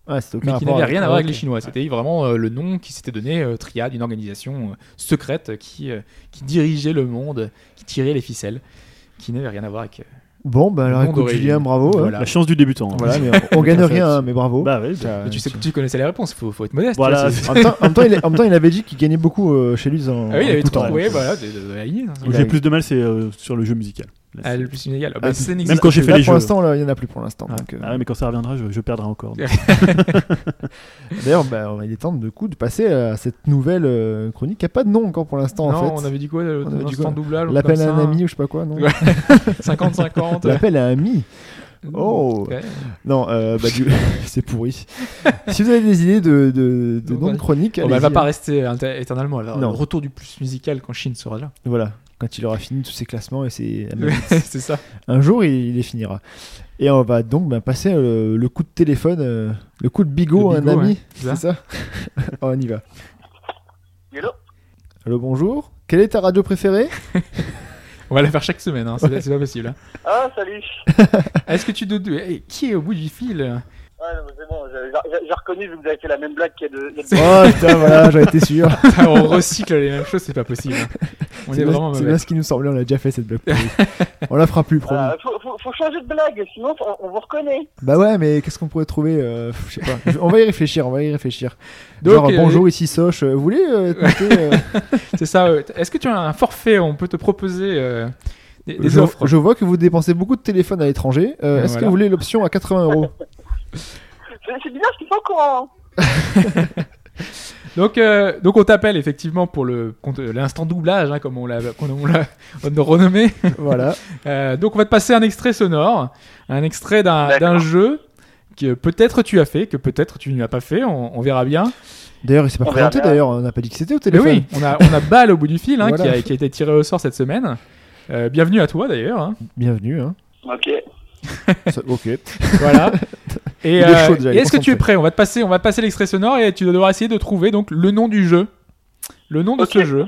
S2: Ah, c'était aucun
S3: mais qui
S2: rapport
S3: n'avait rien à voir avec les
S2: ok.
S3: Chinois. C'était vraiment euh, le nom qui s'était donné, euh, Triade, une organisation euh, secrète euh, qui, euh, qui dirigeait le monde, qui tirait les ficelles, qui n'avait rien à voir avec. euh,
S2: Bon, bah alors
S3: Monde
S2: écoute,
S3: d'origine.
S2: Julien, bravo. hein.
S3: Voilà.
S4: La chance du débutant. hein.
S2: Voilà, mais on, on gagne
S4: Aucun
S2: rien,
S4: fait.
S2: hein, mais bravo.
S4: Bah ouais, bah,
S2: Ça-
S3: mais tu sais, tu connaissais la réponse, faut, faut être modeste.
S4: Voilà,
S3: tu vois, c'est-
S4: c'est-
S2: en, même temps, en même temps, il, a- en même temps, il avait dit qu'il gagnait beaucoup euh, chez lui. En,
S3: Ah oui, il
S2: en
S3: avait
S2: tout
S3: tout
S2: temps.
S3: trouvé, voilà, de, de la ligne.
S4: où j'ai plus de mal, c'est euh, sur le jeu musical. Là,
S3: Ah,
S4: c'est-
S3: le hein. plus inégal. Ah,
S2: Ah,
S3: bah, ça n'existe
S4: même quand j'ai
S2: Là,
S4: fait les
S2: pour
S4: jeux.
S2: l'instant, là, il n'y en a plus pour l'instant.
S3: Ah.
S2: donc, euh,
S4: Ah ouais, mais quand ça reviendra, je, je perdrai encore. donc.
S2: D'ailleurs, bah, il est temps de, coup, de passer à cette nouvelle euh, chronique qui n'a pas de nom encore pour l'instant.
S3: Non,
S2: en
S3: on
S2: fait.
S3: avait dit quoi
S2: On avait
S3: Dans
S2: dit
S3: ce temps
S2: quoi
S3: doublage
S2: L'appel à un ami ou je sais pas quoi, non
S3: Ouais. 50-50.
S2: L'appel à un ami. Oh.
S3: Ouais.
S2: Non, euh, bah, du- c'est pourri. si vous avez des idées de, de, de
S3: Donc,
S2: noms de
S3: ouais.
S2: chroniques,
S3: Bon, bah, elle va
S2: allez-y,
S3: pas
S2: hein.
S3: rester inter- éternellement. Alors,
S2: Non.
S3: le retour du plus musical quand Chine sera là.
S2: Voilà. quand il aura fini tous ses classements et ses
S3: c'est ça.
S2: un jour il, il les finira. Et on va donc ben, passer euh, le coup de téléphone, euh, le coup de bigot
S3: Le
S2: à un
S3: bigot,
S2: ami.
S3: ouais, c'est
S2: C'est ça On y va.
S6: Hello.
S2: Allô, bonjour. Quelle est ta radio préférée
S3: On va la faire chaque semaine, hein, c'est c'est pas possible. hein.
S6: Ah, salut.
S3: Est-ce que tu doutes eh, Qui est au bout du fil
S6: Ah, non, mais c'est bon, j'ai- j'ai j'ai reconnu, vu que vous avez fait la même blague qu'il y a de. il y a de-
S2: Oh putain, voilà, j'en étais sûr.
S3: Putain, On recycle les mêmes choses, c'est pas possible. hein. On est,
S2: C'est
S3: vraiment
S2: bien, c'est bien
S3: mauvais.
S2: ce qui nous semblait, on l'a déjà fait cette blague. on la fera plus, promis.
S6: Ah, faut, faut, faut changer de blague, sinon on, on vous reconnaît.
S2: Bah ouais, mais qu'est-ce qu'on pourrait trouver euh, Je sais pas. Je- On va y réfléchir, on va y réfléchir.
S3: Donc,
S2: Genre,
S3: euh,
S2: bonjour, ici Soche, euh, vous voulez euh, tenter, euh,
S3: C'est ça. euh, Est-ce que tu as un forfait On peut te proposer euh, des, des
S2: je,
S3: offres.
S2: je vois que vous dépensez beaucoup de téléphones à l'étranger. Euh, Est-ce
S3: Ben
S2: que
S3: voilà.
S2: vous voulez l'option à 80 euros
S6: C'est c'est bizarre ce qu'ils sont au courant. hein.
S3: Donc, euh, donc on t'appelle effectivement pour le compte- l'instant doublage, hein, comme on l'a qu'on- on l'a on l'a renommé.
S2: Voilà.
S3: Euh, donc on va te passer un extrait sonore, un extrait d'un
S6: D'accord.
S3: d'un jeu que peut-être tu as fait, que peut-être tu n'as pas fait, on, on verra bien.
S2: D'ailleurs, il s'est pas
S6: On verra
S2: présenté,
S6: bien.
S2: d'ailleurs, on n'a pas dit qui c'était au
S3: Mais
S2: téléphone.
S3: oui, on a, on a Balle au bout du fil hein,
S2: Voilà.
S3: qui, a, qui a été tiré au sort cette semaine. Euh, bienvenue à toi d'ailleurs. hein.
S2: Bienvenue, hein.
S6: Ok.
S2: Ça- ok.
S3: Voilà. Et,
S2: Il est
S3: euh,
S2: chaud déjà, il
S3: et
S2: est
S3: est-ce que tu
S2: concentré.
S3: es prêt On va te passer, on va te passer l'extrait sonore et tu devras essayer de trouver donc le nom du jeu, le nom de
S6: Ok.
S3: ce jeu,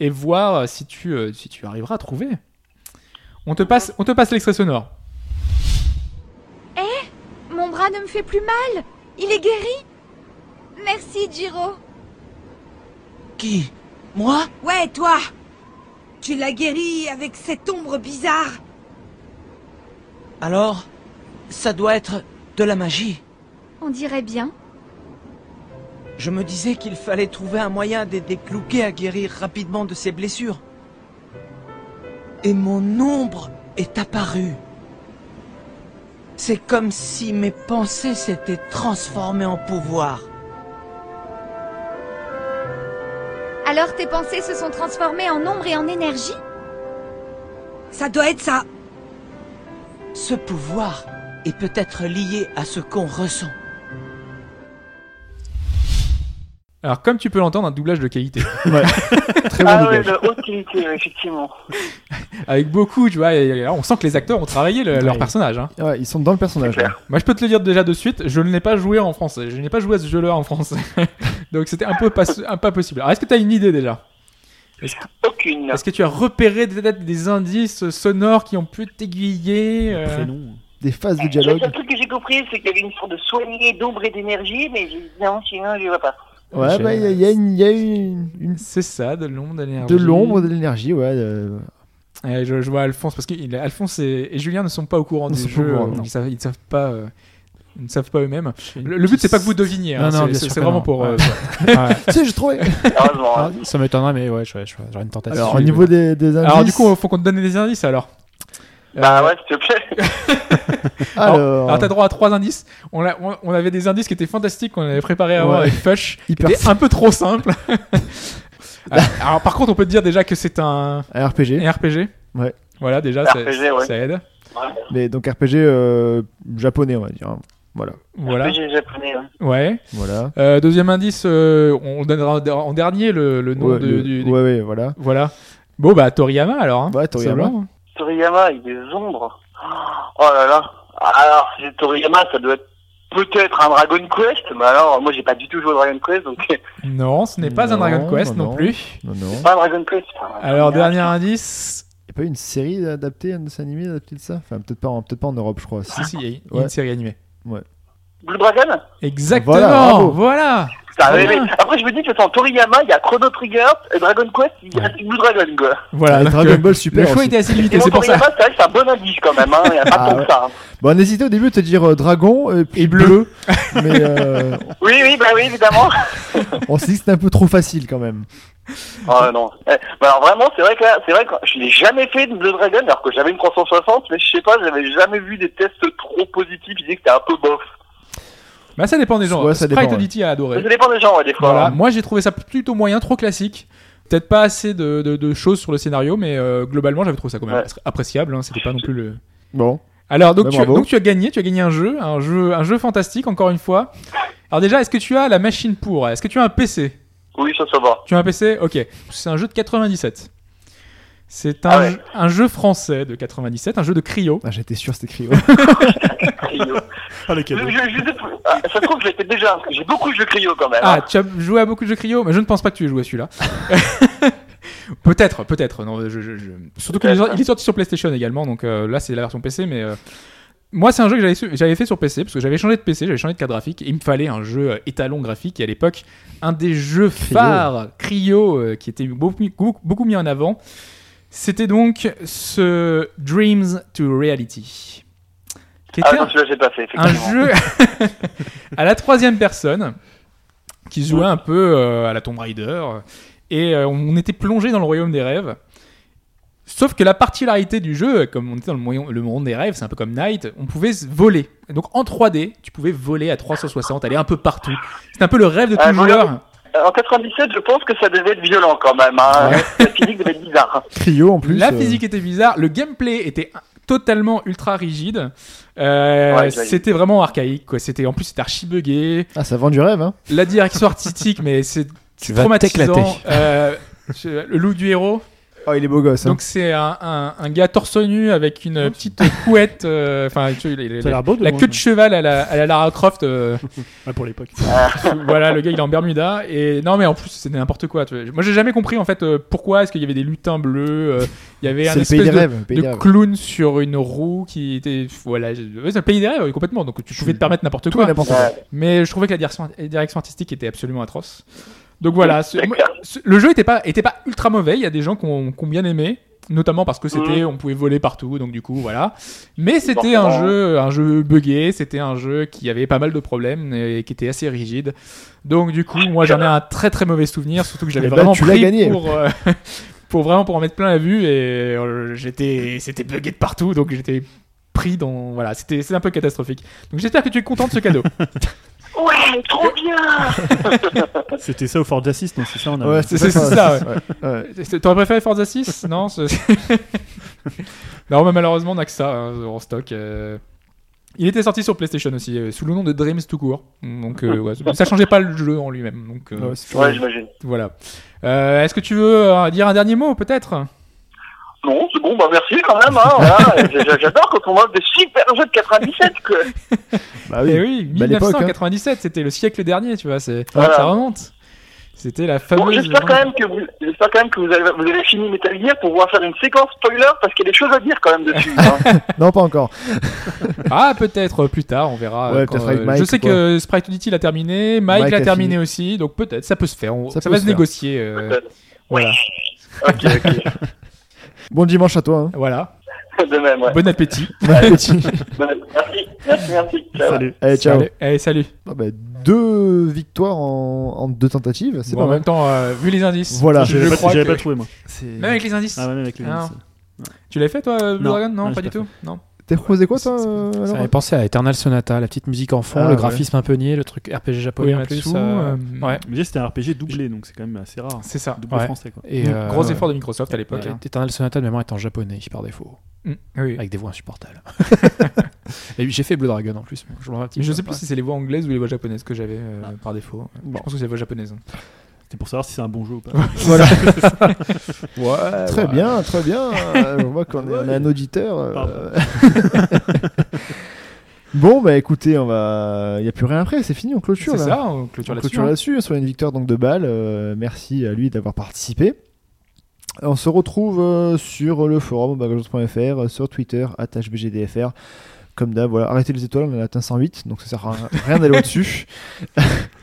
S3: et voir si tu euh, si tu arriveras à trouver. On te passe, on te passe l'extrait sonore.
S7: Mon bras ne me fait plus mal. Il est guéri. Merci, Jiro.
S8: Qui Moi
S7: Ouais, toi Tu l'as guéri avec cette ombre bizarre.
S8: Alors Ça doit être de la magie.
S7: On dirait bien.
S8: Je me disais qu'il fallait trouver un moyen d'aider Clouquet à guérir rapidement de ses blessures. Et mon ombre est apparue. C'est comme si mes pensées s'étaient transformées en pouvoir.
S7: Alors tes pensées se sont transformées en ombre et en énergie Ça doit être ça.
S8: Ce pouvoir est peut-être lié à ce qu'on ressent.
S3: Alors comme tu peux l'entendre, un doublage de qualité,
S2: Très bon
S6: Ah ouais,
S2: doublage.
S6: de haute qualité, effectivement.
S3: avec beaucoup, tu vois. et- et on sent que les acteurs ont travaillé le- leur
S2: Ouais.
S3: personnage. hein.
S2: Ouais, ils sont dans le personnage.
S6: C'est
S2: hein.
S3: Moi, je peux te le dire déjà de suite, je ne l'ai pas joué en français. Je n'ai pas joué à ce jeu-là en français, donc c'était un peu pas, un pas possible. Alors, est-ce que tu as une idée déjà
S6: Aucune.
S3: Est-ce que tu as repéré peut-être des indices sonores qui ont pu t'aiguiller euh,
S4: Prénom.
S2: Des phases de
S6: Le
S2: dialogue.
S6: seul truc que j'ai compris, c'est qu'il y avait une sorte de soigné d'ombre et d'énergie, mais j'ai dit non, sinon je vois pas.
S2: Ouais,
S3: J'ai-
S2: bah, il y a, il y a une- il y a une- une-
S3: C'est ça, de l'ombre, de l'énergie.
S2: de l'ombre, de l'énergie, ouais. euh,
S3: Eh, je, je vois Alphonse, parce que il- Alphonse et, et Julien ne sont pas au courant
S2: Ils
S3: du
S2: sont pas
S3: jeu.
S2: au courant,
S3: euh,
S2: non.
S3: ils, savent, ils ne savent pas. euh, ils ne savent pas eux-mêmes. Le, le but, c'est pas que vous deviniez. hein,
S5: Non, non,
S3: c'est-
S5: bien
S3: c'est
S5: sûr
S3: c'est
S5: que
S3: vraiment
S5: non.
S3: pour. euh,
S2: Si, j'ai trouvé.
S6: Heureusement. hein.
S5: Ah, ça m'étonnerait, mais ouais, je- je- j'aurais une tentation.
S2: Alors, au niveau des, des indices.
S3: Alors, du coup, faut qu'on te donne des indices alors.
S2: Ah,
S6: Bah
S2: euh,
S6: ouais, s'il te plaît.
S2: alors,
S3: Alors, t'as droit à trois indices. On, l'a- on- on avait des indices qui étaient fantastiques qu'on avait préparés avant
S2: Ouais.
S3: avec Fush.
S2: hyper.
S3: C'était un peu trop simple. alors, alors, par contre, on peut te dire déjà que c'est un,
S2: Un RPG.
S3: un RPG.
S2: Ouais.
S3: Voilà, déjà, ça-
S6: RPG, ouais.
S3: ça aide.
S2: Mais donc RPG euh, japonais, on va dire. hein. Voilà.
S3: Voilà.
S6: J'ai japonais. hein.
S3: Ouais.
S2: Voilà.
S3: Euh, deuxième indice, euh, on donnera en dernier le, le nom
S2: ouais,
S3: de,
S2: le-
S3: du. du-
S2: ouais, ouais, voilà.
S3: Voilà. Bon, bah, Toriyama alors. Hein,
S2: Ouais, Toriyama.
S3: simplement.
S6: Toriyama et des ombres. Oh là là. Alors, si c'est Toriyama, ça doit être peut-être un Dragon Quest, mais alors, moi j'ai pas du tout joué au Dragon Quest, donc
S3: Non, ce n'est pas un
S2: Non,
S3: Dragon Quest
S2: non,
S3: non,
S2: non.
S3: plus.
S2: Non, non.
S6: pas un Dragon Quest. Enfin,
S3: Alors,
S6: Toriyama.
S3: dernier indice.
S2: Il n'y a pas eu une série adaptée, un dessin animé adapté de ça Enfin, peut-être pas, en- peut pas en Europe, je crois. Si.
S3: Si, si, il y a une-
S2: Ouais.
S3: une série animée.
S6: Blue Dragon
S3: Exactement.
S2: Voilà, bravo.
S3: voilà.
S6: Putain,
S3: Ouais.
S6: mais- mais Après, je me dis que sans Toriyama, il y a Chrono Trigger, et Dragon Quest, il y a Blue Dragon, quoi.
S3: Voilà,
S2: Et
S3: donc,
S2: Dragon
S3: euh,
S2: Ball
S3: Le
S2: Super.
S3: choix
S2: aussi.
S3: était assez
S6: Et
S3: limité,
S6: non,
S3: c'est pour ça.
S6: Toriyama, c'est vrai que c'est un bon indice quand même, hein. Il y a pas
S2: Ah
S6: tant
S2: ouais.
S6: que ça. hein.
S2: Bon, on hésitait au début de te dire euh, dragon et, puis
S3: Et bleu.
S2: mais euh,
S6: Oui, oui, bah oui, évidemment.
S2: on s'est dit que c'était un peu trop facile quand même.
S6: Ah non. Eh, bah alors vraiment, c'est vrai que là, c'est vrai que je l'ai jamais fait de Blue Dragon, alors que j'avais une 360, mais je sais pas, j'avais jamais vu des tests trop positifs qui disaient que c'était un peu bof.
S3: Bah, ça dépend des gens.
S2: Ouais, ça
S3: Sprite
S2: dépend, ouais.
S3: Oddity a adoré.
S6: Ça dépend des gens, ouais, des fois.
S3: Voilà.
S6: hein.
S3: Moi, j'ai trouvé ça plutôt moyen, trop classique. Peut-être pas assez de, de- de choses sur le scénario, mais euh, globalement, j'avais trouvé ça quand même
S6: Ouais.
S3: appréciable. hein. C'était pas non plus le.
S2: Bon,
S3: Alors, donc,
S2: Bah,
S3: tu,
S2: bravo.
S3: donc, tu as gagné, tu as gagné un jeu, un jeu, un jeu fantastique, encore une fois. Alors déjà, est-ce que tu as la machine pour Est-ce que tu as un PC
S6: Oui, ça, ça va.
S3: Tu as un PC Ok. C'est un jeu de 97. C'est un,
S6: Ah ouais.
S3: un jeu français de 97, un jeu de cryo.
S2: Ah, j'étais sûr c'était Cryo.
S6: Cryo.
S4: Ah, les
S6: Je-
S4: cadeaux.
S6: je- je sais plus. Ah, ça se trouve, je l'ai fait déjà. J'ai beaucoup de jeux cryo quand même.
S3: Ah, tu as joué à beaucoup de jeux cryo Mais je ne pense pas que tu aies joué à celui-là. peut-être, peut-être. Non, je- je- je- Surtout qu'il est sorti- il est sorti sur PlayStation également, donc euh, là c'est la version PC, mais... euh, Moi, c'est un jeu que j'avais su- j'avais fait sur PC, parce que j'avais changé de PC, j'avais changé de carte graphique, et il me fallait un jeu euh, étalon graphique. Et à l'époque, un des jeux phares, Cryo, euh, qui était beaucoup, mis- beaucoup- beaucoup mis en avant, c'était donc ce Dreams to Reality. Qui
S6: Ah
S3: était
S6: non, celui-là, j'ai pas fait,
S3: un
S6: effectivement.
S3: jeu à la troisième personne qui se jouait un peu euh, à la Tomb Raider et euh, on était plongé dans le royaume des rêves. Sauf que la particularité du jeu, comme on était dans le, moyen- le monde des rêves, c'est un peu comme Night, on pouvait se voler. Et donc en 3D, tu pouvais voler à 360, aller un peu partout. C'est un peu le rêve de tout
S6: Ah, voler-
S3: joueur.
S6: Euh, En 97, je pense que ça devait être violent quand même. hein. La physique devait être bizarre. hein.
S2: Cryo en plus.
S3: La
S2: euh,
S3: physique était bizarre, le gameplay était totalement ultra rigide. Euh,
S6: Ouais, j'avais-
S3: c'était vraiment archaïque. Quoi. C'était en plus c'était archi buggé.
S2: Ah, ça vend du rêve, hein.
S3: la direction artistique, mais c'est c'est
S5: vas
S3: traumatisant.
S5: t'éclater.
S3: Euh, je- le look du héros.
S2: Oh, il est beau gosse. hein.
S3: Donc c'est un, un, un gars torse nu avec une petite couette, euh, enfin tu vois, il- il-
S4: Oh. Ça a l'air beau de
S3: la
S4: loin,
S3: queue de
S4: mais-
S3: cheval à la, à la Lara Croft. euh,
S4: Ouais, pour l'époque.
S3: voilà, le gars il est en Bermuda et non mais en plus c'était n'importe quoi. tu vois. Moi j'ai jamais compris en fait euh, pourquoi est-ce qu'il y avait des lutins bleus, euh, il y avait un
S2: C'est le
S3: espèce
S2: pays des
S3: de,
S2: rêves. le pays
S3: de
S2: des rêves.
S3: clown sur une roue qui était voilà, je- ouais, c'est le pays des rêves ouais, complètement. Donc tu pouvais te permettre
S2: Tout
S3: n'importe
S2: et
S3: quoi.
S2: n'importe quoi.
S6: Ouais.
S3: Mais je trouvais que la direction, la direction artistique était absolument atroce. Donc voilà, ce-
S6: D'accord.
S3: moi, ce- le jeu était pas, était pas ultra mauvais. Il y a des gens qui ont, qui ont bien aimé, notamment parce que
S6: Mhm.
S3: c'était, on pouvait voler partout, donc du coup voilà. Mais c'était un
S6: forcément.
S3: jeu, un jeu buggé, c'était un jeu qui avait pas mal de problèmes et qui était assez rigide. Donc du coup, moi j'en ai un très très mauvais souvenir, surtout que j'avais
S2: Eh ben,
S3: vraiment
S2: tu l'as
S3: pris
S2: gagné.
S3: pour. euh, Pour vraiment pour en mettre plein la vue et euh, j'étais c'était buggé de partout donc j'étais pris dans voilà c'était c'est un peu catastrophique donc j'espère que tu es content de ce cadeau
S6: Ouais, trop bien
S4: C'était ça au Ford Assist, non C'est ça, on a.
S2: Ouais,
S3: c'est- c'est ça, ouais.
S2: ouais.
S3: C'est- T'aurais préféré Forza 6 Non ce- Non, mais malheureusement, on n'a que ça hein, en stock. euh. Il était sorti sur PlayStation aussi, euh, sous le nom de Dreams tout court. Donc, euh, ouais, ça changeait pas le jeu en lui-même. Donc, euh,
S2: Ouais, c'est toujours-
S6: Ouais, j'imagine.
S3: voilà. Euh, Est-ce que tu veux euh, dire un dernier mot, peut-être
S2: Ah
S6: Non, c'est bon, bah merci quand même. Hein, voilà. J- j- J'adore quand on voit des super jeux de 97. Que...
S2: Bah
S3: Eh
S2: oui.
S3: oui,
S2: Belle époque, hein.
S3: 1997, c'était le siècle dernier, tu vois. c'est
S6: Voilà.
S3: Ça remonte. C'était la fameuse.
S6: Bon, j'espère quand même que vous, j'espère quand même que vous avez, vous avez fini Metal Gear pour pouvoir faire une séquence spoiler parce qu'il y a des choses à dire quand même dessus. hein.
S2: Non, pas encore.
S3: Ah, peut-être euh, plus tard, on verra.
S2: Ouais,
S3: euh,
S2: peut-être
S3: quand,
S2: avec
S3: euh,
S2: Mike
S3: je
S2: ou
S3: sais
S2: quoi.
S3: que Sprite Unity l'a terminé, Mike,
S2: Mike
S3: l'a
S2: a
S3: terminé aussi, donc peut-être ça peut se faire. on- ça
S2: Ça peut se
S3: va se
S2: faire.
S3: négocier. euh,
S6: Peut-être.
S3: voilà.
S6: ok, ok.
S2: Bon dimanche à toi. hein.
S3: voilà.
S6: De même, ouais.
S3: Bon appétit.
S2: Bon appétit.
S6: Bon, Merci, merci, merci. Ciao.
S4: Salut.
S2: Allez, ciao.
S3: Allez, allez, salut.
S2: Ah bah, deux victoires en, en deux tentatives, c'est
S3: Bon, en
S2: pas
S3: même
S2: mal.
S3: temps, euh, vu les indices,
S2: Voilà.
S3: je,
S4: J'avais pas,
S3: crois
S4: j'avais
S3: que-
S4: pas trouvé, moi.
S5: C'est-
S3: Même avec les indices.
S4: Ah, ouais, même avec les
S3: Ah.
S4: indices.
S3: Tu l'as fait toi, Blue
S4: Non.
S3: Dragon Non,
S4: Non,
S3: pas du
S4: j'ai pas
S3: tout. Non.
S2: T'es proposé quoi, toi
S5: Ça-
S2: euh,
S5: Ça
S2: Laurent
S5: m'avait pensé à Eternal Sonata, la petite musique enfant,
S2: Ah,
S5: le
S2: ouais.
S5: graphisme un peu niais, le truc RPG japonais en
S3: Uematsu,
S5: plus. euh,
S3: euh,
S5: ouais.
S4: Mais déjà, c'était un RPG doublé, donc c'est quand même assez rare.
S3: C'est ça.
S4: Double
S5: Ouais.
S4: français, quoi.
S5: Et,
S3: Donc,
S5: euh,
S3: gros
S5: ouais.
S3: effort de Microsoft à l'époque.
S5: Et
S3: hein.
S5: Eternal Sonata de mémoire est en japonais par défaut,
S3: Mm, oui.
S5: avec des voix insupportables. Et j'ai fait Blue Dragon en plus. Je, m'en rappelle un
S3: Mais
S5: petit
S3: je
S5: peu.
S3: sais plus si c'est les voix anglaises ou les voix japonaises que j'avais euh, par défaut. Je pense que c'est les voix japonaises. hein.
S4: C'était pour savoir si c'est un bon jeu ou pas.
S2: Voilà. très bien, très bien. Euh, On voit qu'on est, on est un auditeur. euh,
S4: Pardon.
S2: bon, bah écoutez, on va. Il n'y a plus rien après, c'est fini, on clôture.
S3: C'est
S2: là.
S3: ça, on clôture
S2: On
S3: là-dessus.
S2: clôture
S3: hein.
S2: là-dessus, sur une victoire donc de balle. euh, merci à lui d'avoir participé. On se retrouve euh, sur le forum bagageurs.fr, euh, sur Twitter, @hbgdfr. Comme d'hab, voilà, arrêtez les étoiles, on en a atteint 108, donc ça sert à rien d'aller au-dessus.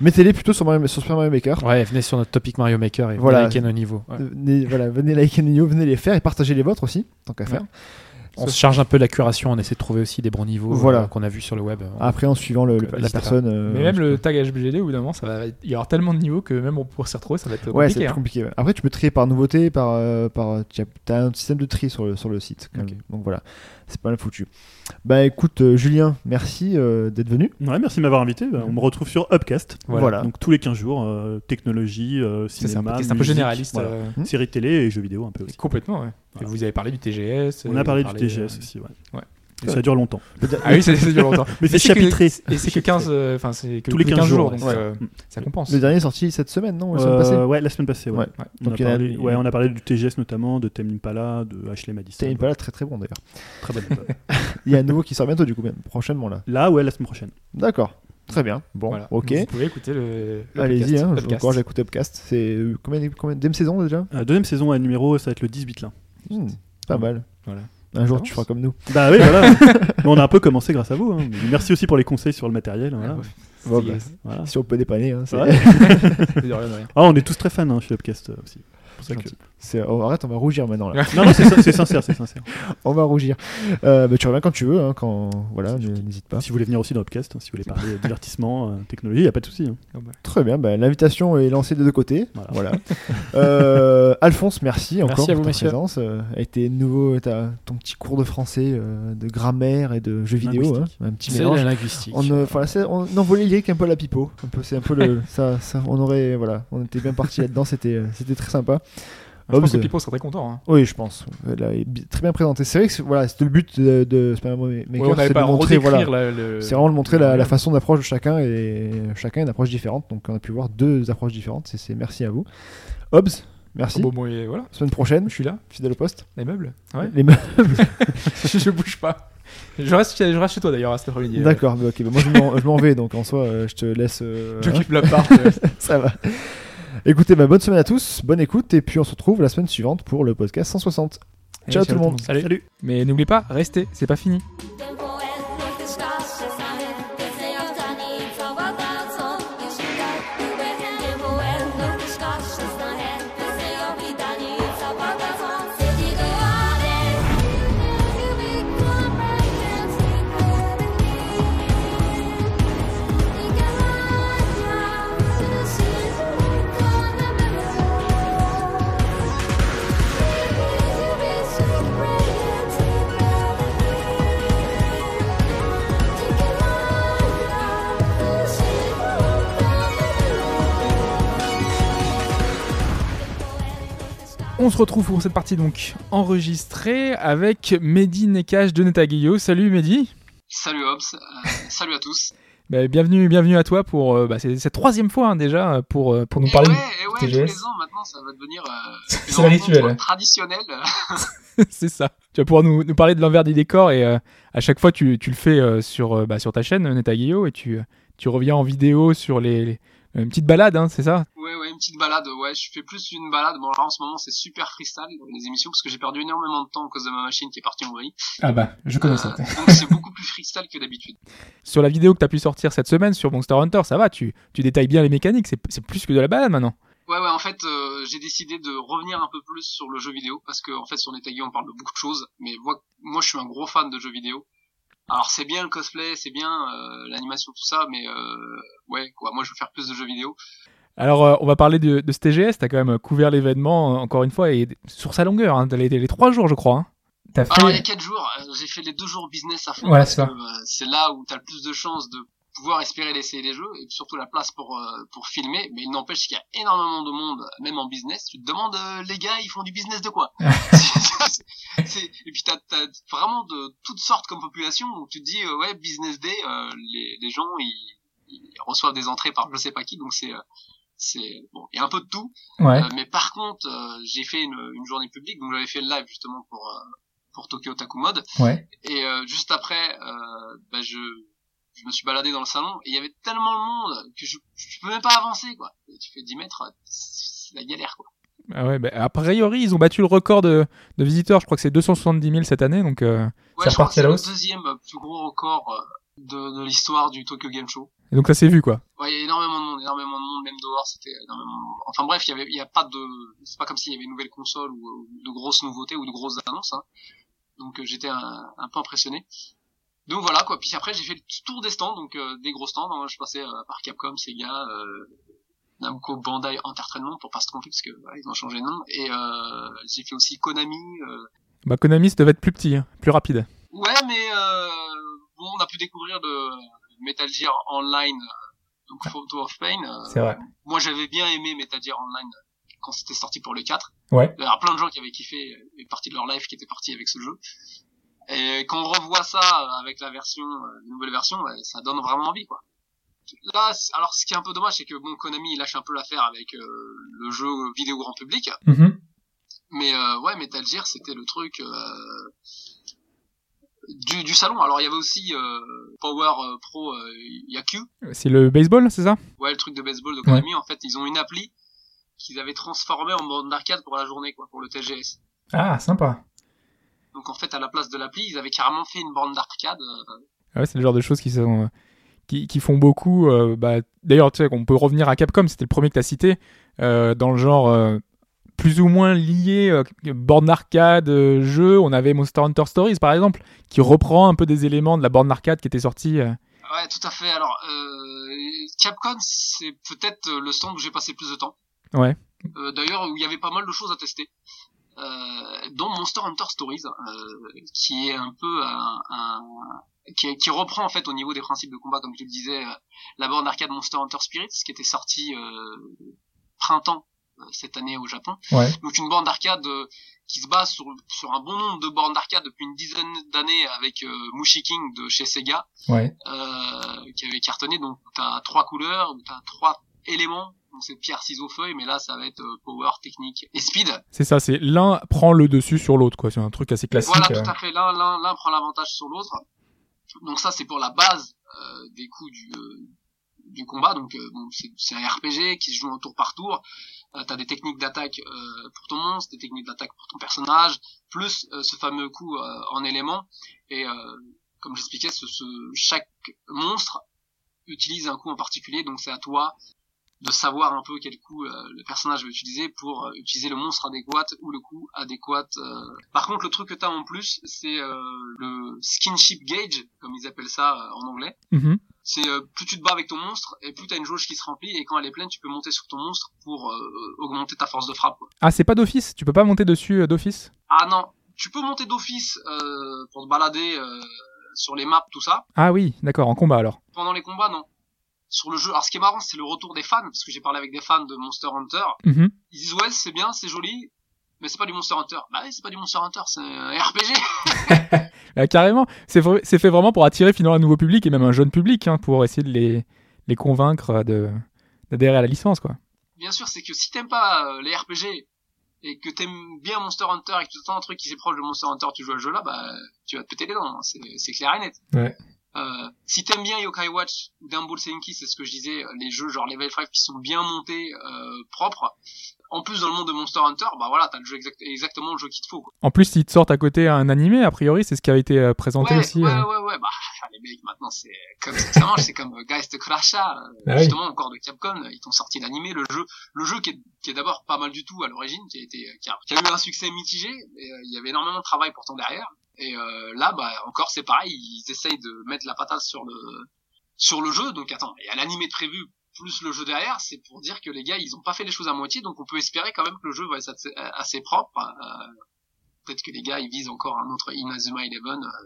S2: Mettez-les plutôt sur, Mario- sur Super Mario Maker.
S5: Ouais, venez sur notre topic Mario Maker et
S2: Voilà.
S5: voilà. venez liker nos niveaux. Ouais.
S2: Venez, voilà, venez liker les vidéos, venez les faire et partagez les vôtres aussi, tant qu'à faire.
S5: On se charge un peu de la curation, on essaie de trouver aussi des bons niveaux
S2: Voilà. Ah,
S5: euh, qu'on a vu sur le web.
S2: Après, en suivant le-
S5: Donc,
S2: le- la
S5: n'hésitez pas.
S2: personne. euh,
S3: Mais même le tag HBGD, au bout d'un moment, ça va... il y aura tellement de niveaux que même pour s'y retrouver, ça va être
S2: Ouais, c'est
S3: compliqué.
S2: plus
S3: hein.
S2: compliqué. ouais. Après, tu peux trier par nouveauté, par. euh, par tu as- t'as un système de tri sur le, sur le site. quand même. Donc voilà, c'est pas mal foutu. Bah écoute, euh, Julien, merci euh, d'être venu.
S4: Ouais, merci de m'avoir invité. Bah, On me retrouve sur Upcast.
S3: Voilà.
S2: Voilà.
S4: Donc tous les 15 jours, euh, technologie, euh,
S3: C'est c'est un,
S4: cinéma.
S3: podcast un peu
S4: musique,
S3: généraliste.
S4: voilà.
S3: euh,
S2: Hmm.
S4: Séries télé et jeux vidéo un peu aussi.
S3: Complètement, ouais. Et
S4: Voilà.
S3: Vous avez parlé du TGS.
S4: On
S3: euh,
S4: a parlé
S3: vous
S4: du
S3: parlez,
S4: TGS
S3: euh,
S4: aussi, ouais. Et ça dure longtemps.
S3: Ah oui, c'est c'est dur longtemps.
S4: Mais c'est
S3: que-
S4: chapitré.
S3: Et c'est que 15, euh, enfin, c'est que
S4: Tous les 15 jours,
S3: donc
S4: ouais.
S3: euh,
S4: Mm.
S3: ça compense.
S2: Le dernier est sorti cette semaine, non ou la semaine
S4: Euh,
S2: passée
S4: ouais, la semaine passée. Ouais.
S2: Ouais.
S4: On,
S2: Donc,
S4: a
S2: il y en a-
S4: parlé, ouais, on a parlé du TGS notamment, de Tame Impala, de Ashley Madison.
S2: C'était pas là très très bon d'ailleurs.
S4: Très bonne époque.
S2: Il y a un nouveau qui sort bientôt du coup, même, prochainement là.
S4: Là, ouais, la semaine prochaine.
S2: D'accord. Très bien. Bon,
S3: Voilà.
S2: ok.
S3: Vous pouvez écouter le. le
S2: Allez-y,
S3: podcast.
S2: hein, je vous
S3: Podcast.
S2: encourage à écouter Upcast. C'est euh, combien, de- combien deuxième saison déjà
S4: Euh, deuxième saison à numéro, ça va être le 18 là.
S2: Hmm, Pas mal.
S3: Voilà.
S2: Un jour
S3: Ça
S2: tu
S3: avance.
S2: feras comme nous.
S4: Bah oui, voilà. Mais on a un peu commencé grâce à vous. hein. Mais Merci aussi pour les conseils sur le matériel. hein,
S3: Ah,
S4: Voilà.
S3: ouais.
S2: Bon,
S3: C'est-
S2: bah,
S3: c'est-
S4: Voilà.
S2: Si on peut dépanner, hein, c'est-
S4: Ouais.
S3: c'est de rien, de rien.
S4: Ah, on est tous très fans hein, chez Upcast euh, aussi. C'est pour ça que-
S3: Gentil.
S2: c'est- oh, arrête, on va rougir maintenant. Là.
S4: Non, non, c'est sin- c'est sincère, c'est sincère.
S2: on va rougir. Euh, bah, tu reviens quand tu veux, hein, quand voilà, n- n'hésite pas.
S4: Si vous voulez venir aussi dans Upcast, hein, si vous voulez parler divertissement, euh, technologie, il n'y a pas de souci. hein.
S2: Très bien, bah, l'invitation est lancée des deux côtés.
S4: Voilà.
S2: Voilà. Euh, Alphonse, merci encore
S5: à vous,
S2: pour ta
S5: messieurs.
S2: présence. Euh, avec tes nouveaux, ta- ton petit cours de français, euh, de grammaire et de jeux vidéo, hein,
S4: Linguistique.
S2: un petit
S5: C'est de
S2: mélange.
S5: la linguistique.
S2: On, euh, voilà, c'est- on envolait lyrique un peu à la pipeau. Un peu, c'est un peu le, ça, ça- on aurait, voilà, on était bien parti là-dedans. C'était, euh, c'était très sympa.
S3: Ah, Je pense
S2: Hobbs,
S3: que Pipo serait très content. hein.
S2: Oui, je pense. Elle a bi- très bien présenté. C'est vrai que c'est- voilà, c'était le but de, de Super Mario Maker,
S3: Ouais, on
S2: c'est
S3: n'avait
S2: de
S3: pas à
S2: montrer, voilà,
S3: redécrire la- le.
S2: c'est vraiment de montrer
S3: le
S2: la, la
S3: modèle.
S2: façon d'approche de chacun et chacun a une approche différente. Donc on a pu voir deux approches différentes. C'est, c'est merci à vous, Hobbs. Merci.
S3: Bon, bon, et voilà,
S2: Semaine prochaine,
S3: je suis là,
S2: fidèle au poste.
S3: les meubles. Ouais.
S2: Les me-
S3: je bouge pas. Je reste, chez- je reste chez toi d'ailleurs à cet après-midi. euh,
S2: D'accord, bah, ok, bah, moi je m'en, je m'en vais donc en soi euh, je te laisse. euh,
S3: Je
S2: hein.
S3: kiffe l'appart. euh,
S2: Ça va. Écoutez, bah, bonne semaine à tous, bonne écoute, et puis on se retrouve la semaine suivante pour le podcast 160.
S3: et
S2: Ciao tout le monde.
S3: Salut. Mais n'oubliez pas, restez, c'est pas fini. On se retrouve pour cette partie donc enregistrée avec Mehdi Nekash de Netaguillo. Salut Mehdi.
S9: Salut Hobbs, euh, salut à tous.
S3: Bah, bienvenue, bienvenue à toi pour euh, bah, c'est cette troisième fois hein, déjà pour, euh, pour nous parler.
S9: Eh ouais, eh ouais,
S3: TGS.
S9: tous les ans maintenant ça va devenir euh,
S3: C'est
S9: une
S3: un
S9: rencontre
S3: rituel.
S9: traditionnelle.
S3: c'est ça. Tu vas pouvoir nous, nous parler de l'envers des décors et euh, à chaque fois tu, tu le fais euh, sur, euh, bah, sur ta chaîne euh, Netaguillo et tu, euh, tu reviens en vidéo sur les, les- une petite balade, hein, c'est ça
S9: Ouais, ouais, une petite balade. Ouais, je fais plus une balade. Bon, là en ce moment c'est super freestyle les émissions parce que j'ai perdu énormément de temps à cause de ma machine qui est partie mourir.
S3: Ah bah, je
S9: Euh, donc c'est beaucoup plus freestyle que d'habitude.
S3: Sur la vidéo que tu as pu sortir cette semaine sur Monster Hunter, ça va, tu, tu détailles bien les mécaniques, c'est c'est plus que de la balade maintenant.
S9: Ouais, ouais, en fait, euh, j'ai décidé de revenir un peu plus sur le jeu vidéo parce que en fait sur les tagués on parle de beaucoup de choses, mais moi, moi je suis un gros fan de jeux vidéo. Alors c'est bien le cosplay, c'est bien euh, l'animation tout ça, mais euh, ouais quoi, moi je veux faire plus de jeux vidéo.
S3: Alors, euh, on va parler de, de ce TGS. T'as quand même couvert l'événement, euh, encore une fois, et sur sa longueur. Hein, T'as les, les trois jours, je crois. Hein. T'as
S9: Alors, il y a 4 jours, euh, j'ai fait les deux jours business à fond.
S3: Voilà,
S9: parce
S3: c'est ça.
S9: que, euh, C'est là où tu as le plus de chances de pouvoir espérer d'essayer les jeux et surtout la place pour, euh, pour filmer. Mais il n'empêche qu'il y a énormément de monde, même en business. Tu te demandes, euh, les gars, ils font du business de quoi C'est- c'est- Et puis tu as, vraiment de toutes sortes comme population où tu te dis, euh, ouais, business day, euh, les, les gens, ils, ils reçoivent des entrées par je sais pas qui. Donc c'est... euh, c'est bon, il y a un peu de tout,
S3: Ouais.
S9: Euh, mais par contre, euh, j'ai fait une, une journée publique, donc j'avais fait le live justement pour euh, pour Tokyo Taku Mode,
S3: Ouais.
S9: et euh, juste après, euh, bah, je, je me suis baladé dans le salon et il y avait tellement de monde que je, je peux même pas avancer quoi. Et tu fais 10 mètres, c'est la galère quoi.
S3: Ah ouais bah, a priori, ils ont battu le record de, de visiteurs. Je crois que c'est 270 000 cette année. Donc, euh,
S9: Ouais,
S3: Ça
S9: je
S3: repartit
S9: crois que
S3: à
S9: c'est
S3: la
S9: le
S3: hausse
S9: deuxième plus gros record euh, de, de l'histoire du Tokyo Game Show.
S3: et donc ça s'est vu, quoi.
S9: Ouais, il y a énormément de monde, énormément de monde, même dehors, c'était énormément de monde. Enfin bref, il y avait, il y a pas de, c'est pas comme s'il y avait une nouvelle console ou euh, de grosses nouveautés ou de grosses annonces, hein. Donc euh, j'étais un, un peu impressionné. Donc voilà quoi. Puis après j'ai fait le tour des stands, donc euh, des gros stands. hein. Je passais euh, par Capcom, Sega, euh, Namco, Bandai Entertainment pour pas se tromper parce que voilà, ils ont changé de nom. Et euh, j'ai fait aussi Konami. euh,
S3: Bah, Konami, ça devait être plus petit, hein, plus rapide.
S9: Ouais, mais euh, bon, on a pu découvrir de Metal Gear Online, euh, donc Photo of Pain. euh,
S3: vrai.
S9: moi, j'avais bien aimé Metal Gear Online euh, quand c'était sorti pour le 4.
S3: Ouais.
S9: euh, Il y a plein de gens qui avaient kiffé euh, une partie de leur life qui était partie avec ce jeu. Et quand on revoit ça avec la version, euh, la nouvelle version, ouais, ça donne vraiment envie, quoi. Là, c- alors ce qui est un peu dommage, c'est que bon, Konami il lâche un peu l'affaire avec euh, le jeu vidéo grand public,
S3: Mhm.
S9: mais euh, ouais, Metal Gear c'était le truc euh, du, du salon. Alors il y avait aussi euh, Power euh, Pro euh, Yaku,
S3: C'est le baseball, c'est ça
S9: ouais, le truc de baseball de Konami. En fait, ils ont une appli qu'ils avaient transformée en bande d'arcade pour la journée, quoi, pour le TGS.
S3: Ah, sympa.
S9: Donc en fait, à la place de l'appli, ils avaient carrément fait une bande d'arcade. euh,
S3: Ah ouais, c'est le genre de choses qui sont euh, qui, qui font beaucoup. euh, bah, D'ailleurs, tu sais, qu'on peut revenir à Capcom, c'était le premier que tu as cité, euh, dans le genre euh, plus ou moins lié, euh, borne arcade, euh, jeu. On avait Monster Hunter Stories, par exemple, qui reprend un peu des éléments de la borne arcade qui était sortie. euh.
S9: Ouais, tout à fait. Alors, euh, Capcom, c'est peut-être euh, le stand où j'ai passé le plus de temps.
S3: Ouais.
S9: Euh, D'ailleurs, où il y avait pas mal de choses à tester. Euh, dont Monster Hunter Stories, euh, qui est un peu un, un- qui, qui reprend en fait au niveau des principes de combat, comme tu le disais, euh, la borne arcade Monster Hunter Spirits, qui était sortie euh, printemps euh, cette année au Japon.
S3: Ouais.
S9: Donc une borne d'arcade euh, qui se base sur, sur un bon nombre de bornes d'arcade depuis une dizaine d'années avec euh, Mushi King de chez Sega
S3: Ouais.
S9: euh, qui avait cartonné. Donc t'as trois couleurs, t'as trois éléments. Donc c'est pierre, ciseaux, feuille, mais là ça va être euh, power, technique et speed.
S3: C'est ça, c'est l'un prend le dessus sur l'autre, quoi. C'est un truc assez classique.
S9: Voilà,
S3: euh.
S9: tout à fait. L'un, l'un, l'un prend l'avantage sur l'autre. Donc ça c'est pour la base euh, des coups du, euh, du combat. Donc euh, bon, c'est, c'est un RPG qui se joue en tour par tour. Euh, t'as des techniques d'attaque euh, pour ton monstre, des techniques d'attaque pour ton personnage, plus euh, ce fameux coup euh, en élément. Et euh, comme j'expliquais, ce, ce- chaque monstre utilise un coup en particulier, donc c'est à toi de savoir un peu quel coup euh, le personnage va utiliser pour euh, utiliser le monstre adéquat ou le coup adéquat. euh. Par contre, le truc que t'as en plus, c'est euh, le skinship gauge, comme ils appellent ça euh, en anglais.
S3: Mhm.
S9: C'est euh, plus tu te bats avec ton monstre et plus t'as une jauge qui se remplit et quand elle est pleine, tu peux monter sur ton monstre pour euh, augmenter ta force de frappe. quoi.
S3: Ah, c'est pas d'office. Tu peux pas monter dessus euh, d'office.
S9: Ah non, tu peux monter d'office euh, pour te balader euh, sur les maps, tout ça.
S3: Ah oui, d'accord, en combat alors.
S9: pendant les combats, non. Sur le jeu, alors ce qui est marrant, c'est le retour des fans, parce que j'ai parlé avec des fans de Monster Hunter.
S3: Mhm.
S9: Ils disent ouais, c'est bien, c'est joli, mais c'est pas du Monster Hunter. Bah oui, c'est pas du Monster Hunter, c'est un RPG.
S3: Ah, carrément, c'est vrai- c'est fait vraiment pour attirer finalement un nouveau public et même un jeune public hein, pour essayer de les, les convaincre euh, de d'adhérer à la licence quoi.
S9: Bien sûr, c'est que si t'aimes pas euh, les RPG et que t'aimes bien Monster Hunter et que tu entends un truc qui s'est proche de Monster Hunter, tu joues à ce jeu-là, bah tu vas te péter les dents, hein, c'est c'est clair et net.
S3: Ouais.
S9: Euh, si t'aimes bien Yokai Watch ou Dumble Senki, c'est ce que je disais, euh, les jeux genre Level 5 qui sont bien montés, euh, propres. En plus, dans le monde de Monster Hunter, bah voilà, t'as le jeu exact- exactement le jeu qu'il te faut. quoi.
S3: En plus, ils te sortent à côté un animé, a priori, c'est ce qui a été euh, présenté
S9: ouais,
S3: aussi.
S9: Ouais,
S3: euh.
S9: ouais, ouais, bah, les mecs, maintenant, c'est comme ça que ça marche, c'est comme euh, Geist Crasha, euh,
S3: Ah oui.
S9: justement, encore de Capcom, euh, ils t'ont sorti l'animé, le jeu, le jeu qui est, qui est d'abord pas mal du tout à l'origine, qui a été, euh, qui a, qui a eu un succès mitigé, mais euh, il y avait énormément de travail pourtant derrière, et euh, là, bah, encore, c'est pareil, ils essayent de mettre la patate sur le, sur le jeu, donc attends, il y a l'animé de prévu, plus le jeu derrière, c'est pour dire que les gars, ils ont pas fait les choses à moitié, donc on peut espérer quand même que le jeu va être assez, assez propre, euh, Peut-être que les gars ils visent encore un autre Inazuma Eleven euh,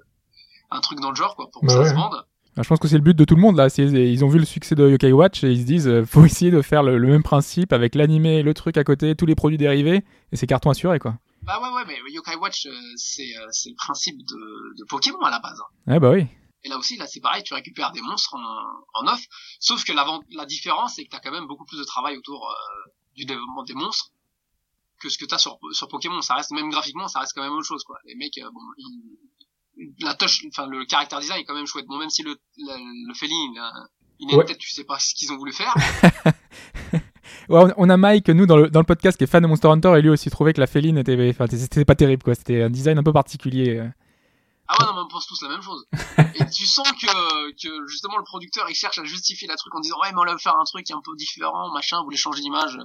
S9: un truc dans le genre quoi pour que
S3: Bah
S9: ça
S3: ouais.
S9: se vende.
S3: Ah, je pense que c'est le but de tout le monde là. C'est- Ils ont vu le succès de Yokai Watch et ils se disent euh, faut essayer de faire le, le même principe avec l'animé, le truc à côté, tous les produits dérivés et c'est carton assuré quoi.
S9: Bah ouais ouais mais Yokai Watch euh, c'est euh, c'est le principe de, de Pokémon à la base. hein.
S3: Ah bah oui.
S9: Et là aussi là c'est pareil tu récupères des monstres en, en off sauf que la, vente- la différence c'est que t'as quand même beaucoup plus de travail autour euh, du développement des monstres que ce que t'as sur sur Pokémon ça reste même graphiquement ça reste quand même autre chose quoi les mecs euh, bon ils- la touche enfin le caractère design est quand même chouette bon même si le le, le féline il a- il a une
S3: Ouais.
S9: tête tu sais pas ce qu'ils ont voulu faire
S3: Ouais, on- on a Mike, nous, dans le, dans le podcast, qui est fan de Monster Hunter, et lui aussi trouvait que la féline était, enfin, c'était pas terrible, quoi. C'était un design un peu particulier. euh.
S9: Ah ouais, non, mais on pense tous la même chose. Et tu sens que, que justement le producteur il cherche à justifier la truc en disant ouais mais on va faire un truc un peu différent, machin, vous voulez changer d'image.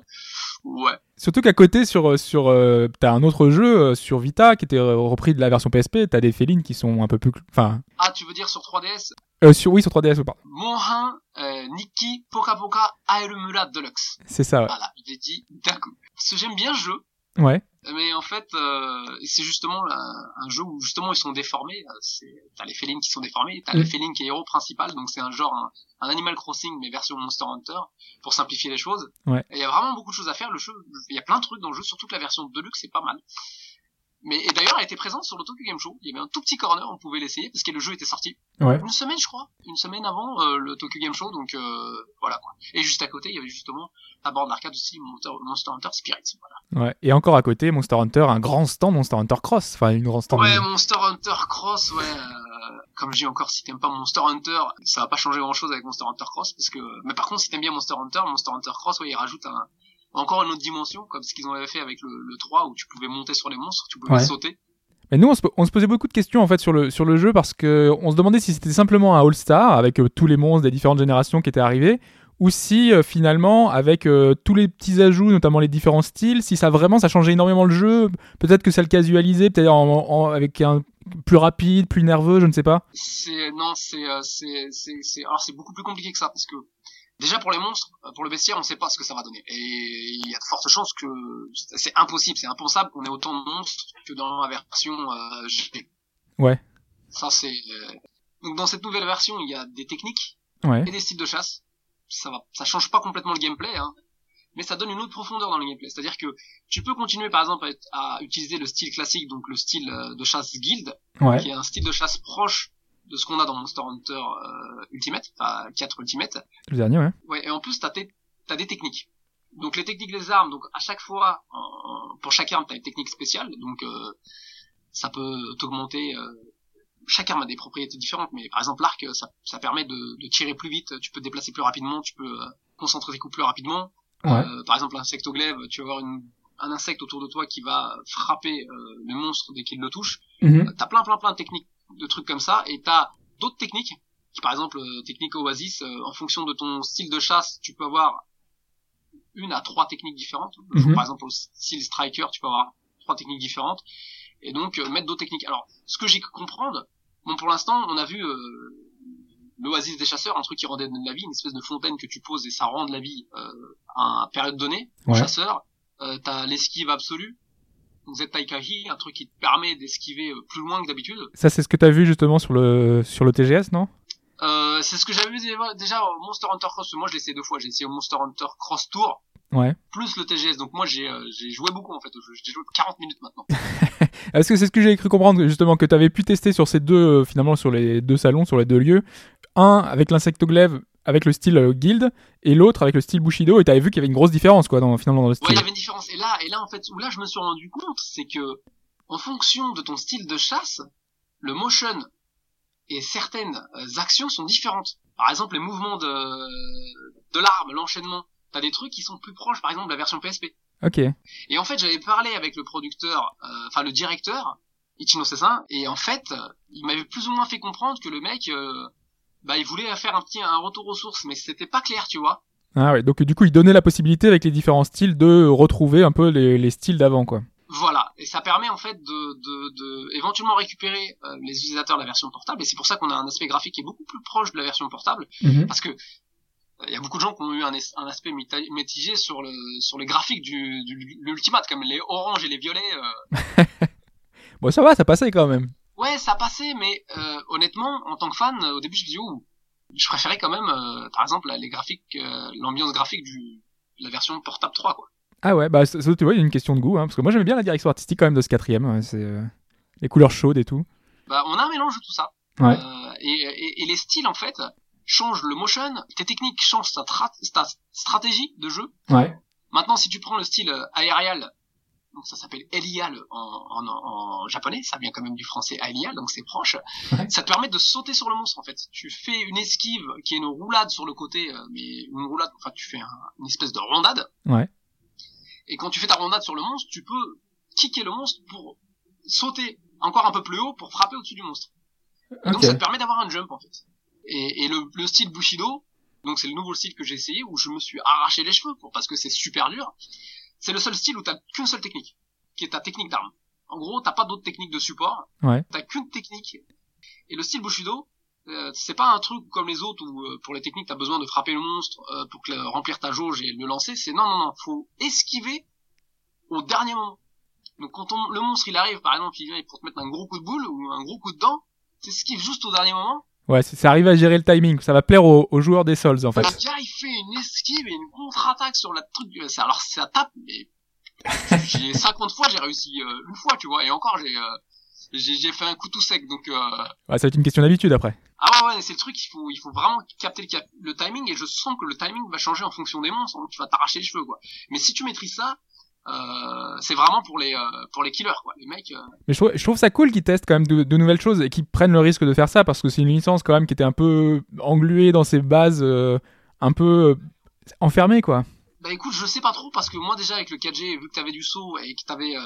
S9: Ouais.
S3: Surtout qu'à côté, sur, sur, euh, t'as un autre jeu euh, sur Vita qui était euh, repris de la version PSP. T'as des félines qui sont un peu plus, cl- enfin,
S9: Ah tu veux dire sur 3DS,
S3: euh, sur oui, sur 3DS ou pas.
S9: Monhan, euh, Nikki, Poka Poka, Aerumula Deluxe.
S3: C'est ça.
S9: Voilà, je l'ai dit d'un coup. Parce que j'aime bien ce jeu,
S3: Ouais. ouais.
S9: mais en fait euh, c'est justement là, un jeu où justement ils sont déformés. euh, c'est- T'as les félines qui sont déformés, t'as
S3: Mm.
S9: le féline qui est héros principal, donc c'est un genre un, un Animal Crossing mais version Monster Hunter pour simplifier les choses.
S3: Ouais.
S9: Et Il y a vraiment beaucoup de choses à faire. Le jeu, il y a plein de trucs dans le jeu, surtout que la version Deluxe c'est pas mal. Mais et d'ailleurs, elle était présente sur le Tokyo Game Show. Il y avait un tout petit corner, on pouvait l'essayer parce que le jeu était sorti
S3: Ouais.
S9: une semaine, je crois, une semaine avant euh, le Tokyo Game Show. Donc euh, voilà. Quoi. Et juste à côté, il y avait justement la bande d'arcade aussi Monster, Monster Hunter Spirits. Voilà.
S3: Ouais. Et encore à côté, Monster Hunter, un grand stand Monster Hunter Cross. Enfin, une grande stand.
S9: Ouais, Monster Hunter Cross, ouais. euh, comme je dis encore, si t'aimes pas Monster Hunter, ça va pas changer grand chose avec Monster Hunter Cross, parce que. Mais par contre, si t'aimes bien Monster Hunter, Monster Hunter Cross, ouais, il rajoute un... encore une autre dimension, comme ce qu'ils avaient fait avec le, le 3, où tu pouvais monter sur les monstres, tu pouvais
S3: Ouais.
S9: sauter.
S3: Mais nous, on se, on se posait beaucoup de questions en fait sur le, sur le jeu parce que on se demandait si c'était simplement un All-Star avec euh, tous les monstres des différentes générations qui étaient arrivés ou si euh, finalement, avec euh, tous les petits ajouts, notamment les différents styles, si ça vraiment ça changeait énormément le jeu, peut-être que ça le casualisait, peut-être en- en- avec un plus rapide, plus nerveux, je ne sais pas.
S9: C'est non, c'est euh, c'est c'est c'est alors c'est beaucoup plus compliqué que ça parce que déjà pour les monstres, euh, pour le bestiaire, on sait pas ce que ça va donner et il y a de fortes chances que c'est impossible, c'est impensable qu'on ait autant de monstres que dans la version euh, GP.
S3: Ouais.
S9: Ça c'est euh, donc dans cette nouvelle version, il y a des techniques
S3: Ouais.
S9: et des styles de chasse. Ça va, ça change pas complètement le gameplay, hein, mais ça donne une autre profondeur dans le gameplay. C'est-à-dire que tu peux continuer par exemple à être- à, utiliser le style classique, donc le style euh, de chasse guild,
S3: Ouais.
S9: qui est un style de chasse proche de ce qu'on a dans Monster Hunter euh, Ultimate, enfin 4 Ultimate.
S3: Le dernier, ouais.
S9: Ouais, et en plus, t'as, tes- t'as des techniques. Donc les techniques des armes, donc à chaque fois, en- en- pour chaque arme, t'as une technique spéciale, donc euh, ça peut t'augmenter. euh, chaque arme a des propriétés différentes, mais par exemple l'arc, euh, ça, ça permet de, de tirer plus vite, tu peux te déplacer plus rapidement, tu peux euh, concentrer tes coups plus rapidement.
S3: Ouais.
S9: Euh, par exemple, l'insectoglaive, tu vas avoir une, un insecte autour de toi qui va frapper euh, le monstre dès qu'il le touche.
S3: Mhm.
S9: Euh, T'as plein plein plein de techniques, de trucs comme ça, et t'as d'autres techniques, qui par exemple euh, technique Oasis, euh, en fonction de ton style de chasse, tu peux avoir une à trois techniques différentes. Je joue,
S3: Mhm.
S9: Par exemple, pour le style Striker, tu peux avoir trois techniques différentes, et donc euh, mettre d'autres techniques. Alors, ce que j'ai que comprendre, bon pour l'instant, on a vu euh, l'Oasis des chasseurs, un truc qui rendait de la vie, une espèce de fontaine que tu poses et ça rend de la vie euh, à une période donnée. au
S3: Ouais.
S9: Chasseur, euh, t'as l'esquive absolue. Donc Zetaikahi, un truc qui te permet d'esquiver euh, plus loin que d'habitude.
S3: Ça, c'est ce que t'as vu justement sur le, sur le TGS, non
S9: Euh, c'est ce que j'avais vu déjà- déjà au Monster Hunter Cross. Moi, je l'ai essayé deux fois. J'ai essayé au Monster Hunter Cross Tour
S3: Ouais.
S9: plus le TGS. Donc moi, j'ai euh, j'ai joué beaucoup en fait. au jeu. J'ai joué 40 minutes maintenant.
S3: Est-ce que c'est ce que j'ai cru comprendre justement que tu avais pu tester sur ces deux euh, finalement sur les deux salons, sur les deux lieux, un avec l'insectoglaive avec le style euh, guild et l'autre avec le style bushido et t'avais vu qu'il y avait une grosse différence quoi dans, finalement dans le
S9: Ouais, il
S3: style.
S9: y avait une différence. Et là, et là en fait, où là, je me suis rendu compte, c'est que en fonction de ton style de chasse, le motion et certaines euh, actions sont différentes. Par exemple, les mouvements de de l'arme, l'enchaînement. T'as des trucs qui sont plus proches, par exemple, de la version PSP.
S3: Ok.
S9: Et en fait, j'avais parlé avec le producteur, euh, enfin le directeur, Ichino Sessin, et en fait, euh, il m'avait plus ou moins fait comprendre que le mec, euh, bah, il voulait faire un petit un retour aux sources, mais c'était pas clair, tu vois.
S3: Ah ouais. Donc du coup il donnait la possibilité avec les différents styles de retrouver un peu les, les styles d'avant quoi.
S9: Voilà, et ça permet en fait de, de, de éventuellement récupérer euh, les utilisateurs de la version portable, et c'est pour ça qu'on a un aspect graphique qui est beaucoup plus proche de la version portable, parce que euh, il y a beaucoup de gens qui ont eu un, es- un aspect mita- mitigé sur le sur les graphiques du, du l'ultimate, comme les oranges et les violets. euh,
S3: Bon ça va, ça passait quand même.
S9: Ouais, ça passait, mais euh, honnêtement, en tant que fan, euh, au début, je me dis, oh, je préférais quand même, euh, par exemple, la- les graphiques, euh, l'ambiance graphique du, de la version portable 3, quoi.
S3: Ah ouais, bah ça, ça, tu vois, il y a une question de goût hein, parce que moi j'aimais bien la direction artistique quand même de ce quatrième, ouais, c'est euh, les couleurs chaudes et tout.
S9: Bah, on a un mélange de tout ça.
S3: Ouais.
S9: Euh, et, et, et les styles, en fait, changent le motion, tes techniques changent ta, tra- ta stratégie de jeu.
S3: Ouais.
S9: Maintenant, si tu prends le style euh, aérial, donc ça s'appelle Elial en, en, en japonais, ça vient quand même du français Elial, donc c'est proche. Ça te permet de sauter sur le monstre en fait. Tu fais une esquive qui est une roulade sur le côté, euh, mais une roulade, enfin tu fais un- une espèce de rondade.
S3: Ouais.
S9: Et quand tu fais ta rondade sur le monstre, tu peux kicker le monstre pour sauter encore un peu plus haut pour frapper au-dessus du monstre. Et Donc
S3: Ok.
S9: ça te permet d'avoir un jump en fait. Et, et le, le style Bushido, donc c'est le nouveau style que j'ai essayé où je me suis arraché les cheveux pour, parce que c'est super dur. C'est le seul style où t'as qu'une seule technique, qui est ta technique d'arme. En gros, t'as pas d'autres techniques de support.
S3: Ouais.
S9: T'as qu'une technique. Et le style Bushido, euh, c'est pas un truc comme les autres où euh, pour les techniques t'as besoin de frapper le monstre euh, pour que- remplir ta jauge et le lancer. C'est non non non, faut esquiver au dernier moment. Donc quand on- le monstre il arrive par exemple il vient pour te mettre un gros coup de boule ou un gros coup de dent, t'esquives juste au dernier moment.
S3: Ouais, c'est- ça arrive à gérer le timing, ça va plaire aux, aux joueurs des Souls en fait.
S9: Le gars il fait une esquive et une contre-attaque sur la truc. euh, ça- Alors ça tape mais j'ai 50 fois, j'ai réussi euh, une fois, tu vois, et encore, j'ai euh, j'ai j'ai fait un coup tout sec, donc... euh,
S3: Ouais, ça va être une question d'habitude après.
S9: Ah ouais, ouais, c'est le truc, il faut, il faut vraiment capter le, cap- le timing, et je sens que le timing va changer en fonction des monstres, donc tu vas t'arracher les cheveux, quoi. Mais si tu maîtrises ça, euh, c'est vraiment pour les, euh, pour les killers, quoi. Les mecs, euh,
S3: Mais je trouve, je trouve ça cool qu'ils testent quand même de, de nouvelles choses et qu'ils prennent le risque de faire ça parce que c'est une licence quand même qui était un peu engluée dans ses bases, euh, un peu euh, enfermée quoi.
S9: Bah écoute, je sais pas trop parce que moi déjà avec le 4G, vu que t'avais du saut et que t'avais euh,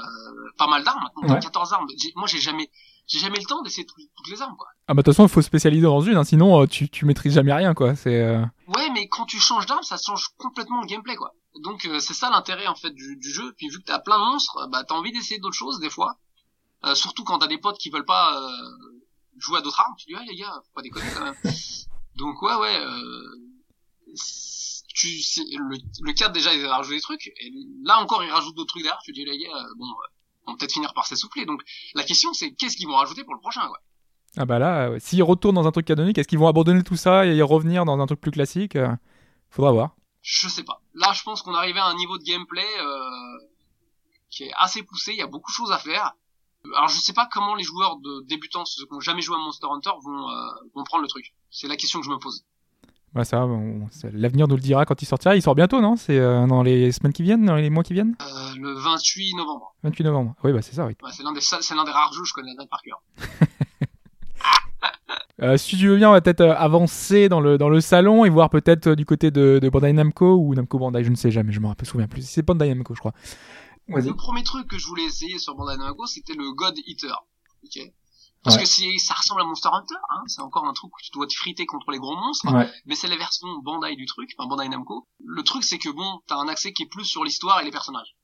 S9: pas mal d'armes, maintenant t'as
S3: Ouais.
S9: 14 armes. J'ai- Moi j'ai jamais, j'ai jamais le temps d'essayer tout- toutes les armes quoi.
S3: Ah bah de toute façon, il faut spécialiser dans une, hein, sinon euh, tu, tu maîtrises jamais rien quoi. C'est euh,
S9: Ouais, mais quand tu changes d'arme, ça change complètement le gameplay quoi. Donc euh, c'est ça l'intérêt en fait du, du jeu. Puis vu que t'as plein de monstres, euh, bah t'as envie d'essayer d'autres choses des fois. Euh, surtout quand t'as des potes qui veulent pas euh, jouer à d'autres armes, tu dis ah les gars, faut pas déconner quand même. Donc ouais ouais. Euh, c'est- tu, c'est- le, le 4 déjà ils avaient rajouté des trucs et là encore ils rajoutent d'autres trucs derrière. Tu dis les gars, euh, bon, euh, on va peut-être finir par s'essouffler. Donc la question c'est qu'est-ce qu'ils vont rajouter pour le prochain quoi.
S3: ah bah là, euh, s'ils retournent dans un truc canonique, est-ce qu'ils vont abandonner tout ça et y revenir dans un truc plus classique Euh, Faudra voir.
S9: je sais pas. Là, je pense qu'on arrivait à un niveau de gameplay euh, qui est assez poussé. Il y a beaucoup de choses à faire. Alors, je sais pas comment les joueurs de débutants, ceux qui n'ont jamais joué à Monster Hunter, vont, euh, vont prendre le truc. C'est la question que je me pose.
S3: Bah ça, on- ça- l'avenir nous le dira quand il sortira. Il sort bientôt non C'est euh, dans les semaines qui viennent, dans les mois qui viennent
S9: Euh, le 28 novembre.
S3: 28 novembre. Oui bah c'est ça. Oui.
S9: Ouais, c'est l'un des, seuls- c'est l'un des rares jeux que je connais la date par cœur.
S3: Euh, si tu veux bien, on va peut-être euh, avancer dans le, dans le salon et voir peut-être euh, du côté de, de Bandai Namco ou Namco Bandai, je ne sais jamais, je me rappelle- souviens plus. C'est Bandai Namco, je crois. Vas-y.
S9: Le premier truc que je voulais essayer sur Bandai Namco, c'était le God Eater. Ok. Parce
S3: Ouais.
S9: que c'est- ça ressemble à Monster Hunter, hein. c'est encore un truc où tu dois te friter contre les gros monstres.
S3: Ouais.
S9: mais c'est la version Bandai du truc, enfin Bandai Namco. Le truc c'est que bon, t'as un accès qui est plus sur l'histoire et les personnages.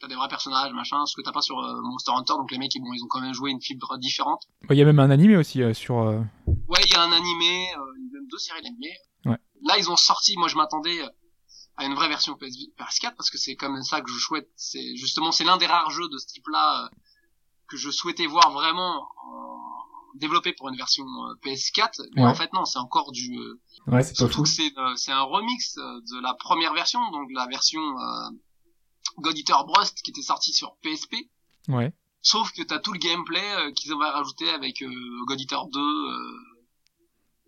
S9: T'as des vrais personnages, machin, ce que t'as pas sur euh, Monster Hunter, donc les mecs ils, bon, ils ont quand même joué une fibre différente.
S3: Bah, Il y a même un animé aussi euh, sur. euh,
S9: Ouais, il y a un animé, euh, il y a même deux séries d'animés.
S3: Ouais.
S9: Là ils ont sorti, moi je m'attendais euh, à une vraie version PS... 4 parce que c'est comme ça que je souhaite, c'est justement c'est l'un des rares jeux de ce type-là euh, que je souhaitais voir vraiment en- développé pour une version euh, PS4, mais
S3: Ouais.
S9: en fait non, c'est encore du... euh,
S3: Ouais, c'est
S9: Surtout que c'est euh, c'est un remix euh, de la première version, donc la version euh, God Eater Brust qui était sortie sur PSP.
S3: Ouais.
S9: Sauf que t'as tout le gameplay euh, qu'ils avaient rajouté avec euh, God Eater 2 euh,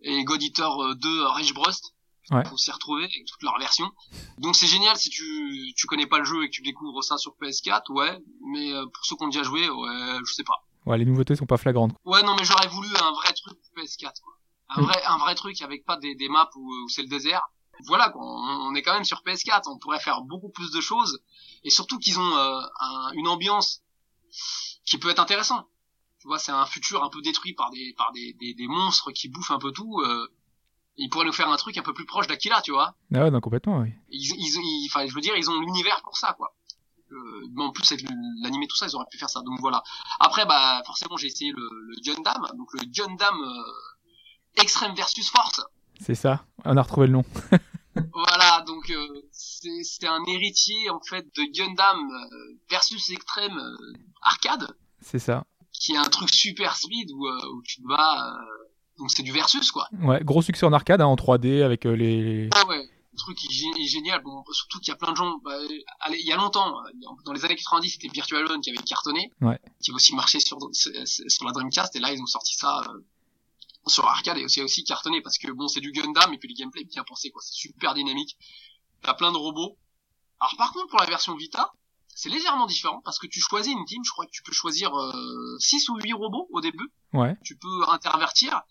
S9: et God Eater euh, 2 Rage Brust.
S3: Ouais.
S9: Pour s'y retrouver avec toutes leurs versions. Donc c'est génial si tu, tu connais pas le jeu et que tu découvres ça sur PS4, ouais. Mais euh, pour ceux qui ont déjà joué, ouais, je sais pas.
S3: Ouais, les nouveautés sont pas flagrantes.
S9: Ouais, non, mais j'aurais voulu un vrai truc pour PS4, quoi. Un
S3: Mm.
S9: vrai, un vrai truc avec pas des, des maps où, où c'est le désert. Voilà, quoi. On, on est quand même sur PS4. On pourrait faire beaucoup plus de choses. Et surtout qu'ils ont euh, un- une ambiance qui peut être intéressante. Tu vois, c'est un futur un peu détruit par des, par des, des, des monstres qui bouffent un peu tout. euh, ils pourraient nous faire un truc un peu plus proche d'Akira, tu vois.
S3: Ah ouais, non, complètement, oui.
S9: Ils, ils, ils- enfin, je veux dire, ils ont l'univers pour ça, quoi. Euh, mais en plus, avec le- l'animé, tout ça, ils auraient pu faire ça. Donc voilà. Après, bah, forcément, j'ai essayé le, le Gundam. Donc le Gundam euh, Extreme versus Forte.
S3: C'est ça. On a retrouvé le nom.
S9: Voilà, donc euh, c'est c'est un héritier, en fait, de Gundam euh, versus Extreme euh, Arcade,
S3: C'est ça.
S9: qui est un truc super speed où, euh, où tu te bats. euh, donc c'est du versus, quoi.
S3: Ouais, gros succès en arcade, hein, en 3D avec euh, les.
S9: Ah ouais, le truc est, gé- est génial. Bon, surtout qu'il y a plein de gens. bah, allez, il y a longtemps, euh, dans les années 90, c'était Virtual One qui avait cartonné,
S3: Ouais.
S9: qui avait aussi marché sur, sur- sur la Dreamcast. Et là, ils ont sorti ça euh, sur arcade et aussi aussi cartonné parce que bon, c'est du Gundam et puis le gameplay est bien pensé quoi. C'est super dynamique. T'as plein de robots. Alors par contre, pour la version Vita, c'est légèrement différent parce que tu choisis une team. Je crois que tu peux choisir 6 ou 8 robots au début
S3: Ouais.
S9: tu peux intervertir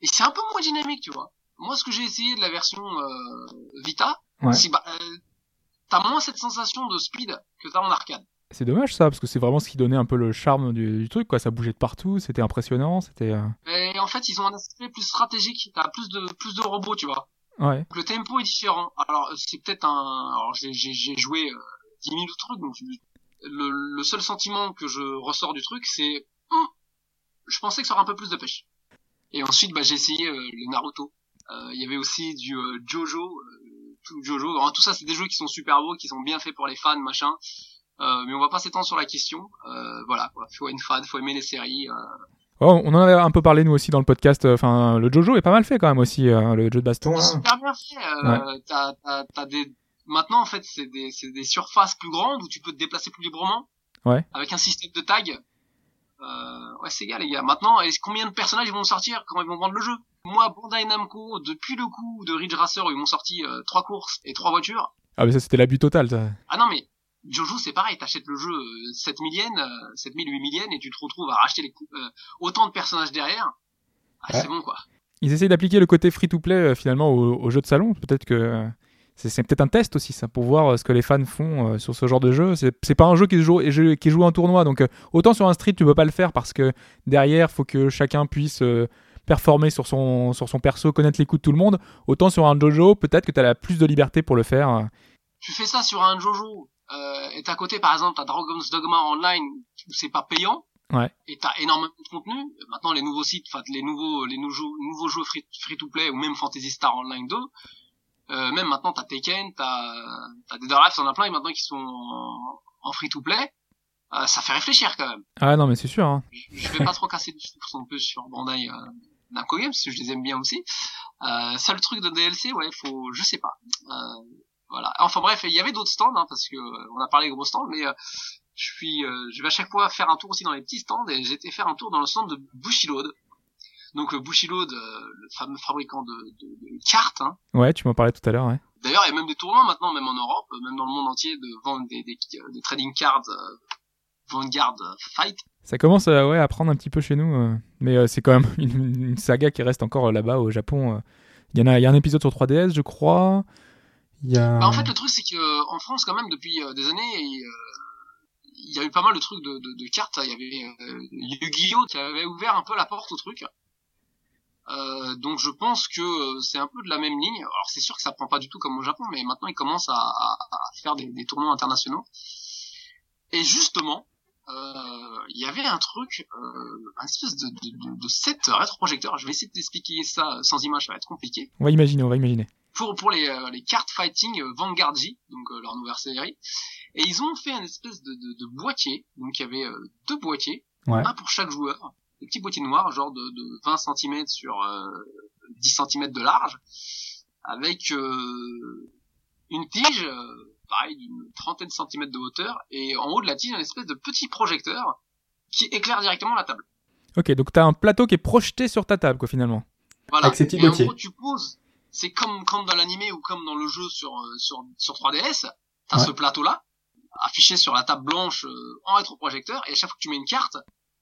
S9: et c'est un peu moins dynamique tu vois moi ce que j'ai essayé de la version euh, Vita
S3: Ouais.
S9: c'est bah euh, t'as moins cette sensation de speed que t'as en arcade
S3: C'est dommage ça, parce que c'est vraiment ce qui donnait un peu le charme du, du truc, quoi. Ça bougeait de partout, c'était impressionnant, c'était. euh,
S9: et en fait ils ont un aspect plus stratégique t'as plus de plus de robots tu vois
S3: Ouais.
S9: Donc, le tempo est différent alors euh, c'est peut-être un alors j'ai j'ai j'ai joué euh, 10 000 trucs donc je- le, le seul sentiment que je ressors du truc c'est Hum, je pensais que ça aurait un peu plus de pêche et ensuite bah j'ai essayé euh, le Naruto Euh, il y avait aussi du euh, Jojo euh, tout Jojo Alors, tout ça c'est des jeux qui sont super beaux qui sont bien faits pour les fans machin Euh, mais on va pas s'étendre sur la question euh, voilà quoi. faut être fan faut aimer les séries euh.
S3: Oh, on en avait un peu parlé nous aussi dans le podcast. euh, Enfin, le JoJo est pas mal fait quand même aussi, euh, le jeu de baston.
S9: C'est super bien fait euh, t'as t'as- t'as des Maintenant, en fait, c'est des, c'est des surfaces plus grandes où tu peux te déplacer plus librement.
S3: Ouais.
S9: Avec un système de tag. Euh, ouais, c'est gars, les gars. Maintenant, est-ce- combien de personnages ils vont sortir Comment ils vont vendre le jeu Moi, Bandai Namco, depuis le coup de Ridge Racer où ils m'ont sorti euh, trois courses et trois voitures,
S3: Ah, mais ça, c'était l'abus total, ça.
S9: ah non, mais Jojo, c'est pareil, t'achètes le jeu euh, 7 milliennes, euh, 7 000, 8 milliennes, et tu te retrouves à racheter les, cou- euh, autant de personnages derrière. Ah,
S3: Ouais.
S9: c'est bon, quoi.
S3: Ils essayent d'appliquer le côté free-to-play euh, finalement au, au jeu de salon. Peut-être que euh, c'est, c'est peut-être un test aussi, ça, pour voir euh, ce que les fans font euh, sur ce genre de jeu. C'est, c'est pas un jeu qui, se joue, et jeu- qui est joué en tournoi. Donc euh, autant sur un street, tu peux pas le faire parce que derrière, faut que chacun puisse euh, performer sur son, sur son perso, connaître les coups de tout le monde. Autant sur un dojo, peut-être que t'as la plus de liberté pour le faire. euh.
S9: Tu fais ça sur un Jojo, euh, et à côté, par exemple, t'as Dragon's Dogma Online, où c'est pas payant.
S3: Ouais.
S9: Et t'as énormément de contenu. Maintenant, les nouveaux sites, enfin, les nouveaux, les nouveaux, nouveaux jeux free, to play, ou même Fantasy Star Online 2. Euh, même maintenant, t'as Tekken, t'as, t'as Dead or Alive, t'en as plein, et maintenant qui sont en, free to play. ça fait réfléchir, quand même.
S3: Ah non, mais c'est sûr. hein.
S9: je vais pas trop casser du pouce non plus sur Bandai euh, Namco Games, parce que je les aime bien aussi. Euh, ça, le truc de DLC, ouais, faut, je sais pas. Euh, voilà. Enfin bref, il y avait d'autres stands, hein, parce que euh, on a parlé des gros stands, mais euh, je suis, euh, je vais à chaque fois faire un tour aussi dans les petits stands, et j'étais faire un tour dans le stand de Bushiload. Donc le Bushiload, euh, le fameux fabricant de, de- de cartes, hein,
S3: Ouais, tu m'en parlais tout à l'heure. ouais.
S9: D'ailleurs, il y a même des tournois maintenant, même en Europe, euh, même dans le monde entier, de vendre des, des, des trading cards euh, Vanguard euh, Fight.
S3: Ça commence euh, ouais, à prendre un petit peu chez nous. euh. Mais euh, c'est quand même une, une saga qui reste encore euh, là-bas au Japon. euh. Il y en a, il y a un épisode sur 3DS, je crois. Il y a...
S9: Bah, en fait, le truc, c'est que euh, en France, quand même, depuis euh, des années, il euh, il y a eu pas mal de trucs de, de, de cartes. Il y avait euh, Yu-Gi-Oh qui avait ouvert un peu la porte au truc. Euh, donc je pense que euh, c'est un peu de la même ligne. Alors c'est sûr que ça prend pas du tout comme au Japon, mais maintenant ils commencent à, à- à faire des, des tournois internationaux. Et justement, euh, il y avait un truc, euh, un espèce de, de, de, de set rétroprojecteur. Je vais essayer de t'expliquer ça euh, sans image, ça va être compliqué
S3: On va imaginer, on va imaginer.
S9: pour pour les, euh, les cartes fighting euh, Vanguard J, donc euh, leur nouvelle série. Et ils ont fait une espèce de, de, de boîtier, donc il y avait euh, deux boîtiers,
S3: Ouais.
S9: un pour chaque joueur, des petits boîtiers noirs, genre de, de 20 cm sur euh, 10 cm de large, avec euh, une tige, euh, pareil, d'une trentaine de centimètres de hauteur, et en haut de la tige, un espèce de petit projecteur qui éclaire directement la table.
S3: Ok, donc t'as un plateau qui est projeté sur ta table, quoi, finalement.
S9: Voilà.
S3: Avec ses petits
S9: et en
S3: boîtiers.
S9: gros, tu poses, c'est comme, comme dans l'animé ou comme dans le jeu sur, euh, sur, sur 3DS, t'as
S3: Ouais.
S9: ce plateau-là, affiché sur la table blanche euh, en rétroprojecteur, et à chaque fois que tu mets une carte,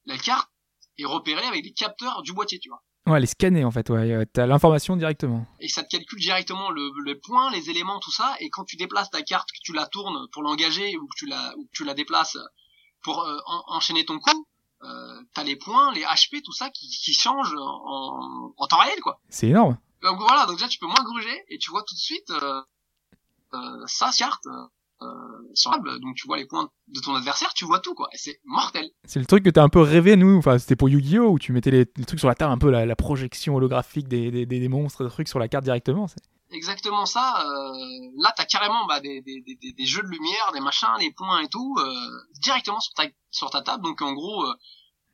S9: la carte est repérée avec des capteurs du boîtier, tu vois.
S3: Ouais, elle est scannée, en fait, ouais. euh, T'as l'information directement.
S9: Et ça te calcule directement le, le point, les éléments, tout ça, et quand tu déplaces ta carte, que tu la tournes pour l'engager, ou que tu la, ou que tu la déplaces pour euh, en- enchaîner ton coup, euh, t'as les points, les HP, tout ça qui, qui changent en, en temps réel, quoi.
S3: C'est énorme.
S9: Donc voilà, donc déjà tu peux moins gruger et tu vois tout de suite euh, euh, sa carte euh, euh, sur la table. Donc tu vois les points de ton adversaire, tu vois tout quoi. Et c'est mortel.
S3: C'est le truc que t'as un peu rêvé, nous. Enfin, c'était pour Yu-Gi-Oh! où tu mettais les, les trucs sur la table, un peu la, la projection holographique des, des, des, des monstres, des trucs sur la carte directement. c'est-
S9: Exactement ça. Euh, là t'as carrément bah, des, des, des- des, des jeux de lumière, des machins, des points et tout euh, directement sur ta sur ta table. Donc en gros euh,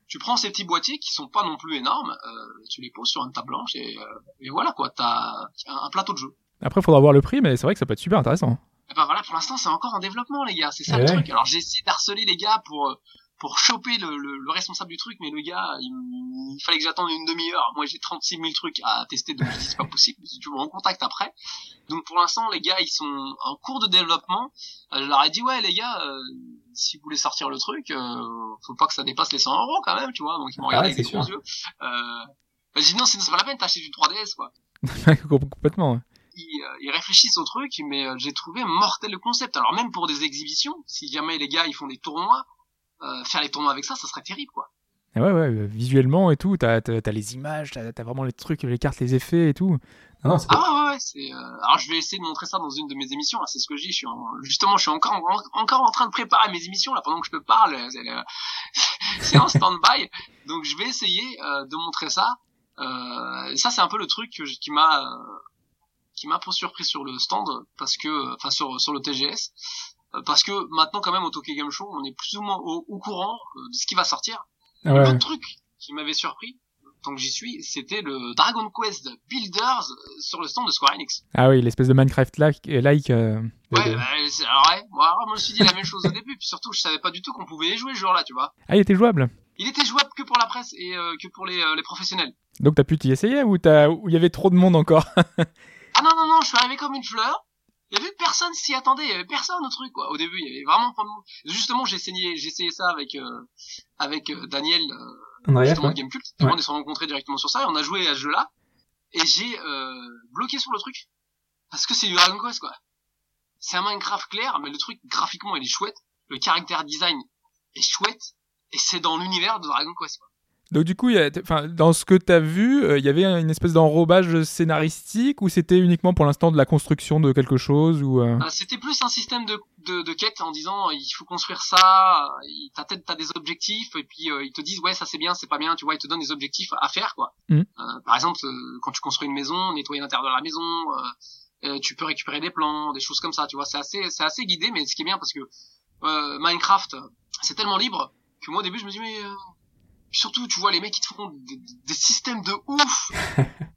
S9: tu prends ces petits boîtiers qui sont pas non plus énormes, euh, tu les poses sur une table blanche et, euh, et voilà quoi. T'as un un plateau de jeu.
S3: Après, faudra voir le prix, mais c'est vrai que ça peut être super intéressant.
S9: Eh ben voilà, pour l'instant, c'est encore en développement, les gars. C'est ça
S3: Ouais.
S9: le truc. Alors, j'ai essayé d'harceler les gars pour, euh, pour choper le, le, le responsable du truc, mais le gars, il, m- il fallait que j'attende une demi-heure. Moi, j'ai 36 000 trucs à tester, donc je dis, c'est pas possible. Tu me en contact après. Donc, pour l'instant, les gars, ils sont en cours de développement. Euh, Je leur ai dit, ouais, les gars, euh, si vous voulez sortir le truc, euh, faut pas que ça dépasse les 100 euros quand même, tu vois. Donc, ils m'ont
S3: Ah ouais,
S9: regardé avec
S3: c'est
S9: des gros yeux. Euh, bah, j'ai dit, non, sinon, c'est pas la peine, t'achètes du 3DS, quoi
S3: Complètement. ouais.
S9: ils, euh, ils réfléchissent au truc, mais euh, j'ai trouvé mortel le concept. Alors même pour des exhibitions, si jamais les gars ils font des tournois, euh, faire les tournois avec ça, ça serait terrible quoi.
S3: Et ouais, ouais, euh, visuellement et tout. T'as t'as- t'as les images, t'as t'as vraiment les trucs, les cartes, les effets et tout. Non, non, c'est
S9: Ah ouais ouais, ouais c'est. euh, Alors je vais essayer de montrer ça dans une de mes émissions. là, C'est ce que je dis. Je suis en- justement, je suis encore en- encore en train de préparer mes émissions là pendant que je te parle. euh, C'est, euh, c'est en stand by. Donc je vais essayer euh, de montrer ça. Euh, et ça c'est un peu le truc que je- qui m'a euh, qui m'a un peu surpris sur le stand parce que euh, enfin sur sur le TGS euh, parce que maintenant quand même au Tokyo Game Show on est plus ou moins au, au courant euh, de ce qui va sortir.
S3: Ah ouais.
S9: L'autre truc qui m'avait surpris, tant que j'y suis, c'était le Dragon Quest Builders euh, sur le stand de Square Enix.
S3: Ah oui, l'espèce de Minecraft-like. like, euh, de-
S9: Ouais,
S3: de-
S9: bah, c'est- alors ouais, moi, alors, je me suis dit la même chose au début, puis surtout je savais pas du tout qu'on pouvait y jouer ce jour-là, tu vois.
S3: Ah, il était jouable.
S9: Il était jouable que pour la presse et euh, que pour les, euh, les professionnels.
S3: Donc t'as pu t'y essayer ou t'as- ou il y avait trop de monde encore
S9: Ah non, non, non, je suis arrivé comme une fleur. Il y avait personne s'y attendait, il y avait personne au truc, quoi. Au début, il y avait vraiment pas de monde. Justement, j'ai essayé, j'ai essayé ça avec, euh, avec euh, Daniel, euh, justement, de Game Cult.
S3: Ouais.
S9: On s'est rencontrés directement sur ça et on a joué à ce jeu-là. Et j'ai, euh, bloqué sur le truc. Parce que c'est du Dragon Quest, quoi. C'est un Minecraft clair, mais le truc, graphiquement, il est chouette. Le caractère design est chouette. Et c'est dans l'univers de Dragon Quest, quoi.
S3: Donc du coup, il y a- enfin, dans ce que t'as vu, euh, il y avait une espèce d'enrobage scénaristique ou c'était uniquement pour l'instant de la construction de quelque chose ou euh,
S9: Euh, C'était plus un système de, de, de quête en disant euh, il faut construire ça, euh, il- t'as peut-être- t'as des objectifs et puis euh, ils te disent ouais ça c'est bien, c'est pas bien, tu vois ils te donnent des objectifs à faire quoi.
S3: Mhm.
S9: Euh, par exemple euh, quand tu construis une maison, nettoyer l'intérieur de la maison, euh, euh, tu peux récupérer des plans, des choses comme ça, tu vois c'est assez c'est assez guidé mais ce qui est bien parce que euh, Minecraft euh, c'est tellement libre que moi au début je me dis mais euh, surtout tu vois les mecs ils te font des, des- des systèmes de ouf,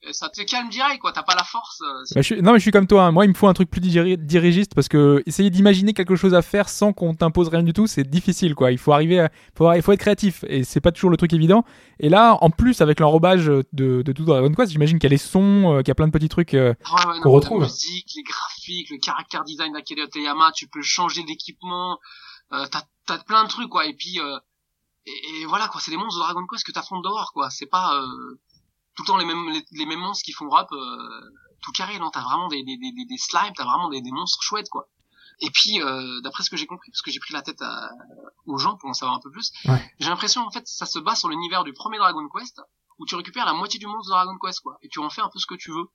S9: Et ça te calme direct quoi, t'as pas la force. euh, si
S3: Bah, je suis- Non, mais je suis comme toi. hein. Moi, il me faut un truc plus digéri- dirigiste parce que essayer d'imaginer quelque chose à faire sans qu'on t'impose rien du tout, c'est difficile, quoi. Il faut arriver, à... faut- il faut être créatif et c'est pas toujours le truc évident. Et là, en plus, avec l'enrobage de, de tout Dragon Quest, j'imagine qu'il y a les sons, euh, qu'il y a plein de petits trucs. euh,
S9: Ah ouais, ouais,
S3: qu'on
S9: non,
S3: retrouve.
S9: La musique, les graphiques, le caractère design d'Akira Toyama, tu peux changer d'équipement, euh, t'as, t'as plein de trucs, quoi. Et puis, euh, et, et voilà, quoi, c'est des monstres de Dragon Quest que t'affrontes dehors, quoi. C'est pas euh, tout le temps les mêmes, les, les mêmes monstres qui font rap euh, tout carré, non. T'as vraiment des, des, des, des, des slimes, t'as vraiment des, des monstres chouettes, quoi. Et puis, euh, d'après ce que j'ai compris, parce que j'ai pris la tête à- aux gens pour en savoir un peu plus,
S3: Ouais.
S9: j'ai l'impression, en fait, ça se base sur l'univers du premier Dragon Quest, où tu récupères la moitié du monstre de Dragon Quest, quoi. Et tu en fais un peu ce que tu veux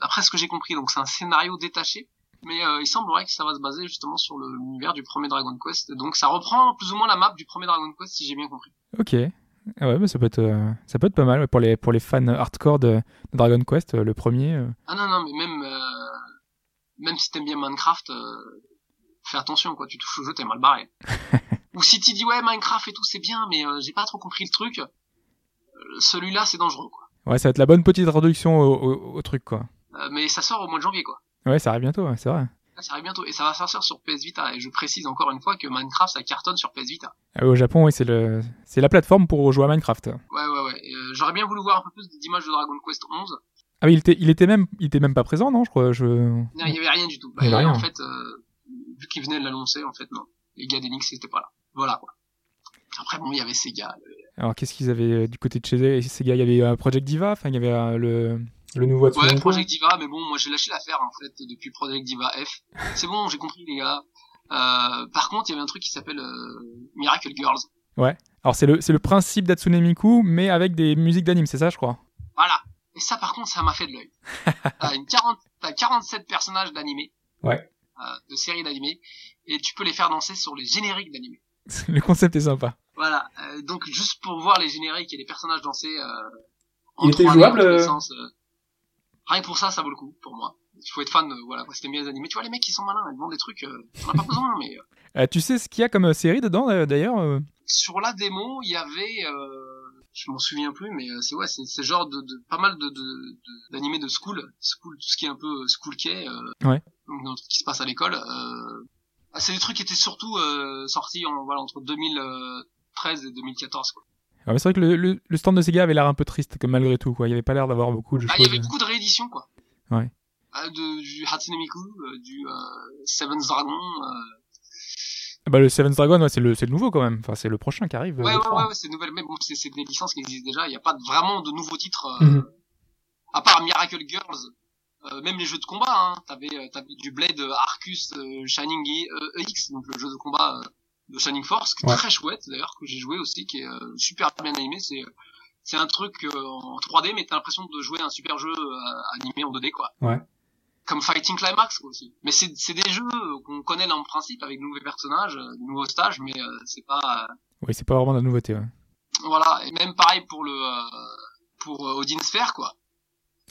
S9: d'après ce que j'ai compris, donc c'est un scénario détaché, mais euh, il semblerait que ça va se baser justement sur le- l'univers du premier Dragon Quest. Donc ça reprend plus ou moins la map du premier Dragon Quest, si j'ai bien compris.
S3: Ok. Ah ouais, mais ça peut être, euh, ça peut être pas mal ouais, pour les pour les fans hardcore de, de Dragon Quest, euh, le premier. euh.
S9: Ah non non, mais même euh, même si t'aimes bien Minecraft, euh, fais attention quoi, tu touches au jeu, t'es mal barré. Ou si tu dis ouais Minecraft et tout c'est bien, mais euh, j'ai pas trop compris le truc, euh, celui-là c'est dangereux quoi.
S3: Ouais, ça va être la bonne petite introduction au, au- au truc, quoi.
S9: Euh, mais ça sort au mois de janvier quoi.
S3: Ouais, ça arrive bientôt, ouais, c'est vrai.
S9: Ça arrive bientôt et ça va sortir sur PS Vita. Et je précise encore une fois que Minecraft ça cartonne sur PS Vita.
S3: Ah ouais, au Japon, oui, c'est le, c'est la plateforme pour jouer à Minecraft.
S9: Ouais, ouais, ouais. Et, euh, J'aurais bien voulu voir un peu plus d'images de Dragon Quest 11.
S3: Ah oui, il était, il était même, il était même pas présent, non Je crois. Je...
S9: Non, il y avait rien du tout.
S3: Il y avait rien.
S9: En fait, euh, vu qu'ils venaient de l'annoncer, en fait, non. Les gars d'Enix, c'était pas là. Voilà, quoi. Après, bon, il y avait Sega.
S3: Alors qu'est-ce qu'ils avaient euh, du côté de chez eux Sega, il y avait euh, Project Diva, enfin il y avait euh, le le nouveau
S9: Ouais, Project Diva, mais bon, moi, j'ai lâché l'affaire, en fait, depuis Project Diva F. C'est bon, j'ai compris, les gars. Euh, par contre, il y avait un truc qui s'appelle euh, Miracle Girls.
S3: Alors c'est le c'est le principe d'Atsune Miku mais avec des musiques d'anime, c'est ça je crois.
S9: Voilà. Et ça, par contre, ça m'a fait de l'œil. t'as une 40, t'as 47 personnages d'animés.
S3: Ouais.
S9: Euh, de séries d'animés. Et tu peux les faire danser sur les génériques d'animés.
S3: le concept est sympa.
S9: Voilà, euh, donc juste pour voir les génériques et les personnages danser. Euh,
S3: Il était
S9: 3D,
S3: jouable,
S9: dans tous les
S3: euh
S9: sens, euh, Rien que pour ça, ça vaut le coup, pour moi. Il faut être fan, euh, voilà, quoi, c'était bien les animés. Tu vois, les mecs, ils sont malins, ils demandent des trucs, euh, on n'a pas besoin, mais euh,
S3: Euh, tu sais ce qu'il y a comme euh, série dedans euh, d'ailleurs euh
S9: sur la démo, il y avait, euh, je m'en souviens plus, mais euh, c'est ouais, c'est c'est genre de, de- pas mal de de- de- d'animés de, school, school, tout ce qui est un peu euh, school key, euh,
S3: Ouais.
S9: donc dans tout ce qui se passe à l'école. Euh, ah, c'est des trucs qui étaient surtout euh, sortis en, voilà, entre 2013 et 2014. quoi.
S3: Ah, mais c'est vrai que le, le- le stand de Sega avait l'air un peu triste comme malgré tout quoi. Il y avait pas l'air d'avoir beaucoup de
S9: Ah, il y
S3: choses.
S9: avait beaucoup de rééditions, quoi.
S3: Ouais.
S9: Ah, de, du Hatsune Miku, euh, du euh, Seven's Dragon. euh.
S3: Ah Bah le Seven's Dragon, ouais, c'est le c'est le nouveau quand même. Enfin c'est le prochain qui arrive. euh,
S9: Ouais,
S3: je
S9: ouais,
S3: crois.
S9: ouais, ouais, c'est nouvelle, mais bon, c'est c'est des licences qui existent déjà. Il n'y a pas de- vraiment de nouveaux titres, euh,
S3: Mhm.
S9: à part Miracle Girls. euh, même les jeux de combat, hein. T'avais euh, t'avais du Blade, euh, Arcus, euh, Shining E- euh, EX, donc le jeu de combat euh, de Shining Force, qui est
S3: Ouais.
S9: très chouette d'ailleurs, que j'ai joué aussi, qui est euh, super bien animé. C'est euh, c'est un truc euh, en 3D, mais t'as l'impression de jouer à un super jeu euh, animé en 2D, quoi. comme Fighting Climax quoi, aussi. Mais c'est c'est des jeux euh, qu'on connaît dans le principe avec de nouveaux personnages, euh, de nouveaux stages, mais euh, c'est pas euh,
S3: Oui, c'est pas vraiment de la nouveauté. ouais.
S9: voilà. Et même pareil pour le euh, pour euh, Odin Sphere quoi.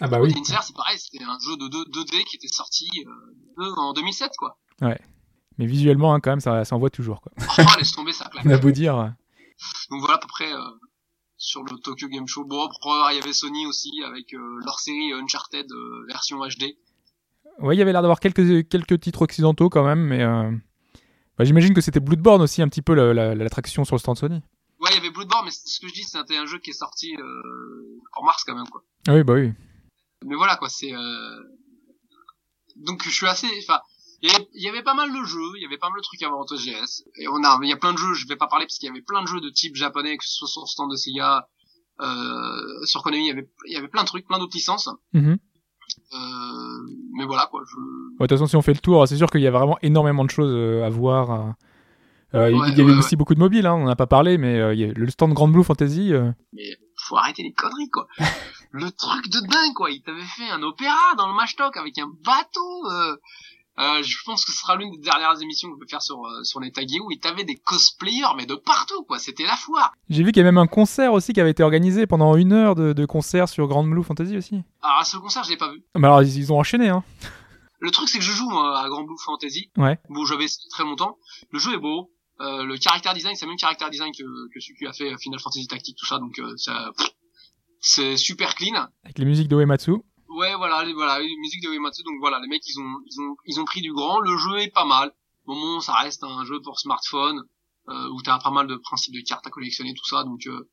S3: Ah bah
S9: Odin Sphere c'est pareil, c'était un jeu de 2, 2D qui était sorti euh, deux- en 2007 quoi.
S3: Mais visuellement hein, quand même ça ça envoie toujours quoi.
S9: Oh laisse tomber ça claque.
S3: On a beau dire. euh,
S9: Donc voilà à peu près euh, sur le Tokyo Game Show. Bon, après, il y avait Sony aussi avec euh, leur série Uncharted euh, version HD.
S3: Ouais, il y avait l'air d'avoir quelques, quelques titres occidentaux quand même, mais euh, bah, j'imagine que c'était Bloodborne aussi un petit peu la- la- l'attraction sur le stand Sony.
S9: Ouais, il y avait Bloodborne, mais c'est- ce que je dis, c'était un jeu qui est sorti euh, en mars quand même, quoi.
S3: Ah oui, bah oui.
S9: Mais voilà, quoi, c'est... euh, Donc, je suis assez... Enfin, il y avait- il y avait pas mal de jeux, il y avait pas mal de trucs avant TGS. Et on a, il y a plein de jeux, je vais pas parler, parce qu'il y avait plein de jeux de type japonais, que ce soit sur le stand de Sega, euh, sur Konami, il y avait, il y avait plein de trucs, plein d'autres licences.
S3: Mhm.
S9: Euh, mais voilà, quoi, je...
S3: Ouais, de toute façon, si on fait le tour, c'est sûr qu'il y a vraiment énormément de choses euh, à voir. euh. Euh, il-
S9: Ouais,
S3: il y avait
S9: ouais,
S3: aussi beaucoup de mobiles, hein, on n'en a pas parlé, mais euh, il y a le stand Grand Blue Fantasy. euh,
S9: mais faut arrêter les conneries quoi. le truc de dingue quoi, il t'avait fait un opéra dans le Mashtalk avec un bateau. euh. Euh, je pense que ce sera l'une des dernières émissions que je vais faire sur euh, sur les tagués où il t'avait des cosplayers mais de partout quoi, c'était la foire.
S3: J'ai vu qu'il y avait même un concert aussi qui avait été organisé pendant une heure de, de concert sur Grand Blue Fantasy aussi.
S9: Alors à ce concert, je l'ai pas vu.
S3: Ah, Mais alors, ils, ils ont enchaîné, hein.
S9: Le truc c'est que je joue moi, à Grand Blue Fantasy.
S3: Ouais.
S9: Bon, j'avais essayé très longtemps. Le jeu est beau. Euh, le caractère design, c'est le même caractère design que, que celui qui a fait Final Fantasy Tactique, tout ça, donc euh, ça, pff, c'est super clean.
S3: Avec les musiques d'Oematsu.
S9: Ouais, voilà, les, voilà, les musiques de Uematsu, donc voilà, les mecs, ils ont, ils ont, ils ont pris du grand, le jeu est pas mal. Bon, bon, ça reste un jeu pour smartphone, euh, où t'as pas mal de principes de cartes à collectionner, tout ça, donc, euh,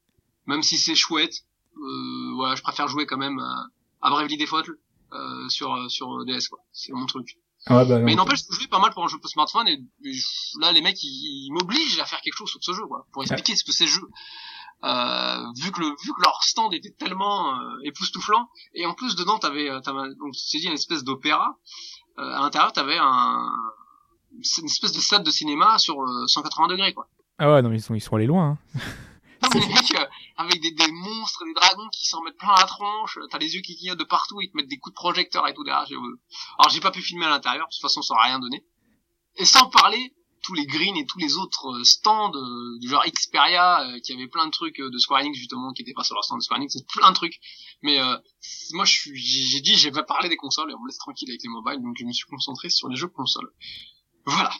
S9: même si c'est chouette, euh, voilà, je préfère jouer quand même à, à Bravely Default, euh, sur, euh, sur DS, quoi. C'est mon truc.
S3: Ah bah
S9: Mais n'empêche, je jouais pas mal pour un jeu pour smartphone et, et je- là les mecs ils, ils m'obligent à faire quelque chose sur ce jeu quoi, pour expliquer ce que c'est le jeu. Euh, vu que le, vu que leur stand était tellement euh, époustouflant et en plus dedans t'avais euh, t'avais- donc c'est dit une espèce d'opéra euh, à l'intérieur t'avais un c'est une espèce de salle de cinéma sur euh, 180 degrés quoi.
S3: Ah ouais, non, ils sont, ils sont allés loin. hein.
S9: Non, mais les mecs, euh, avec des, des monstres, des dragons qui s'en mettent plein la tronche, euh, t'as les yeux qui clignotent de partout, ils te mettent des coups de projecteur et tout derrière. j'ai- euh, Alors j'ai pas pu filmer à l'intérieur, de toute façon ça aurait rien donné. Et sans parler, tous les greens et tous les autres euh, stands euh, du genre Xperia, euh, qui avaient plein de trucs euh, de Square Enix justement, qui étaient pas sur leur stand de Square Enix, c'est plein de trucs. Mais euh, c'est- moi je suis- j'ai j'ai dit, j'ai pas parlé des consoles et on me laisse tranquille avec les mobiles, donc je me suis concentré sur les jeux consoles. Voilà.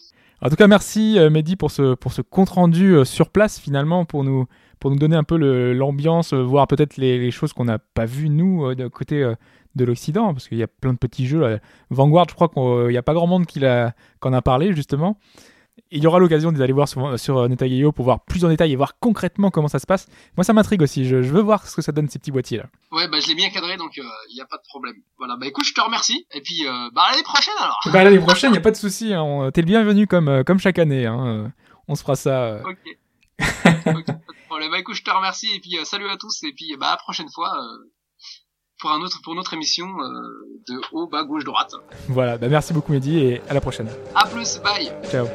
S3: En tout cas, merci euh, Mehdi pour ce, pour ce compte-rendu euh, sur place finalement, pour nous, pour nous donner un peu le- l'ambiance, euh, voir peut-être les, les choses qu'on n'a pas vues nous euh, de côté euh, de l'Occident, parce qu'il y a plein de petits jeux. là. Vanguard, je crois qu'il n'y a pas grand monde qui l'a- qu'en a parlé justement. Il y aura l'occasion d'aller voir sur, sur euh, Netageo pour voir plus en détail et voir concrètement comment ça se passe. Moi, ça m'intrigue aussi. Je, je veux voir ce que ça donne ces petits boîtiers là.
S9: Ouais, bah je l'ai bien cadré, donc il n'y a pas de problème. Voilà, bah écoute, je te remercie, et puis euh, bah à l'année prochaine alors
S3: Bah, l'année prochaine, il n'y a pas de souci. hein. On- T'es le bienvenu comme, euh, comme chaque année. hein. Euh, On se fera ça. euh,
S9: Ok. ok, pas de problème. Bah écoute, je te remercie, et puis euh, salut à tous, et puis bah à la prochaine fois euh, pour, un autre, pour notre émission euh, de haut, bas, gauche, droite.
S3: Voilà, bah merci beaucoup Mehdi et à la prochaine.
S9: À plus, bye
S3: Ciao.